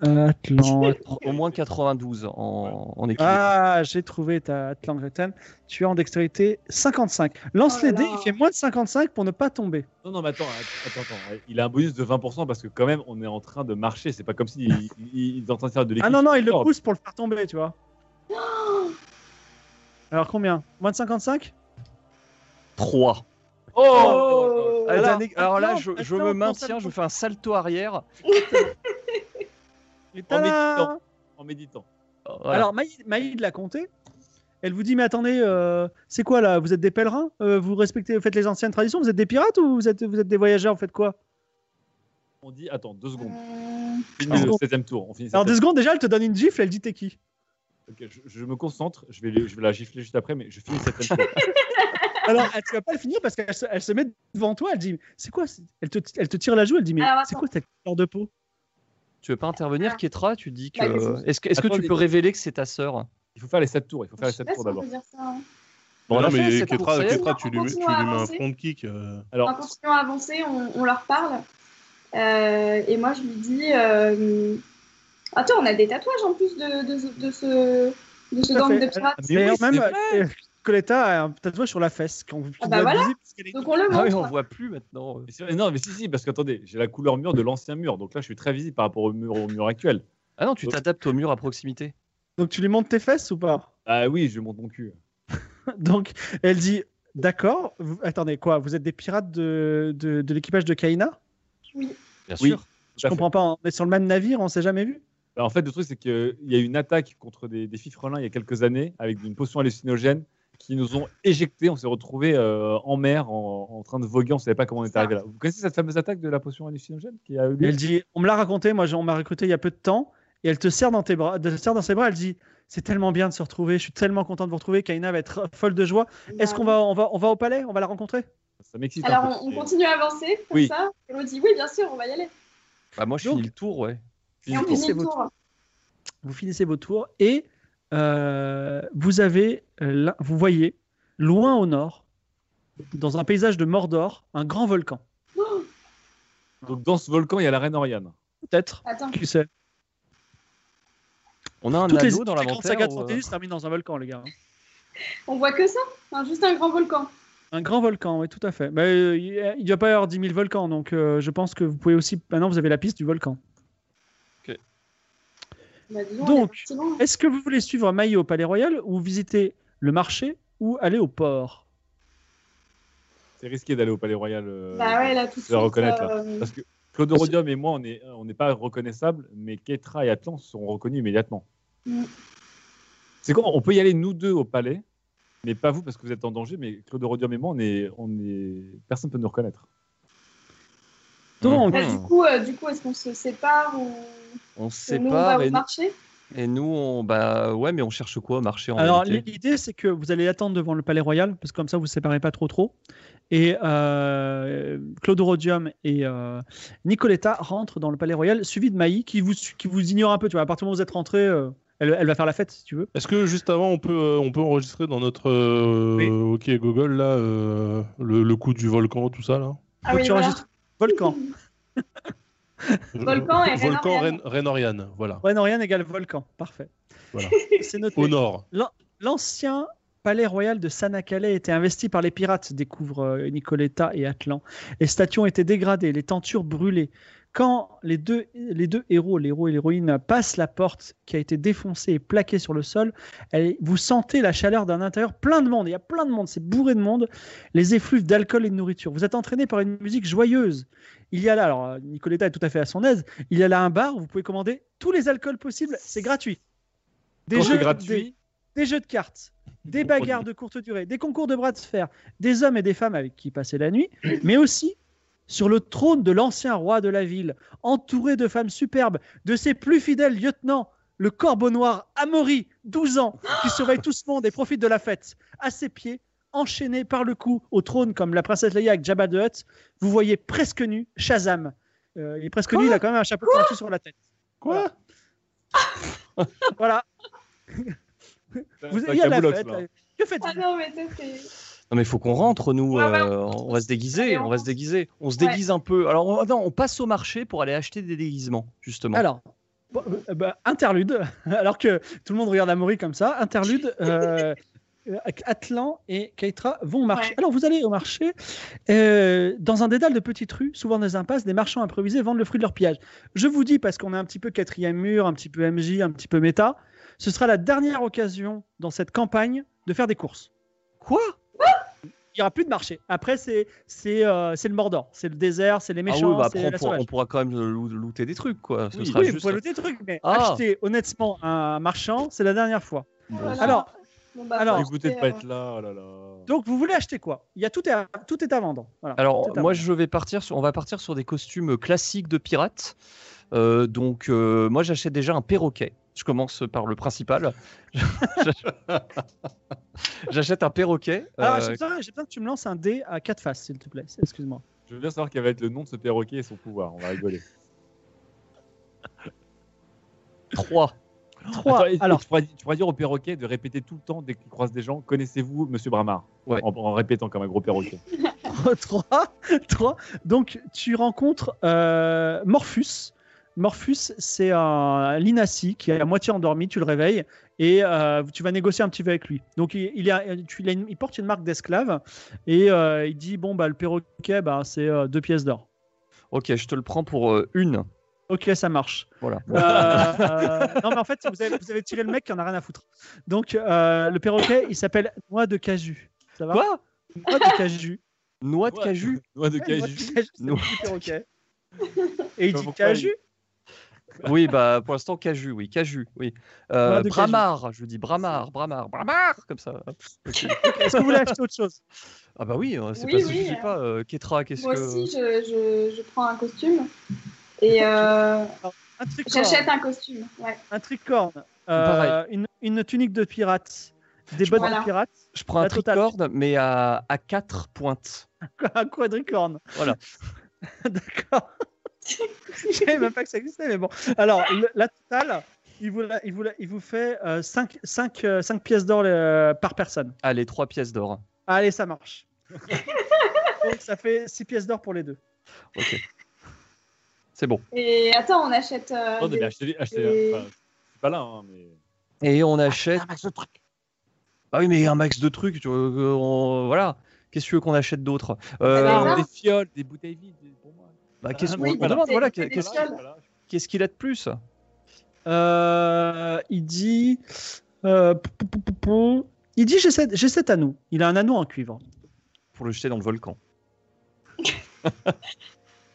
Speaker 1: Euh, Atlan.
Speaker 3: Au moins 92 en, en équilibre.
Speaker 1: Ah, j'ai trouvé ta Atlan Gretan. Tu as en dextérité 55. Lance
Speaker 4: Oh là
Speaker 1: les dés,
Speaker 4: là.
Speaker 1: il fait moins de 55 pour ne pas tomber.
Speaker 2: Non, non, mais attends, attends, attends. Il a un bonus de 20% parce que quand même, on est en train de marcher. C'est pas comme s'il il, il est en train de faire de l'équipe.
Speaker 1: Ah non, non, il le
Speaker 2: Oh,
Speaker 1: pousse pour le faire tomber, tu vois. Alors combien Moins de 55
Speaker 3: 3.
Speaker 2: Oh,
Speaker 1: Alors,
Speaker 3: Ah, Alors, là,
Speaker 1: maintenant,
Speaker 3: je, je
Speaker 1: maintenant,
Speaker 3: me
Speaker 1: on
Speaker 3: maintiens,
Speaker 1: s'attend.
Speaker 3: je fais un salto arrière.
Speaker 1: Et
Speaker 2: En
Speaker 1: tada
Speaker 2: méditant. En méditant.
Speaker 3: Oh, Voilà.
Speaker 1: Alors Maï, Maï de la comté, elle vous dit mais attendez, euh, c'est quoi là Vous êtes des pèlerins Euh, Vous respectez, vous faites les anciennes traditions Vous êtes des pirates ou vous êtes, vous êtes des voyageurs Vous faites quoi
Speaker 2: On dit, attends, deux secondes.
Speaker 4: Euh,
Speaker 2: On finit le
Speaker 1: Ah. Pardon.
Speaker 2: 7 tour. On finit le
Speaker 1: Alors deux
Speaker 2: septième.
Speaker 1: secondes déjà, elle te donne une gifle, elle dit t'es qui
Speaker 2: Ok, je, je me concentre. Je vais, le- je vais la gifler juste après, mais je finis le 7 tour.
Speaker 1: Alors elle, tu vas pas le finir parce qu'elle se, elle se met devant toi, elle dit c'est quoi c'est- elle te, elle te tire la joue, elle dit mais
Speaker 4: Alors,
Speaker 1: c'est quoi cette couleur de peau
Speaker 3: Tu veux pas intervenir, Ketra Tu dis
Speaker 4: Bah, qu'est-ce
Speaker 3: que. Est-ce que, est-ce que tu
Speaker 2: Attendez.
Speaker 3: peux révéler que c'est ta sœur
Speaker 2: Il faut faire les 7 tours. Il faut faire les
Speaker 4: je sais
Speaker 2: 7
Speaker 4: pas
Speaker 2: tours
Speaker 4: si on
Speaker 2: d'abord.
Speaker 4: peut dire ça. hein.
Speaker 3: Bon, on
Speaker 5: non,
Speaker 3: a fait
Speaker 5: mais
Speaker 3: cette
Speaker 5: Ketra,
Speaker 3: course,
Speaker 5: Ketra, tu lui,
Speaker 4: on
Speaker 5: tu lui
Speaker 4: continue
Speaker 5: mets
Speaker 4: à
Speaker 5: un
Speaker 4: avancer.
Speaker 5: front kick. euh,
Speaker 4: En
Speaker 2: Alors,
Speaker 4: continuant à avancer, on, on leur parle. Euh, et moi, je lui dis euh, Attends, on a des tatouages en plus de, de, de ce, de ce
Speaker 1: Tout à
Speaker 4: gang
Speaker 1: fait.
Speaker 4: de pirates.
Speaker 2: Mais
Speaker 1: Et
Speaker 2: oui,
Speaker 1: même
Speaker 2: c'est
Speaker 1: euh, Coletta a un tatouage sur la fesse qu'on
Speaker 4: Ah bah
Speaker 1: qu'on voit
Speaker 4: voilà.
Speaker 1: visible parce qu'elle est-
Speaker 4: Donc, on le montre.
Speaker 3: Ah oui, on voit plus maintenant.
Speaker 2: mais c'est vrai- non, mais si, si, parce qu'attendez, j'ai la couleur mur de l'ancien mur. Donc là, je suis très visible par rapport au mur, au mur actuel.
Speaker 3: Ah non, tu
Speaker 2: Oh.
Speaker 3: t'adaptes au mur à proximité.
Speaker 1: Donc tu lui montes tes fesses ou pas
Speaker 2: Ah oui, je monte mon cul.
Speaker 1: Donc, elle dit D'accord, vous- attendez, quoi Vous êtes des pirates de, de, de l'équipage de Kaina
Speaker 3: Bien
Speaker 2: Oui.
Speaker 3: sûr.
Speaker 1: Je comprends pas, hein. on est sur le même navire, on s'est jamais vu
Speaker 2: Bah, en fait, le truc, c'est qu'il y a eu une attaque contre des, des fifrelins il y a quelques années avec une potion hallucinogène qui nous ont éjectés. On s'est retrouvés euh, en mer en, en train de voguer. On ne savait pas comment on était arrivé là. Vous connaissez cette fameuse attaque de la potion hallucinogène qui a eu
Speaker 1: Et
Speaker 2: lieu
Speaker 1: Elle dit On me l'a raconté, moi, j'en- on m'a recruté il y a peu de temps, et elle te serre dans, tes bras, elle te serre dans ses bras, elle dit C'est tellement bien de se retrouver, je suis tellement content de vous retrouver, Kaina va être folle de
Speaker 4: Bah
Speaker 1: joie. Est-ce qu'on va, on va, on va au palais On va la rencontrer
Speaker 2: Ça m'excite. un
Speaker 4: Alors,
Speaker 2: peu.
Speaker 4: on, on
Speaker 2: Et-
Speaker 4: continue à avancer comme
Speaker 2: Oui.
Speaker 4: ça. Et l'autre dit Oui, bien sûr, on va y aller.
Speaker 3: Bah, moi, je
Speaker 1: Donc-
Speaker 3: finis le tour, ouais.
Speaker 4: Et on
Speaker 1: tour.
Speaker 4: finit
Speaker 1: C'est
Speaker 4: le
Speaker 1: votre
Speaker 4: tour.
Speaker 1: Vous finissez vos tours, et euh, vous avez, euh, là- vous voyez, loin au nord, dans un paysage de Mordor, un grand volcan.
Speaker 4: Oh,
Speaker 2: Donc, dans ce volcan, il y a la reine Oriane.
Speaker 1: Peut-être,
Speaker 4: Attends,
Speaker 1: qui sait
Speaker 3: On a un
Speaker 1: Toutes les,
Speaker 3: anneau dans
Speaker 1: toutes les grandes
Speaker 3: l'inventaire.
Speaker 1: sagas de
Speaker 3: ou, euh,
Speaker 1: fantasy se terminent dans un volcan, les gars.
Speaker 4: on voit que ça Enfin, Juste un grand volcan.
Speaker 1: Un grand volcan, oui, tout à fait. Mais, euh, il y a- il ne doit pas y avoir 10 000 volcans, donc euh, je pense que vous pouvez aussi. Maintenant, vous avez la piste du volcan.
Speaker 4: Bah, dis donc,
Speaker 1: Donc.
Speaker 4: on est parti loin.
Speaker 1: Est-ce que vous voulez suivre Maï au Palais Royal ou visiter le marché ou aller au port
Speaker 2: C'est risqué d'aller au Palais Royal. euh,
Speaker 4: bah ouais, là, tout
Speaker 2: je
Speaker 4: de
Speaker 2: vais
Speaker 4: suite,
Speaker 2: reconnaître,
Speaker 4: euh,
Speaker 2: Parce que Claude Rhodium et moi, on n'est on n'est pas reconnaissables, mais Ketra et Atlan seront reconnus immédiatement.
Speaker 4: Mm.
Speaker 2: C'est quoi On peut y aller, nous deux, au palais, mais pas vous, parce que vous êtes en danger, mais Claude Rhodium et moi, on est, on est... personne ne peut nous reconnaître.
Speaker 1: Donc,
Speaker 4: bah, du coup, euh, du coup est-ce qu'on se sépare ou
Speaker 3: On se
Speaker 4: ou nous, on va
Speaker 3: sépare
Speaker 4: au
Speaker 3: et,
Speaker 4: marché
Speaker 3: et nous, on. Bah ouais, mais on cherche quoi au marché en
Speaker 1: alors
Speaker 3: réalité
Speaker 1: l'idée, c'est que vous allez l'attendre devant le Palais Royal, parce que comme ça, vous ne vous séparez pas trop trop. Et euh, Claude Rhodium et euh, Nicoletta rentrent dans le Palais Royal, suivi de Maï, qui vous, qui vous ignore un peu. Tu vois, à partir du moment où vous êtes rentré, euh, elle, elle va faire la fête, si tu veux.
Speaker 5: Est-ce que juste avant, on peut, euh, on peut enregistrer dans notre euh,
Speaker 2: Oui.
Speaker 5: OK Google là, euh, le, le coup du volcan, tout ça là
Speaker 4: Ah
Speaker 1: Donc,
Speaker 4: oui,
Speaker 1: tu
Speaker 4: voilà.
Speaker 1: enregistres volcan.
Speaker 4: Volcan et Reine Oriane.
Speaker 5: Volcan Reine- Reine Oriane, voilà.
Speaker 1: Ouais, non, rien égale volcan. Parfait.
Speaker 5: Voilà.
Speaker 1: C'est noté.
Speaker 5: Au nord.
Speaker 1: L'ancien palais royal de Sanacalais était investi par les pirates, découvrent euh, Nicoletta et Atlan. Les statues ont été dégradées, les tentures brûlées. Quand les deux, les deux héros, l'héros et l'héroïne, passent la porte qui a été défoncée et plaquée sur le sol, elle- vous sentez la chaleur d'un intérieur plein de monde. Il y a plein de monde, c'est bourré de monde. Les effluves d'alcool et de nourriture. Vous êtes entraîné par une musique joyeuse. Il y a là, alors euh, Nicoletta est tout à fait à son aise, il y a là un bar où vous pouvez commander tous les alcools possibles, c'est gratuit. Des
Speaker 2: Quand c'est
Speaker 1: jeux, des-
Speaker 2: gratuit,
Speaker 1: des jeux de cartes, des
Speaker 2: Pourquoi
Speaker 1: bagarres de courte durée, des concours de bras de fer, des hommes et des femmes avec qui passer la nuit, mais aussi sur le trône de l'ancien roi de la ville, entouré de femmes superbes, de ses plus fidèles lieutenants, le corbeau noir Amaury, 12 ans, qui surveille tout ce monde et profite de la fête. À ses pieds, enchaîné par le cou au trône comme la princesse Leia avec Jabba the Hutt, vous voyez presque nu Shazam. Euh, il est presque nu, il a quand même un chapeau pointu sur la tête.
Speaker 5: Quoi
Speaker 1: Voilà,
Speaker 2: c'est
Speaker 1: vous,
Speaker 2: un
Speaker 1: il y a la
Speaker 2: caboulox,
Speaker 1: fête. euh,
Speaker 2: là.
Speaker 1: Que faites-vous
Speaker 4: Ah non, mais ça, c'est.
Speaker 3: Non mais faut qu'on rentre nous,
Speaker 4: Ouais, ouais,
Speaker 3: euh, on va se déguiser,
Speaker 4: Allez, on
Speaker 3: on va se
Speaker 4: rentre.
Speaker 3: déguiser, on se
Speaker 4: Ouais.
Speaker 3: déguise un peu. Alors on, non, on passe au marché pour aller acheter des déguisements justement.
Speaker 1: Alors, bon, euh, bah, interlude, alors que tout le monde regarde Amaury comme ça, interlude, euh, euh, Atlan et Keitra vont au marché.
Speaker 4: Ouais.
Speaker 1: Alors, vous allez au marché, euh, dans un dédale de petites rues, souvent des impasses, des marchands improvisés vendent le fruit de leur pillage. Je vous dis, parce qu'on est un petit peu quatrième mur, un petit peu MJ, un petit peu méta, ce sera la dernière occasion dans cette campagne de faire des courses. Quoi il n'y aura plus de marché. Après, c'est c'est euh, c'est le Mordor. C'est le désert, c'est les
Speaker 3: Ah oui,
Speaker 1: méchants,
Speaker 3: bah, après,
Speaker 1: c'est
Speaker 3: on,
Speaker 1: la
Speaker 3: pourra,
Speaker 1: sauvage.
Speaker 3: on pourra quand même euh, loo- looter des trucs quoi. Ce
Speaker 2: Oui,
Speaker 3: sera
Speaker 1: Oui, vous
Speaker 3: juste-
Speaker 1: pouvez noter des trucs, mais
Speaker 3: Ah.
Speaker 1: acheter honnêtement un marchand, c'est la dernière fois.
Speaker 4: Oh là là.
Speaker 1: Alors,
Speaker 4: Bon, bah,
Speaker 1: alors-
Speaker 4: faut
Speaker 2: Dégoûté de
Speaker 4: acheter,
Speaker 2: pas
Speaker 4: euh,
Speaker 2: être là, oh là là.
Speaker 1: Donc vous voulez acheter quoi Il y a tout est à, tout est à vendre. Voilà,
Speaker 3: Alors
Speaker 1: tout est à
Speaker 3: moi
Speaker 1: vendre.
Speaker 3: je vais partir sur, on va partir sur des costumes classiques de pirates. Euh, donc euh, moi j'achète déjà un perroquet. Je commence par le principal. J'achète un perroquet.
Speaker 1: Alors,
Speaker 3: euh,
Speaker 4: Ah,
Speaker 1: Ah, j'ai besoin, j'ai besoin que tu me lances un dé à quatre faces, s'il te plaît. Excuse-moi.
Speaker 2: Je veux bien savoir quel va être le nom de ce perroquet et son pouvoir, on va rigoler.
Speaker 3: 3.
Speaker 1: Trois,
Speaker 2: Attends, et- et
Speaker 1: alors.
Speaker 2: tu, pourras, tu pourras dire au perroquet de répéter tout le temps dès qu'il croise des gens Connaissez-vous Monsieur Bramard
Speaker 3: Ouais.
Speaker 2: en, en répétant comme un gros perroquet.
Speaker 1: 3, Donc tu rencontres euh, Morphus. Morphus, c'est un linassi qui est à moitié endormi, tu le réveilles et euh, tu vas négocier un petit peu avec lui. Donc il, il a- tu- il a une- il porte une marque d'esclave et euh, il dit bon bah le perroquet bah, c'est euh, deux pièces d'or.
Speaker 3: Ok, je te le prends pour euh, une.
Speaker 1: Ok, ça marche.
Speaker 3: Voilà.
Speaker 1: Euh, euh, non, mais en fait, vous avez, vous avez tiré le mec qui en a rien à foutre. Donc, euh, le perroquet, il s'appelle Noix de Caju. Ça va
Speaker 3: Quoi
Speaker 1: Noix de Caju.
Speaker 3: Noix de
Speaker 2: Ouais.
Speaker 3: caju
Speaker 2: Noix de
Speaker 1: Ouais, Noix de
Speaker 2: caju.
Speaker 1: Caju, c'est
Speaker 3: Noix.
Speaker 1: le perroquet. Et il
Speaker 2: Je sais pas
Speaker 1: dit
Speaker 2: pourquoi il-
Speaker 1: Caju
Speaker 3: Oui, bah pour l'instant caju, oui, caju, oui. Euh,
Speaker 1: Noix de caju.
Speaker 3: bramard, je dis bramard, bramard, bramard, comme ça. hop. Ok.
Speaker 1: Est-ce que vous voulez acheter autre chose
Speaker 3: Ah bah oui, euh, c'est
Speaker 4: Oui,
Speaker 3: pas
Speaker 4: oui,
Speaker 3: suffit
Speaker 4: euh.
Speaker 3: pas. euh, Ketra, qu'est-ce
Speaker 4: Moi
Speaker 3: que
Speaker 4: aussi, je, je, je prends un costume. Et euh,
Speaker 1: Un tricorne.
Speaker 4: j'achète un costume. Ouais.
Speaker 1: Un tricorne. euh,
Speaker 3: Pareil.
Speaker 1: une, une tunique de pirate. Des
Speaker 3: Je
Speaker 1: bottes
Speaker 4: prends-
Speaker 1: de pirate.
Speaker 3: je prends un
Speaker 1: la totale.
Speaker 3: tricorne, mais à, à 4 pointes.
Speaker 1: Un quadricorne.
Speaker 3: Voilà.
Speaker 1: D'accord. Je savais même pas que ça existait, mais bon. Alors, le- la totale, il vous, la- il vous, la- il vous fait euh, 5, pièces d'or euh, par personne.
Speaker 3: Allez, 3 pièces d'or.
Speaker 1: Allez, ça marche. Donc, ça fait 6 pièces d'or pour les deux.
Speaker 3: Ok. C'est bon.
Speaker 4: Et attends, on achète. euh,
Speaker 3: Oh,
Speaker 2: Attendez,
Speaker 4: des-
Speaker 2: mais achetez-les.
Speaker 4: Et-
Speaker 2: achetez-les. Enfin, c'est pas là, hein, mais.
Speaker 3: Et on achète. Un max de trucs. Ah oui, mais un max de trucs. tu vois, euh, on- Voilà. Qu'est-ce que tu veux qu'on achète d'autre Euh,
Speaker 4: Ah, bah,
Speaker 2: des fioles, des bouteilles vides, des- pour moi.
Speaker 3: bah, Qu'est-ce
Speaker 2: Ah,
Speaker 3: qu'on
Speaker 2: Eh ben, oui,
Speaker 3: on
Speaker 2: voilà.
Speaker 3: demande voilà,
Speaker 4: Des-
Speaker 3: qu'est-
Speaker 4: des-
Speaker 3: qu'est-ce-
Speaker 4: fioles.
Speaker 2: Voilà.
Speaker 3: Qu'est-ce qu'il a de plus
Speaker 1: Euh, il dit. euh, pou- pou- pou- pou- pou. il dit J'ai sept- j'ai sept anneaux. Il a un anneau en cuivre.
Speaker 3: pour le jeter dans le volcan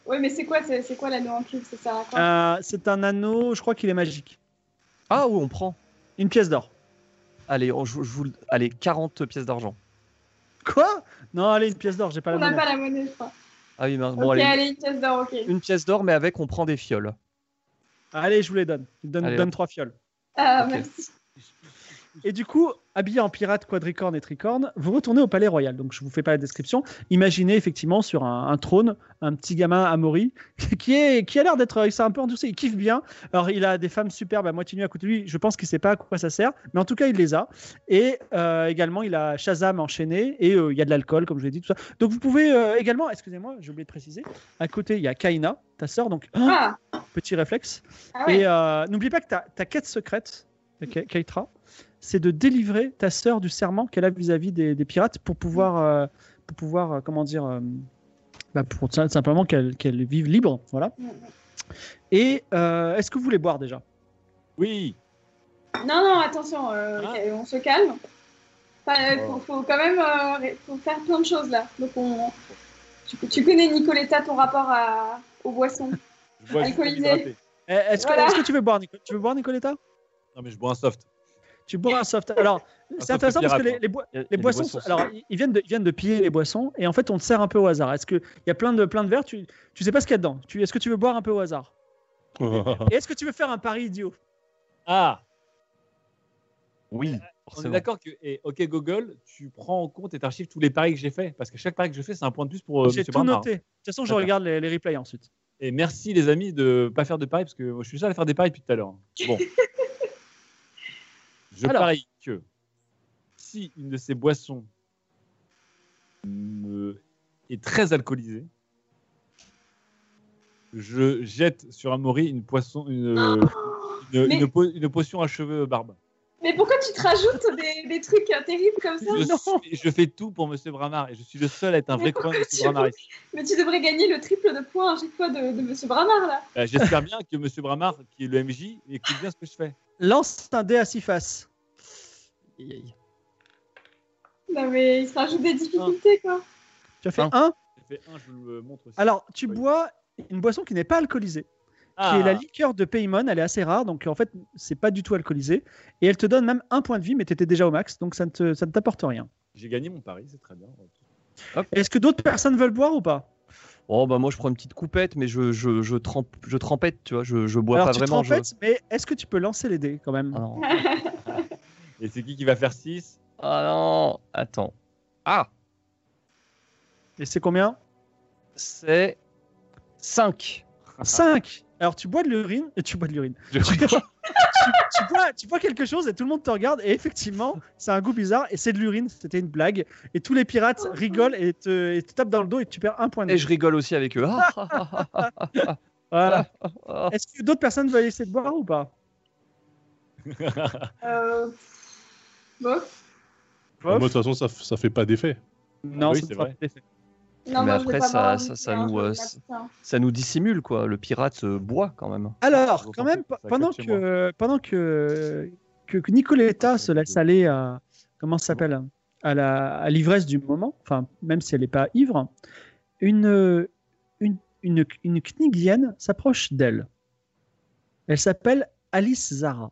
Speaker 4: Ouais, mais c'est quoi, c'est c'est quoi l'anneau en cuivre Ça sert à quoi
Speaker 1: Euh, C'est un anneau, je crois qu'il est magique.
Speaker 3: Ah oui, on prend.
Speaker 1: Une pièce d'or.
Speaker 3: Allez, on- je, je vous, le- allez 40 pièces d'argent.
Speaker 1: Quoi Non, allez, une pièce d'or, j'ai pas la
Speaker 4: On n'a
Speaker 1: monnaie.
Speaker 4: pas la monnaie, je crois.
Speaker 3: Ah oui, mince, bon,
Speaker 4: ok,
Speaker 3: allez,
Speaker 4: allez, une pièce d'or, ok. Euh,
Speaker 3: une pièce d'or, mais avec, on prend des fioles.
Speaker 1: Allez, je vous les donne. Il donne,
Speaker 3: Allez,
Speaker 1: donne trois fioles.
Speaker 4: Ah,
Speaker 3: ok.
Speaker 4: merci.
Speaker 1: Et du coup, habillé en pirate, quadricorne et tricorne, vous retournez au palais royal. Donc, je vous fais pas la description. Imaginez effectivement sur un, un trône un petit gamin Amaury qui est qui a l'air d'être euh, il s'est un peu endoussé, il kiffe bien. Alors, il a des femmes superbes à moitié nues à côté de lui. Je pense qu'il sait pas à quoi ça sert, mais en tout cas, il les a. Et euh, également, il a Shazam enchaîné et euh, il y a de l'alcool, comme je l'ai dit, tout ça. Donc, vous pouvez euh, également, excusez-moi, j'ai oublié de préciser, à côté, il y a Kaina, ta sœur. Donc,
Speaker 4: Ah,
Speaker 1: petit réflexe.
Speaker 4: ah ouais.
Speaker 1: Et euh, n'oublie pas que ta, ta quête secrète, de Ke- Keitra, c'est de délivrer ta sœur du serment qu'elle a vis-à-vis des, des pirates pour pouvoir,
Speaker 4: Mm.
Speaker 1: euh, pour pouvoir euh, comment dire, euh, bah, pour tout simplement qu'elle qu'elle vive libre, voilà.
Speaker 4: Mm.
Speaker 1: Et euh, est-ce que vous voulez boire déjà
Speaker 2: Oui,
Speaker 4: Non, non, attention, euh,
Speaker 5: Ah.
Speaker 4: ok, on se calme. Enfin, euh,
Speaker 3: Oh.
Speaker 4: faut, faut quand même euh, ré- faut faire plein de choses là. Donc on... tu, tu connais Nicoletta, ton rapport à... aux boissons.
Speaker 2: je bois juste pour
Speaker 4: Alcoolisé.
Speaker 2: m'hydrater.
Speaker 1: Eh, Est-ce que,
Speaker 4: Voilà.
Speaker 1: est-ce que tu veux boire, Nico- tu veux boire Nicoletta
Speaker 2: Non, mais je bois un soft.
Speaker 1: Tu bois un soft. Alors,
Speaker 2: soft
Speaker 1: c'est intéressant parce que
Speaker 2: pirate,
Speaker 1: les,
Speaker 2: hein.
Speaker 1: les boi-
Speaker 3: Il y a- il y a
Speaker 1: les
Speaker 3: des
Speaker 1: boissons,
Speaker 3: boissons,
Speaker 1: alors ils- ils viennent, de, ils viennent de piller les boissons et en fait on te sert un peu au hasard. Est-ce que il y a plein de plein de verres, tu, tu sais pas ce qu'il y a dedans. Tu, est-ce que tu veux boire un peu au hasard Et est-ce que tu veux faire un pari idiot
Speaker 2: Ah,
Speaker 3: Oui,
Speaker 2: on est
Speaker 3: forcément.
Speaker 2: d'accord que. Et, ok, Google, tu prends en compte et t'archives tous les paris que j'ai fait. Parce que chaque pari que je fais, c'est un point de plus pour euh,
Speaker 1: J'ai
Speaker 2: Monsieur
Speaker 1: tout
Speaker 2: Bernard.
Speaker 1: noté. De toute façon, je
Speaker 2: D'accord.
Speaker 1: regarde les, les replays ensuite.
Speaker 2: Et merci, les amis, de pas faire de paris. Parce que moi, je suis le seul à faire des paris depuis tout à l'heure. Bon. je
Speaker 1: Alors.
Speaker 2: parie que si une de ces boissons me- est très alcoolisée, je jette sur Amaury une, poisson, une, une-
Speaker 4: Mais-
Speaker 2: une po- une potion à cheveux barbe.
Speaker 4: Mais pourquoi tu te rajoutes des, des trucs euh, terribles comme ça
Speaker 2: Je, suis- je fais tout pour Monsieur Bramard et je suis le seul à être un
Speaker 4: Mais
Speaker 2: vrai
Speaker 4: pourquoi
Speaker 2: coin de Monsieur
Speaker 4: tu-
Speaker 2: Bramard. ici.
Speaker 4: Mais tu devrais gagner le triple de points à chaque fois de, de Monsieur Bramard là.
Speaker 2: Euh, J'espère bien que Monsieur Bramard, qui est le MJ, écoute bien ce que je fais.
Speaker 1: Lance un dé à six faces.
Speaker 3: Aïe, aïe.
Speaker 4: Non mais il se rajoute des difficultés quoi.
Speaker 1: Tu as fait
Speaker 2: Un.
Speaker 1: un.
Speaker 2: J'ai fait un, je vous le montre aussi.
Speaker 1: Alors tu
Speaker 2: Oui.
Speaker 1: bois une boisson qui n'est pas alcoolisée, qui est
Speaker 2: Ah,
Speaker 1: la liqueur de Paymon. Elle est assez rare, donc en fait c'est pas du tout alcoolisé et elle te donne même un point de vie, mais t'étais déjà au max, donc ça ne te- ça ne t'apporte rien.
Speaker 2: J'ai gagné mon pari, c'est très bien.
Speaker 1: Est-ce que d'autres personnes veulent boire ou pas
Speaker 3: Oh bah moi je prends une petite coupette, mais je je je trempe, je trempette, tu vois, je je bois
Speaker 1: Alors
Speaker 3: pas
Speaker 1: tu
Speaker 3: vraiment. je-
Speaker 1: trempettes, mais est-ce que tu peux lancer les dés quand même
Speaker 3: Ah non.
Speaker 2: Et c'est qui qui va faire 6
Speaker 3: Ah non. Attends. Ah,
Speaker 1: Et c'est combien
Speaker 3: c'est 5.
Speaker 1: 5 Alors tu bois de l'urine, euh, tu bois de l'urine. tu,
Speaker 3: Je-
Speaker 1: tu bois, tu bois quelque chose et tout le monde te regarde et effectivement c'est un goût bizarre et c'est de l'urine, c'était une blague et tous les pirates rigolent et te, et te tapent dans le dos et tu perds un point de
Speaker 3: Et
Speaker 1: vie.
Speaker 3: je rigole aussi avec eux. Ah, ah, ah, ah, ah.
Speaker 1: Voilà.
Speaker 3: ah.
Speaker 1: Est-ce que d'autres personnes veulent essayer de boire ou pas
Speaker 4: Euh... Bon.
Speaker 5: Moi, de toute façon, ça, f- ça fait pas d'effet.
Speaker 1: Non,
Speaker 2: Bah, oui,
Speaker 1: ça ne
Speaker 2: c'est
Speaker 1: fera
Speaker 2: vrai.
Speaker 1: pas d'effet.
Speaker 4: Non,
Speaker 3: Mais
Speaker 4: moi, je
Speaker 3: après,
Speaker 4: vais pas
Speaker 3: ça-
Speaker 4: boire,
Speaker 3: ça-
Speaker 4: hein,
Speaker 3: ça
Speaker 4: je
Speaker 3: nous,
Speaker 4: vais
Speaker 3: euh,
Speaker 4: pas faire ça.
Speaker 3: Ça nous dissimule quoi. Le pirate euh, boit quand même.
Speaker 1: Alors
Speaker 2: Vous
Speaker 1: quand
Speaker 2: sentez
Speaker 1: même
Speaker 2: que ça
Speaker 1: pendant
Speaker 2: cloche chez moi.
Speaker 1: que pendant que que, que Nicoletta se laisse aller à comment ça s'appelle à la à l'ivresse du moment, enfin même si elle n'est pas ivre, une euh, une une, une Knigienne s'approche d'elle. Elle s'appelle Alice Zara.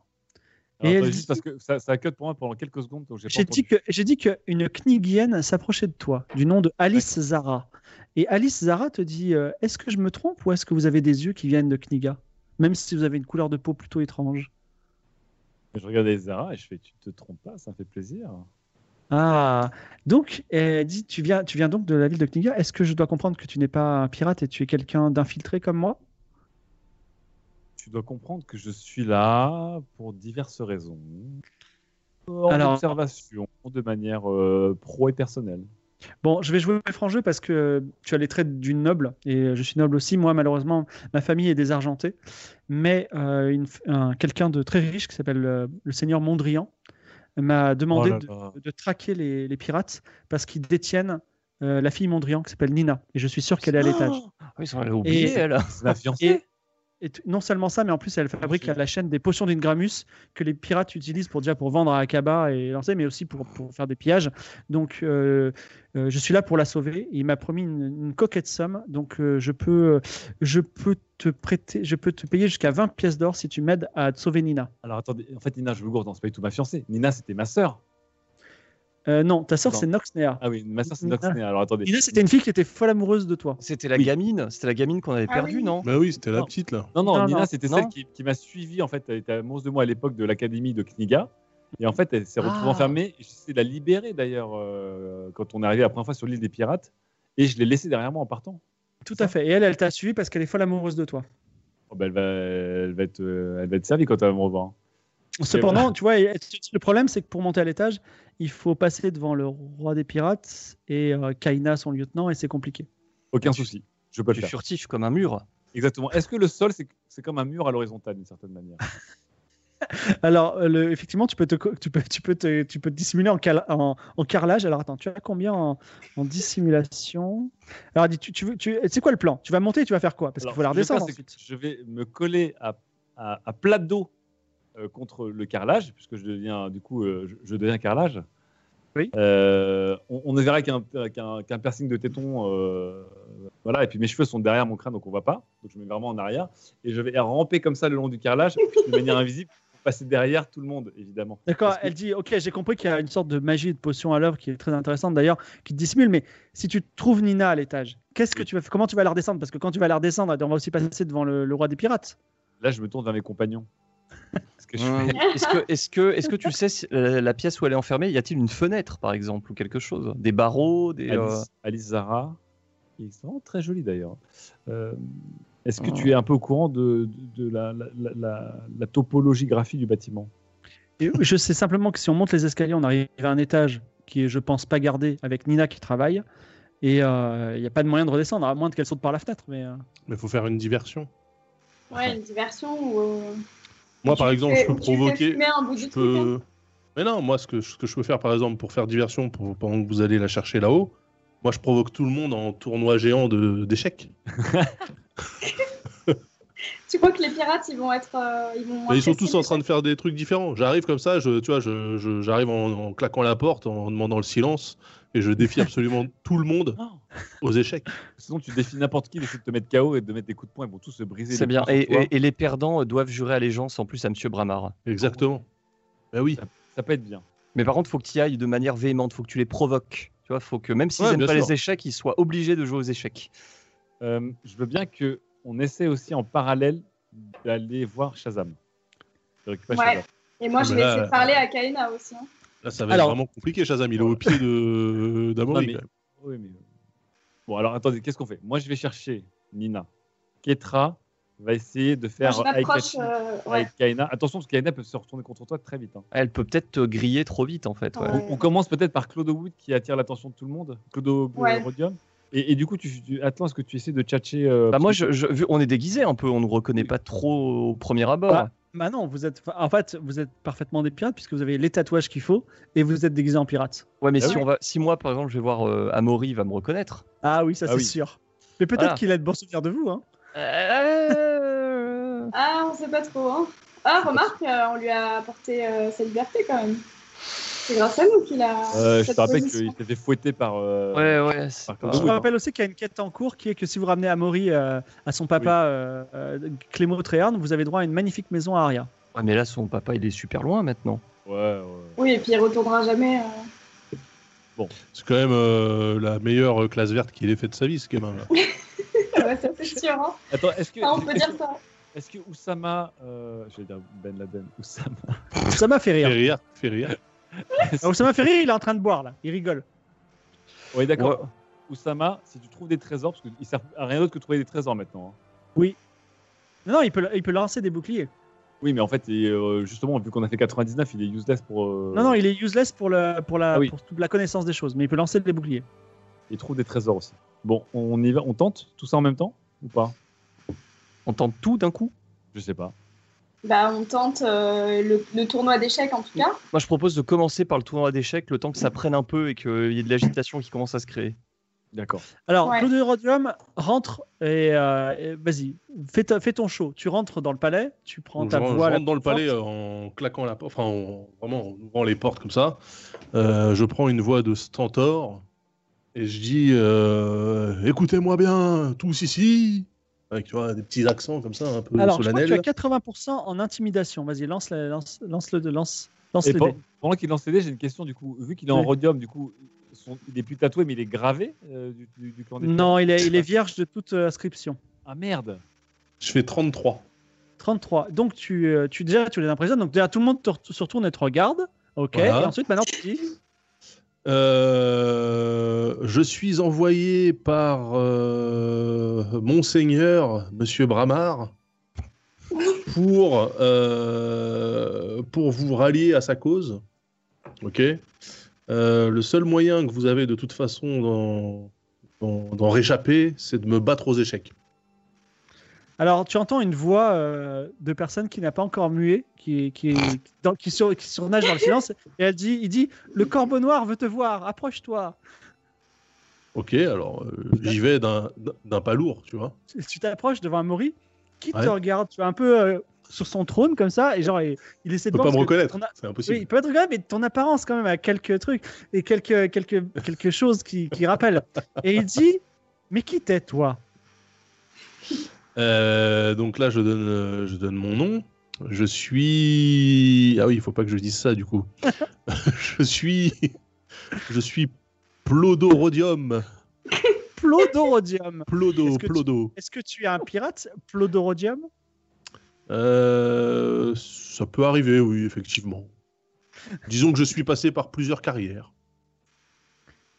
Speaker 1: Et elle dit-
Speaker 2: juste parce que ça, ça cut pour moi pendant quelques secondes, donc j'ai pas
Speaker 1: J'ai dit que
Speaker 2: entendu.
Speaker 1: j'ai dit que une Knigienne s'approchait de toi du nom de Alice Zara. Et Alice Zara te dit euh, est-ce que je me trompe ou est-ce que vous avez des yeux qui viennent de Kniga, même si vous avez une couleur de peau plutôt étrange.
Speaker 2: Je regardais Zara et je fais Tu te trompes pas, ça me fait plaisir.
Speaker 1: Ah, donc, elle dit, tu viens, tu viens donc de la ville de Kniga. Est-ce que je dois comprendre que tu n'es pas un pirate et tu es quelqu'un d'infiltré comme moi?
Speaker 2: Tu dois comprendre que je suis là pour diverses raisons. En
Speaker 1: Alors-
Speaker 2: observation, de manière euh, pro et personnelle.
Speaker 1: Bon, je vais jouer franc jeu parce que tu as les traits d'une noble et je suis noble aussi. Moi, malheureusement, ma famille est désargentée. Mais euh, une- un- quelqu'un de très riche qui s'appelle euh, le seigneur Mondrian m'a
Speaker 2: Oh
Speaker 1: demandé de, de traquer les, les pirates parce qu'ils détiennent euh, la fille Mondrian qui s'appelle Nina. Et je suis sûr qu'elle est à l'étage.
Speaker 3: Ah, ils sont allés oublier
Speaker 1: Et-
Speaker 3: elle.
Speaker 2: C'est ma fiancée
Speaker 1: Et, et t- non seulement ça, mais en plus, elle fabrique à la chaîne des potions d'Ingramus que les pirates utilisent pour, déjà pour vendre à Akaba et lancer, mais aussi pour, pour faire des pillages. Donc, euh, euh, je suis là pour la sauver. Il m'a promis une, une coquette somme. Donc, euh, je, peux, je, peux te prêter, je peux te payer jusqu'à 20 pièces d'or si tu m'aides à te sauver Nina.
Speaker 2: Alors attendez, en fait, Nina, je me gourde, non, c'est pas du tout ma fiancée. Nina, c'était ma sœur.
Speaker 1: Euh, non, ta sœur,
Speaker 2: Non.
Speaker 1: c'est Noxnea.
Speaker 2: Ah oui, ma sœur, c'est
Speaker 1: Nina.
Speaker 2: Noxnea. Alors attendez.
Speaker 1: Nina, c'était une fille qui était folle amoureuse de toi.
Speaker 3: C'était la
Speaker 2: Oui.
Speaker 3: gamine. C'était la gamine qu'on avait
Speaker 4: Ah
Speaker 3: perdue,
Speaker 4: oui.
Speaker 3: non
Speaker 5: Bah oui, c'était la
Speaker 2: Non.
Speaker 5: petite là.
Speaker 2: Non, non,
Speaker 1: Non, non.
Speaker 2: Nina, c'était
Speaker 3: Non.
Speaker 2: celle qui, qui m'a suivi. En fait, elle était amoureuse de moi à l'époque de l'académie de Kniga. Et en fait, elle s'est retrouvée
Speaker 3: Ah.
Speaker 2: enfermée. J'essaie de la libérer d'ailleurs euh, quand on est arrivé la première fois sur l'île des pirates. Et je l'ai laissée derrière moi en partant.
Speaker 1: Tout à fait. Et elle, elle t'a suivi parce qu'elle est folle amoureuse de toi.
Speaker 2: Oh, bah, elle, va, elle, va être, euh, elle va être servie quand elle va me revoir. hein.
Speaker 1: Cependant, tu vois, et- et le problème, c'est que pour monter à l'étage, il faut passer devant le roi des pirates et euh, Kaina, son lieutenant, et c'est compliqué.
Speaker 2: Aucun souci. Je peux le
Speaker 3: Tu
Speaker 2: faire.
Speaker 3: furtif comme un mur.
Speaker 2: Exactement. Est-ce que le sol, c'est c'est comme un mur à l'horizontale d'une certaine manière
Speaker 1: Alors, euh, le- effectivement, tu peux, te, co- tu, peux, tu, peux te, tu peux te dissimuler en, cal- en, en carrelage. Alors, attends, tu as combien en, en dissimulation Alors, dis, tu, tu, veux- tu- c'est quoi le plan Tu vas monter et tu vas faire quoi Parce qu'il
Speaker 2: Alors,
Speaker 1: faut la
Speaker 2: ce que je vais
Speaker 1: redescendre
Speaker 2: faire, c'est que
Speaker 1: ensuite.
Speaker 2: Je vais me coller à, à, à plat d'eau euh, contre le carrelage, puisque je deviens, du coup, euh, je, je deviens carrelage.
Speaker 1: Oui.
Speaker 2: Euh, on, on ne verra qu'un qu'un- qu'un piercing de téton. euh, voilà, et puis mes cheveux sont derrière mon crâne, donc on ne voit pas. Donc je me mets vraiment en arrière. Et je vais ramper comme ça le long du carrelage, de manière invisible, pour passer derrière tout le monde, évidemment.
Speaker 1: D'accord,
Speaker 2: Parce que-
Speaker 1: elle dit Ok, j'ai compris qu'il y a une sorte de magie et de potion à l'œuvre qui est très intéressante d'ailleurs, qui te dissimule. Mais si tu trouves Nina à l'étage, qu'est-ce que tu vas, comment tu vas la redescendre Parce que quand tu vas la redescendre, on va aussi passer devant le, le roi des pirates.
Speaker 2: Là, je me tourne vers mes compagnons. Parce que je
Speaker 3: Hum,
Speaker 4: Mm.
Speaker 2: fais-
Speaker 3: Est-ce que, est-ce que, est-ce que tu sais si euh, la, la pièce où elle est enfermée, y a-t-il une fenêtre par exemple ou quelque chose Des barreaux des, euh,
Speaker 2: Alice, Alice Zara, qui est vraiment très jolie d'ailleurs. Euh, Est-ce que
Speaker 3: Ah.
Speaker 2: tu es un peu au courant de, de la, la- la- la- la topologie graphique du bâtiment
Speaker 1: Et je sais simplement que si on monte les escaliers, on arrive à un étage qui est, je pense, pas gardé avec Nina qui travaille. Et euh, il n'y a pas de moyen de redescendre, à moins qu'elle saute par la fenêtre. Mais euh,
Speaker 5: Mais faut faire une diversion.
Speaker 4: Ouais, une diversion ou. euh,
Speaker 5: Moi,
Speaker 4: tu
Speaker 5: par
Speaker 4: fais-
Speaker 5: exemple, je peux
Speaker 4: tu fais
Speaker 5: provoquer.
Speaker 4: fumer un bout
Speaker 5: Je
Speaker 4: du truc, hein.
Speaker 5: peux. Mais non, moi, ce que, ce que je peux faire, par exemple, pour faire diversion, pour, pendant que vous allez la chercher là-haut, moi, je provoque tout le monde en tournoi géant de- d'échecs.
Speaker 4: Tu crois que les pirates, ils vont être. euh, ils, vont
Speaker 5: Mais Ils sont tous en train de faire des trucs différents. J'arrive comme ça, je, tu vois, je- je- j'arrive en, en claquant la porte, en demandant le silence, et je défie absolument tout le monde
Speaker 2: Oh.
Speaker 5: aux échecs.
Speaker 2: Sinon, tu défies n'importe qui, d'essayer de te mettre KO et de mettre des coups de poing, ils vont tous se briser.
Speaker 3: C'est
Speaker 2: les
Speaker 3: bien.
Speaker 2: couilles
Speaker 3: Et,
Speaker 2: sur toi.
Speaker 3: et- et les perdants euh, doivent jurer allégeance en plus à Monsieur Bramar.
Speaker 5: Exactement. Bah oui.
Speaker 2: Ça peut être bien.
Speaker 3: Mais par contre, faut que tu y ailles de manière véhémente, faut que tu les provoques. Tu vois, faut que même s'ils
Speaker 5: Ouais,
Speaker 3: n'aiment
Speaker 5: bien
Speaker 3: pas
Speaker 5: sûr.
Speaker 3: les échecs, ils soient obligés de jouer aux échecs.
Speaker 2: Euh, je veux bien que on essaie aussi en parallèle d'aller voir Shazam. De récupérer
Speaker 4: Ouais.
Speaker 2: Shazam.
Speaker 4: Et moi,
Speaker 5: Ah,
Speaker 4: je
Speaker 5: mais
Speaker 4: vais
Speaker 5: là,
Speaker 4: essayer de
Speaker 5: euh,
Speaker 4: parler à Kaina aussi. hein.
Speaker 5: Là, ça va
Speaker 1: Alors-
Speaker 5: être vraiment compliqué, Shazam. Il est au pied de
Speaker 2: Non,
Speaker 5: d'Amori.
Speaker 2: mais-
Speaker 5: quand même.
Speaker 2: Oh Oui, mais... euh, Bon, alors attendez, qu'est-ce qu'on fait Moi, je vais chercher Nina. Ketra va essayer de
Speaker 4: Moi,
Speaker 2: faire.
Speaker 4: je
Speaker 2: Aikachi
Speaker 4: m'approche. euh, ouais.
Speaker 2: avec Kaina. Attention, parce que Kaina peut se retourner contre toi très vite. hein.
Speaker 3: Elle peut peut-être te griller trop vite en fait. ouais.
Speaker 4: Ouais.
Speaker 2: On commence peut-être par Clodo Wood qui attire l'attention de tout le monde. Clodo
Speaker 4: Ouais.
Speaker 2: Rhodium. Et, et du coup, tu, tu, Atlan, est-ce que tu essaies de tchatcher euh,
Speaker 3: Bah moi, je, je- vu- on est déguisé un peu, on ne reconnaît pas trop au premier abord.
Speaker 1: Bah, bah non, vous êtes, en fait, vous êtes parfaitement des pirates puisque vous avez les tatouages qu'il faut et vous êtes déguisé en pirate.
Speaker 3: ouais, mais
Speaker 2: ah
Speaker 3: si
Speaker 2: oui.
Speaker 3: on va, si moi par exemple, je vais voir euh, Amaury, il va me reconnaître.
Speaker 1: Ah oui, ça
Speaker 2: Ah
Speaker 1: c'est
Speaker 2: oui.
Speaker 1: sûr. Mais peut-être
Speaker 3: Voilà.
Speaker 1: qu'il a de bons souvenirs de vous. Hein.
Speaker 3: Euh,
Speaker 4: Ah, on sait pas trop. Hein. Ah, remarque, euh, on lui a apporté euh, sa liberté quand même. C'est grâce à nous qu'il a.
Speaker 2: euh, Je
Speaker 4: cette
Speaker 2: te rappelle
Speaker 4: position.
Speaker 2: qu'il s'est fait fouetter par. euh,
Speaker 3: Ouais, ouais. c'est
Speaker 2: Par
Speaker 3: pas-
Speaker 2: contre,
Speaker 1: Je
Speaker 2: Ah
Speaker 1: vous
Speaker 2: oui.
Speaker 1: rappelle aussi qu'il y a une quête en cours qui est que si vous ramenez Amaury euh, à son papa euh, euh, Clément Tréherne, vous avez droit à une magnifique maison à Aria.
Speaker 3: Ouais, mais là, son papa, il est super loin maintenant.
Speaker 2: Ouais, ouais.
Speaker 4: Oui, et puis il retournera jamais. euh,
Speaker 5: C'est quand même euh, la meilleure euh, classe verte qu'il ait fait de sa vie, ce gamin. là.
Speaker 4: ouais, ça c'est sûr. Hein.
Speaker 2: Attends, est-ce que,
Speaker 4: Ah, on peut
Speaker 2: est-ce
Speaker 4: dire
Speaker 2: que,
Speaker 4: ça.
Speaker 2: est-ce que Oussama. Euh, je vais dire Ben Laden. Oussama.
Speaker 1: Ça m'a fait
Speaker 5: Fait
Speaker 1: rire.
Speaker 5: rire, fait rire.
Speaker 1: Alors, ça m'a fait rire, il est en train de boire là, il rigole.
Speaker 2: Ouais, d'accord. Oussama, si tu trouves des trésors, parce qu'ils servent à rien d'autre que trouver des trésors maintenant. hein.
Speaker 1: Non, non, il peut, il peut lancer des boucliers.
Speaker 2: Oui, mais en fait, et, euh, justement, vu qu'on a fait 99, il est useless pour. euh,
Speaker 1: Non, non, il est useless pour, le, pour, la,
Speaker 2: Ah oui.
Speaker 1: pour toute la connaissance des choses, mais il peut lancer des boucliers.
Speaker 2: il trouve des trésors aussi. Bon, on y va, on tente tout ça en même temps ou pas
Speaker 3: On tente tout d'un coup.
Speaker 2: Je sais pas.
Speaker 4: Bah, on tente euh, le, le tournoi d'échecs en tout cas.
Speaker 3: Moi, je propose de commencer par le tournoi d'échecs, le temps que ça prenne un peu et qu'il y ait de l'agitation qui commence à se créer.
Speaker 2: D'accord.
Speaker 1: Alors,
Speaker 4: Ouais.
Speaker 1: Claude Rhodium rentre et, euh, et vas-y, fais, ta- fais ton show. Tu rentres dans le palais, tu prends
Speaker 5: Donc,
Speaker 1: ta
Speaker 5: je, rentre-
Speaker 1: voix.
Speaker 5: je
Speaker 1: la
Speaker 5: rentre dans le
Speaker 1: plus forte.
Speaker 5: palais euh, en claquant la porte, enfin en- vraiment en ouvrant les portes comme ça. Euh, je prends une voix de Stentor et je dis euh, Écoutez-moi bien, tous ici. Avec tu vois, des petits accents comme ça, un peu
Speaker 1: Alors, je crois que
Speaker 5: solennels.
Speaker 1: tu as 80% en intimidation. Vas-y, lance, la- lance, lance le lance, lance
Speaker 2: Et
Speaker 1: le
Speaker 2: pen-
Speaker 1: dé.
Speaker 2: pendant qu'il lance les dés, j'ai une question du coup. Vu qu'il est en
Speaker 1: Oui.
Speaker 2: rhodium, du coup, son- il est plus tatoué, mais il est gravé euh, du, du- du clan des.
Speaker 1: Non, il est, il est vierge de toute euh, inscription.
Speaker 2: Ah merde
Speaker 5: Je fais 33.
Speaker 1: 33. Donc, tu, euh, tu déjà, tu les impressionnes. Donc, déjà, tout le monde te re- se retourne et te regarde. Ok.
Speaker 5: Voilà.
Speaker 1: Et ensuite, maintenant, tu dis.
Speaker 5: Euh, je suis envoyé par euh, Monseigneur Monsieur Bramar pour, euh, pour vous rallier à sa cause. Ok. Euh, le seul moyen que vous avez de toute façon d'en- d'en d'en réchapper, c'est de me battre aux échecs.
Speaker 1: Alors, tu entends une voix euh, de personne qui n'a pas encore mué, qui, qui, qui, dans- qui sur- qui surnage dans le silence, et elle dit, il dit, le corbeau noir veut te voir, approche-toi.
Speaker 5: Ok, alors euh, j'y vais d'un d'un pas lourd, tu vois.
Speaker 1: Tu- Tu t'approches devant un Mori qui te
Speaker 5: Ouais.
Speaker 1: regarde, tu vois, un peu euh, sur son trône comme ça, et genre, il, il essaie
Speaker 5: Il
Speaker 1: de
Speaker 5: peut
Speaker 1: voir
Speaker 5: pas me
Speaker 1: parce que
Speaker 5: reconnaître,
Speaker 1: ton a-
Speaker 5: c'est
Speaker 1: Oui, il
Speaker 5: impossible.
Speaker 1: peut être grave, mais ton apparence quand même a quelques trucs et quelques, quelques, quelque chose qui, qui rappelle. Et il dit, mais qui t'es toi
Speaker 5: Euh, donc là, je donne, euh, je donne mon nom. Je suis. Ah oui, il faut pas que je dise ça du coup. je suis. Je suis Plodorodium.
Speaker 1: Plodorodium.
Speaker 5: Plodo,
Speaker 1: Est-ce que tu-
Speaker 5: Plodo.
Speaker 1: Est-ce que tu es un pirate, Plodorodium
Speaker 5: Euh, ça peut arriver, oui, effectivement. Disons que je suis passé par plusieurs carrières.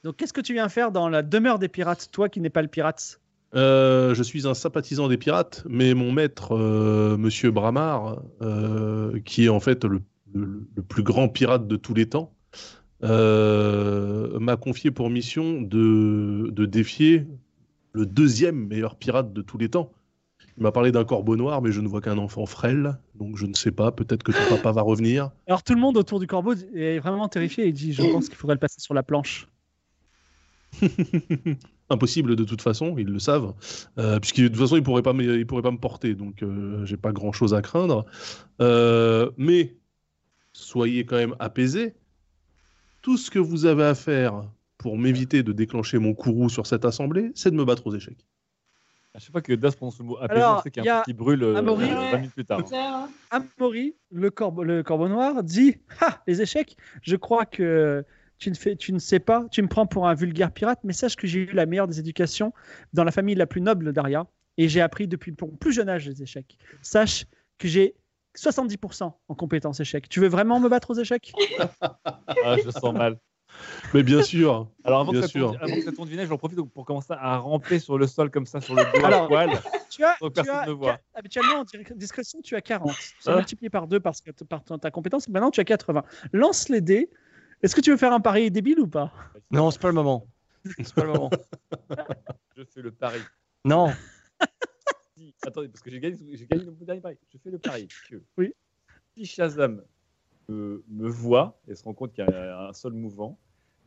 Speaker 1: Donc qu'est-ce que tu viens faire dans la demeure des pirates, toi qui n'es pas le pirate
Speaker 5: Euh, je suis un sympathisant des pirates, mais mon maître, euh, Monsieur Bramar, euh, qui est en fait le, le- le plus grand pirate de tous les temps, euh, m'a confié pour mission de, de défier le deuxième meilleur pirate de tous les temps. Il m'a parlé d'un corbeau noir, mais je ne vois qu'un enfant frêle, donc je ne sais pas, peut-être que ton papa va revenir.
Speaker 1: Alors tout le monde autour du corbeau est vraiment terrifié et dit, je pense qu'il faudrait le passer sur la planche.
Speaker 5: Impossible de toute façon, ils le savent, euh, puisque de toute façon ils pourraient pas me, ils pourraient pas me porter, donc euh, j'ai pas grand chose à craindre. Euh, mais soyez quand même apaisés. Tout ce que vous avez à faire pour m'éviter de déclencher mon courroux sur cette assemblée, c'est de me battre aux échecs.
Speaker 2: À chaque fois que Das prononce le mot apaisant,
Speaker 1: Alors,
Speaker 2: c'est qu'il y
Speaker 1: il y
Speaker 2: a un
Speaker 1: a
Speaker 2: petit brûle euh,
Speaker 1: Amaury.
Speaker 2: 20 minutes plus tard.
Speaker 4: Claire, hein.
Speaker 1: Amaury, le corbeau, le corbeau noir, dit, ah, les échecs, je crois que tu ne, fais, tu ne sais pas, tu me prends pour un vulgaire pirate, mais sache que j'ai eu la meilleure des éducations dans la famille la plus noble d'Aria, et j'ai appris depuis mon plus jeune âge les échecs. Sache que j'ai 70% en compétences échecs. Tu veux vraiment me battre aux échecs
Speaker 2: Ah, je sens mal.
Speaker 5: Mais bien sûr,
Speaker 2: Alors avant,
Speaker 5: Bien
Speaker 2: que ça
Speaker 5: sûr.
Speaker 2: tourne, avant que ça tourne vinaigre, j'en profite pour commencer à ramper sur le sol comme ça, sur le dos à
Speaker 1: Alors,
Speaker 2: poil.
Speaker 1: Tu as,
Speaker 2: Donc,
Speaker 1: tu
Speaker 2: personne
Speaker 1: as
Speaker 2: ne voit.
Speaker 1: quat- habituellement en dir- discrétion, tu as 40. C'est
Speaker 2: Ah.
Speaker 1: multiplié par 2 parce que t- par ton- ta compétence. Maintenant, tu as 80. Lance les dés. Est-ce que tu veux faire un pari débile ou pas
Speaker 3: Non, c'est pas le moment. C'est pas le moment.
Speaker 2: Je fais le pari.
Speaker 3: Non.
Speaker 2: Si- Attendez, parce que j'ai gagné, j'ai gagné le dernier pari. Je fais le pari que
Speaker 1: Oui.
Speaker 2: si Shazam me, me voit et se rend compte qu'il y a un sol mouvant,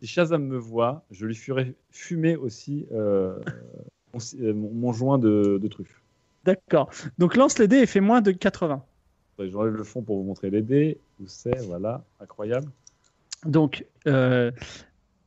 Speaker 2: si Shazam me voit, je lui ferai fumer aussi euh, mon, euh, mon- mon joint de, de truffes.
Speaker 1: D'accord. Donc lance les dés et fais moins de 80.
Speaker 2: Attendez, J'enlève le fond pour vous montrer les dés. Où c'est Voilà, incroyable.
Speaker 1: Donc, euh,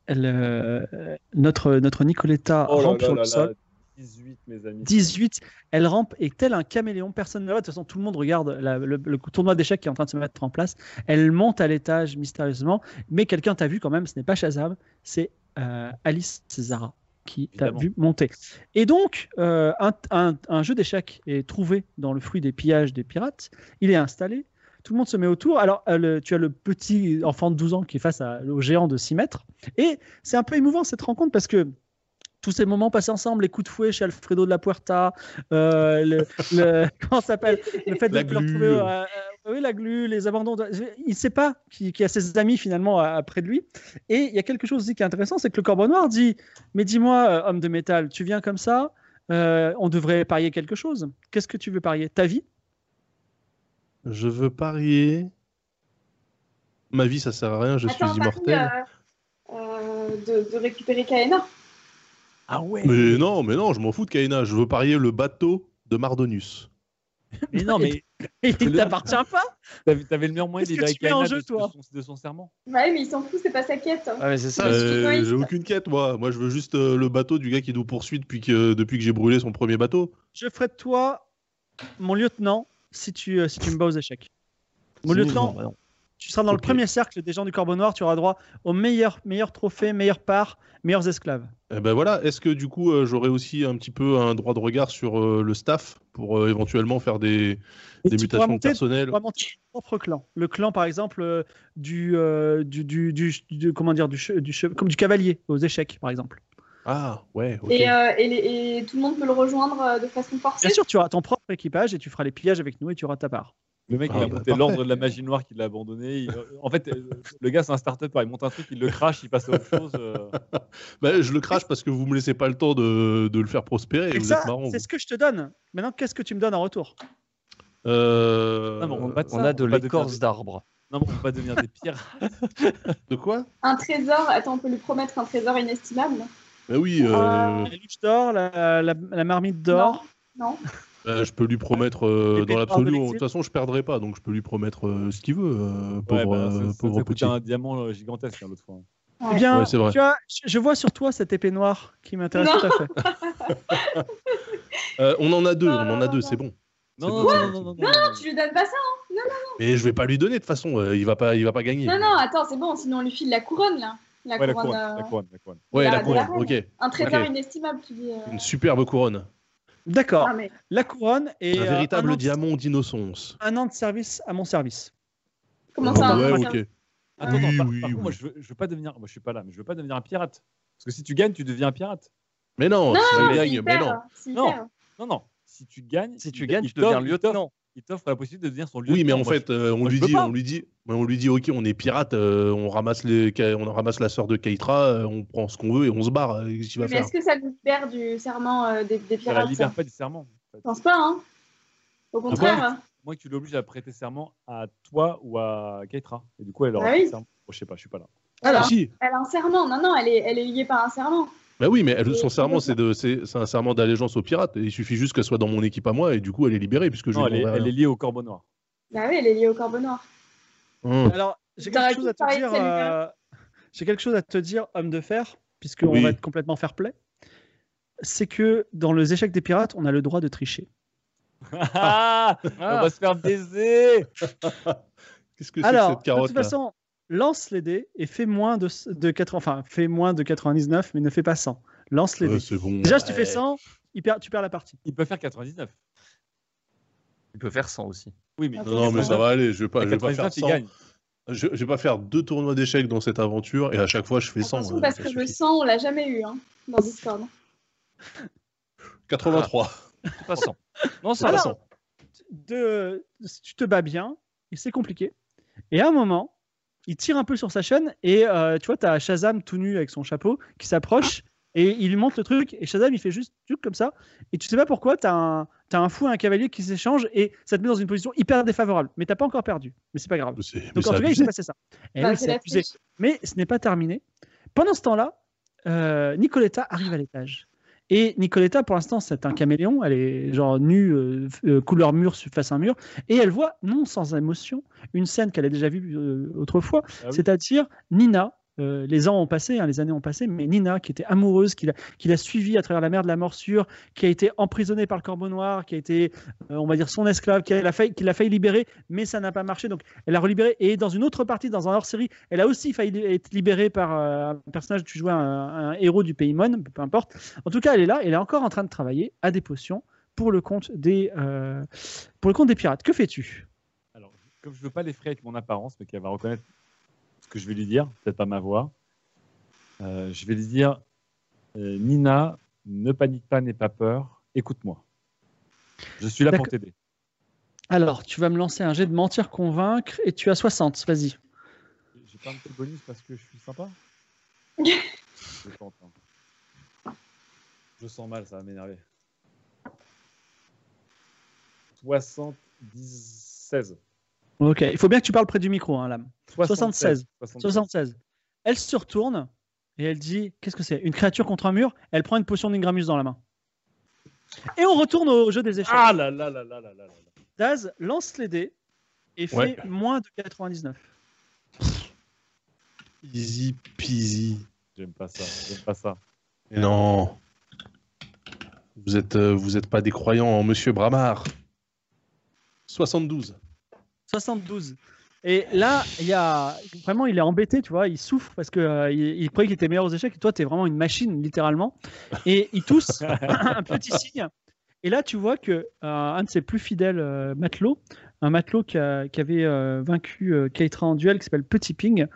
Speaker 1: le- euh, notre, notre Nicoletta
Speaker 2: Oh
Speaker 1: rampe sur le sol.
Speaker 2: 18, mes amis.
Speaker 1: 18, elle rampe et tel un caméléon, personne ne la voit. De toute façon, tout le monde regarde la- le, le tournoi d'échecs qui est en train de se mettre en place. Elle monte à l'étage mystérieusement, mais quelqu'un t'a vu quand même, ce n'est pas Shazam, c'est euh, Alice Zara qui t'a
Speaker 2: Évidemment.
Speaker 1: vu monter. Et donc, euh, un, un- un jeu d'échecs est trouvé dans le fruit des pillages des pirates. Il est installé. Tout le monde se met autour. Alors, euh, le- tu as le petit enfant de 12 ans qui est face à- au géant de 6 mètres. Et c'est un peu émouvant cette rencontre parce que tous ces moments passés ensemble, les coups de fouet chez Alfredo de la Puerta, euh, le, le- comment ça s'appelle Le fait de
Speaker 5: La
Speaker 1: leur
Speaker 5: glu.
Speaker 1: trouver, euh, euh, oui, la glu, les abandons. de- Il ne sait pas qui, qui a ses amis finalement à- près de lui. Et il y a quelque chose aussi qui est intéressant, c'est que le Corbeau Noir dit Mais dis-moi, euh, homme de métal, tu viens comme ça euh, On devrait parier quelque chose. Qu'est-ce que tu veux parier Ta vie
Speaker 5: je veux parier. Ma vie, ça sert à rien, je
Speaker 4: Attends,
Speaker 5: suis
Speaker 4: t'as
Speaker 5: immortel.
Speaker 4: mis, euh, euh, de, de récupérer Kaena.
Speaker 2: Ah ouais
Speaker 5: Mais non, mais non, je m'en fous de Kaina. Je veux parier le bateau de Mardonius.
Speaker 2: Mais non, mais
Speaker 1: Il ne t'appartient pas
Speaker 2: t'avais t'avais le meilleur moyen de
Speaker 1: Qu'est-ce que tu mets
Speaker 2: libérer
Speaker 1: en
Speaker 2: Kaina
Speaker 1: jeu,
Speaker 2: de,
Speaker 1: toi
Speaker 2: de son- de son serment.
Speaker 4: Ouais, mais ils s'en foutent, c'est pas sa quête.
Speaker 3: Ah, mais c'est ça.
Speaker 4: Ouais.
Speaker 3: c'est-
Speaker 4: suis égoïste.
Speaker 5: Euh, j'ai aucune quête, moi. Moi, je veux juste euh, le bateau du gars qui nous poursuit depuis que, depuis que j'ai brûlé son premier bateau.
Speaker 1: Je ferai de toi mon lieutenant si tu, euh, si tu me bats aux échecs. Mon
Speaker 3: c'est
Speaker 1: lieutenant,
Speaker 3: mignon, bah non.
Speaker 1: tu seras dans
Speaker 5: Ok.
Speaker 1: le premier cercle des gens du Corbeau Noir, tu auras droit aux meilleurs, meilleurs trophées, meilleures parts, meilleurs esclaves.
Speaker 5: Eh ben voilà, est-ce que du coup, euh, j'aurais aussi un petit peu un droit de regard sur euh, le staff pour euh, éventuellement faire des,
Speaker 1: Et
Speaker 5: des
Speaker 1: tu pourras
Speaker 5: mutations
Speaker 1: monter-
Speaker 5: personnelles
Speaker 1: pourras monter ton propre clan. Le clan, par exemple, euh, du, euh, du, du, du- du- comment dire, du, che- du che- comme du cavalier aux échecs, par exemple.
Speaker 5: Ah, ouais, ok.
Speaker 4: Et, euh, et les- et tout le monde peut le rejoindre euh, de façon forcée.
Speaker 1: Bien sûr, tu auras ton propre équipage et tu feras les pillages avec nous et tu auras ta part.
Speaker 2: Le mec,
Speaker 5: Ah,
Speaker 2: il a
Speaker 5: bah,
Speaker 2: monté
Speaker 5: parfait.
Speaker 2: l'ordre de la magie noire qu'il a abandonné. Il- euh, En fait, euh, le gars, c'est un start Il monte un truc, il le crache, il passe à autre chose. euh.
Speaker 5: Bah, je le crache parce que vous me laissez pas le temps de, de le faire prospérer.
Speaker 1: Et
Speaker 5: vous
Speaker 1: ça,
Speaker 5: êtes marrant.
Speaker 1: c'est ce que je te donne. Maintenant, qu'est-ce que tu me donnes en retour
Speaker 5: vous. Euh,
Speaker 2: Non, mais Ah, on
Speaker 3: On,
Speaker 2: va de ça,
Speaker 3: a de
Speaker 2: on va devenir
Speaker 3: l'écorce
Speaker 2: des-
Speaker 3: d'arbre.
Speaker 2: Non, mais on va devenir des pires.
Speaker 5: De quoi
Speaker 4: Un trésor, attends, on peut lui promettre un trésor inestimable
Speaker 5: Bah oui, euh,
Speaker 4: Ah.
Speaker 1: La louche d'or, la, la- la marmite d'or.
Speaker 4: Non.
Speaker 5: bah, je peux lui promettre euh,
Speaker 1: Les
Speaker 5: dans
Speaker 1: départs de
Speaker 5: l'absolu. De
Speaker 1: l'exil.
Speaker 5: toute façon, je perdrai pas, donc je peux lui promettre euh, ce qu'il veut, euh,
Speaker 2: Ouais,
Speaker 5: pauvre,
Speaker 2: bah, ça-
Speaker 5: euh,
Speaker 2: ça-
Speaker 5: pauvre
Speaker 2: ça coûtait
Speaker 5: petit.
Speaker 2: un diamant euh, gigantesque hein, l'autre fois.
Speaker 1: Eh bien,
Speaker 5: Ouais, c'est vrai.
Speaker 1: tu vois, je, je vois sur toi cette épée noire qui m'intéresse
Speaker 4: Non.
Speaker 1: tout à fait.
Speaker 5: Euh, on en a deux,
Speaker 4: Non,
Speaker 5: on en
Speaker 4: non,
Speaker 5: a deux,
Speaker 1: Ah.
Speaker 4: non.
Speaker 5: c'est bon.
Speaker 2: Non,
Speaker 5: C'est
Speaker 2: non,
Speaker 5: bon,
Speaker 2: non,
Speaker 5: c'est
Speaker 2: non, non,
Speaker 5: bon.
Speaker 2: non, non.
Speaker 4: Tu lui donnes pas ça
Speaker 5: Mais je vais pas lui donner de toute façon, euh, il va pas, il va pas gagner.
Speaker 4: Non, non, attends, c'est bon, sinon on lui file la couronne, là. La
Speaker 2: Ouais, la
Speaker 4: couronne.
Speaker 2: couronne,
Speaker 4: euh,
Speaker 2: la couronne, la couronne.
Speaker 5: Ouais,
Speaker 4: Ah,
Speaker 5: la
Speaker 4: de
Speaker 5: couronne,
Speaker 4: la couronne.
Speaker 5: ok.
Speaker 4: Un trésor
Speaker 5: Ok.
Speaker 4: inestimable, tu dis. euh.
Speaker 5: Une superbe couronne.
Speaker 1: D'accord.
Speaker 4: Ah, mais
Speaker 1: La couronne et
Speaker 5: un
Speaker 1: euh,
Speaker 5: véritable
Speaker 1: un an de-
Speaker 5: diamant d'innocence.
Speaker 1: un an de service à mon service.
Speaker 4: comment ça
Speaker 5: Ah, Ouais,
Speaker 4: un trésor
Speaker 5: ok.
Speaker 2: Attends,
Speaker 5: Oui,
Speaker 2: attends, par,
Speaker 5: oui,
Speaker 2: par contre, moi,
Speaker 5: oui.
Speaker 2: je veux, je veux pas devenir. Moi, je suis pas là, mais je veux pas devenir un pirate. Parce que si tu gagnes, tu deviens un pirate.
Speaker 5: Mais non,
Speaker 4: Non,
Speaker 5: si je
Speaker 4: s'il
Speaker 5: gagne, mais
Speaker 4: perd,
Speaker 5: non.
Speaker 4: s'il
Speaker 2: Non.
Speaker 4: perd.
Speaker 2: Non, non. Si tu gagnes,
Speaker 3: Si
Speaker 2: il-
Speaker 3: tu gagnes,
Speaker 2: il
Speaker 3: tu deviens
Speaker 2: t'offre- il t'offre-
Speaker 3: lieutenant.
Speaker 2: Il t'offre la possibilité de devenir son lieutenant.
Speaker 5: Oui, mais en
Speaker 2: Moi,
Speaker 5: fait, euh, on
Speaker 2: moi, je
Speaker 5: lui
Speaker 2: peux
Speaker 5: dit,
Speaker 2: pas.
Speaker 5: on lui dit, ouais, on lui dit, ok, on est pirate, euh, on ramasse les, on ramasse la sœur de Keitra, euh, on prend ce qu'on veut et on se barre. euh, Qu'est-ce qu'il va
Speaker 4: Mais
Speaker 5: faire
Speaker 4: est-ce que ça nous libère du serment euh, des, des
Speaker 2: je- ça la
Speaker 4: pirates ça
Speaker 2: libère pas du serment. en fait.
Speaker 4: Je pense pas, hein. Au contraire. hein.
Speaker 2: Moi, tu l'obliges à prêter serment à toi ou à Keitra. Et du coup, elle aura
Speaker 4: Ah
Speaker 2: fait
Speaker 4: oui.
Speaker 2: serment. Oh, je sais pas, je suis pas là.
Speaker 5: Ah,
Speaker 4: Alors,
Speaker 5: si.
Speaker 4: elle a un serment. Non, non, elle est, elle est liée par un serment.
Speaker 5: Bah oui, mais elle- son
Speaker 4: Et-
Speaker 5: serment, c'est de- c'est c'est un serment d'allégeance aux pirates. Il suffit juste qu'elle soit dans mon équipe à moi et du coup, elle est libérée puisque je
Speaker 2: Non, elle
Speaker 5: lui
Speaker 2: est,
Speaker 5: demanderai
Speaker 2: elle est liée au corbeau noir.
Speaker 4: Bah oui, elle est liée au corbeau noir.
Speaker 5: rien. Hum.
Speaker 1: Alors, j'ai
Speaker 4: T'aurais
Speaker 1: quelque chose
Speaker 4: pu
Speaker 1: à te
Speaker 4: parler de
Speaker 1: dire.
Speaker 4: celui-là.
Speaker 1: euh, J'ai quelque chose à te dire, homme de fer, puisqu'on
Speaker 5: Oui.
Speaker 1: va être complètement fair play. C'est que dans les échecs des pirates, on a le droit de tricher.
Speaker 2: Ah, On va se faire baiser
Speaker 5: Qu'est-ce que c'est que
Speaker 1: Alors,
Speaker 5: cette
Speaker 1: de
Speaker 5: carotte
Speaker 1: toute façon, lance les dés et fais moins de, de 80 enfin, fais moins de 99, mais ne fais pas 100. Lance les dés.
Speaker 5: C'est bon.
Speaker 1: Déjà, si tu
Speaker 5: Euh, Ouais.
Speaker 1: fais 100, il perd- tu perds la partie.
Speaker 2: Il peut faire 99.
Speaker 3: Tu peux faire 100 aussi.
Speaker 2: Oui, mais.
Speaker 4: Ah,
Speaker 5: Non, non, mais ça va aller. Je vais pas,
Speaker 2: À
Speaker 5: je vais pas faire
Speaker 2: 99, il
Speaker 5: 100.
Speaker 2: gagne.
Speaker 5: Je, je vais pas faire deux tournois d'échecs dans cette aventure et à chaque fois je fais 100.
Speaker 4: Attention,
Speaker 5: euh,
Speaker 4: parce
Speaker 5: ça
Speaker 4: que le
Speaker 5: suffit.
Speaker 4: sang, on l'a jamais eu hein, dans Discord.
Speaker 5: 83.
Speaker 3: C'est pas 100. Non, ça
Speaker 5: Pas
Speaker 3: va.
Speaker 1: Alors, de, tu te bats bien, et c'est compliqué. Et à un moment, il tire un peu sur sa chaîne, et euh, tu vois, tu as Shazam tout nu avec son chapeau qui s'approche, et il lui montre le truc, et Shazam, il fait juste truc comme ça, et tu sais pas pourquoi, tu as, un t'as un fou et un cavalier qui s'échangent, et ça te met dans une position hyper défavorable. Mais t'as pas encore perdu, mais c'est pas grave.
Speaker 5: Mais c'est- mais
Speaker 1: Donc
Speaker 5: c'est
Speaker 1: en tout cas, il
Speaker 5: abusé.
Speaker 1: s'est passé ça. Eh
Speaker 4: Bah,
Speaker 1: oui,
Speaker 4: c'est
Speaker 1: c'est
Speaker 4: la
Speaker 1: abusé.
Speaker 4: triche.
Speaker 1: Mais ce n'est pas terminé. Pendant ce temps-là, euh, Nicoletta arrive à l'étage. Et Nicoletta, pour l'instant, c'est un caméléon. Elle est genre nue, euh, f- euh, couleur mur su- face à un mur. Et elle voit, non sans émotion, une scène qu'elle a déjà vue euh, autrefois.
Speaker 2: Ah oui.
Speaker 1: C'est-à-dire Nina. euh, les ans ont passé, hein, les années ont passé, mais Nina, qui était amoureuse, qui l'a, qui l'a suivie à travers la mer de la morsure, qui a été emprisonnée par le corbeau noir, qui a été, euh, on va dire, son esclave, qui l'a failli, qui l'a failli libérer, mais ça n'a pas marché. Donc, elle l'a relibérée. Et dans une autre partie, dans un hors-série, elle a aussi failli être libérée par euh, un personnage. Tu jouais un, un héros du Paymon, peu importe. En tout cas, elle est là. Elle est encore en train de travailler à des potions pour le compte des, euh, pour le compte des pirates. Que fais-tu
Speaker 2: Alors, comme je veux pas l'effrayer avec mon apparence, mais qu'elle va reconnaître ce que je vais lui dire, peut-être pas ma voix, euh, je vais lui dire euh, Nina, ne panique pas, n'aie pas peur, écoute-moi. Je suis là pour
Speaker 1: D'accord.
Speaker 2: t'aider.
Speaker 1: Alors, tu vas me lancer un jet de mentir convaincre et tu as 60. Vas-y.
Speaker 2: J'ai pas un petit bonus parce que je suis sympa Je tente, hein. Je sens mal, ça va m'énerver. 76.
Speaker 1: Ok. Il faut bien que tu parles près du micro, hein, Lame. 76. 76. Elle se retourne et elle dit Qu'est-ce que c'est Une créature contre un mur Elle prend une potion d'Ingramus dans la main. Et on retourne au jeu des échecs.
Speaker 2: Ah là là là là là là là.
Speaker 1: Daz lance les dés et fait
Speaker 5: Ouais.
Speaker 1: moins de 99.
Speaker 5: Easy peasy.
Speaker 2: J'aime pas ça, j'aime pas ça.
Speaker 5: Mais non. Vous êtes, euh, vous êtes pas des croyants en Monsieur Bramard. 72.
Speaker 1: 72. Et là, il y a vraiment, il est embêté, tu vois, il souffre parce que euh, il, il croyait qu'il était meilleur aux échecs et toi, tu es vraiment une machine littéralement. Et il tousse un petit signe. Et là, tu vois que euh, un de ses plus fidèles euh, matelots, un matelot qui, a- qui avait euh, vaincu euh, Keitra en duel, qui s'appelle Petit Ping,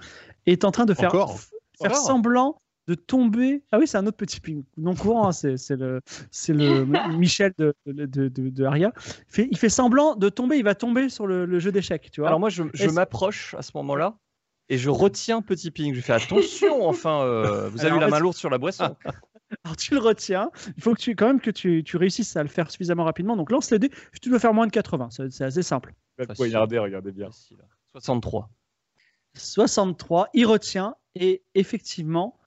Speaker 1: est en train de faire
Speaker 5: Encore
Speaker 1: faire
Speaker 2: Encore
Speaker 1: semblant de tomber. Ah oui, c'est un autre petit ping non courant, hein, c'est c'est le, c'est le Michel de, de, de, de Aria. Il fait, il fait semblant de tomber, il va tomber sur le, le jeu d'échecs, tu vois.
Speaker 3: Alors moi, je, je
Speaker 1: Est-ce-
Speaker 3: m'approche à ce moment-là et je retiens Petit Ping. Je fais attention, enfin, euh, vous avez
Speaker 1: Alors,
Speaker 3: la
Speaker 1: en
Speaker 3: main
Speaker 1: fait-
Speaker 3: lourde sur la boisson.
Speaker 2: Ah,
Speaker 1: Alors tu le retiens. Il faut que tu, quand même que tu, tu réussisses à le faire suffisamment rapidement. Donc lance les dés. Tu dois faire moins de 80. C'est c'est assez simple.
Speaker 2: Vous êtes poignardé, regardez bien.
Speaker 3: 63.
Speaker 1: 63. Il retient. Et effectivement,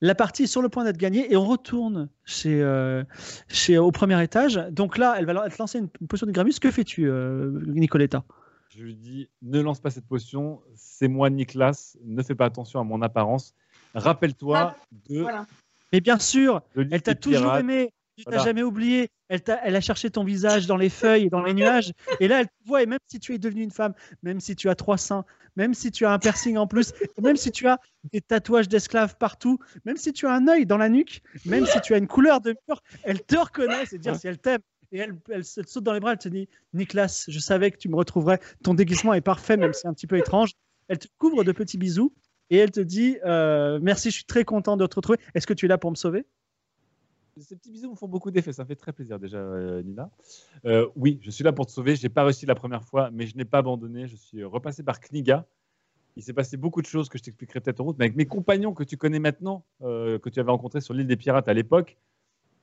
Speaker 1: la partie est sur le point d'être gagnée. Et on retourne chez, euh, chez, au premier étage. Donc là, elle va te lancer une, une potion de Gramus. Que fais-tu, euh, Nicoletta
Speaker 2: Je lui dis ne lance pas cette potion, c'est moi Nicolas, ne fais pas attention à mon apparence. Rappelle-toi de,
Speaker 4: Voilà.
Speaker 1: Mais bien sûr,
Speaker 2: de l'île
Speaker 1: elle t'a
Speaker 2: des
Speaker 1: toujours
Speaker 2: pirates.
Speaker 1: aimé. Tu t'as
Speaker 2: Voilà.
Speaker 1: jamais oublié. Elle t'a- elle a cherché ton visage dans les feuilles et dans les nuages. Et là, elle te voit. Et même si tu es devenue une femme, même si tu as trois seins, même si tu as un piercing en plus, même si tu as des tatouages d'esclaves partout, même si tu as un œil dans la nuque, même si tu as une couleur de mur, elle te reconnaît. C'est dire si elle t'aime. Et elle, elle se- elle saute dans les bras. Elle te dit Nicolas, je savais que tu me retrouverais. Ton déguisement est parfait, même si c'est un petit peu étrange. Elle te couvre de petits bisous. Et elle te dit euh, Merci, je suis très content de te retrouver. Est-ce que tu es là pour me sauver
Speaker 2: Ces petits bisous me font beaucoup d'effet, ça fait très plaisir déjà, euh, Nina. Euh, oui, je suis là pour te sauver. Je n'ai pas réussi la première fois, mais je n'ai pas abandonné. Je suis repassé par Kniga. Il s'est passé beaucoup de choses que je t'expliquerai peut-être en route, mais avec mes compagnons que tu connais maintenant, euh, que tu avais rencontrés sur l'île des pirates à l'époque,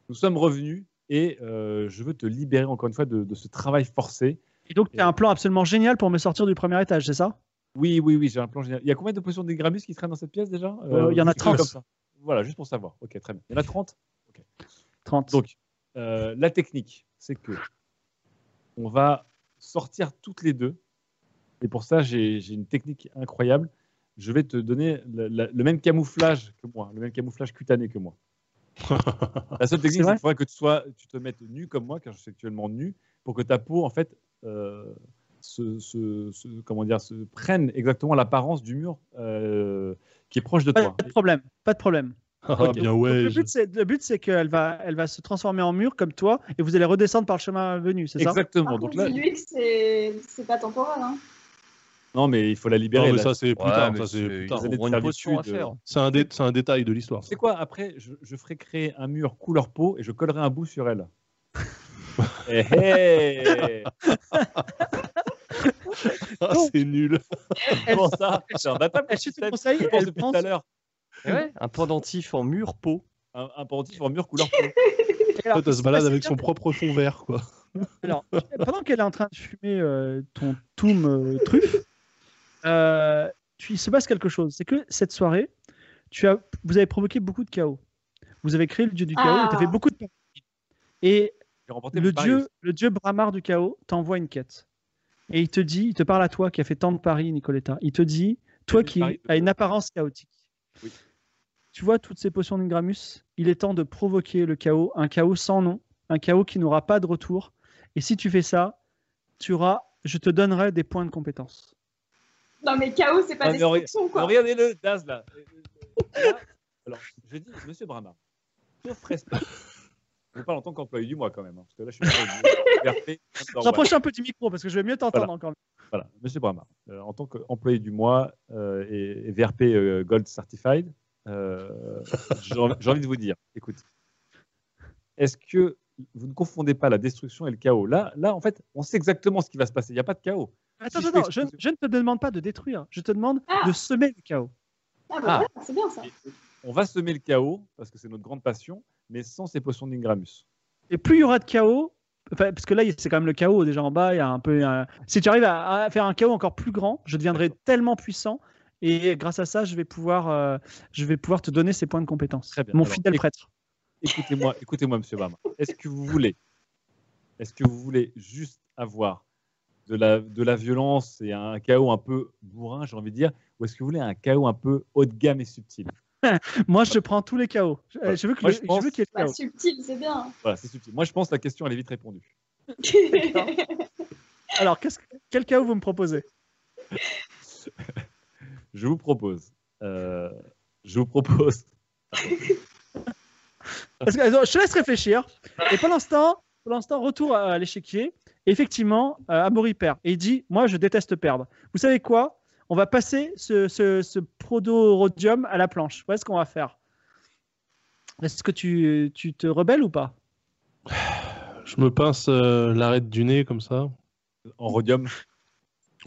Speaker 2: nous sommes revenus et euh, je veux te libérer encore une fois de, de ce travail forcé.
Speaker 1: Et donc, tu as un plan absolument génial pour me sortir du premier étage, c'est ça
Speaker 2: Oui, oui, oui, j'ai un plan génial. Il y a combien de potions de Gramus qui traînent dans cette pièce déjà
Speaker 1: Euh, il y en a
Speaker 2: quelque
Speaker 1: 30.
Speaker 2: chose comme ça. Voilà, juste pour savoir. Ok, très bien. Il y en a 30
Speaker 1: 30.
Speaker 2: Donc, euh, la technique, c'est que on va sortir toutes les deux. Et pour ça, j'ai j'ai une technique incroyable. Je vais te donner le, la- le même camouflage que moi, le même camouflage cutané que moi. la seule
Speaker 1: C'est
Speaker 2: technique, c'est
Speaker 1: vrai
Speaker 2: qu'il faudrait que tu, sois, tu te mettes nu comme moi, car je suis actuellement nu, pour que ta peau, en fait, euh, se, se- se- comment dire, se prenne exactement l'apparence du mur euh, qui est proche de
Speaker 1: pas,
Speaker 2: toi.
Speaker 1: pas de problème, pas de problème.
Speaker 5: Ah, bien ouais.
Speaker 1: Le but, c'est- le but, c'est qu'elle va, elle va se transformer en mur comme toi et vous allez redescendre par le chemin venu, c'est ça
Speaker 4: Par
Speaker 2: Exactement.
Speaker 4: contre,
Speaker 2: Donc là,
Speaker 4: dis-lui que c'est c'est pas temporel. Hein.
Speaker 2: non, mais il faut la libérer.
Speaker 5: Non, mais
Speaker 2: là.
Speaker 5: ça, c'est plus
Speaker 3: Ouais,
Speaker 5: tard.
Speaker 3: mais
Speaker 5: ça, c'est
Speaker 3: c'est-
Speaker 5: plus
Speaker 3: ils
Speaker 5: tard.
Speaker 3: auront
Speaker 2: Servitude,
Speaker 3: une potion à
Speaker 2: euh,
Speaker 3: faire.
Speaker 5: C'est un, dé- c'est un détail de l'histoire. ça.
Speaker 2: C'est quoi Après, je, je ferai créer un mur couleur peau et je collerai un bout sur elle. Eh, eh
Speaker 5: Ah, c'est nul.
Speaker 2: Comment ça C'est un data
Speaker 1: Elle suit tes
Speaker 2: système.
Speaker 1: conseils,
Speaker 2: Je pense
Speaker 1: elle
Speaker 2: depuis
Speaker 1: prend,
Speaker 2: tout à l'heure.
Speaker 3: Eh ouais, un pendentif en mur peau.
Speaker 2: Un, un pendentif en mur couleur peau.
Speaker 1: Alors,
Speaker 5: Toi, elle se balade
Speaker 1: c'est
Speaker 5: avec
Speaker 1: bien.
Speaker 5: son propre fond vert, quoi.
Speaker 1: Alors, pendant qu'elle est en train de fumer euh, ton toum euh, truffe, euh, tu- il se passe quelque chose. C'est que cette soirée, tu as, vous avez provoqué beaucoup de chaos. Vous avez créé le dieu du chaos,
Speaker 4: Ah.
Speaker 1: tu as fait beaucoup de Et
Speaker 2: J'ai remporté
Speaker 1: le
Speaker 2: pari
Speaker 1: dieu,
Speaker 2: aussi.
Speaker 1: le dieu Bramar du chaos t'envoie une quête. Et il te dit, il te parle à toi qui a fait tant de paris, Nicoletta. Il te dit, toi
Speaker 2: fait
Speaker 1: qui
Speaker 2: le pari de-
Speaker 1: as une apparence chaotique.
Speaker 2: Oui.
Speaker 1: Tu vois toutes ces potions d'Ingramus, il est temps de provoquer le chaos, un chaos sans nom, un chaos qui n'aura pas de retour. Et si tu fais ça, tu auras, je te donnerai des points de compétence.
Speaker 4: Non, mais chaos, c'est pas
Speaker 2: Ah, mais on-
Speaker 4: destruction,
Speaker 2: Non,
Speaker 4: quoi.
Speaker 2: Regardez-le, Daz, là. Là, Alors, je dis, monsieur Brahma, sauf respect. Je vous parle en tant qu'employé du mois quand même, hein, parce que là, je suis pas employé du mois.
Speaker 1: Rapproche un peu du micro parce que je vais mieux t'entendre encore.
Speaker 2: bah. Voilà, Monsieur Brahma, euh, en tant qu'employé du mois euh, et, et VRP euh, Gold Certified, euh, j'ai envie j'ai envie de vous dire, écoute, est-ce que vous ne confondez pas la destruction et le chaos là, là, en fait, on sait exactement ce qui va se passer. Il n'y a pas de chaos.
Speaker 1: Attends,
Speaker 2: Si je
Speaker 1: attends,
Speaker 2: peux
Speaker 1: je,
Speaker 2: expliquer-
Speaker 1: je ne te demande pas de détruire, je te demande
Speaker 4: Ah.
Speaker 1: de semer le chaos.
Speaker 4: Ah, bah
Speaker 2: Ah.
Speaker 4: voilà, c'est bien ça.
Speaker 2: On va semer le chaos parce que c'est notre grande passion, mais sans ces potions d'Ingramus.
Speaker 1: Et plus il y aura de chaos, enfin, parce que là, c'est quand même le chaos déjà en bas. Il y a un peu. un- Si tu arrives à, à faire un chaos encore plus grand, je deviendrai tellement puissant. Et grâce à ça, je vais pouvoir, euh, je vais pouvoir te donner ces points de compétence.
Speaker 2: Très bien.
Speaker 1: Mon
Speaker 2: Alors,
Speaker 1: fidèle
Speaker 2: écoute-
Speaker 1: prêtre.
Speaker 2: Écoutez-moi, écoutez-moi, Monsieur Brahma. Est-ce que vous voulez, est-ce que vous voulez juste avoir de la, de la violence et un chaos un peu bourrin, j'ai envie de dire, ou est-ce que vous voulez un chaos un peu haut de gamme et subtil
Speaker 1: Moi, je prends tous les chaos. Je,
Speaker 2: Voilà.
Speaker 1: je veux que
Speaker 2: Moi,
Speaker 1: le-
Speaker 2: je
Speaker 1: je
Speaker 2: pense-
Speaker 1: veux qu'il y ait
Speaker 4: Bah,
Speaker 1: le chaos.
Speaker 4: subtil, c'est bien.
Speaker 2: Voilà, c'est subtil. Moi, je pense que la question elle est vite répondue.
Speaker 1: Alors, qu'est-ce que- quel chaos vous me proposez
Speaker 2: Je vous propose, euh, je vous propose,
Speaker 1: Parce que- attends, je te laisse réfléchir. Et pour l'instant, pour l'instant, retour à l'échiquier. Effectivement, euh, Amaury perd. Et il dit Moi, je déteste perdre. Vous savez quoi On va passer ce, ce, ce prodo-rhodium à la planche. Voilà ce qu'on va faire. Est-ce que tu, tu te rebelles ou pas
Speaker 5: Je me pince euh, l'arête du nez comme ça,
Speaker 2: En rhodium.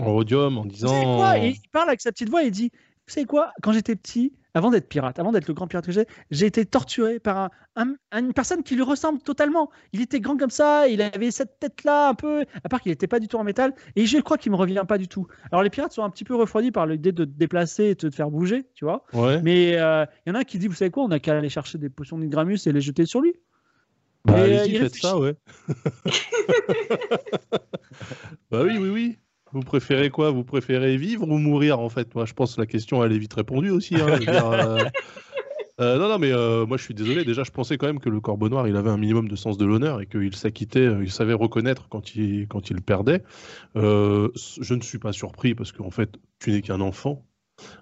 Speaker 5: en rhodium, en
Speaker 1: Vous savez
Speaker 5: disant.
Speaker 1: quoi Et il parle avec sa petite voix et il dit Vous savez quoi Quand j'étais petit, avant d'être pirate, avant d'être le grand pirate que j'ai, j'ai été torturé par un- un- une personne qui lui ressemble totalement. Il était grand comme ça, il avait cette tête-là un peu, à part qu'il n'était pas du tout en métal, et je crois qu'il me revient pas du tout. Alors les pirates sont un petit peu refroidis par l'idée de te déplacer et de te faire bouger, tu vois.
Speaker 5: Ouais.
Speaker 1: Mais euh, il y en a un qui dit Vous savez quoi On n'a qu'à aller chercher des potions d'Ingramus et les jeter sur lui.
Speaker 5: Bah,
Speaker 1: Et, euh,
Speaker 5: allez-y,
Speaker 1: il
Speaker 5: faites
Speaker 1: réfléchit.
Speaker 5: ça, ouais. bah oui, oui, oui. Vous préférez quoi Vous préférez vivre ou mourir, en fait Moi, je pense que la question, elle est vite répondue aussi. hein. Je veux dire, euh, euh, non, non, mais euh, moi, je suis désolé. Déjà, je pensais quand même que le Corbeau Noir, il avait un minimum de sens de l'honneur et qu'il s'acquittait, euh, il savait reconnaître quand il, quand il perdait. Euh, je ne suis pas surpris parce qu'en fait, tu n'es qu'un enfant.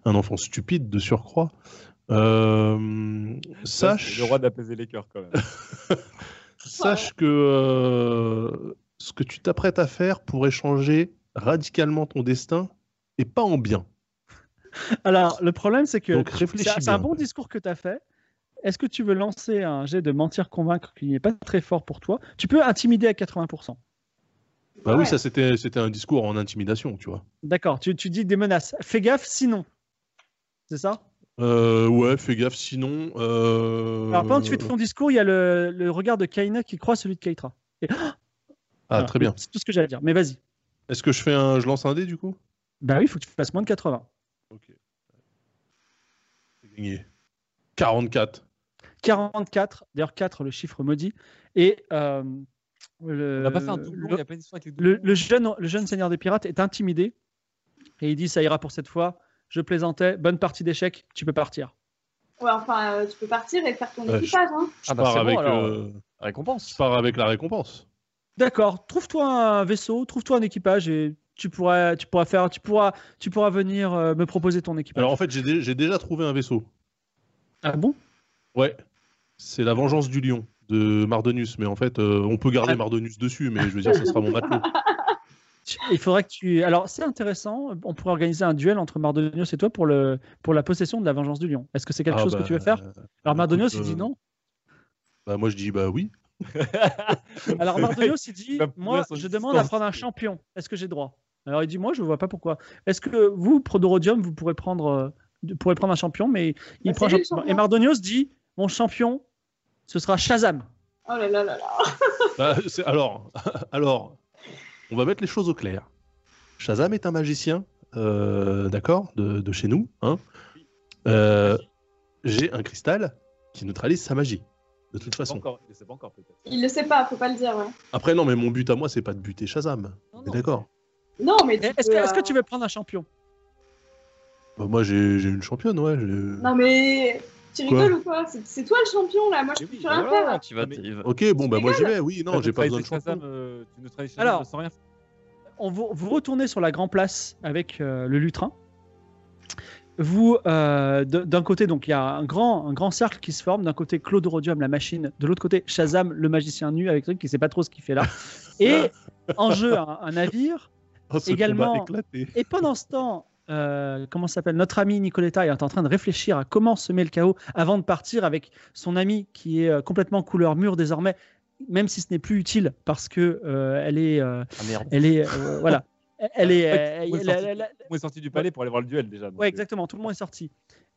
Speaker 5: Un enfant stupide, de surcroît. Euh,
Speaker 2: Ça,
Speaker 5: sache...
Speaker 2: c'est Le roi d'apaiser les cœurs, quand même.
Speaker 5: Sache que euh, ce que tu t'apprêtes à faire pourrait changer radicalement ton destin et pas en bien.
Speaker 1: Alors le problème, c'est que.
Speaker 5: Donc
Speaker 1: C'est
Speaker 5: réfléchis
Speaker 1: un- c'est un
Speaker 5: bien.
Speaker 1: bon discours que tu as fait. Est-ce que tu veux lancer un jet de mentir convaincre qui n'est pas très fort pour toi Tu peux intimider à 80%.
Speaker 5: Bah
Speaker 4: Ouais.
Speaker 5: oui, ça c'était c'était un discours en intimidation, tu vois.
Speaker 1: D'accord, tu, tu dis des menaces. Fais gaffe, sinon. C'est ça
Speaker 5: Euh, ouais, fais gaffe, sinon. euh,
Speaker 1: Alors pendant que tu fais ton discours, il y a le, le regard de Kaina qui croit celui de Keitra.
Speaker 5: Ah,
Speaker 1: Voilà.
Speaker 5: très bien.
Speaker 1: C'est tout ce que j'allais dire. Mais vas-y.
Speaker 5: Est-ce que je fais un, je lance un dé du coup
Speaker 1: Bah oui, il faut que tu fasses moins de 80.
Speaker 5: Ok. J'ai gagné. 44.
Speaker 1: 44, d'ailleurs 4, le chiffre maudit. Et euh, le,
Speaker 2: On a pas
Speaker 3: Euh,
Speaker 2: fait un doublon, il
Speaker 1: le-
Speaker 2: n'y a pas une histoire avec les doublons.
Speaker 1: le, le jeune, le jeune seigneur des pirates est intimidé et il dit ça ira pour cette fois. Je plaisantais. Bonne partie d'échecs. Tu peux partir.
Speaker 4: Ouais, enfin, euh, tu peux partir et faire ton
Speaker 5: Ouais,
Speaker 4: équipage. Hein.
Speaker 5: Je
Speaker 3: Ah bah,
Speaker 5: pars
Speaker 3: c'est bon,
Speaker 5: avec.
Speaker 3: alors.
Speaker 5: euh,
Speaker 3: Récompense.
Speaker 5: je pars avec la récompense.
Speaker 1: D'accord. Trouve-toi un vaisseau. Trouve-toi un équipage et tu pourras, tu pourras faire, tu pourras, tu pourras venir euh, me proposer ton équipage.
Speaker 5: Alors en fait, j'ai dé- j'ai déjà trouvé un vaisseau.
Speaker 1: ah bon
Speaker 5: Ouais, c'est la vengeance du lion de Mardonius. Mais en fait, euh, on peut garder
Speaker 1: Ah.
Speaker 5: Mardonius dessus, mais je veux dire, ça sera mon matelot.
Speaker 1: Tu- Il faudrait que tu. Alors c'est intéressant. On pourrait organiser un duel entre Mardonius et toi pour le, pour la possession de la vengeance du lion. Est-ce que c'est quelque
Speaker 5: Ah,
Speaker 1: chose
Speaker 5: bah,
Speaker 1: que tu veux faire
Speaker 5: euh,
Speaker 1: Alors Mardonius il
Speaker 5: écoute,
Speaker 1: dit
Speaker 5: euh,
Speaker 1: non.
Speaker 5: Bah, moi, je dis bah oui.
Speaker 1: Alors Mardonius il dit
Speaker 2: va
Speaker 1: moi
Speaker 2: pouvoir s'en
Speaker 1: je demande à
Speaker 2: distancer.
Speaker 1: prendre un champion. Est-ce que j'ai droit Alors il dit moi je vois pas pourquoi. Est-ce que vous Prodorodium vous pourrez prendre euh, de- pourrez prendre un champion mais il
Speaker 4: Bah,
Speaker 1: prend un
Speaker 4: c'est lui, le
Speaker 1: champion.
Speaker 4: champion.
Speaker 1: et Mardonius dit mon champion ce sera Shazam.
Speaker 4: Oh là là là là.
Speaker 5: Bah, c'est- alors, alors, on va mettre les choses au clair. Shazam est un magicien, euh, d'accord, de, de chez nous. Hein Euh, J'ai un cristal qui neutralise sa magie. De toute
Speaker 2: Pas
Speaker 5: façon.
Speaker 2: encore, il ne sait pas encore, peut-être.
Speaker 4: Il le sait pas, faut pas le dire. Ouais.
Speaker 5: Après, non, mais mon but à moi, c'est pas de buter Shazam.
Speaker 1: Non,
Speaker 5: On est
Speaker 1: non.
Speaker 5: D'accord.
Speaker 4: Non, mais. tu
Speaker 1: Eh, Est-ce
Speaker 4: peux,
Speaker 1: que, est-ce que
Speaker 4: euh,
Speaker 1: tu veux prendre un champion
Speaker 5: Bah, moi, j'ai j'ai une championne, ouais. j'ai-
Speaker 4: euh, Non, mais. Tu
Speaker 5: Quoi
Speaker 4: rigoles ou quoi C'est c'est toi le champion là, moi je
Speaker 2: Mais
Speaker 4: peux
Speaker 2: oui,
Speaker 4: plus rien
Speaker 3: Voilà,
Speaker 4: faire.
Speaker 3: tu vas,
Speaker 2: Mais-
Speaker 3: tu vas-
Speaker 5: Ok, bon, bah moi j'y vais, oui, non,
Speaker 2: Tu
Speaker 5: j'ai pas besoin de
Speaker 2: neutralises
Speaker 5: champion.
Speaker 2: Shazam, euh, tu neutralises Shazam
Speaker 1: Alors-
Speaker 2: sans rien.
Speaker 1: on vous, vous retournez sur la Grand Place avec euh, le lutrin. Vous, euh, de- d'un côté, donc il y a un grand, un grand cercle qui se forme. D'un côté, Claude Rodium, la machine. De l'autre côté, Shazam, le magicien nu avec truc qui sait pas trop ce qu'il fait là. Et en jeu, un, un navire.
Speaker 5: Oh, ce
Speaker 1: Également-
Speaker 5: combat éclaté.
Speaker 1: Et pendant ce temps, euh, comment ça s'appelle Notre ami Nicoletta est en train de réfléchir à comment semer le chaos avant de partir avec son ami qui est euh, complètement couleur mûre désormais, même si ce n'est plus utile parce que euh, elle est, euh,
Speaker 3: Ah, merde.
Speaker 1: elle est, euh, voilà. Elle est, euh,
Speaker 2: Ouais,
Speaker 1: elle- elle- elle-
Speaker 2: On est sorti du palais pour aller voir le duel déjà. donc,
Speaker 1: Ouais,
Speaker 2: euh,
Speaker 1: exactement. Tout le monde est sorti.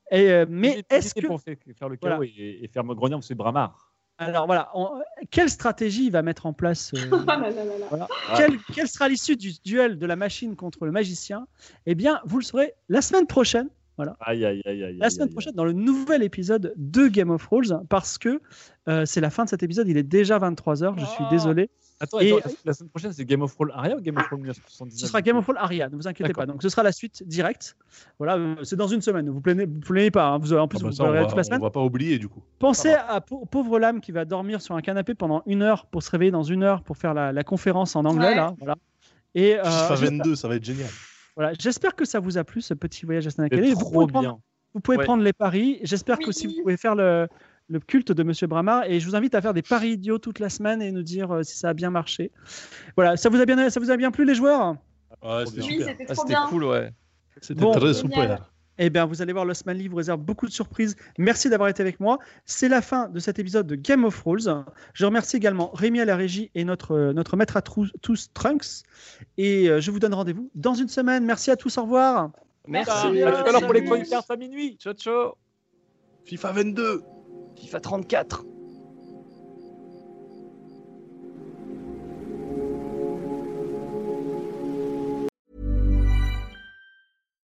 Speaker 1: Et, euh, mais
Speaker 2: l'idée-
Speaker 1: est-ce
Speaker 2: l'idée
Speaker 1: que.
Speaker 2: pour faire faire le chaos
Speaker 1: Voilà.
Speaker 2: et, et faire grogner c'est Bramar
Speaker 1: Alors voilà, on- quelle stratégie il va mettre en place euh,
Speaker 4: Oh là là là là.
Speaker 1: quelle, quelle sera l'issue du duel de la machine contre le magicien Eh bien, vous le saurez la semaine prochaine.
Speaker 2: Aïe aïe aïe aïe.
Speaker 1: la
Speaker 2: aïe,
Speaker 1: semaine
Speaker 2: aïe,
Speaker 1: prochaine dans le nouvel épisode de Game of Thrones parce que euh, c'est la fin de cet épisode, il est déjà 23h, je suis
Speaker 2: Ah.
Speaker 1: désolé.
Speaker 2: aïe. Attends,
Speaker 1: Et-
Speaker 2: attends, la semaine prochaine c'est Game of Thrones Aria ou Game of Thrones 1979
Speaker 1: Ce sera Game of Thrones Aria, ne vous inquiétez pas.
Speaker 2: D'accord.
Speaker 1: Donc ce sera la suite directe. Voilà, euh, c'est dans une semaine, vous ne vous plaignez pas, hein. vous, en plus
Speaker 5: Ah bah
Speaker 1: vous
Speaker 5: ça, on,
Speaker 1: verrez
Speaker 5: va,
Speaker 1: toute la semaine.
Speaker 5: on va pas oublier du coup.
Speaker 1: Pensez à pau- pauvre lame qui va dormir sur un canapé pendant une heure pour se réveiller dans une heure pour faire la, la conférence en anglais
Speaker 4: Ouais.
Speaker 1: là. Voilà. Et euh,
Speaker 5: FIFA
Speaker 1: j'es-
Speaker 5: 22, ça va être génial.
Speaker 1: voilà, j'espère que ça vous a plu ce petit voyage à Stan
Speaker 2: C'est
Speaker 1: Academy. Vous
Speaker 2: trop
Speaker 1: pouvez, prendre,
Speaker 2: bien.
Speaker 1: vous pouvez
Speaker 3: Ouais.
Speaker 1: prendre les paris. J'espère que
Speaker 4: Oui.
Speaker 1: si vous pouvez faire le, le culte de Monsieur Bramar et je vous invite à faire des paris idiots toute la semaine et nous dire euh, si ça a bien marché. Voilà, ça vous a bien, ça vous a bien plu les joueurs.
Speaker 5: Ouais,
Speaker 2: c'était
Speaker 5: c'était
Speaker 2: bien.
Speaker 4: Oui,
Speaker 5: Ah, super.
Speaker 4: c'était
Speaker 3: Ah,
Speaker 4: trop
Speaker 3: c'était
Speaker 4: bien.
Speaker 3: cool, ouais.
Speaker 5: C'était
Speaker 1: Bon.
Speaker 5: très
Speaker 4: Génial.
Speaker 5: super.
Speaker 1: Eh bien, vous allez voir, Lost Manly vous réserve beaucoup de surprises. Merci d'avoir été avec moi. C'est la fin de cet épisode de Game of Rules. Je remercie également Rémi à la régie et notre, euh, notre maître à trous- tous, Trunks. Et euh, je vous donne rendez-vous dans une semaine. Merci à tous, au revoir.
Speaker 3: Merci.
Speaker 2: Ah,
Speaker 4: bien,
Speaker 2: à tout à l'heure pour les
Speaker 4: salut.
Speaker 2: chroniques à minuit.
Speaker 3: Ciao, ciao.
Speaker 5: FIFA 22
Speaker 3: FIFA 34.